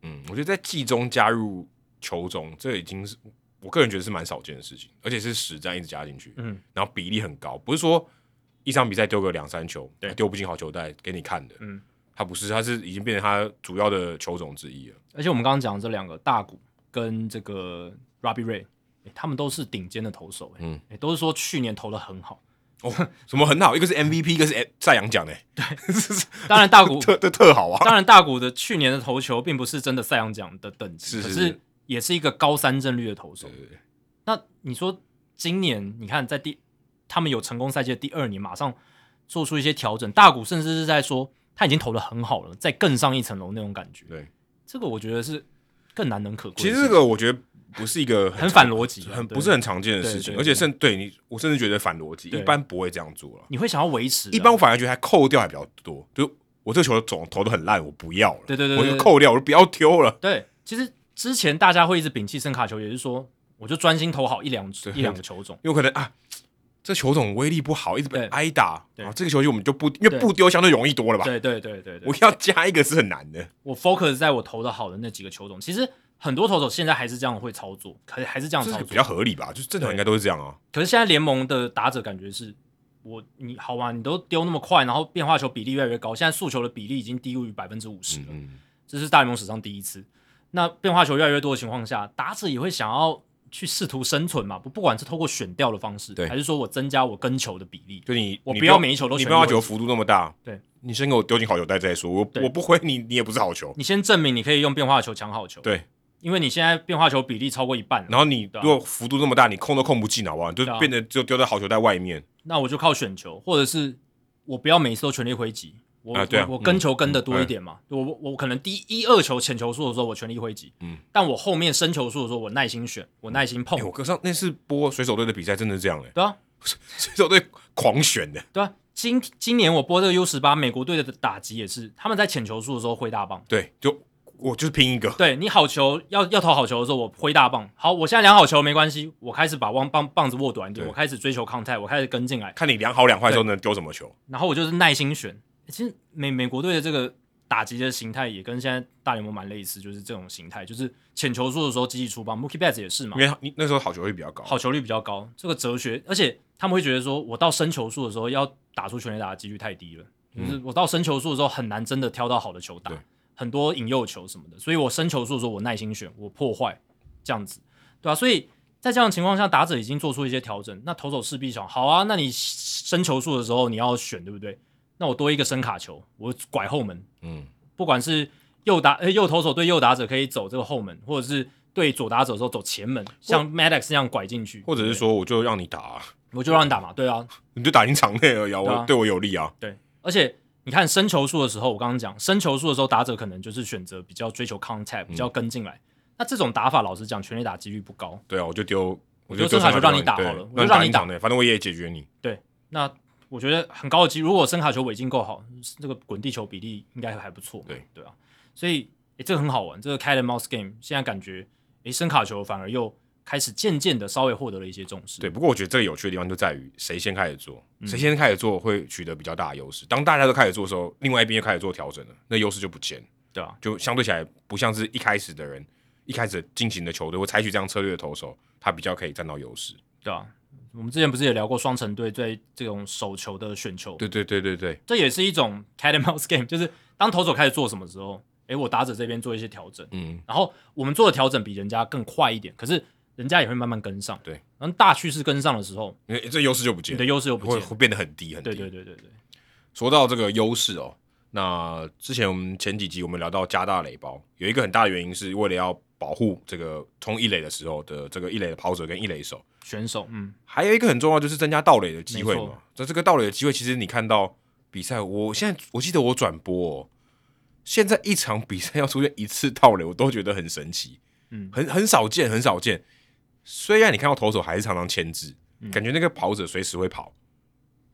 Speaker 1: 嗯，我觉得在季中加入球中，这已经是我个人觉得是蛮少见的事情，而且是实战一直加进去，
Speaker 2: 嗯
Speaker 1: 然后比例很高，不是说一场比赛丢个两三球，
Speaker 2: 对
Speaker 1: 丢不进好球带给你看的，
Speaker 2: 嗯，
Speaker 1: 他不是，他是已经变成他主要的球种之一了。
Speaker 2: 而且我们刚刚讲的这两个大谷跟这个 Robbie Ray，、诶他们都是顶尖的投手、诶
Speaker 1: 嗯
Speaker 2: 诶都是说去年投的很好。
Speaker 1: 哦，什么很好，一个是 MVP，一个是赛扬奖哎，对，
Speaker 2: 当然大谷，
Speaker 1: 特特特好啊，
Speaker 2: 当然大谷的去年的投球并不是真的赛扬奖的等级，
Speaker 1: 是是
Speaker 2: 可
Speaker 1: 是
Speaker 2: 是也是一个高三振率的投手
Speaker 1: 对。对对
Speaker 2: 那你说今年你看在第他们有成功赛季的第二年，马上做出一些调整，大谷甚至是在说他已经投的很好了，再更上一层楼那种感觉。
Speaker 1: 对，
Speaker 2: 这个我觉得是更难能可贵的
Speaker 1: 其
Speaker 2: 事
Speaker 1: 实
Speaker 2: 情。
Speaker 1: 这个我觉得不是一个
Speaker 2: 很
Speaker 1: 很
Speaker 2: 反逻辑，啊
Speaker 1: 很
Speaker 2: 对
Speaker 1: 不是很常见的事
Speaker 2: 对
Speaker 1: 情，
Speaker 2: 对
Speaker 1: 而且
Speaker 2: 对
Speaker 1: 甚对你，我甚至觉得反逻辑，一
Speaker 2: 对
Speaker 1: 般不会这样做了。
Speaker 2: 你会想要维持啊
Speaker 1: 一般我反而觉得还扣掉还比较多，就我这个球总投的很烂，我不要了，
Speaker 2: 对对对
Speaker 1: 我
Speaker 2: 对
Speaker 1: 就扣掉，我就不要丢了。
Speaker 2: 对。其实之前大家会一直摒弃声卡球，也是说我就专心投好一两
Speaker 1: 对
Speaker 2: 一两个球种。
Speaker 1: 因为可能啊，这球种威力不好，一直被
Speaker 2: 对
Speaker 1: 挨打，
Speaker 2: 对
Speaker 1: 然后这个球就我们就不，因为
Speaker 2: 对
Speaker 1: 不丢相对容易多了吧？
Speaker 2: 对对对对对，
Speaker 1: 我要加一个是很难的，
Speaker 2: 我 focus 在我投的好的那几个球种。其实很多投手现在还是这样会操作，可还是这样
Speaker 1: 这
Speaker 2: 操
Speaker 1: 个
Speaker 2: 作
Speaker 1: 比较合理吧？就是正常
Speaker 2: 对
Speaker 1: 应该都是这样啊。
Speaker 2: 可是现在联盟的打者感觉是，我你好吧，你都丢那么快，然后变化球比例越来越高，现在速球的比例已经低于百分之五十了，
Speaker 1: 嗯，
Speaker 2: 这是大联盟史上第一次。那变化球越来越多的情况下，打者也会想要去试图生存嘛，不不管是透过选调的方式
Speaker 1: 对，
Speaker 2: 还是说我增加我跟球的比例，
Speaker 1: 就你
Speaker 2: 我
Speaker 1: 你
Speaker 2: 不要每一球都
Speaker 1: 你
Speaker 2: 选
Speaker 1: 不要
Speaker 2: 我
Speaker 1: 球幅度那么大，
Speaker 2: 对
Speaker 1: 你先给我丢进好球袋再说，我
Speaker 2: 对啊
Speaker 1: 我不回你，你也不是好球。
Speaker 2: 你先证明你可以用变化球抢好球，
Speaker 1: 对，
Speaker 2: 因为你现在变化球比例超过一半了，
Speaker 1: 然后你
Speaker 2: 对啊
Speaker 1: 如果幅度那么大，你控都控不进，好不好？你就
Speaker 2: 对啊
Speaker 1: 变得就丢在好球袋外面。
Speaker 2: 那我就靠选球，或者是我不要每次都全力挥击，我、
Speaker 1: 啊对啊
Speaker 2: 我我
Speaker 1: 嗯
Speaker 2: 跟球跟的多一点嘛，我我我可能第一二球浅球数的时候我全力挥击，
Speaker 1: 嗯，
Speaker 2: 但我后面深球数的时候我耐心选，我耐心碰，
Speaker 1: 哎，我哥上那次播水手队的比赛真的是这样哎，
Speaker 2: 对啊
Speaker 1: 水手队狂选的。
Speaker 2: 对啊，今今年我播这个 U 十八，美国队的打击也是，他们在浅球数的时候挥大棒。
Speaker 1: 对，就我就是拼一个，
Speaker 2: 对你好球要要投好球的时候，我挥大棒。好，我现在量好球没关系，我开始把棒棒棒子握短一点，
Speaker 1: 对
Speaker 2: 我开始追求抗 t 我开始跟进来，
Speaker 1: 看你量好两坏之后能丢什么球。
Speaker 2: 然后我就是耐心选。欸其实美美国队的这个打击的形态也跟现在大联盟蛮类似，就是这种形态，就是浅球数的时候积极出棒。Mookie Betts 也是嘛
Speaker 1: 因，为他你那时候好球率比较高，
Speaker 2: 好球率比较高，这个哲学，而且他们会觉得说，我到深球数的时候要打出全垒打的几率太低了，就是我到深球数的时候很难真的挑到好的球打
Speaker 1: 嗯对，
Speaker 2: 很多引诱球什么的，所以我深球数的时候我耐心选，我破坏这样子，对啊，所以在这样的情况下，打者已经做出一些调整，那投手势必想，好啊，那你深球数的时候你要选对不对？那我多一个深卡球，我拐后门，
Speaker 1: 嗯，
Speaker 2: 不管是右打呃右投手对右打者可以走这个后门，或者是对左打者的时候走前门，像 Maddox 那样拐进去，
Speaker 1: 或者是说我就让你打啊、
Speaker 2: 对我就让你打嘛，对啊，
Speaker 1: 你就打进场内而已、啊，
Speaker 2: 对啊
Speaker 1: 我对我有利啊。
Speaker 2: 对，而且你看深球数的时候，我刚刚讲深球数的时候，打者可能就是选择比较追求 contact，比较
Speaker 1: 嗯
Speaker 2: 跟进来。那这种打法，老实讲，全垒打几率不高。
Speaker 1: 对啊，我就丢，我
Speaker 2: 就
Speaker 1: 丢
Speaker 2: 正常
Speaker 1: 上来
Speaker 2: 就让你
Speaker 1: 对
Speaker 2: 打好了我就
Speaker 1: 让
Speaker 2: 让你
Speaker 1: 进
Speaker 2: 打
Speaker 1: 场内，反正我也解决你。
Speaker 2: 那我觉得很高的机，如果深卡球尾劲够好，这个滚地球比例应该还不错嘛。
Speaker 1: 对
Speaker 2: 对啊，所以诶、这个很好玩，这个开了 mouse game，现在感觉诶、深卡球反而又开始渐渐的稍微获得了一些重视。
Speaker 1: 对，不过我觉得这个有趣的地方就在于谁先开始做，
Speaker 2: 嗯
Speaker 1: 谁先开始做会取得比较大的优势。当大家都开始做的时候，另外一边又开始做调整了，那优势就不见了，
Speaker 2: 对啊，
Speaker 1: 就相对起来不像是一开始的人，一开始进行的球队会采取这样策略的投手，他比较可以占到优势。
Speaker 2: 对啊。我们之前不是也聊过双城队对这种手球的选球，
Speaker 1: 对对对对对，
Speaker 2: 这也是一种 cat and mouse game，就是当投手开始做什么时候，诶，我打者这边做一些调整，
Speaker 1: 嗯，
Speaker 2: 然后我们做的调整比人家更快一点，可是人家也会慢慢跟上。
Speaker 1: 对，
Speaker 2: 然后大趋势跟上的时候，
Speaker 1: 因为这优势就不见了
Speaker 2: 你的，优势又不
Speaker 1: 会
Speaker 2: 见了。
Speaker 1: 会变得很低很低。
Speaker 2: 对对对对对，
Speaker 1: 说到这个优势哦，那之前我们前几集我们聊到加大垒包，有一个很大的原因是为了要保护这个冲一垒的时候的这个一垒的跑者跟一垒手，
Speaker 2: 选手，嗯，
Speaker 1: 还有一个很重要就是增加盗垒的机会
Speaker 2: 没
Speaker 1: 嘛
Speaker 2: 错。
Speaker 1: 那这个盗垒的机会，其实你看到比赛，我现在我记得我转播、哦，现在一场比赛要出现一次盗垒，我都觉得很神奇，
Speaker 2: 嗯
Speaker 1: 很很少见，很少见。虽然你看到投手还是常常牵制，
Speaker 2: 嗯
Speaker 1: 感觉那个跑者随时会跑，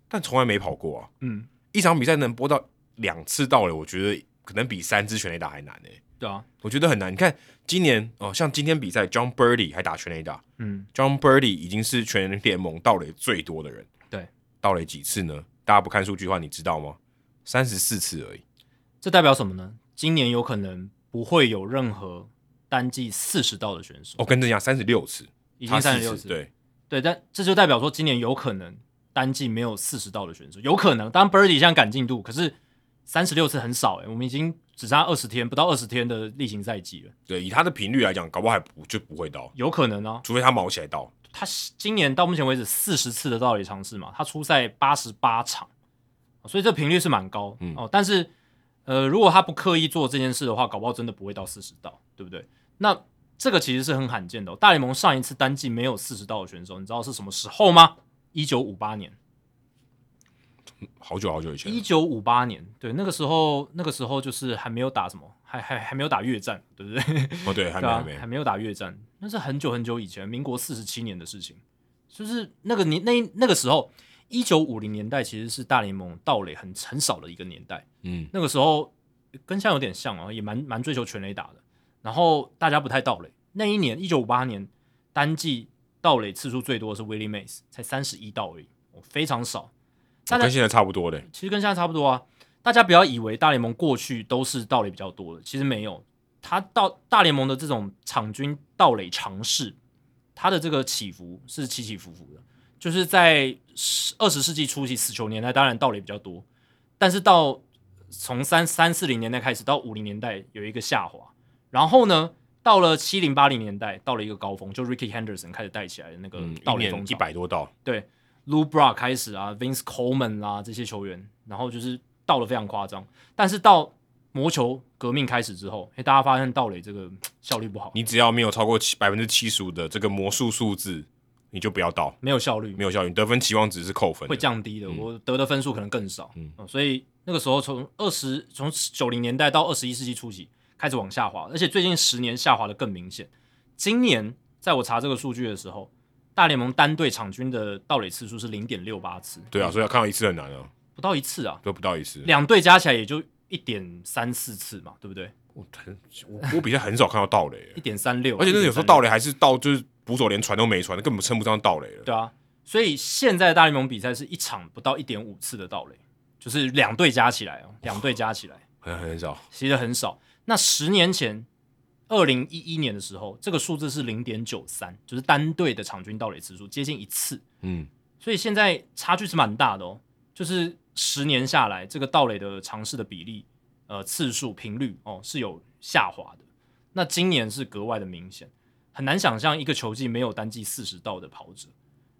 Speaker 1: 但从来没跑过啊。
Speaker 2: 嗯，
Speaker 1: 一场比赛能播到两次盗垒，我觉得可能比三支全垒打还难呢、
Speaker 2: 对啊，
Speaker 1: 我觉得很难。你看今年哦，像今天比赛，John Birdie 还打全垒打，
Speaker 2: 嗯，
Speaker 1: John Birdie 已经是全联盟盗垒最多的人。
Speaker 2: 对，
Speaker 1: 盗垒几次呢？大家不看数据的话，你知道吗？三十四次而已。
Speaker 2: 这代表什么呢？今年有可能不会有任何单季四十道的选手，
Speaker 1: 哦，跟这样三十六次，
Speaker 2: 已
Speaker 1: 已
Speaker 2: 经三十六次，
Speaker 1: 对，
Speaker 2: 对，但这就代表说今年有可能单季没有四十道的选手，有可能。当然 Birdy 现在赶进度，可是三十六次很少诶、欸我们已经只差二十天，不到二十天的例行赛季了，
Speaker 1: 对，以他的频率来讲，搞不好还不就不会到，
Speaker 2: 有可能啊。
Speaker 1: 除非他毛起来到。
Speaker 2: 他今年到目前为止四十次的道理尝试嘛，他出赛八十八场，所以这频率是蛮高、
Speaker 1: 嗯
Speaker 2: 哦。但是呃，如果他不刻意做这件事的话，搞不好真的不会到四十道，对不对？那这个其实是很罕见的、哦。大联盟上一次单季没有四十道的选手，你知道是什么时候吗？一九五八年。
Speaker 1: 好久好久以前
Speaker 2: 一，九五八年，对，那个时候，那个时候就是还没有打什么，还还还没有打越战，对不对？
Speaker 1: 哦，对，还没
Speaker 2: 对啊
Speaker 1: 还，没
Speaker 2: 还，没有打越战，那是很久很久以前，民国四十七年的事情。就是那个年那那个时候，一九五零年代其实是大联盟盗垒很很少的一个年代。
Speaker 1: 嗯，
Speaker 2: 那个时候跟现在有点像啊，也蛮蛮追求全垒打的。然后大家不太盗垒。那一年一九五八年单季盗垒次数最多的是 Willie Mays，才三十一盗而已，哦非常少。大家
Speaker 1: 跟现在差不多的。
Speaker 2: 其实跟现在差不多啊。大家不要以为大联盟过去都是盗垒比较多的，其实没有。他到大联盟的这种场均盗垒尝试，它的这个起伏是起起伏伏的。就是在二十世纪初期死球年代，当然盗垒比较多，但是到从三三四零年代开始到五零年代有一个下滑，然后呢，到了七零八零年代到了一个高峰，就 Ricky Henderson 开始带起来的那个
Speaker 1: 嗯，一
Speaker 2: 呃盗垒风
Speaker 1: 年一
Speaker 2: 潮。
Speaker 1: 百多道，
Speaker 2: 对 l u b r a 开始啊，Vince Coleman 啦、这些球员，然后就是到的非常夸张。但是到魔球革命开始之后，哎，大家发现盗垒这个嘖效率不好，
Speaker 1: 你只要没有超过七百分之七十五的这个魔术数字，你就不要到，
Speaker 2: 没有效率，
Speaker 1: 没有效率，你得分期望值是扣分的，
Speaker 2: 会降低的，我得的分数可能更少。
Speaker 1: 嗯
Speaker 2: 嗯、所以那个时候从二十从九零年代到二十一世纪初期开始往下滑，而且最近十年下滑的更明显。今年在我查这个数据的时候，大联盟单队场均的盗垒次数是零点六八次，
Speaker 1: 对啊，所以要看到一次很难啊。
Speaker 2: 不到一次啊，
Speaker 1: 都不到一次。
Speaker 2: 两队加起来也就一点三四次嘛，对不对？
Speaker 1: 我很我我比赛很少看到盗垒
Speaker 2: 一，点三六，
Speaker 1: 而且那有时候盗
Speaker 2: 垒，
Speaker 1: 垒还是到就是捕手连传都没传，根本称不上盗垒了。
Speaker 2: 对啊，所以现在的大联盟比赛是一场不到一点五次的盗垒，就是两队加起来哦，两队加起来。
Speaker 1: 很很少，
Speaker 2: 其实很少。那十年前，二零一一年的时候，这个数字是零点九三，就是单队的场均盗垒次数接近一次，
Speaker 1: 嗯，
Speaker 2: 所以现在差距是蛮大的哦。就是十年下来，这个盗垒的尝试的比例、呃次数、频率哦是有下滑的。那今年是格外的明显，很难想象一个球季没有单季四十盗的跑者。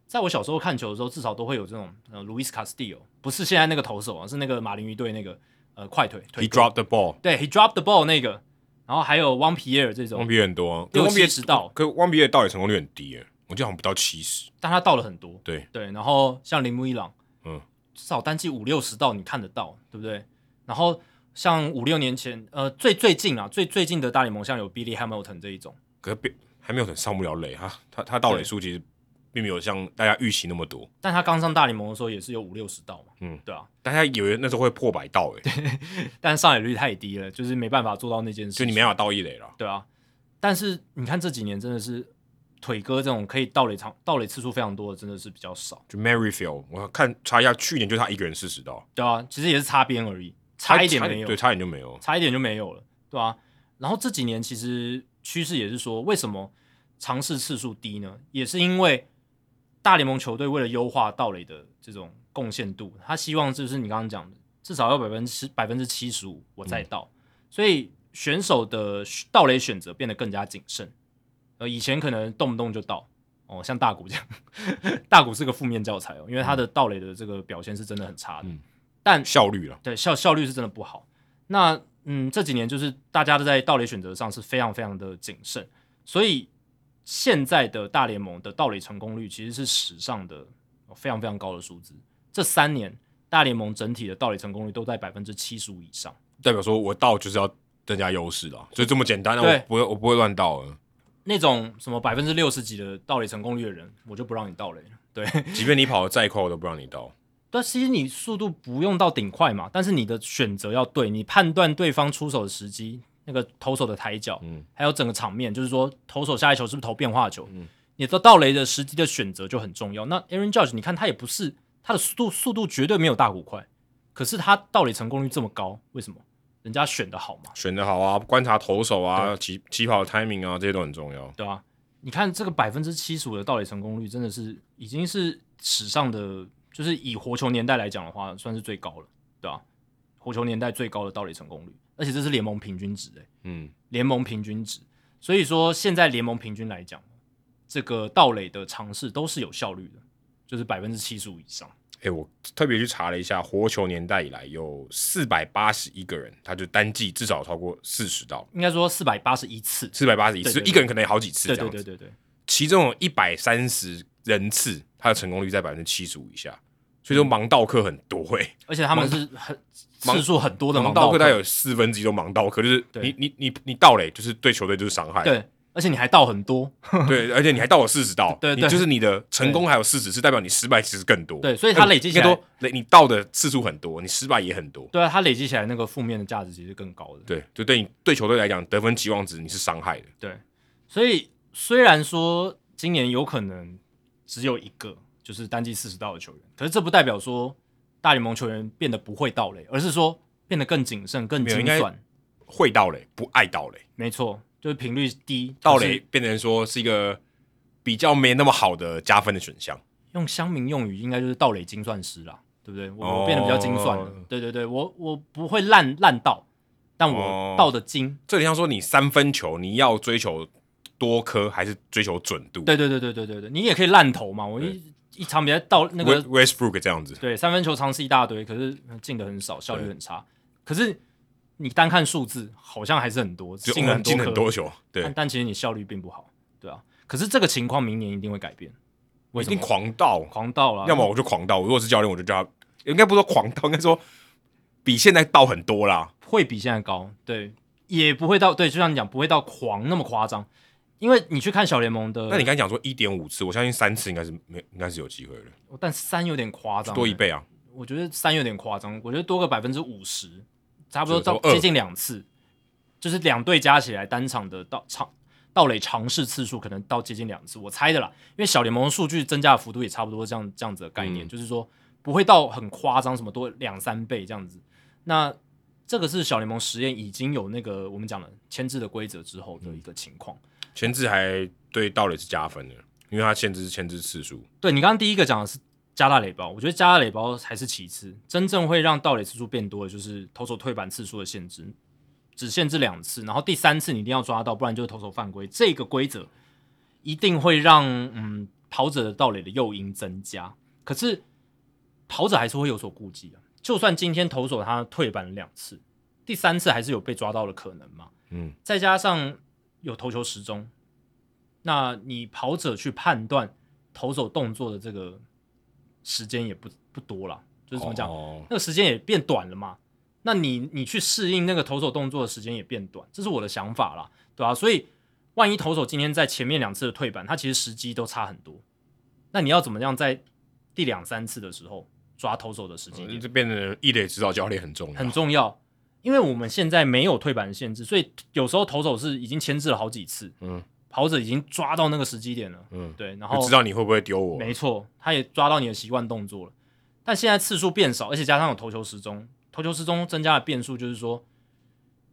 Speaker 2: 在我小时候看球的时候，至少都会有这种呃，Luis Castillo，不是现在那个投手啊，是那个马林鱼队那个呃快腿
Speaker 1: He
Speaker 2: 腿哥
Speaker 1: dropped the ball，
Speaker 2: 对，He dropped the ball 那个，然后还有 One Pierre 这
Speaker 1: 汪
Speaker 2: 种，
Speaker 1: 比很多啊，可
Speaker 2: 六
Speaker 1: 汪比
Speaker 2: 七十道
Speaker 1: 可汪比的盗垒成功率很低耶，我记得好像不到七十。
Speaker 2: 但他到了很多，
Speaker 1: 对
Speaker 2: 对，然后像铃木一朗，
Speaker 1: 嗯，
Speaker 2: 至少单季五六十道你看得到，对不对？然后像五六年前，呃，最最近啊，最最近的大联盟像有 Billy Hamilton 这一种，
Speaker 1: 可是还没有很上不了垒哈，他他盗垒数其实并没有像大家预期那么多，
Speaker 2: 但他刚上大联盟的时候也是有五六十道嘛，
Speaker 1: 嗯，
Speaker 2: 对啊，
Speaker 1: 大家以为那时候会破百盗诶，
Speaker 2: 但上垒率太低了，就是没办法做到那件事，
Speaker 1: 就你没办法到一垒了。
Speaker 2: 对啊，但是你看这几年真的是腿哥这种可以盗垒场盗垒次数非常多的，真的是比较少，
Speaker 1: 就 Maryfield，我看查一下，去年就他一个人四十道，
Speaker 2: 对啊，其实也是擦边而已，差一点没有，
Speaker 1: 对，差点就没有。
Speaker 2: 差一点就没有了，对啊。然后这几年其实趋势也是说，为什么尝试次数低呢？也是因为大联盟球队为了优化盗垒的这种贡献度，他希望就是你刚刚讲的，至少要百分之百分之七十五我再盗，所以选手的盗垒选择变得更加谨慎。呃，以前可能动不动就盗。哦，像大谷这样， 大谷是个负面教材哦，因为他的盗垒的这个表现是真的很差的。
Speaker 1: 嗯
Speaker 2: 但
Speaker 1: 效率了，
Speaker 2: 对效效率是真的不好。那嗯，这几年就是大家都在盗垒选择上是非常非常的谨慎，所以现在的大联盟的盗垒成功率其实是史上的呃非常非常高的数字。这三年大联盟整体的盗垒成功率都在百分之七十五以上。
Speaker 1: 代表说我盗就是要增加优势了，就这么简单。那
Speaker 2: 对
Speaker 1: 我不会，我不会乱盗了。
Speaker 2: 那种什么百分之六十几的盗垒成功率的人，我就不让你盗垒了。对，
Speaker 1: 即便你跑得再快，我都不让你盗。
Speaker 2: 但其实你速度不用到顶快嘛，但是你的选择要对，你判断对方出手的时机、那个投手的抬脚，
Speaker 1: 嗯
Speaker 2: 还有整个场面，就是说投手下一球是不是投变化球，你的到雷的时机的选择就很重要。那 Aaron Judge，你看他也不是他的速度速度绝对没有大谷快，可是他到垒成功率这么高，为什么？人家选的好嘛，
Speaker 1: 选得好啊，观察投手啊，起起跑的 timing 啊，这些都很重要。
Speaker 2: 对吧、你看这个百分之七十五的盗垒成功率，真的是已经是史上的，就是以活球年代来讲的话，算是最高了，对吧、活球年代最高的盗垒成功率，而且这是联盟平均值、欸，
Speaker 1: 嗯，
Speaker 2: 联盟平均值。所以说，现在联盟平均来讲，这个盗垒的尝试都是有效率的，就是百分之七十五以上。
Speaker 1: 诶，我特别去查了一下，活球年代以来有四百八十一个人，他就单季至少超过四十道，
Speaker 2: 应该说四百八十一次，
Speaker 1: 四百八十一
Speaker 2: 对
Speaker 1: 次，
Speaker 2: 对
Speaker 1: 一个人可能有好几次
Speaker 2: 对
Speaker 1: 这样
Speaker 2: 对
Speaker 1: 子。
Speaker 2: 对对对，
Speaker 1: 其中有一百三十人次，他的成功率在百分之七十五以下，所以说盲道客很多诶、
Speaker 2: 而且他们是很
Speaker 1: 盲
Speaker 2: 次数很多的
Speaker 1: 盲
Speaker 2: 嗯盲
Speaker 1: 道客
Speaker 2: 客，
Speaker 1: 他有四分之一都盲道客，就是
Speaker 2: 对
Speaker 1: 你你你你到嘞，就是对球队就是伤害，
Speaker 2: 对，而且你还盗很多，
Speaker 1: 对而且你还到我四十道，
Speaker 2: 对对
Speaker 1: 你就是你的成功还有四十，是代表你失败其实更多，
Speaker 2: 对，所以他累积
Speaker 1: 应
Speaker 2: 起
Speaker 1: 该
Speaker 2: 来
Speaker 1: 说累你到的次数很多，你失败也很多，
Speaker 2: 对啊，它累积起来那个负面的价值其实更高的。
Speaker 1: 对，就对你对球队来讲得分期望值你是伤害的，
Speaker 2: 对，所以虽然说今年有可能只有一个就是单季四十道的球员，可是这不代表说大联盟球员变得不会盗垒，而是说变得更谨慎、更
Speaker 1: 没有
Speaker 2: 精
Speaker 1: 应该
Speaker 2: 算。
Speaker 1: 会到嘞不爱到嘞，
Speaker 2: 没错，就是频率低，
Speaker 1: 到
Speaker 2: 可
Speaker 1: 嘞
Speaker 2: 是
Speaker 1: 变成说是一个比较没那么好的加分的选项。
Speaker 2: 用乡民用语应该就是盗垒精算师啦，对不对？我、
Speaker 1: 哦
Speaker 2: 我变得比较精算了，对对对，我我不会烂烂盗，但
Speaker 1: 哦
Speaker 2: 我盗的精。
Speaker 1: 这里像说你三分球，你要追求多颗还是追求准度？
Speaker 2: 对对对对对对对，你也可以烂投嘛，我一一场比赛盗那个
Speaker 1: West- Westbrook 这样子，
Speaker 2: 对，三分球尝试一大堆，可是呃进的很少，效率很差。可是你单看数字，好像还是很多，
Speaker 1: 就嗯
Speaker 2: 进了很多
Speaker 1: 进
Speaker 2: 颗
Speaker 1: 很多球，对
Speaker 2: 但，但其实你效率并不好，对啊。可是这个情况明年一定会改变，
Speaker 1: 我
Speaker 2: 为
Speaker 1: 一
Speaker 2: 什么
Speaker 1: 定狂到，
Speaker 2: 狂到了？
Speaker 1: 要么我就狂到。如果是教练，我就叫他，应该不是说狂到，应该说比现在到很多啦。
Speaker 2: 会比现在高，对，也不会到对，就像你讲，不会到狂那么夸张，因为你去看小联盟的，
Speaker 1: 那你刚才讲说一点五次，我相信三次应该是没，应该是有机会的，
Speaker 2: 但三有点夸张，
Speaker 1: 多一倍啊。
Speaker 2: 欸，我觉得三有点夸张，我觉得多个百分之五十，差不
Speaker 1: 就
Speaker 2: 多
Speaker 1: 是
Speaker 2: 到
Speaker 1: 说二
Speaker 2: 接近两次，就是两队加起来单场的到场盗垒尝试次数可能到接近两次，我猜的啦，因为小联盟数据增加的幅度也差不多这样这样子的概念，
Speaker 1: 嗯
Speaker 2: 就是说不会到很夸张，什么多两三倍这样子。那这个是小联盟实验已经有那个我们讲的牵制的规则之后的
Speaker 1: 嗯
Speaker 2: 一个情况。
Speaker 1: 前置还对道垒是加分的，因为他限制是牵制次数。
Speaker 2: 对你刚刚第一个讲的是加大垒包，我觉得加大垒包才是其次，真正会让盗垒次数变多的就是投手退板次数的限制，只限制两次，然后第三次你一定要抓到，不然就是投手犯规。这个规则一定会让嗯跑者的盗垒的诱因增加，可是跑者还是会有所顾忌啊。就算今天投手他退板了两次，第三次还是有被抓到的可能嘛？
Speaker 1: 嗯，
Speaker 2: 再加上有投球时钟，那你跑者去判断投手动作的这个时间也不不多了，就是怎么讲，
Speaker 1: 哦
Speaker 2: 那个时间也变短了嘛。那你你去适应那个投手动作的时间也变短，这是我的想法啦，对吧、所以万一投手今天在前面两次的退板，他其实时机都差很多，那你要怎么样在第两三次的时候抓投手的时间点？
Speaker 1: 这变成一垒指导教练很重要，
Speaker 2: 很重要，因为我们现在没有退板限制，所以有时候投手是已经牵制了好几次，
Speaker 1: 嗯，
Speaker 2: 跑者已经抓到那个时机点了，
Speaker 1: 嗯，
Speaker 2: 对，然后
Speaker 1: 就知道你会不会丢我。
Speaker 2: 没错，他也抓到你的习惯动作了，但现在次数变少，而且加上有投球时钟，投球时钟增加的变数就是说，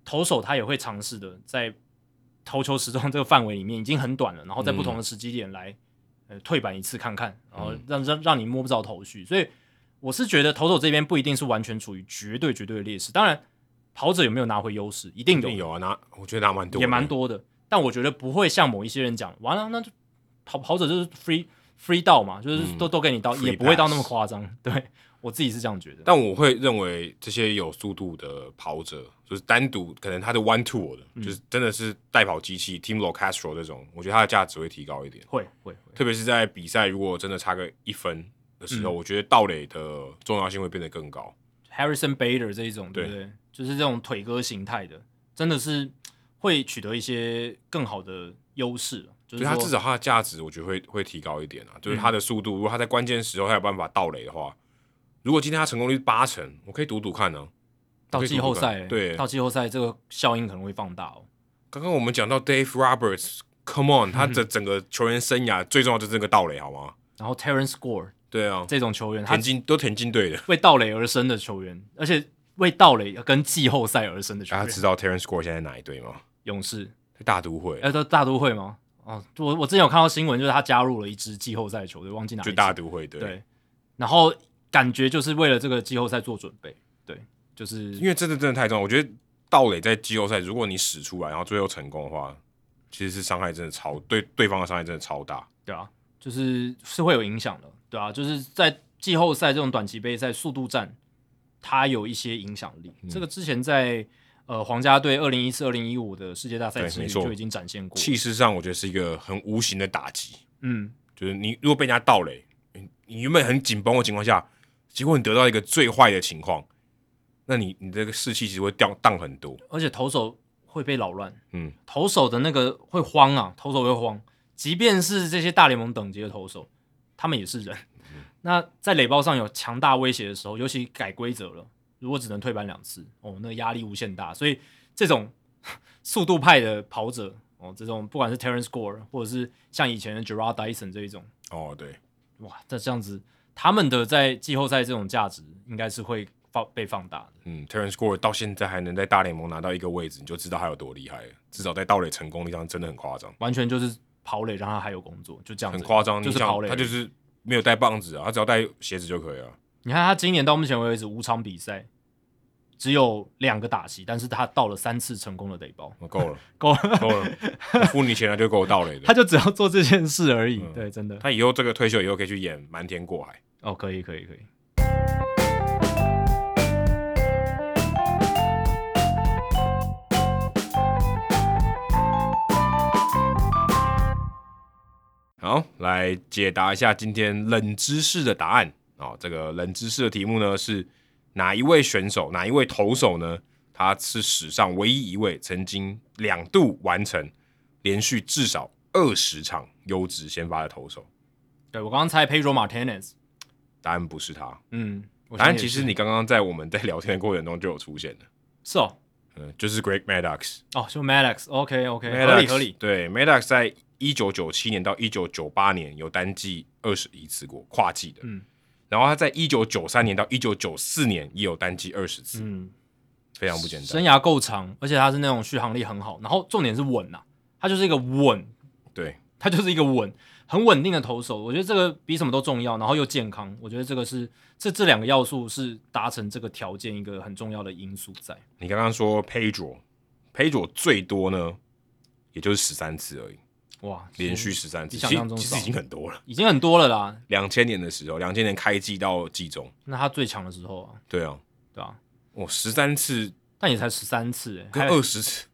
Speaker 2: 投手他也会尝试的在投球时钟这个范围里面已经很短了，然后在不同的时机点来、呃退板一次看看，然后让让让你摸不着头绪，所以我是觉得投手这边不一定是完全处于绝对绝对的劣势，当然跑者有没有拿回优势，一定
Speaker 1: 一
Speaker 2: 有
Speaker 1: 定，有啊，拿我觉得拿蛮多，
Speaker 2: 也蛮。多的。但我觉得不会像某一些人讲，完了那就跑跑者就是 free free 到嘛，就是
Speaker 1: 嗯
Speaker 2: 都、都给你到，
Speaker 1: free
Speaker 2: 也不会到
Speaker 1: pass
Speaker 2: 那么夸张。对我自己是这样觉得。
Speaker 1: 但我会认为这些有速度的跑者，就是单独可能他的 one two 的，
Speaker 2: 嗯
Speaker 1: 就是真的是代跑机器 Team Lo Castro 这种，我觉得他的价值会提高一点。
Speaker 2: 会会会，
Speaker 1: 特别是在比赛如果真的差个一分的时候，
Speaker 2: 嗯
Speaker 1: 我觉得盗垒的重要性会变得更高。
Speaker 2: Harrison Bader 这一种，对
Speaker 1: 对
Speaker 2: 不对？就是这种腿哥形态的，真的是会取得一些更好的优势。
Speaker 1: 所
Speaker 2: 就是
Speaker 1: 以
Speaker 2: 说
Speaker 1: 他至少他的价值，我觉得会会提高一点
Speaker 2: 嗯
Speaker 1: 啊。就是他的速度，如果他在关键时候他有办法盗垒的话，如果今天他成功率八成，我可以赌赌看呢、啊我
Speaker 2: 到
Speaker 1: 可以
Speaker 2: 季后
Speaker 1: 赌赌看
Speaker 2: 赛，
Speaker 1: 对，
Speaker 2: 到季后赛这个效应可能会放大哦。
Speaker 1: 刚刚我们讲到 Dave
Speaker 2: 嗯
Speaker 1: Roberts，Come on，他的整个球员生涯最重要就是这个盗垒，好吗？
Speaker 2: 然后 Terrence Gore
Speaker 1: 对啊，
Speaker 2: 这种球员，他啊
Speaker 1: 田径都田径队的，
Speaker 2: 为盗垒而生的球员，而且为盗垒跟季后赛而生的球
Speaker 1: 大
Speaker 2: 员，
Speaker 1: 家知道 Terrence Gore 现在哪一队吗？
Speaker 2: 勇士。
Speaker 1: 在大都会，
Speaker 2: 哎，都大都会吗？哦，我我之前有看到新闻，就是他加入了一支季后赛的球队，忘记哪一支
Speaker 1: 就大都会队。
Speaker 2: 对，然后感觉就是为了这个季后赛做准备，对，就是
Speaker 1: 因为真的真的太重要。我觉得盗垒在季后赛，如果你使出来，然后最后成功的话，其实是伤害真的超对对方的伤害真的超大。
Speaker 2: 对啊，就是是会有影响的，对啊，就是在季后赛这种短期杯赛、速度战，它有一些影响力。
Speaker 1: 嗯
Speaker 2: 这个之前在呃皇家队二零一四、二零一五的世界大赛
Speaker 1: 对
Speaker 2: 之
Speaker 1: 没
Speaker 2: 旅
Speaker 1: 错
Speaker 2: 就已经展现过，
Speaker 1: 气势上，我觉得是一个很无形的打击。
Speaker 2: 嗯，
Speaker 1: 就是你如果被人家盗垒，你你原本很紧绷的情况下，结果你得到一个最坏的情况，那你你这个士气其实会掉荡很多。
Speaker 2: 而且投手会被扰乱，
Speaker 1: 嗯，
Speaker 2: 投手的那个会慌啊，投手会慌，即便是这些大联盟等级的投手，他们也是人。那在垒包上有强大威胁的时候，尤其改规则了，如果只能退板两次，哦，那个压力无限大。所以这种 速度派的跑者，哦，这种不管是 Terrence Gore 或者是像以前的 Gerard Dyson 这一种，
Speaker 1: 哦，对，
Speaker 2: 哇，那这样子他们的在季后赛这种价值应该是会放被放大的。
Speaker 1: 嗯，Terrence Gore 到现在还能在大联盟拿到一个位置，你就知道他有多厉害了。至少在盗垒成功率上真的很夸张，
Speaker 2: 完全就是跑垒让他还有工作，就这样子，
Speaker 1: 很夸张。
Speaker 2: 就是
Speaker 1: 你想
Speaker 2: 跑垒。
Speaker 1: 他就是没有带棒子啊，他只要带鞋子就可以了。
Speaker 2: 你看他今年到目前为止五场比赛只有两个打席，但是他到了三次成功的垒 包，
Speaker 1: 哦我够了，
Speaker 2: 够了，
Speaker 1: 够 了，我付你钱了就给我盗垒的。
Speaker 2: 他
Speaker 1: 他
Speaker 2: 就只要做这件事而已。
Speaker 1: 嗯
Speaker 2: 对，真的，
Speaker 1: 他以后这个退休以后可以去演瞒天过海。
Speaker 2: 哦，可以，可以，可以。
Speaker 1: 好，来解答一下今天冷知识的答案哦。这个冷知识的题目呢是哪一位选手，哪一位投手呢？他是史上唯一一位曾经两度完成连续至少二十场优质先发的投手。
Speaker 2: 对我刚刚猜 Pedro Martinez，
Speaker 1: 答案不是他，
Speaker 2: 嗯，我
Speaker 1: 答
Speaker 2: 现在
Speaker 1: 案
Speaker 2: 也
Speaker 1: 啊其实
Speaker 2: 是
Speaker 1: 你刚刚在我们在聊天的过程中就有出现了，
Speaker 2: 是哦，
Speaker 1: 嗯，就是 Greg Maddox。
Speaker 2: 哦，就 Maddox，OK OK，,
Speaker 1: Maddox
Speaker 2: 合理合理，
Speaker 1: 对，Maddox 在一九九七年到一九九八年有单季二十一次过跨季的，
Speaker 2: 嗯
Speaker 1: 然后他在一九九三年到一九九四年也有单季二十次，
Speaker 2: 嗯，
Speaker 1: 非常不简
Speaker 2: 生
Speaker 1: 单。
Speaker 2: 涯够长，而且他是那种续航力很好，然后重点是稳呐、他就是一个稳，
Speaker 1: 对，
Speaker 2: 他就是一个稳，很稳定的投手。我觉得这个比什么都重要，然后又健康，我觉得这个是这这两个要素是达成这个条件一个很重要的因素在。
Speaker 1: 你刚刚说 Pedro，Pedro 最多呢，也就是十三次而已，
Speaker 2: 哇，
Speaker 1: 连续十三次，其
Speaker 2: 比想
Speaker 1: 实
Speaker 2: 象中
Speaker 1: 其实
Speaker 2: 少
Speaker 1: 已经很多了。
Speaker 2: 已经很多了啦。
Speaker 1: 两千年的时候，两千年开季到季中，
Speaker 2: 那他最强的时候啊，
Speaker 1: 对啊，
Speaker 2: 对吧、
Speaker 1: 我十三次
Speaker 2: 但也才十三次、欸，
Speaker 1: 跟
Speaker 2: 还
Speaker 1: 二十次，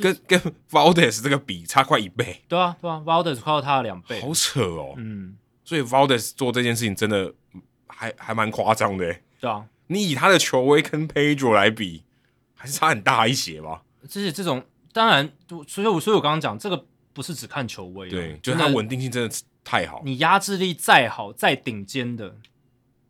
Speaker 1: 跟 跟 Valdes 这个比差快一倍，
Speaker 2: 对啊对啊 v a l d e s 快要他的两倍。
Speaker 1: 好扯哦。
Speaker 2: 嗯，
Speaker 1: 所以 Valdes 做这件事情真的还还蛮夸张的欸。
Speaker 2: 对啊，
Speaker 1: 你以他的球威跟 Pedro 来比，还是差很大一些吧？
Speaker 2: 这些这种当然，所以我所以我刚刚讲这个不是只看球威啊，
Speaker 1: 对，就
Speaker 2: 真
Speaker 1: 是
Speaker 2: 的
Speaker 1: 他稳定性真的太好。
Speaker 2: 你压制力再好、再顶尖的，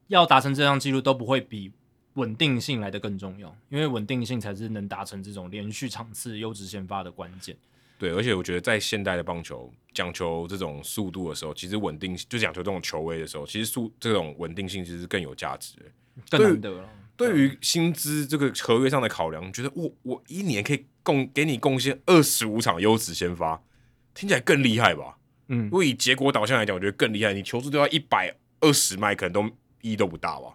Speaker 2: 要达成这项记录都不会比稳定性来的更重要，因为稳定性才是能达成这种连续场次优质先发的关键。
Speaker 1: 对，而且我觉得在现代的棒球讲求这种速度的时候，其实稳定就讲求这种球威的时候，其实速这种稳定性其实更有价值的。
Speaker 2: 更难得了。
Speaker 1: 对嗯于薪资这个合约上的考量，觉得我我一年可以贡给你贡献二十五场优质先发，听起来更厉害吧？
Speaker 2: 嗯
Speaker 1: 如，果以结果导向来讲，我觉得更厉害。你球速都要一百二十迈，可能都意义都不大吧？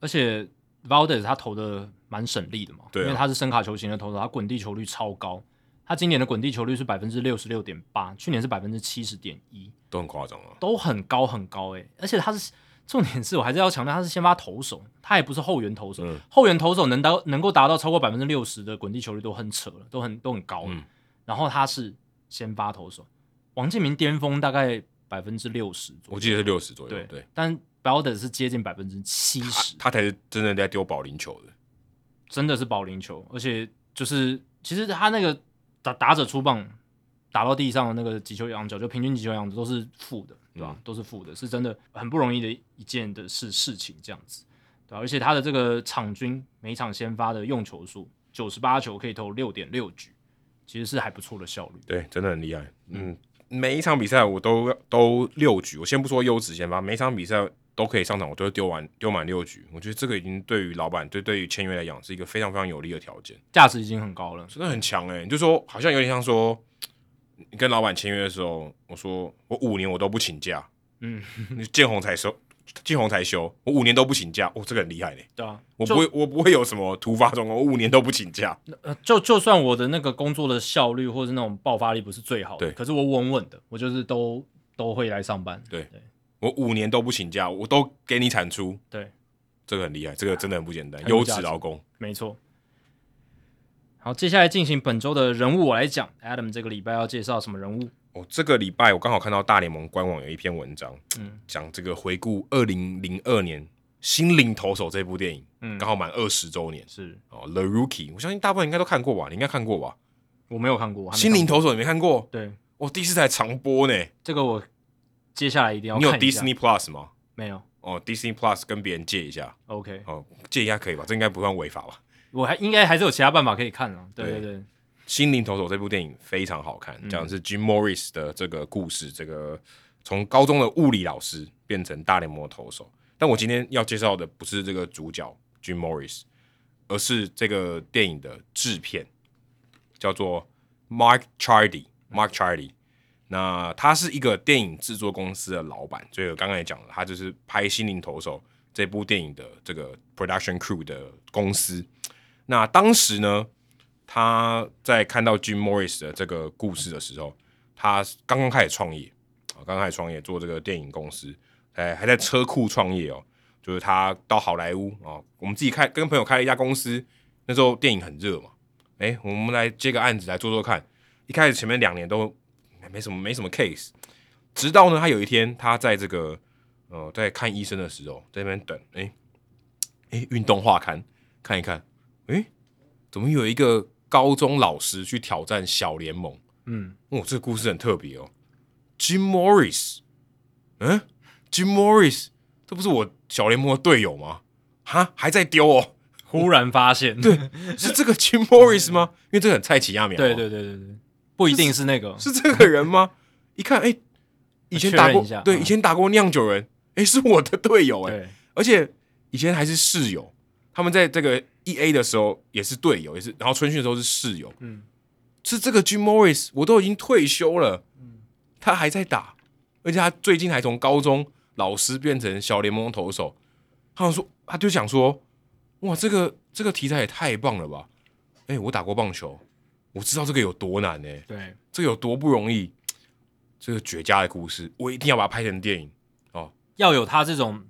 Speaker 2: 而且 Valdez 他投的蛮省力的嘛，
Speaker 1: 对啊
Speaker 2: 因为他是声卡球型的投手，他滚地球率超高。他今年的滚地球率是百分之六十六点八，去年是百分之七十点一，
Speaker 1: 都很夸张啊。
Speaker 2: 都很高很高诶、而且他是重点是我还是要强调，他是先发投手，他也不是后援投手。
Speaker 1: 嗯
Speaker 2: 后援投手能到能够达到超过百分之六十的滚地球率都很扯了，都很都很高了。
Speaker 1: 嗯
Speaker 2: 然后他是先发投手，王建民巅峰大概百分之六十
Speaker 1: 我
Speaker 2: 左右，
Speaker 1: 记得是六十左右，
Speaker 2: 对
Speaker 1: 对，
Speaker 2: 但 b e l d e r 是接近百分之七
Speaker 1: 他
Speaker 2: 十，
Speaker 1: 他才是真的在丢保龄球的。
Speaker 2: 真的是保龄球，而且就是其实他那个打打者出棒打到地上的那个击球仰角，就平均击球仰角都是负的，对吧、
Speaker 1: 嗯
Speaker 2: 都是负的，是真的很不容易的一件的事事情，这样子，对吧、而且他的这个场均每场先发的用球数九十八球可以投六点六局，其实是还不错的效率。
Speaker 1: 对，真的很厉害。嗯，每一场比赛我都都六局，我先不说优质先发，每一场比赛都可以上场，我都丢完丢满六局。我觉得这个已经对于老板对对于签约来讲是一个非常非常有利的条件，
Speaker 2: 价值已经很高了，
Speaker 1: 真的很强哎、你就说好像有点像说，你跟老板签约的时候，我说我五年我都不请假，
Speaker 2: 嗯，
Speaker 1: 你见红才收，见红才休，我五年都不请假，哦，这个很厉害嘞、
Speaker 2: 对啊，
Speaker 1: 我
Speaker 2: 就
Speaker 1: 不会，我不会有什么突发状况，我五年都不请假。
Speaker 2: 呃，就就算我的那个工作的效率或是那种爆发力不是最好的，
Speaker 1: 对
Speaker 2: 可是我稳稳的，我就是都都会来上班，
Speaker 1: 对
Speaker 2: 对
Speaker 1: 我五年都不请假，我都给你产出，
Speaker 2: 对，
Speaker 1: 这个很厉害，这个真的很不简单，
Speaker 2: 很有
Speaker 1: 优
Speaker 2: 价
Speaker 1: 质
Speaker 2: 值
Speaker 1: 劳工。
Speaker 2: 没错。好，接下来进行本周的人物，我来讲 Adam 这个礼拜要介绍什么人物。
Speaker 1: 哦，这个礼拜我刚好看到大联盟官网有一篇文章，
Speaker 2: 嗯
Speaker 1: 讲这个回顾二零零二年《心灵投手》这部电影，
Speaker 2: 嗯
Speaker 1: 刚好满二十周年
Speaker 2: 是
Speaker 1: 哦，《The Rookie》，我相信大部分人应该都看过吧？你应该看过吧？
Speaker 2: 我没有看过，我还
Speaker 1: 《
Speaker 2: 没
Speaker 1: 心灵
Speaker 2: 啊看过
Speaker 1: 投手》你没看过？
Speaker 2: 对
Speaker 1: 哦，第四台长播呢。
Speaker 2: 这个我接下来一定要
Speaker 1: 你有
Speaker 2: 看一下
Speaker 1: Disney Plus 吗？
Speaker 2: 没有
Speaker 1: 哦，Disney Plus 跟别人借一下，
Speaker 2: ？OK，
Speaker 1: 哦，借一下可以吧？这应该不算违法吧？
Speaker 2: 我还应该还是有其他办法可以看啊。对对
Speaker 1: 对
Speaker 2: 对，
Speaker 1: 《心灵投手》这部电影非常好看，讲的是 Jim Morris 的这个故事，这个从高中的物理老师变成大联盟的投手。但我今天要介绍的不是这个主角 Jim Morris，而是这个电影的制片，叫做 Mark Chardy。Mark Chardy，那他是一个电影制作公司的老板，所以我刚刚也讲了，他就是拍《心灵投手》这部电影的这个 production crew 的公司。那当时呢，他在看到 Jim Morris 的这个故事的时候，他刚刚开始创业啊，刚刚开始创业做这个电影公司，哎，还在车库创业哦，就是他到好莱坞啊，我们自己开跟朋友开了一家公司，那时候电影很热嘛，哎，我们来接个案子来做做看。一开始前面两年都没什么没什么 case，直到呢，他有一天他在这个呃在看医生的时候，在那边等，哎哎，运动画刊看一看，哎，怎么有一个高中老师去挑战小联盟？
Speaker 2: 嗯，
Speaker 1: 哦，这个故事很特别哦，Jim Morris，嗯，Jim Morris，这不是我小联盟的队友吗？哈，还在丢哦，
Speaker 2: 忽然发现，对
Speaker 1: 是 这个 Jim Morris 吗？因为这个很菜奇亚苗、哦
Speaker 2: 对对对对对，不一定是那个，
Speaker 1: 是这个人吗？一看，哎、以前
Speaker 2: 确
Speaker 1: 打
Speaker 2: 认
Speaker 1: 过
Speaker 2: 一下，
Speaker 1: 对，
Speaker 2: 嗯
Speaker 1: 以前打过酿酒人，哎、是我的队友、哎，
Speaker 2: 对
Speaker 1: 而且以前还是室友，他们在这个 E A 的时候也是队友，也是，然后春训的时候是室友，
Speaker 2: 嗯
Speaker 1: 是这个 Jim Morris，我都已经退休了，他还在打，而且他最近还从高中老师变成小联盟投手，他想说，他就想说，哇，这个这个题材也太棒了吧，哎、我打过棒球，我知道这个有多难呢、
Speaker 2: 对，
Speaker 1: 这个有多不容易，这个绝佳的故事，我一定要把它拍成电影。
Speaker 2: 要有他这种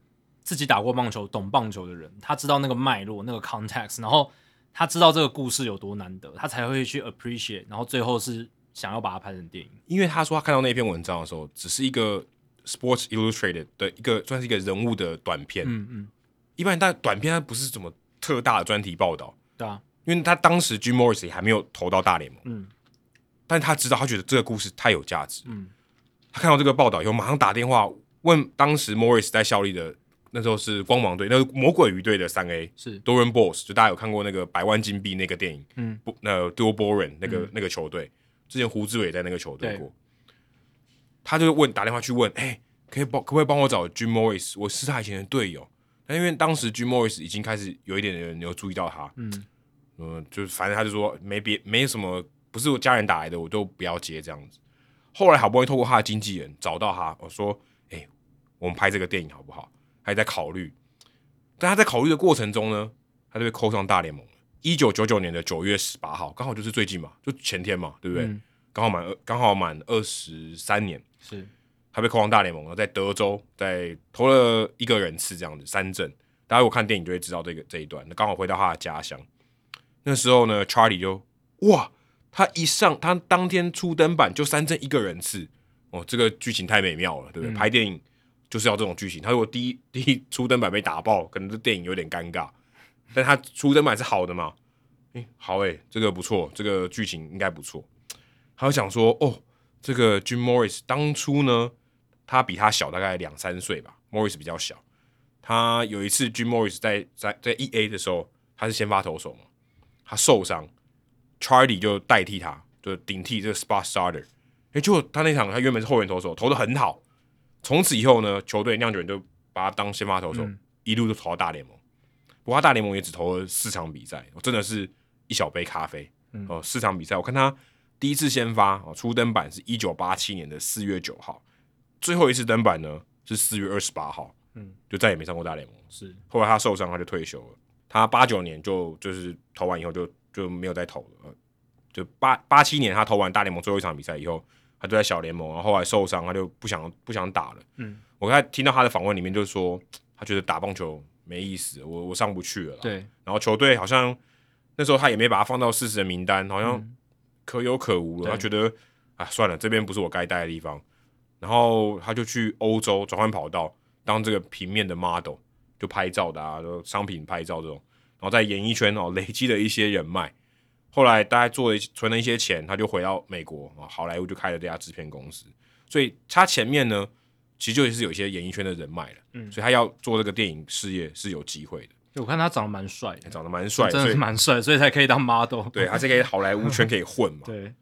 Speaker 2: 自己打过棒球、懂棒球的人，他知道那个脉络、那个 context，然后他知道这个故事有多难得，他才会去 appreciate，然后最后是想要把它拍成电影。
Speaker 1: 因为他说他看到那篇文章的时候，只是一个 Sports Illustrated 的一个算是一个人物的短片，
Speaker 2: 嗯嗯，
Speaker 1: 一般但短片它不是怎么特大的专题报道，
Speaker 2: 对啊，
Speaker 1: 因为他当时 Jim Morris 也还没有投到大联盟，
Speaker 2: 嗯
Speaker 1: 但他知道他觉得这个故事太有价值，
Speaker 2: 嗯，
Speaker 1: 他看到这个报道以后，马上打电话问当时 Morris 在效力的那时候是光芒队，那是魔鬼鱼队的三 A
Speaker 2: 是
Speaker 1: Doran Boss，就大家有看过那个百万金币那个电影，
Speaker 2: 嗯，
Speaker 1: 不，那 d u b o r a n 那个、那个球队，之前胡志伟在那个球队
Speaker 2: 对
Speaker 1: 过，他就问打电话去问，哎、可以帮可不可以帮我找 Jim Morris？我是他以前的队友。那因为当时 Jim Morris 已经开始有一点人有注意到他，
Speaker 2: 嗯，
Speaker 1: 嗯、就是反正他就说没别没什么，不是我家人打来的，我都不要接这样子。后来好不容易透过他的经纪人找到他，我说，哎、我们拍这个电影好不好？他也在考虑，但他在考虑的过程中呢，他就被扣上大联盟了。一九九九年的九月十八号，刚好就是最近嘛，就前天嘛，对不对？
Speaker 2: 嗯
Speaker 1: 刚好满二刚好满二十三年，
Speaker 2: 是
Speaker 1: 他被扣上大联盟了，在德州在投了一个人次这样子三振。大家如果看电影就会知道这个这一段。那刚好回到他的家乡，那时候呢，Charlie 就哇，他一上他当天出登板就三振一个人次，哦，这个剧情太美妙了，对不对？
Speaker 2: 嗯
Speaker 1: 拍电影就是要这种剧情。他如果第一 第一出登板被打爆，可能这电影有点尴尬，但他出登板是好的嘛？诶、好诶、这个不错，这个剧情应该不错。他就想说，哦，这个 Jim Morris 当初呢，他比他小大概两三岁吧，Morris 比较小。他有一次 Jim Morris 在在在 E A 的时候，他是先发投手嘛，他受伤，Charlie 就代替他，就顶替这个 spot starter。哎、结果他那场他原本是后援投手，投的很好。从此以后呢，球队酿酒人就把他当先发投手，
Speaker 2: 嗯
Speaker 1: 一路就投到大联盟。不过他大联盟也只投了四场比赛，真的是一小杯咖啡。
Speaker 2: 嗯
Speaker 1: 哦，四场比赛，我看他第一次先发哦，初登板是一九八七年的四月九号，最后一次登板呢是四月二十八号，
Speaker 2: 嗯，
Speaker 1: 就再也没上过大联盟。
Speaker 2: 是，
Speaker 1: 后来他受伤，他就退休了。他八九年就就是投完以后就就没有再投了，呃就八八七年他投完大联盟最后一场比赛以后，他就在小联盟，然后后来受伤，他就不想不想打了。
Speaker 2: 嗯，
Speaker 1: 我刚才听到他的访问里面就说，他觉得打棒球没意思，我我上不去了啦。
Speaker 2: 对，
Speaker 1: 然后球队好像那时候他也没把他放到四十人名单，好像
Speaker 2: 嗯
Speaker 1: 可有可无了。
Speaker 2: 对
Speaker 1: 他觉得啊，算了，这边不是我该待的地方。然后他就去欧洲转换跑道，当这个平面的 model，就拍照的啊，就商品拍照这种。然后在演艺圈哦，累积了一些人脉。后来大概做了一存了一些钱，他就回到美国啊，好莱坞就开了这家制片公司。所以他前面呢，其实就是有一些演艺圈的人脉了。
Speaker 2: 嗯
Speaker 1: 所以他要做这个电影事业是有机会的，
Speaker 2: 我看他长得蛮帅的，
Speaker 1: 长得蛮帅的，
Speaker 2: 真
Speaker 1: 所
Speaker 2: 的
Speaker 1: 以
Speaker 2: 是蛮帅，所以才可以当 model。
Speaker 1: 对，他在个好莱坞圈可以混嘛。
Speaker 2: 对，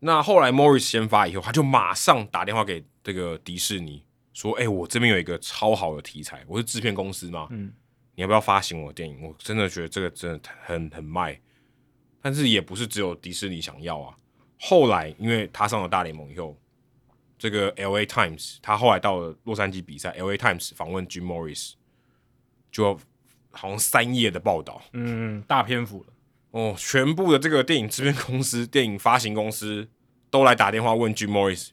Speaker 1: 那后来 Morris 先发以后，他就马上打电话给这个迪士尼说：“哎、我这边有一个超好的题材，我是制片公司嘛，
Speaker 2: 嗯
Speaker 1: 你要不要发行我的电影？我真的觉得这个真的很很卖，但是也不是只有迪士尼想要啊。后来因为他上了大联盟以后，这个 L A Times 他后来到了洛杉矶比赛，L A Times 访问 Jim Morris，就好像三页的报道，
Speaker 2: 嗯，大篇幅了，
Speaker 1: 哦，全部的这个电影制片公司、电影发行公司都来打电话问 Jim Morris，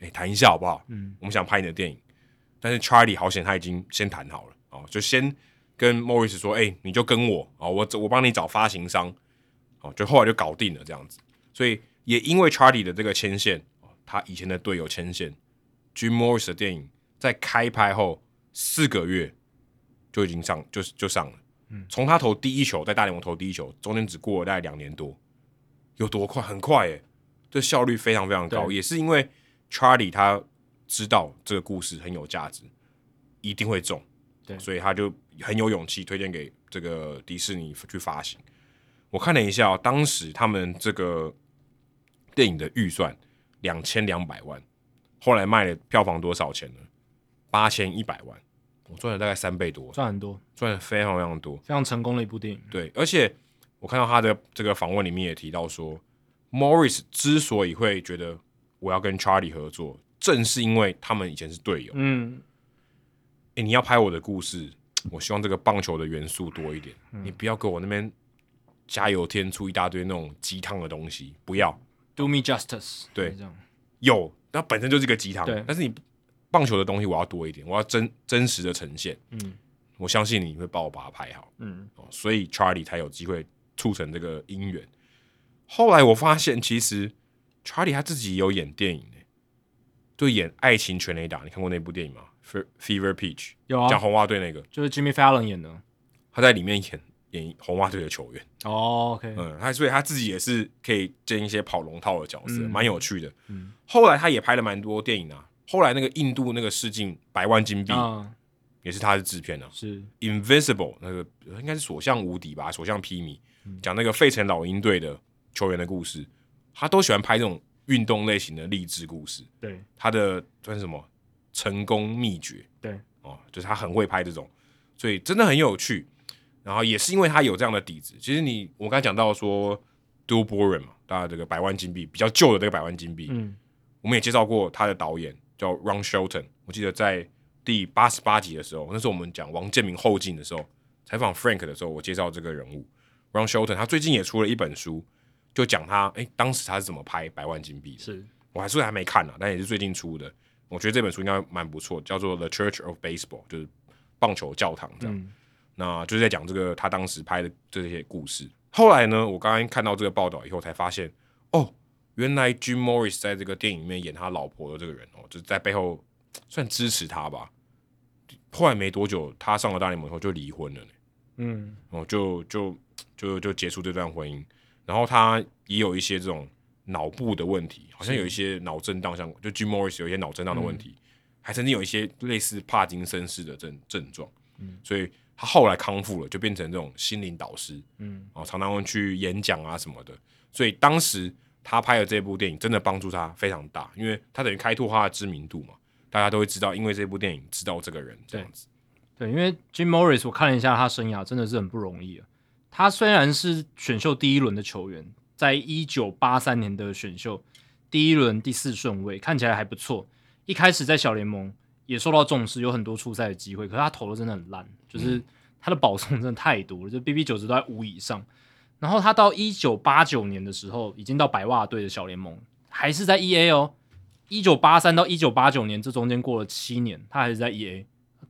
Speaker 1: 哎、谈一下好不好？
Speaker 2: 嗯，
Speaker 1: 我们想拍你的电影，但是 Charlie 好险他已经先谈好了，哦，就先跟 Morris 说，哎、你就跟我，哦，我我帮你找发行商，哦，就后来就搞定了这样子。所以也因为 Charlie 的这个牵线，哦他以前的队友牵线，Jim Morris 的电影在开拍后四个月就已经上，就就上了。
Speaker 2: 嗯
Speaker 1: 从他投第一球，在大联盟投第一球，中间只过了大概两年多，有多快？很快耶、这效率非常非常高，
Speaker 2: 对
Speaker 1: 也是因为 Charlie 他知道这个故事很有价值，一定会中，
Speaker 2: 对
Speaker 1: 所以他就很有勇气推荐给这个迪士尼去发行。我看了一下、哦，当时他们这个电影的预算两千两百万，后来卖了票房多少钱呢？八千一百万，我赚了大概三倍多，
Speaker 2: 赚很多，
Speaker 1: 赚了非常非常多。
Speaker 2: 非常成功的一部电影。
Speaker 1: 对，而且我看到他的这个访问里面也提到说，Morris 之所以会觉得我要跟 Charlie 合作，正是因为他们以前是队友。
Speaker 2: 嗯，
Speaker 1: 诶，你要拍我的故事，我希望这个棒球的元素多一点，你不要给我那边加油添醋一大堆那种鸡汤的东西，不要
Speaker 2: 《Do Me Justice》
Speaker 1: 对
Speaker 2: 这样
Speaker 1: 有，它本身就是个鸡汤
Speaker 2: 对，
Speaker 1: 但是你棒球的东西我要多一点，我要真真实的呈现，
Speaker 2: 嗯
Speaker 1: 我相信你会帮我把它拍好。
Speaker 2: 嗯，
Speaker 1: 哦，所以 Charlie 才有机会促成这个姻缘。后来我发现，其实 Charlie 他自己也有演电影呢，就演《爱情全垒打》，你看过那部电影吗？Fe-？Fever Pitch，
Speaker 2: 有
Speaker 1: 讲
Speaker 2: 啊，
Speaker 1: 红袜队那个，
Speaker 2: 就是 Jimmy Fallon 演的。
Speaker 1: 他在里面演演红袜队的球员。
Speaker 2: 哦，OK，
Speaker 1: 嗯，他所以他自己也是可以兼一些跑龙套的角色，
Speaker 2: 嗯
Speaker 1: 蛮、有趣的。
Speaker 2: 嗯
Speaker 1: 后来他也拍了蛮多电影啊。后来那个印度那个试镜百万金币、
Speaker 2: 啊，
Speaker 1: 也是他的制片啊。
Speaker 2: 是
Speaker 1: Invisible 那个应该是所向无敌吧，所向披靡，
Speaker 2: 嗯
Speaker 1: 讲那个费城老鹰队的球员的故事，他都喜欢拍这种运动类型的励志故事。
Speaker 2: 对，
Speaker 1: 他的算是什么成功秘诀？
Speaker 2: 对，
Speaker 1: 哦，就是他很会拍这种，所以真的很有趣。然后也是因为他有这样的底子，其实你我刚才讲到说 Do Boren 嘛，大家这个百万金币比较旧的这个百万金币，
Speaker 2: 嗯
Speaker 1: 我们也介绍过他的导演叫 Ron Shelton，我记得在第八十八集的时候，那时候我们讲王建民后进的时候，采访 Frank 的时候，我介绍这个人物 Ron Shelton，他最近也出了一本书，就讲他诶当时他是怎么拍《百万金币》的。
Speaker 2: 是
Speaker 1: 我还是还没看呢、但也是最近出的。我觉得这本书应该蛮不错，叫做《The Church of Baseball》，就是棒球教堂这样。
Speaker 2: 嗯
Speaker 1: 那就是在讲这个他当时拍的这些故事。后来呢，我刚刚看到这个报道以后，才发现哦，原来 Jim Morris 在这个电影里面演他老婆的这个人哦，就是在背后嘖算支持他吧。后来没多久，他上了大联盟以后就离婚了呢，
Speaker 2: 嗯
Speaker 1: 哦，就就嘖就就结束这段婚姻。然后他也有一些这种脑部的问题，好像有一些脑震荡像就 Jim Morris 有一些脑震荡的
Speaker 2: 嗯
Speaker 1: 问题，还曾经有一些类似帕金森氏的症症状。
Speaker 2: 嗯
Speaker 1: 所以他后来康复了，就变成这种心灵导师
Speaker 2: 嗯
Speaker 1: 啊，常常会去演讲啊什么的。所以当时他拍的这部电影真的帮助他非常大，因为他等于开拓他的知名度嘛，大家都会知道，因为这部电影知道这个人这样子。
Speaker 2: 对，因为 Jim Morris 我看了一下他生涯，真的是很不容易啊。他虽然是选秀第一轮的球员，在一九八三年的选秀第一轮第四顺位，看起来还不错。一开始在小联盟也受到重视，有很多出赛的机会，可是他投的真的很烂，就是他的保送真的太多了，就 BB 九十都在五以上。然后他到一九八九年的时候，已经到白袜队的小联盟，还是在 EA 哦。一九八三到一九八九年，这中间过了七年，他还是在 EA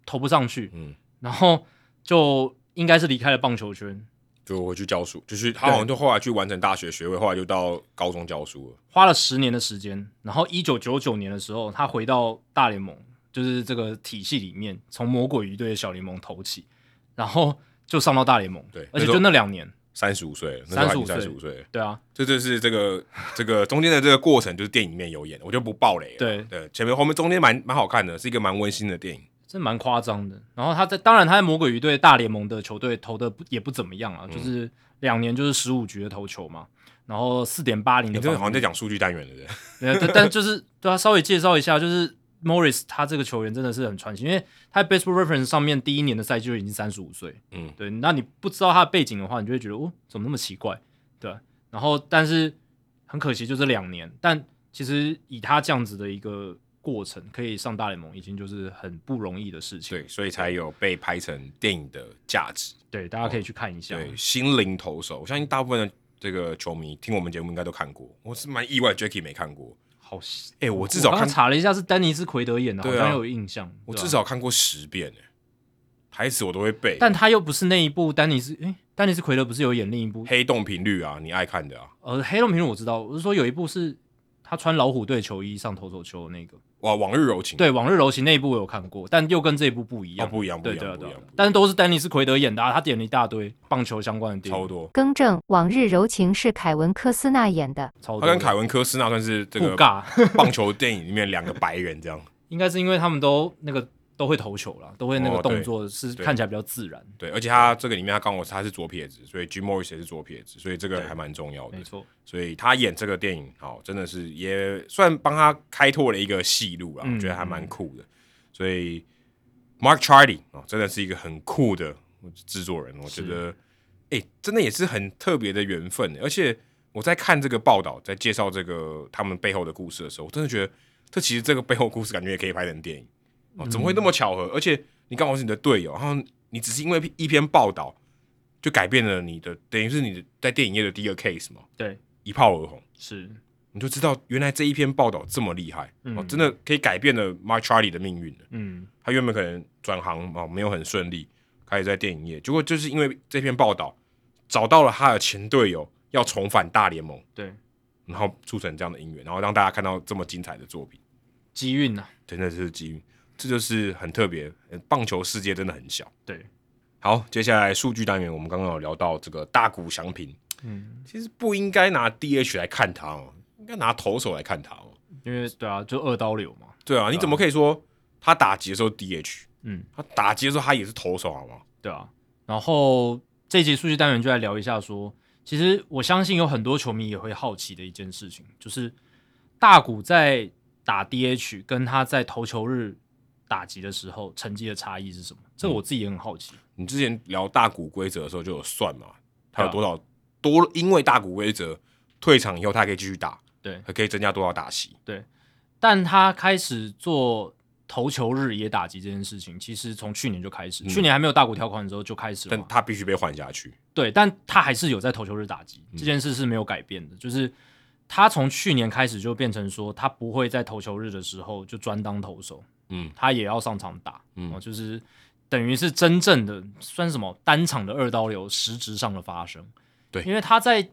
Speaker 2: 投不上去，
Speaker 1: 嗯，
Speaker 2: 然后就应该是离开了棒球圈，
Speaker 1: 就回去教书，就是他好像就后来去完成大学学位，后来就到高中教书了。
Speaker 2: 花了十年的时间，然后一九九九年的时候，他回到大联盟，就是这个体系里面，从魔鬼鱼队的小联盟投起，然后就上到大联盟，
Speaker 1: 对
Speaker 2: 而且就那两年，
Speaker 1: 三十五岁了，那时候他已经
Speaker 2: 35
Speaker 1: 35
Speaker 2: 岁
Speaker 1: 岁了，
Speaker 2: 对啊，
Speaker 1: 这就是这个这个中间的这个过程，就是电影里面有演的，我就不爆雷了。
Speaker 2: 对
Speaker 1: 对，前面后面中间蛮蛮好看的，是一个蛮温馨的电影。
Speaker 2: 真蛮夸张的。然后他在，当然他在魔鬼鱼队大联盟的球队投的也不怎么样啊，
Speaker 1: 嗯
Speaker 2: 就是两年就是十五局的投球嘛，然后四点八零
Speaker 1: 你
Speaker 2: 的
Speaker 1: 这
Speaker 2: 防
Speaker 1: 好像
Speaker 2: 御
Speaker 1: 在讲数据单元的人。
Speaker 2: 对，但 但就是对他啊稍微介绍一下，就是 Morris 他这个球员真的是很传奇，因为他在 Baseball Reference 上面第一年的赛季就已经三十五岁，
Speaker 1: 嗯
Speaker 2: 对，那你不知道他的背景的话，你就会觉得哦，怎么那么奇怪，对。啊然后，但是很可惜，就这两年，但其实以他这样子的一个过程，可以上大联盟，已经就是很不容易的事情，
Speaker 1: 对，所以才有被拍成电影的价值。
Speaker 2: 对，大家可以去看一下，
Speaker 1: 对，心灵投手，我相信大部分的这个球迷听我们节目应该都看过。我是蛮意外，Jacky 没看过。
Speaker 2: 好细。
Speaker 1: 哎、我至少
Speaker 2: 我刚
Speaker 1: 看
Speaker 2: 刚，查了一下，是丹尼斯奎德演的，好
Speaker 1: 对啊
Speaker 2: 像有印象。
Speaker 1: 我
Speaker 2: 对啊
Speaker 1: 至少看过十遍哎、台词我都会背。
Speaker 2: 但他又不是那一部丹尼斯，诶，丹尼斯奎德不是有演另一部
Speaker 1: 黑洞频率啊，你爱看的啊，
Speaker 2: 呃，黑洞评论我知道，我是说有一部是他穿老虎队球衣上投手球的那个，
Speaker 1: 哇，往日柔情，
Speaker 2: 对，《往日柔情》那一部我有看过，但又跟这一部不一
Speaker 1: 哦，
Speaker 2: 样，
Speaker 1: 不一样，不
Speaker 2: 对
Speaker 1: 一
Speaker 2: 对
Speaker 1: 样，
Speaker 2: 啊
Speaker 1: 不
Speaker 2: 对
Speaker 1: 一
Speaker 2: 啊
Speaker 1: 样，，
Speaker 2: 但是都是丹尼斯奎德演的、啊，他点了一大堆棒球相关的电
Speaker 1: 超
Speaker 2: 影，
Speaker 1: 多。
Speaker 3: 更正，往日柔情是凯文·科斯纳演的。
Speaker 2: 超多
Speaker 1: 他
Speaker 2: 的。
Speaker 1: 跟凯文科斯纳算是这
Speaker 2: 不
Speaker 1: 个
Speaker 2: 尬，
Speaker 1: 棒球电影里面两个白人这样。
Speaker 2: 应该是因为他们都那个都会投球啦，都会那
Speaker 1: 哦
Speaker 2: 个
Speaker 1: 对
Speaker 2: 动作是
Speaker 1: 对
Speaker 2: 看起来比较自然。
Speaker 1: 对，而且他这个里面他刚好他是左撇子，所以 Jim Morris 也是左撇子，所以这个还蛮重要的
Speaker 2: 没。错，
Speaker 1: 所以他演这个电影，好，真的是也算帮他开拓了一个戏路啦，
Speaker 2: 嗯
Speaker 1: 我觉得还蛮酷的。所以 Mark Charlie 哦，真的是一个很酷的制作人，我觉得，哎、真的也是很特别的缘分。而且我在看这个报道，在介绍这个他们背后的故事的时候，我真的觉得这其实这个背后故事感觉也可以拍成电影哦，怎么会那么巧合？而且你刚好是你的队友，然后你只是因为一篇报道就改变了你的，等于是你的在电影业的第一个 case 嘛。
Speaker 2: 对，
Speaker 1: 一炮而红，
Speaker 2: 是
Speaker 1: 你就知道原来这一篇报道这么厉害、
Speaker 2: 嗯
Speaker 1: 哦，真的可以改变了 Mark Charlie 的命运的。
Speaker 2: 嗯
Speaker 1: 他原本可能转行哦没有很顺利，开始在电影业，结果就是因为这篇报道找到了他的前队友要重返大联盟，
Speaker 2: 对
Speaker 1: 然后促成这样的姻缘，然后让大家看到这么精彩的作品，
Speaker 2: 机运啊呐，
Speaker 1: 真的是机遇，这就是很特别。呃棒球世界真的很小。
Speaker 2: 对，
Speaker 1: 好，接下来数据单元，我们刚刚有聊到这个大谷翔平，
Speaker 2: 嗯，
Speaker 1: 其实不应该拿 DH 来看他哦，应该拿投手来看他哦。
Speaker 2: 因为对啊，就二刀流嘛，
Speaker 1: 对啊，你怎么可以说他打击的时候 DH，
Speaker 2: 嗯，
Speaker 1: 他打击的时候他也是投手好吗？
Speaker 2: 对啊。然后这一集数据单元就来聊一下说，其实我相信有很多球迷也会好奇的一件事情，就是大谷在打 DH 跟他在投球日打击的时候成绩的差异是什么？
Speaker 1: 嗯
Speaker 2: 这个我自己也很好奇。
Speaker 1: 你之前聊大股规则的时候就有算嘛，他有多少多因为大股规则退场以后他还可以继续打，
Speaker 2: 对
Speaker 1: 还可以增加多少打席？
Speaker 2: 但他开始做投球日也打击这件事情，其实从去年就开始，
Speaker 1: 嗯
Speaker 2: 去年还没有大股条款的时候就开始了嘛
Speaker 1: 但。他必须被换下去。
Speaker 2: 对，但他还是有在投球日打击，
Speaker 1: 嗯
Speaker 2: 这件事是没有改变的。就是他从去年开始就变成说，他不会在投球日的时候就专当投手，
Speaker 1: 嗯
Speaker 2: 他也要上场打，
Speaker 1: 嗯
Speaker 2: 哦，就是等于是真正的算什么单场的二刀流，实质上的发生。
Speaker 1: 对
Speaker 2: 因为他在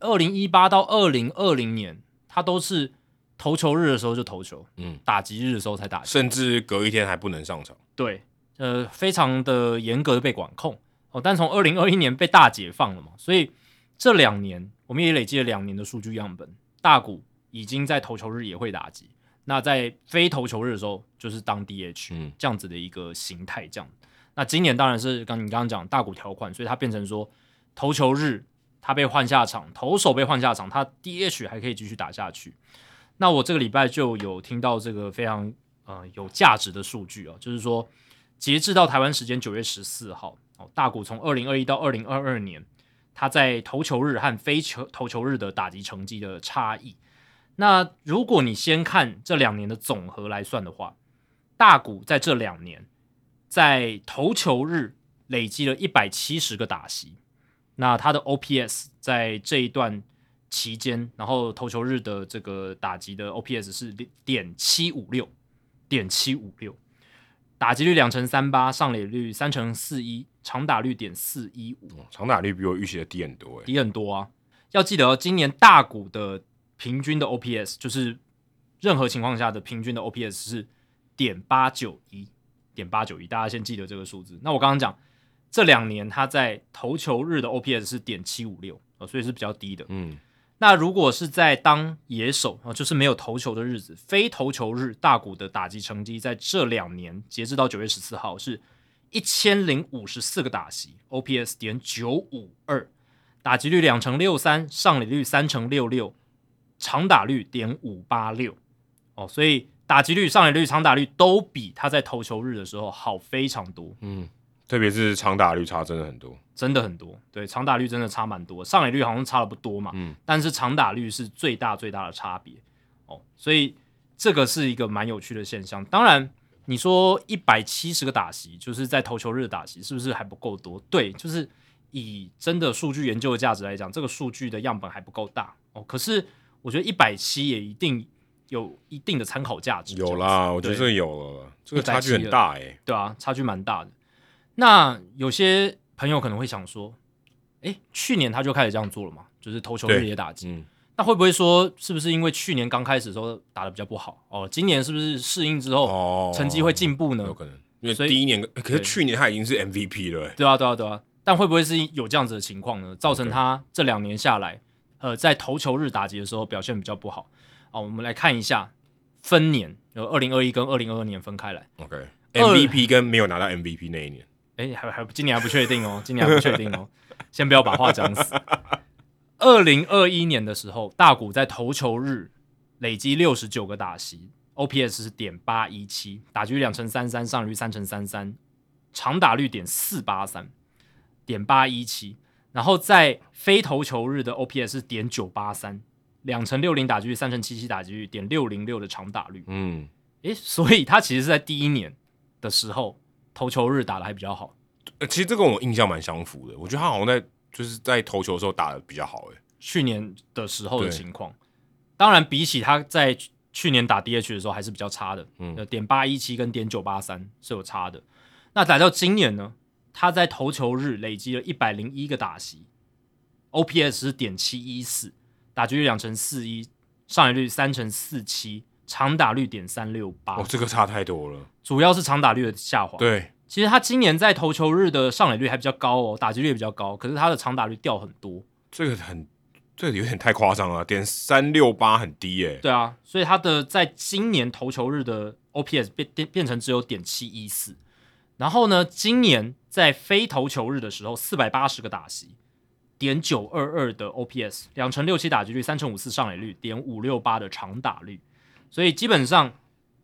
Speaker 2: 二零一八到二零二零年，他都是投球日的时候就投球，
Speaker 1: 嗯，
Speaker 2: 打击日的时候才打击，
Speaker 1: 甚至隔一天还不能上场。
Speaker 2: 对，呃，非常的严格的被管控哦。但从二零二一年被大解放了嘛，所以这两年我们也累积了两年的数据样本，大股已经在投球日也会打击，那在非投球日的时候就是当 DH，、
Speaker 1: 嗯
Speaker 2: 这样子的一个形态这样。那今年当然是刚你刚刚讲大股条款，所以它变成说投球日他被换下场，投手被换下场，他 DH 还可以继续打下去。那我这个礼拜就有听到这个非常呃有价值的数据哦，就是说截至到台湾时间九月十四号哦，大谷从二零二一到二零二二年，他在投球日和非球投球日的打击成绩的差异。那如果你先看这两年的总和来算的话，大谷在这两年在投球日累积了一百七十个打席，那他的 OPS 在这一段期间，然后投球日的这个打击的 OPS 是点七五六，点七五六，打击率两成三八，上垒率三成四一，长打率点四一五，
Speaker 1: 哦长打率比我预期的低很多、欸，
Speaker 2: 低很多啊。要记得、哦，今年大股的平均的 OPS 就是任何情况下的平均的 OPS 是点八九一，点八九一，大家先记得这个数字。那我刚刚讲这两年他在投球日的 OPS 是点七五六，呃所以是比较低的。
Speaker 1: 嗯，
Speaker 2: 那如果是在当野手啊，就是没有投球的日子，非投球日，大谷的打击成绩在这两年截至到九月十四号是一千零五十四个打席，OPS 点九五二，打击率两成六三，上垒率三成六六，长打率点五八六哦，所以打击率、上垒率、长打率都比他在投球日的时候好非常多。
Speaker 1: 嗯特别是长打率差真的很多。
Speaker 2: 真的很多，对长打率真的差蛮多，上垒率好像差的不多嘛，
Speaker 1: 嗯
Speaker 2: 但是长打率是最大最大的差别哦，所以这个是一个蛮有趣的现象。当然，你说一百七十个打席，就是在投球日的打席，是不是还不够多？对，就是以真的数据研究的价值来讲，这个数据的样本还不够大哦。可是我觉得一百七也一定有一定的参考价值，
Speaker 1: 有啦，我觉得
Speaker 2: 对
Speaker 1: 这个有了，这个差距很大哎、
Speaker 2: 对啊，差距蛮大的。那有些朋友可能会想说，诶，去年他就开始这样做了嘛，就是投球日
Speaker 1: 对
Speaker 2: 也打击。
Speaker 1: 嗯，
Speaker 2: 那会不会说，是不是因为去年刚开始的时候打的比较不好哦？今年是不是适应之后、
Speaker 1: 哦
Speaker 2: 成绩会进步呢
Speaker 1: 有？可能，因
Speaker 2: 嗯所
Speaker 1: 为
Speaker 2: 以
Speaker 1: 第一年，可是
Speaker 2: 对
Speaker 1: 去年他已经是 MVP 了、欸，
Speaker 2: 对啊，对啊，对啊。但会不会是有这样子的情况呢？造成他这两年下来，呃，在投球日打击的时候表现比较不哦好啊、我们来看一下分年，有二零二一跟二零二二年分开来。
Speaker 1: OK， MVP 跟没有拿到 MVP 那一年，
Speaker 4: 哎，还还今年还不确定哦，今年还不确定哦，先不要把话讲死。
Speaker 2: 二零二一年的时候，大谷在投球日累积六十九个打席，OPS 是点八一七，打击率两成三三，上垒率三成三三，长打率点四八三，点八一七。然后在非投球日的 OPS 是点九八三，两成六零打击率，三成七七打击率，点六零六的长打率。
Speaker 1: 嗯，
Speaker 2: 诶，所以他其实是在第一年的时候投球日打的还比较好。
Speaker 1: 呃其实这跟我印象蛮相符的。我觉得他好像在就是在投球的时候打的比较好，哎，
Speaker 2: 去年的时候的
Speaker 1: 对
Speaker 2: 情况。当然，比起他在去去年打 DH 的时候还是比较差的，
Speaker 1: 嗯
Speaker 2: 嗯，点八一七跟点九八三是有差的。那来到今年呢，他在投球日累积了一百零一个打席，OPS 是点七一四，打击率两成四一，上垒率三成四七，长打率点三六八
Speaker 1: 哦，，这个差太多了。
Speaker 2: 主要是长打率的下滑。
Speaker 1: 对，
Speaker 2: 其实他今年在投球日的上垒率还比较高哦，打击率也比较高，可是他的长打率掉很多。
Speaker 1: 这个很，这个有点太夸张了，点三六八很低欸耶、
Speaker 2: 对啊，所以他的在今年投球日的 OPS 变变变成只有点七一四，然后呢，今年在非投球日的时候，四百八十个打席，点九二二的 OPS，两成六七打击率，三成五四上垒率，点五六八的长打率，所以基本上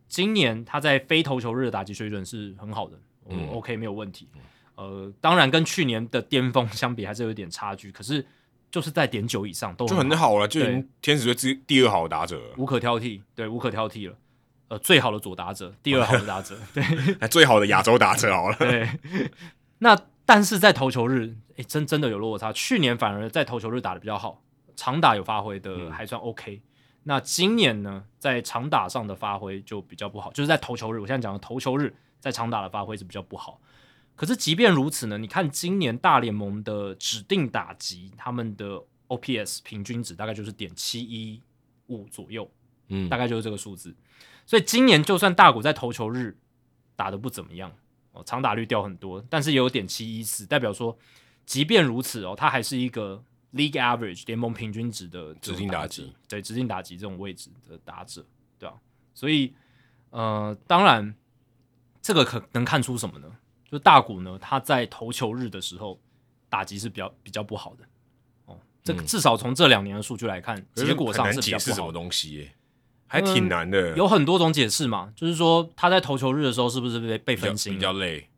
Speaker 2: 今年他在非投球日的打击水准是很好的、
Speaker 1: 嗯
Speaker 2: o k 没有问题。呃，当然跟去年的巅峰相比还是有一点差距，可是就是在点九以上都
Speaker 1: 就很
Speaker 2: 好。
Speaker 1: 好了，就已
Speaker 2: 对
Speaker 1: 经天使队之第二好的打者了，
Speaker 2: 无可挑剔，对，无可挑剔了。呃，最好的左打者，第二好的打者，对
Speaker 1: 哎最好的亚洲打者好 了。
Speaker 2: 对。那但是在投球日，诶，真真的有落差。去年反而在投球日打的比较好，长打有发挥的
Speaker 1: 嗯
Speaker 2: 还算 OK。那今年呢，在长打上的发挥就比较不好，就是在投球日，我现在讲的投球日，在长打的发挥是比较不好。可是即便如此呢，你看今年大联盟的指定打击，他们的 OPS 平均值大概就是点七一五左右，
Speaker 1: 嗯
Speaker 2: 大概就是这个数字。所以今年就算大谷在投球日打得不怎么样哦，长打率掉很多，但是也有点七一四，代表说，即便如此哦，他还是一个 league average 联盟平均值的这种
Speaker 1: 指定打
Speaker 2: 者
Speaker 1: 击，
Speaker 2: 对指定打击这种位置的打者，对啊，所以呃，当然这个可能看出什么呢？就大谷呢，他在投球日的时候打击是比较比较不好的。哦，这个
Speaker 1: 嗯
Speaker 2: 至少从这两年的数据来看，
Speaker 1: 可是
Speaker 2: 结果上
Speaker 1: 很
Speaker 2: 是
Speaker 1: 难
Speaker 2: 比较
Speaker 1: 解
Speaker 2: 不
Speaker 1: 释什
Speaker 2: 好
Speaker 1: 么
Speaker 2: 的。
Speaker 1: 东西、耶，还挺难的，
Speaker 2: 有很多种解释嘛，就是说他在投球日的时候是不是被被
Speaker 1: 比较
Speaker 2: 分心
Speaker 1: 比？较累。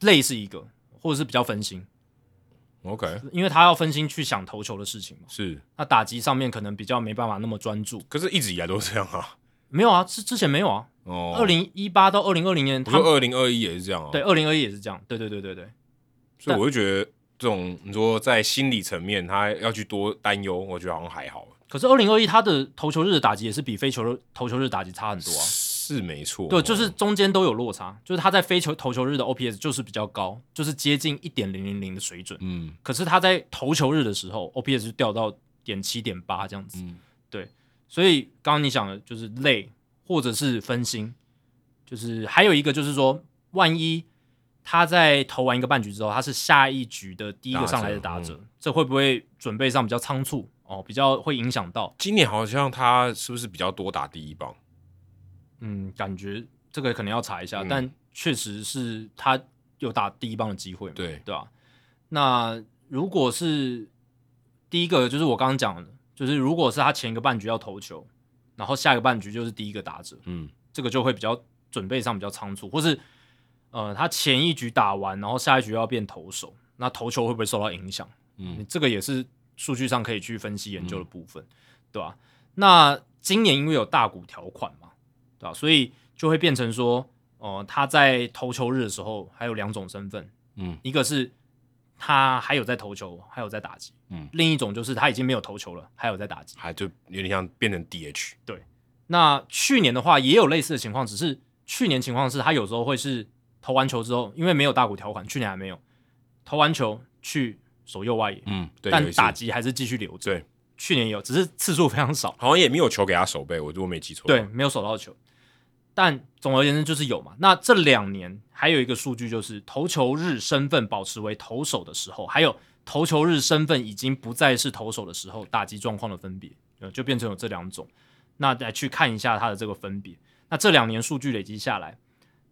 Speaker 2: 累是一个，或者是比较分心，
Speaker 1: OK，
Speaker 2: 因为他要分心去想投球的事情嘛。
Speaker 1: 是，
Speaker 2: 那打击上面可能比较没办法那么专注。
Speaker 1: 可是一直以来都是这样啊。
Speaker 2: 没有啊，之之前没有啊。
Speaker 1: 哦，
Speaker 2: 二零一八到二零二零年，
Speaker 1: 我
Speaker 2: 他
Speaker 1: 说
Speaker 2: 们
Speaker 1: 二零二一也是这样啊。
Speaker 2: 对，二零二一也是这样。对对对对对，
Speaker 1: 所以我就觉得这种你说在心理层面，他要去多担忧，我觉得好像还好，
Speaker 2: 可是二零二一他的投球日的打击也是比非球日投球日打击差很多啊。
Speaker 1: 是没错。
Speaker 2: 对，就是中间都有落差，就是他在非球投球日的 OPS 就是比较高，就是接近一点零零零的水准。
Speaker 1: 嗯
Speaker 2: 可是他在投球日的时候，OPS 就掉到点七点八这样子。
Speaker 1: 嗯，
Speaker 2: 所以刚刚你讲的就是累，或者是分心，就是还有一个就是说，万一他在投完一个半局之后，他是下一局的第一个上来的打
Speaker 1: 打者嗯
Speaker 2: 者，这会不会准备上比较仓促哦，比较会影响到？
Speaker 1: 今年好像他是不是比较多打第一棒？
Speaker 2: 嗯，感觉这个可能要查一下，
Speaker 1: 嗯
Speaker 2: 但确实是他有打第一棒的机会嘛，
Speaker 1: 对
Speaker 2: 对吧、那如果是第一个，就是我刚刚讲的，就是如果是他前一个半局要投球，然后下一个半局就是第一个打者，
Speaker 1: 嗯，
Speaker 2: 这个就会比较准备上比较仓促，或是呃他前一局打完，然后下一局要变投手，那投球会不会受到影响？
Speaker 1: 嗯
Speaker 2: 你这个也是数据上可以去分析研究的部分，对吧、那今年因为有大股条款嘛，对吧、所以就会变成说，呃，他在投球日的时候还有两种身份，
Speaker 1: 嗯，
Speaker 2: 一个是他还有在投球，还有在打击，
Speaker 1: 嗯
Speaker 2: 另一种就是他已经没有投球了，还有在打击。
Speaker 1: 还就有点像变成 DH。
Speaker 2: 那去年的话也有类似的情况，只是去年情况是他有时候会是投完球之后，因为没有大股条款，去年还没有投完球去守右外野，
Speaker 1: 嗯，对，有一
Speaker 2: 但
Speaker 1: 次
Speaker 2: 打击还是继续留着。
Speaker 1: 对，
Speaker 2: 去年也有，只是次数非常少，
Speaker 1: 好像也没有球给他手背，我如果没记错。
Speaker 2: 对，，没有守到球。但总而言之就是有嘛。那这两年还有一个数据就是投球日身份保持为投手的时候，还有投球日身份已经不再是投手的时候，打击状况的分别，呃，就变成有这两种。那来去看一下它的这个分别。那这两年数据累积下来，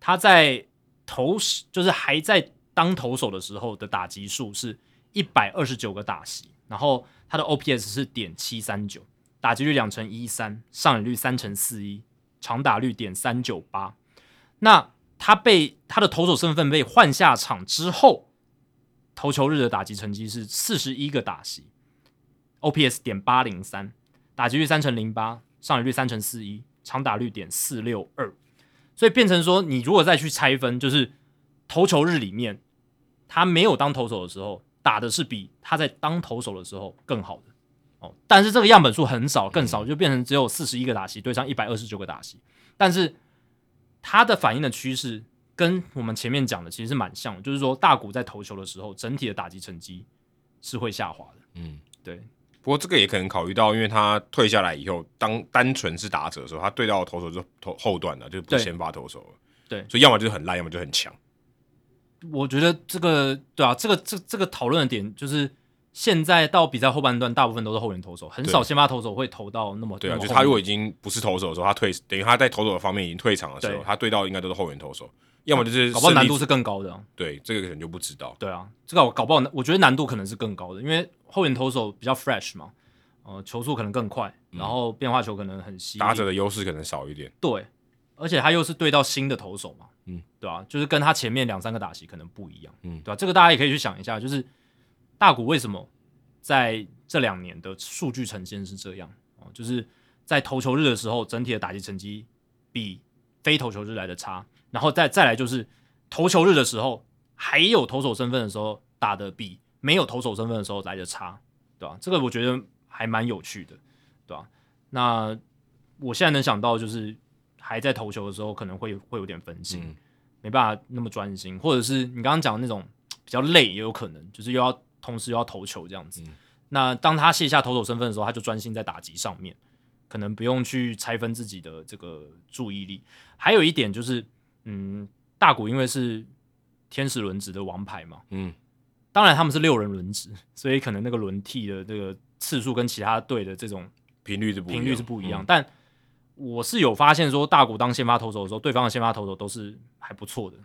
Speaker 2: 他在投就是还在当投手的时候的打击数是一百二十九个打席，然后他的 OPS 是点七三九，打击率两成一三，上垒率三成四一，长打率点三九八。那他被他的投手身份被换下场之后，投球日的打击成绩是四十一个打席，OPS 点八零三，打击率三成零八，上垒率三成四一，长打率点四六二。所以变成说，你如果再去拆分，就是投球日里面他没有当投手的时候打的是比他在当投手的时候更好的哦，但是这个样本数很少，更少，就变成只有四十一个打席对上一百二十九个打席，但是他的反应的趋势跟我们前面讲的其实是蛮像的，就是说大谷在投球的时候，整体的打击成绩是会下滑的，
Speaker 1: 嗯，
Speaker 2: 对，
Speaker 1: 不过这个也可能考虑到，因为他退下来以后，当单纯是打者的时候，他对到的投手就投后段了，就不
Speaker 2: 对
Speaker 1: 是先发投手了。
Speaker 2: 对
Speaker 1: 所以要么就是很烂，要么就很强。
Speaker 2: 我觉得这个对啊，这个这这个讨论的点就是，现在到比赛后半段，大部分都是后援投手，很少
Speaker 1: 对
Speaker 2: 先发投手会投到那么
Speaker 1: 对啊，
Speaker 2: 那么
Speaker 1: 就是
Speaker 2: 后
Speaker 1: 他
Speaker 2: 面
Speaker 1: 如果已经不是投手的时候，他退等于他在投手的方面已经退场的时候，
Speaker 2: 对
Speaker 1: 他对到应该都是后援投手，要么就是
Speaker 2: 搞不好
Speaker 1: 胜
Speaker 2: 难
Speaker 1: 利
Speaker 2: 度是更高的啊、
Speaker 1: 对这个可能就不知道。
Speaker 2: 对啊，这个我搞不好我觉得难度可能是更高的，因为后援投手比较 fresh 嘛，呃，球速可能更快，然后变化球可能很犀利，
Speaker 1: 打者的优势可能少一点，
Speaker 2: 对，而且他又是对到新的投手嘛，
Speaker 1: 嗯，
Speaker 2: 对啊，就是跟他前面两三个打席可能不一样，
Speaker 1: 嗯
Speaker 2: 对啊，这个大家也可以去想一下，就是大谷为什么在这两年的数据呈现是这样哦，就是在投球日的时候，整体的打击成绩比非投球日来的差，然后再再来就是投球日的时候，还有投手身份的时候打的比没有投手身份的时候来的差，对吧、这个我觉得还蛮有趣的，对吧、那我现在能想到就是还在投球的时候，可能会会有点分心，
Speaker 1: 嗯
Speaker 2: 没办法那么专心，或者是你刚刚讲的那种比较累，也有可能就是又要同时又要投球这样子。
Speaker 1: 嗯
Speaker 2: 那当他卸下投手身份的时候，他就专心在打击上面，可能不用去拆分自己的这个注意力。还有一点就是，嗯，大谷因为是天使轮值的王牌嘛，
Speaker 1: 嗯，
Speaker 2: 当然他们是六人轮值，所以可能那个轮替的这个次数跟其他队的这种
Speaker 1: 频率是不一样嗯
Speaker 2: 频率是不一样。，但我是有发现说，大谷当先发投手的时候，对方的先发投手都是还不错的，
Speaker 1: 嗯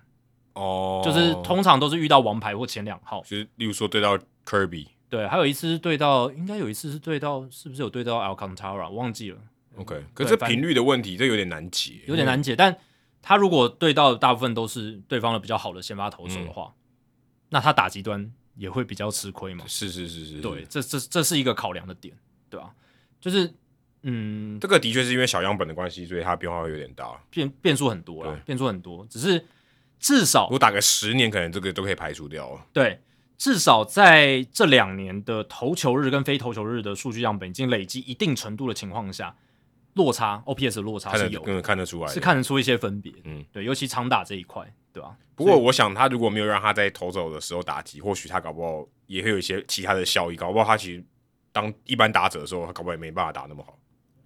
Speaker 1: 哦，
Speaker 2: 就是通常都是遇到王牌或前两号。
Speaker 1: 就是例如说对到 Kirby，
Speaker 2: 对，还有一次是对到，应该有一次是对到，是不是有对到 Alcantara？我忘记了，
Speaker 1: OK，可是
Speaker 2: 嗯反
Speaker 1: 频率的问题，这有点难解，
Speaker 2: 有点难解。但他如果对到的大部分都是对方的比较好的先发投
Speaker 1: 嗯
Speaker 2: 手的话，那他打击端也会比较吃亏嘛
Speaker 1: 因为。是是是是，是
Speaker 2: 对，，这这这是一个考量的点，对吧、就是嗯，
Speaker 1: 这个的确是因为小样本的关系，所以它变化会有点大。
Speaker 2: 变变数很多
Speaker 1: 对
Speaker 2: 了，变数很多，只是至少
Speaker 1: 如果打个十年，可能这个都可以排除掉了。
Speaker 2: 对，至少在这两年的投球日跟非投球日的数据样本已经累积一定程度的情况下，落差 OPS 的落差
Speaker 1: 看
Speaker 2: 是
Speaker 1: 得
Speaker 2: 有的，
Speaker 1: 根本看得出来的，
Speaker 2: 是看得出一些分别。
Speaker 1: 嗯
Speaker 2: 嗯，对，尤其长打这一块，对吧、
Speaker 1: 不过我想，他如果没有让他在投手的时候打击，或许他搞不好也会有一些其他的效益，搞不好他其实当一般打者的时候，他搞不好也没办法打那么好。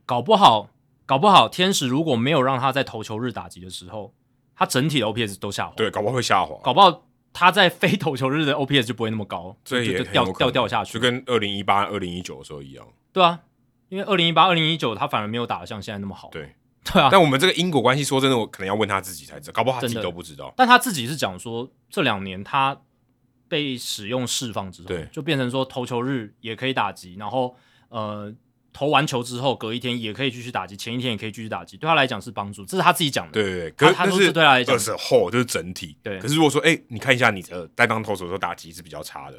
Speaker 2: 搞不好，搞不好天使如果没有让他在投球日打击的时候，他整体的 OPS 都下滑，
Speaker 1: 对，，搞不好会下滑，
Speaker 2: 搞不好他在非投球日的 OPS 就不会那么高，
Speaker 1: 这
Speaker 2: 就
Speaker 1: 也
Speaker 2: 就
Speaker 1: 很有
Speaker 2: 掉
Speaker 1: 可能
Speaker 2: 掉掉下去，
Speaker 1: 就跟二零一八、二零一九的时候一样。
Speaker 2: 对啊，因为二零一八、二零一九他反而没有打得像现在那么好，
Speaker 1: 对，
Speaker 2: 对啊，
Speaker 1: 但我们这个因果关系，说真的，我可能要问他自己才知道，搞不好他自己
Speaker 2: 真的
Speaker 1: 都不知道。
Speaker 2: 但他自己是讲说，这两年他被使用释放之后
Speaker 1: 对，
Speaker 2: 就变成说投球日也可以打击，然后呃投完球之后隔一天也可以继续打击，前一天也可以继续打击，对他来讲是帮助，这是他自己讲的。
Speaker 1: 对对对，可
Speaker 2: 他他
Speaker 1: 但
Speaker 2: 说
Speaker 1: 是
Speaker 2: 这对他来讲
Speaker 1: 二十后就是整体。
Speaker 2: 对
Speaker 1: 可是如果说，哎、你看一下你的在当投手的时候打击是比较差的，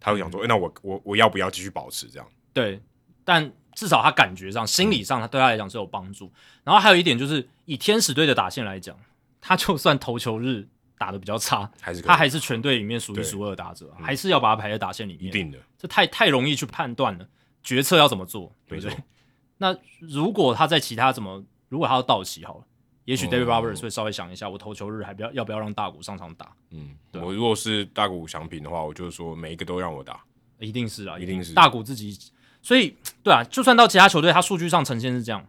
Speaker 1: 他会想
Speaker 2: 嗯
Speaker 1: 说，哎、那我我我要不要继续保持这样？
Speaker 2: 对，但至少他感觉上、心理上，他对他来讲是有帮助。然后还有一点就是，以天使队的打线来讲，他就算投球日打的比较差，
Speaker 1: 还是可以
Speaker 2: 他还是全队里面数一数二的打者，还是要把他排在打线里面。
Speaker 1: 一定的，
Speaker 2: 这太太容易去判断了，决策要怎么做，对不对
Speaker 1: 没错？
Speaker 2: 那如果他在其他怎么，如果他要到期好了，也许 David
Speaker 1: 嗯
Speaker 2: Roberts 会稍微想一下，我投球日还不要要不要让大谷上场打？
Speaker 1: 嗯，
Speaker 2: 对啊
Speaker 1: 我如果是大谷翔平的话，我就是说每一个都让我打，
Speaker 2: 一定是啊，
Speaker 1: 一定是
Speaker 2: 大谷自己。所以，对啊，就算到其他球队，他数据上呈现是这样，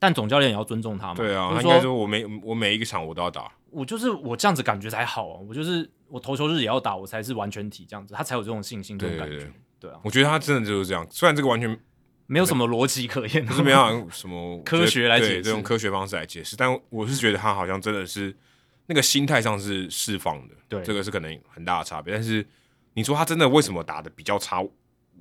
Speaker 2: 但总教练也要尊重他嘛。
Speaker 1: 对啊，
Speaker 2: 就
Speaker 1: 他
Speaker 2: 是
Speaker 1: 应该
Speaker 2: 说
Speaker 1: 说我每我每一个场我都要打，
Speaker 2: 我就是我这样子感觉才好啊，我就是我投球日也要打，我才是完全体这样子，他才有这种信心，这
Speaker 1: 对
Speaker 2: 种
Speaker 1: 对
Speaker 2: 感
Speaker 1: 对
Speaker 2: 觉。，对啊，
Speaker 1: 我觉得他真的就是这样，虽然这个完全
Speaker 2: 没有什么逻辑可言，
Speaker 1: 不是没办法用什么
Speaker 2: 科学来解释
Speaker 1: 对这种科学方式来解释，但我是觉得他好像真的是那个心态上是释放的，
Speaker 2: 对
Speaker 1: 这个是可能很大的差别。但是你说他真的为什么打的比较差，我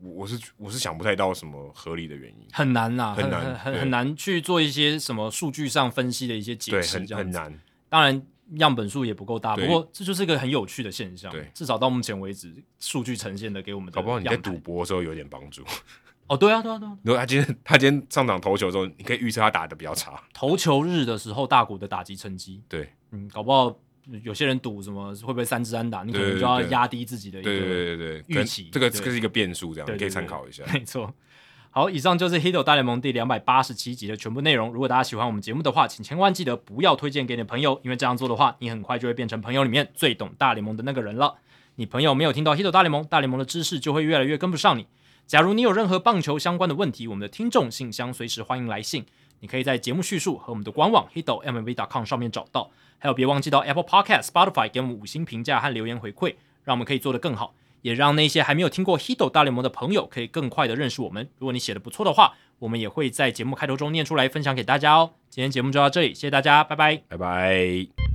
Speaker 1: 我是我是想不太到什么合理的原因，
Speaker 2: 很难呐、
Speaker 1: 很
Speaker 2: 很
Speaker 1: 难对
Speaker 2: 很很很难去做一些什么数据上分析的一些解
Speaker 1: 对，
Speaker 2: 释，
Speaker 1: 很
Speaker 2: 这样
Speaker 1: 很
Speaker 2: 子。
Speaker 1: 难，
Speaker 2: 当然样本数也不够大，
Speaker 1: 对
Speaker 2: 不过这就是一个很有趣的现象
Speaker 1: 对。
Speaker 2: 至少到目前为止，数据呈现的给我们的
Speaker 1: 搞
Speaker 2: 样
Speaker 1: 不好
Speaker 2: 本，
Speaker 1: 你在赌博的时候有点帮助。
Speaker 2: 哦，对啊，对啊，对啊。
Speaker 1: 如果他今天他今天上场投球的时候，你可以预测他打的比较差，
Speaker 2: 投球日的时候，大股的打击成绩，
Speaker 1: 对
Speaker 2: 嗯，搞不好有些人赌什么会不会三支安打，你可能就要
Speaker 1: 对对对
Speaker 2: 压低自己的一
Speaker 1: 对
Speaker 2: 个
Speaker 1: 对对对对，可
Speaker 2: 预
Speaker 1: 能
Speaker 2: 期
Speaker 1: 这个
Speaker 2: 对
Speaker 1: 这个是一个变数，这样
Speaker 2: 对
Speaker 1: 你可以
Speaker 2: 对
Speaker 1: 参
Speaker 2: 对
Speaker 1: 考一下。
Speaker 2: 没错。好，以上就是《Hito 大联盟》第两百八十七集的全部内容。如果大家喜欢我们节目的话，请千万记得不要推荐给你的朋友，因为这样做的话，你很快就会变成朋友里面最懂大联盟的那个人了。你朋友没有听到《Hito 大联盟》，大联盟的知识就会越来越跟不上你。假如你有任何棒球相关的问题，我们的听众信箱随时欢迎来信，你可以在节目叙述和我们的官网 hito mlb.com 上面找到。还有，别忘记到 Apple Podcast、Spotify 给我们五星评价和留言回馈，让我们可以做得更好，也让那些还没有听过 Hito 大联盟的朋友可以更快的认识我们。如果你写的不错的话，我们也会在节目开头中念出来分享给大家哦。今天节目就到这里，谢谢大家，拜拜。
Speaker 1: 拜拜。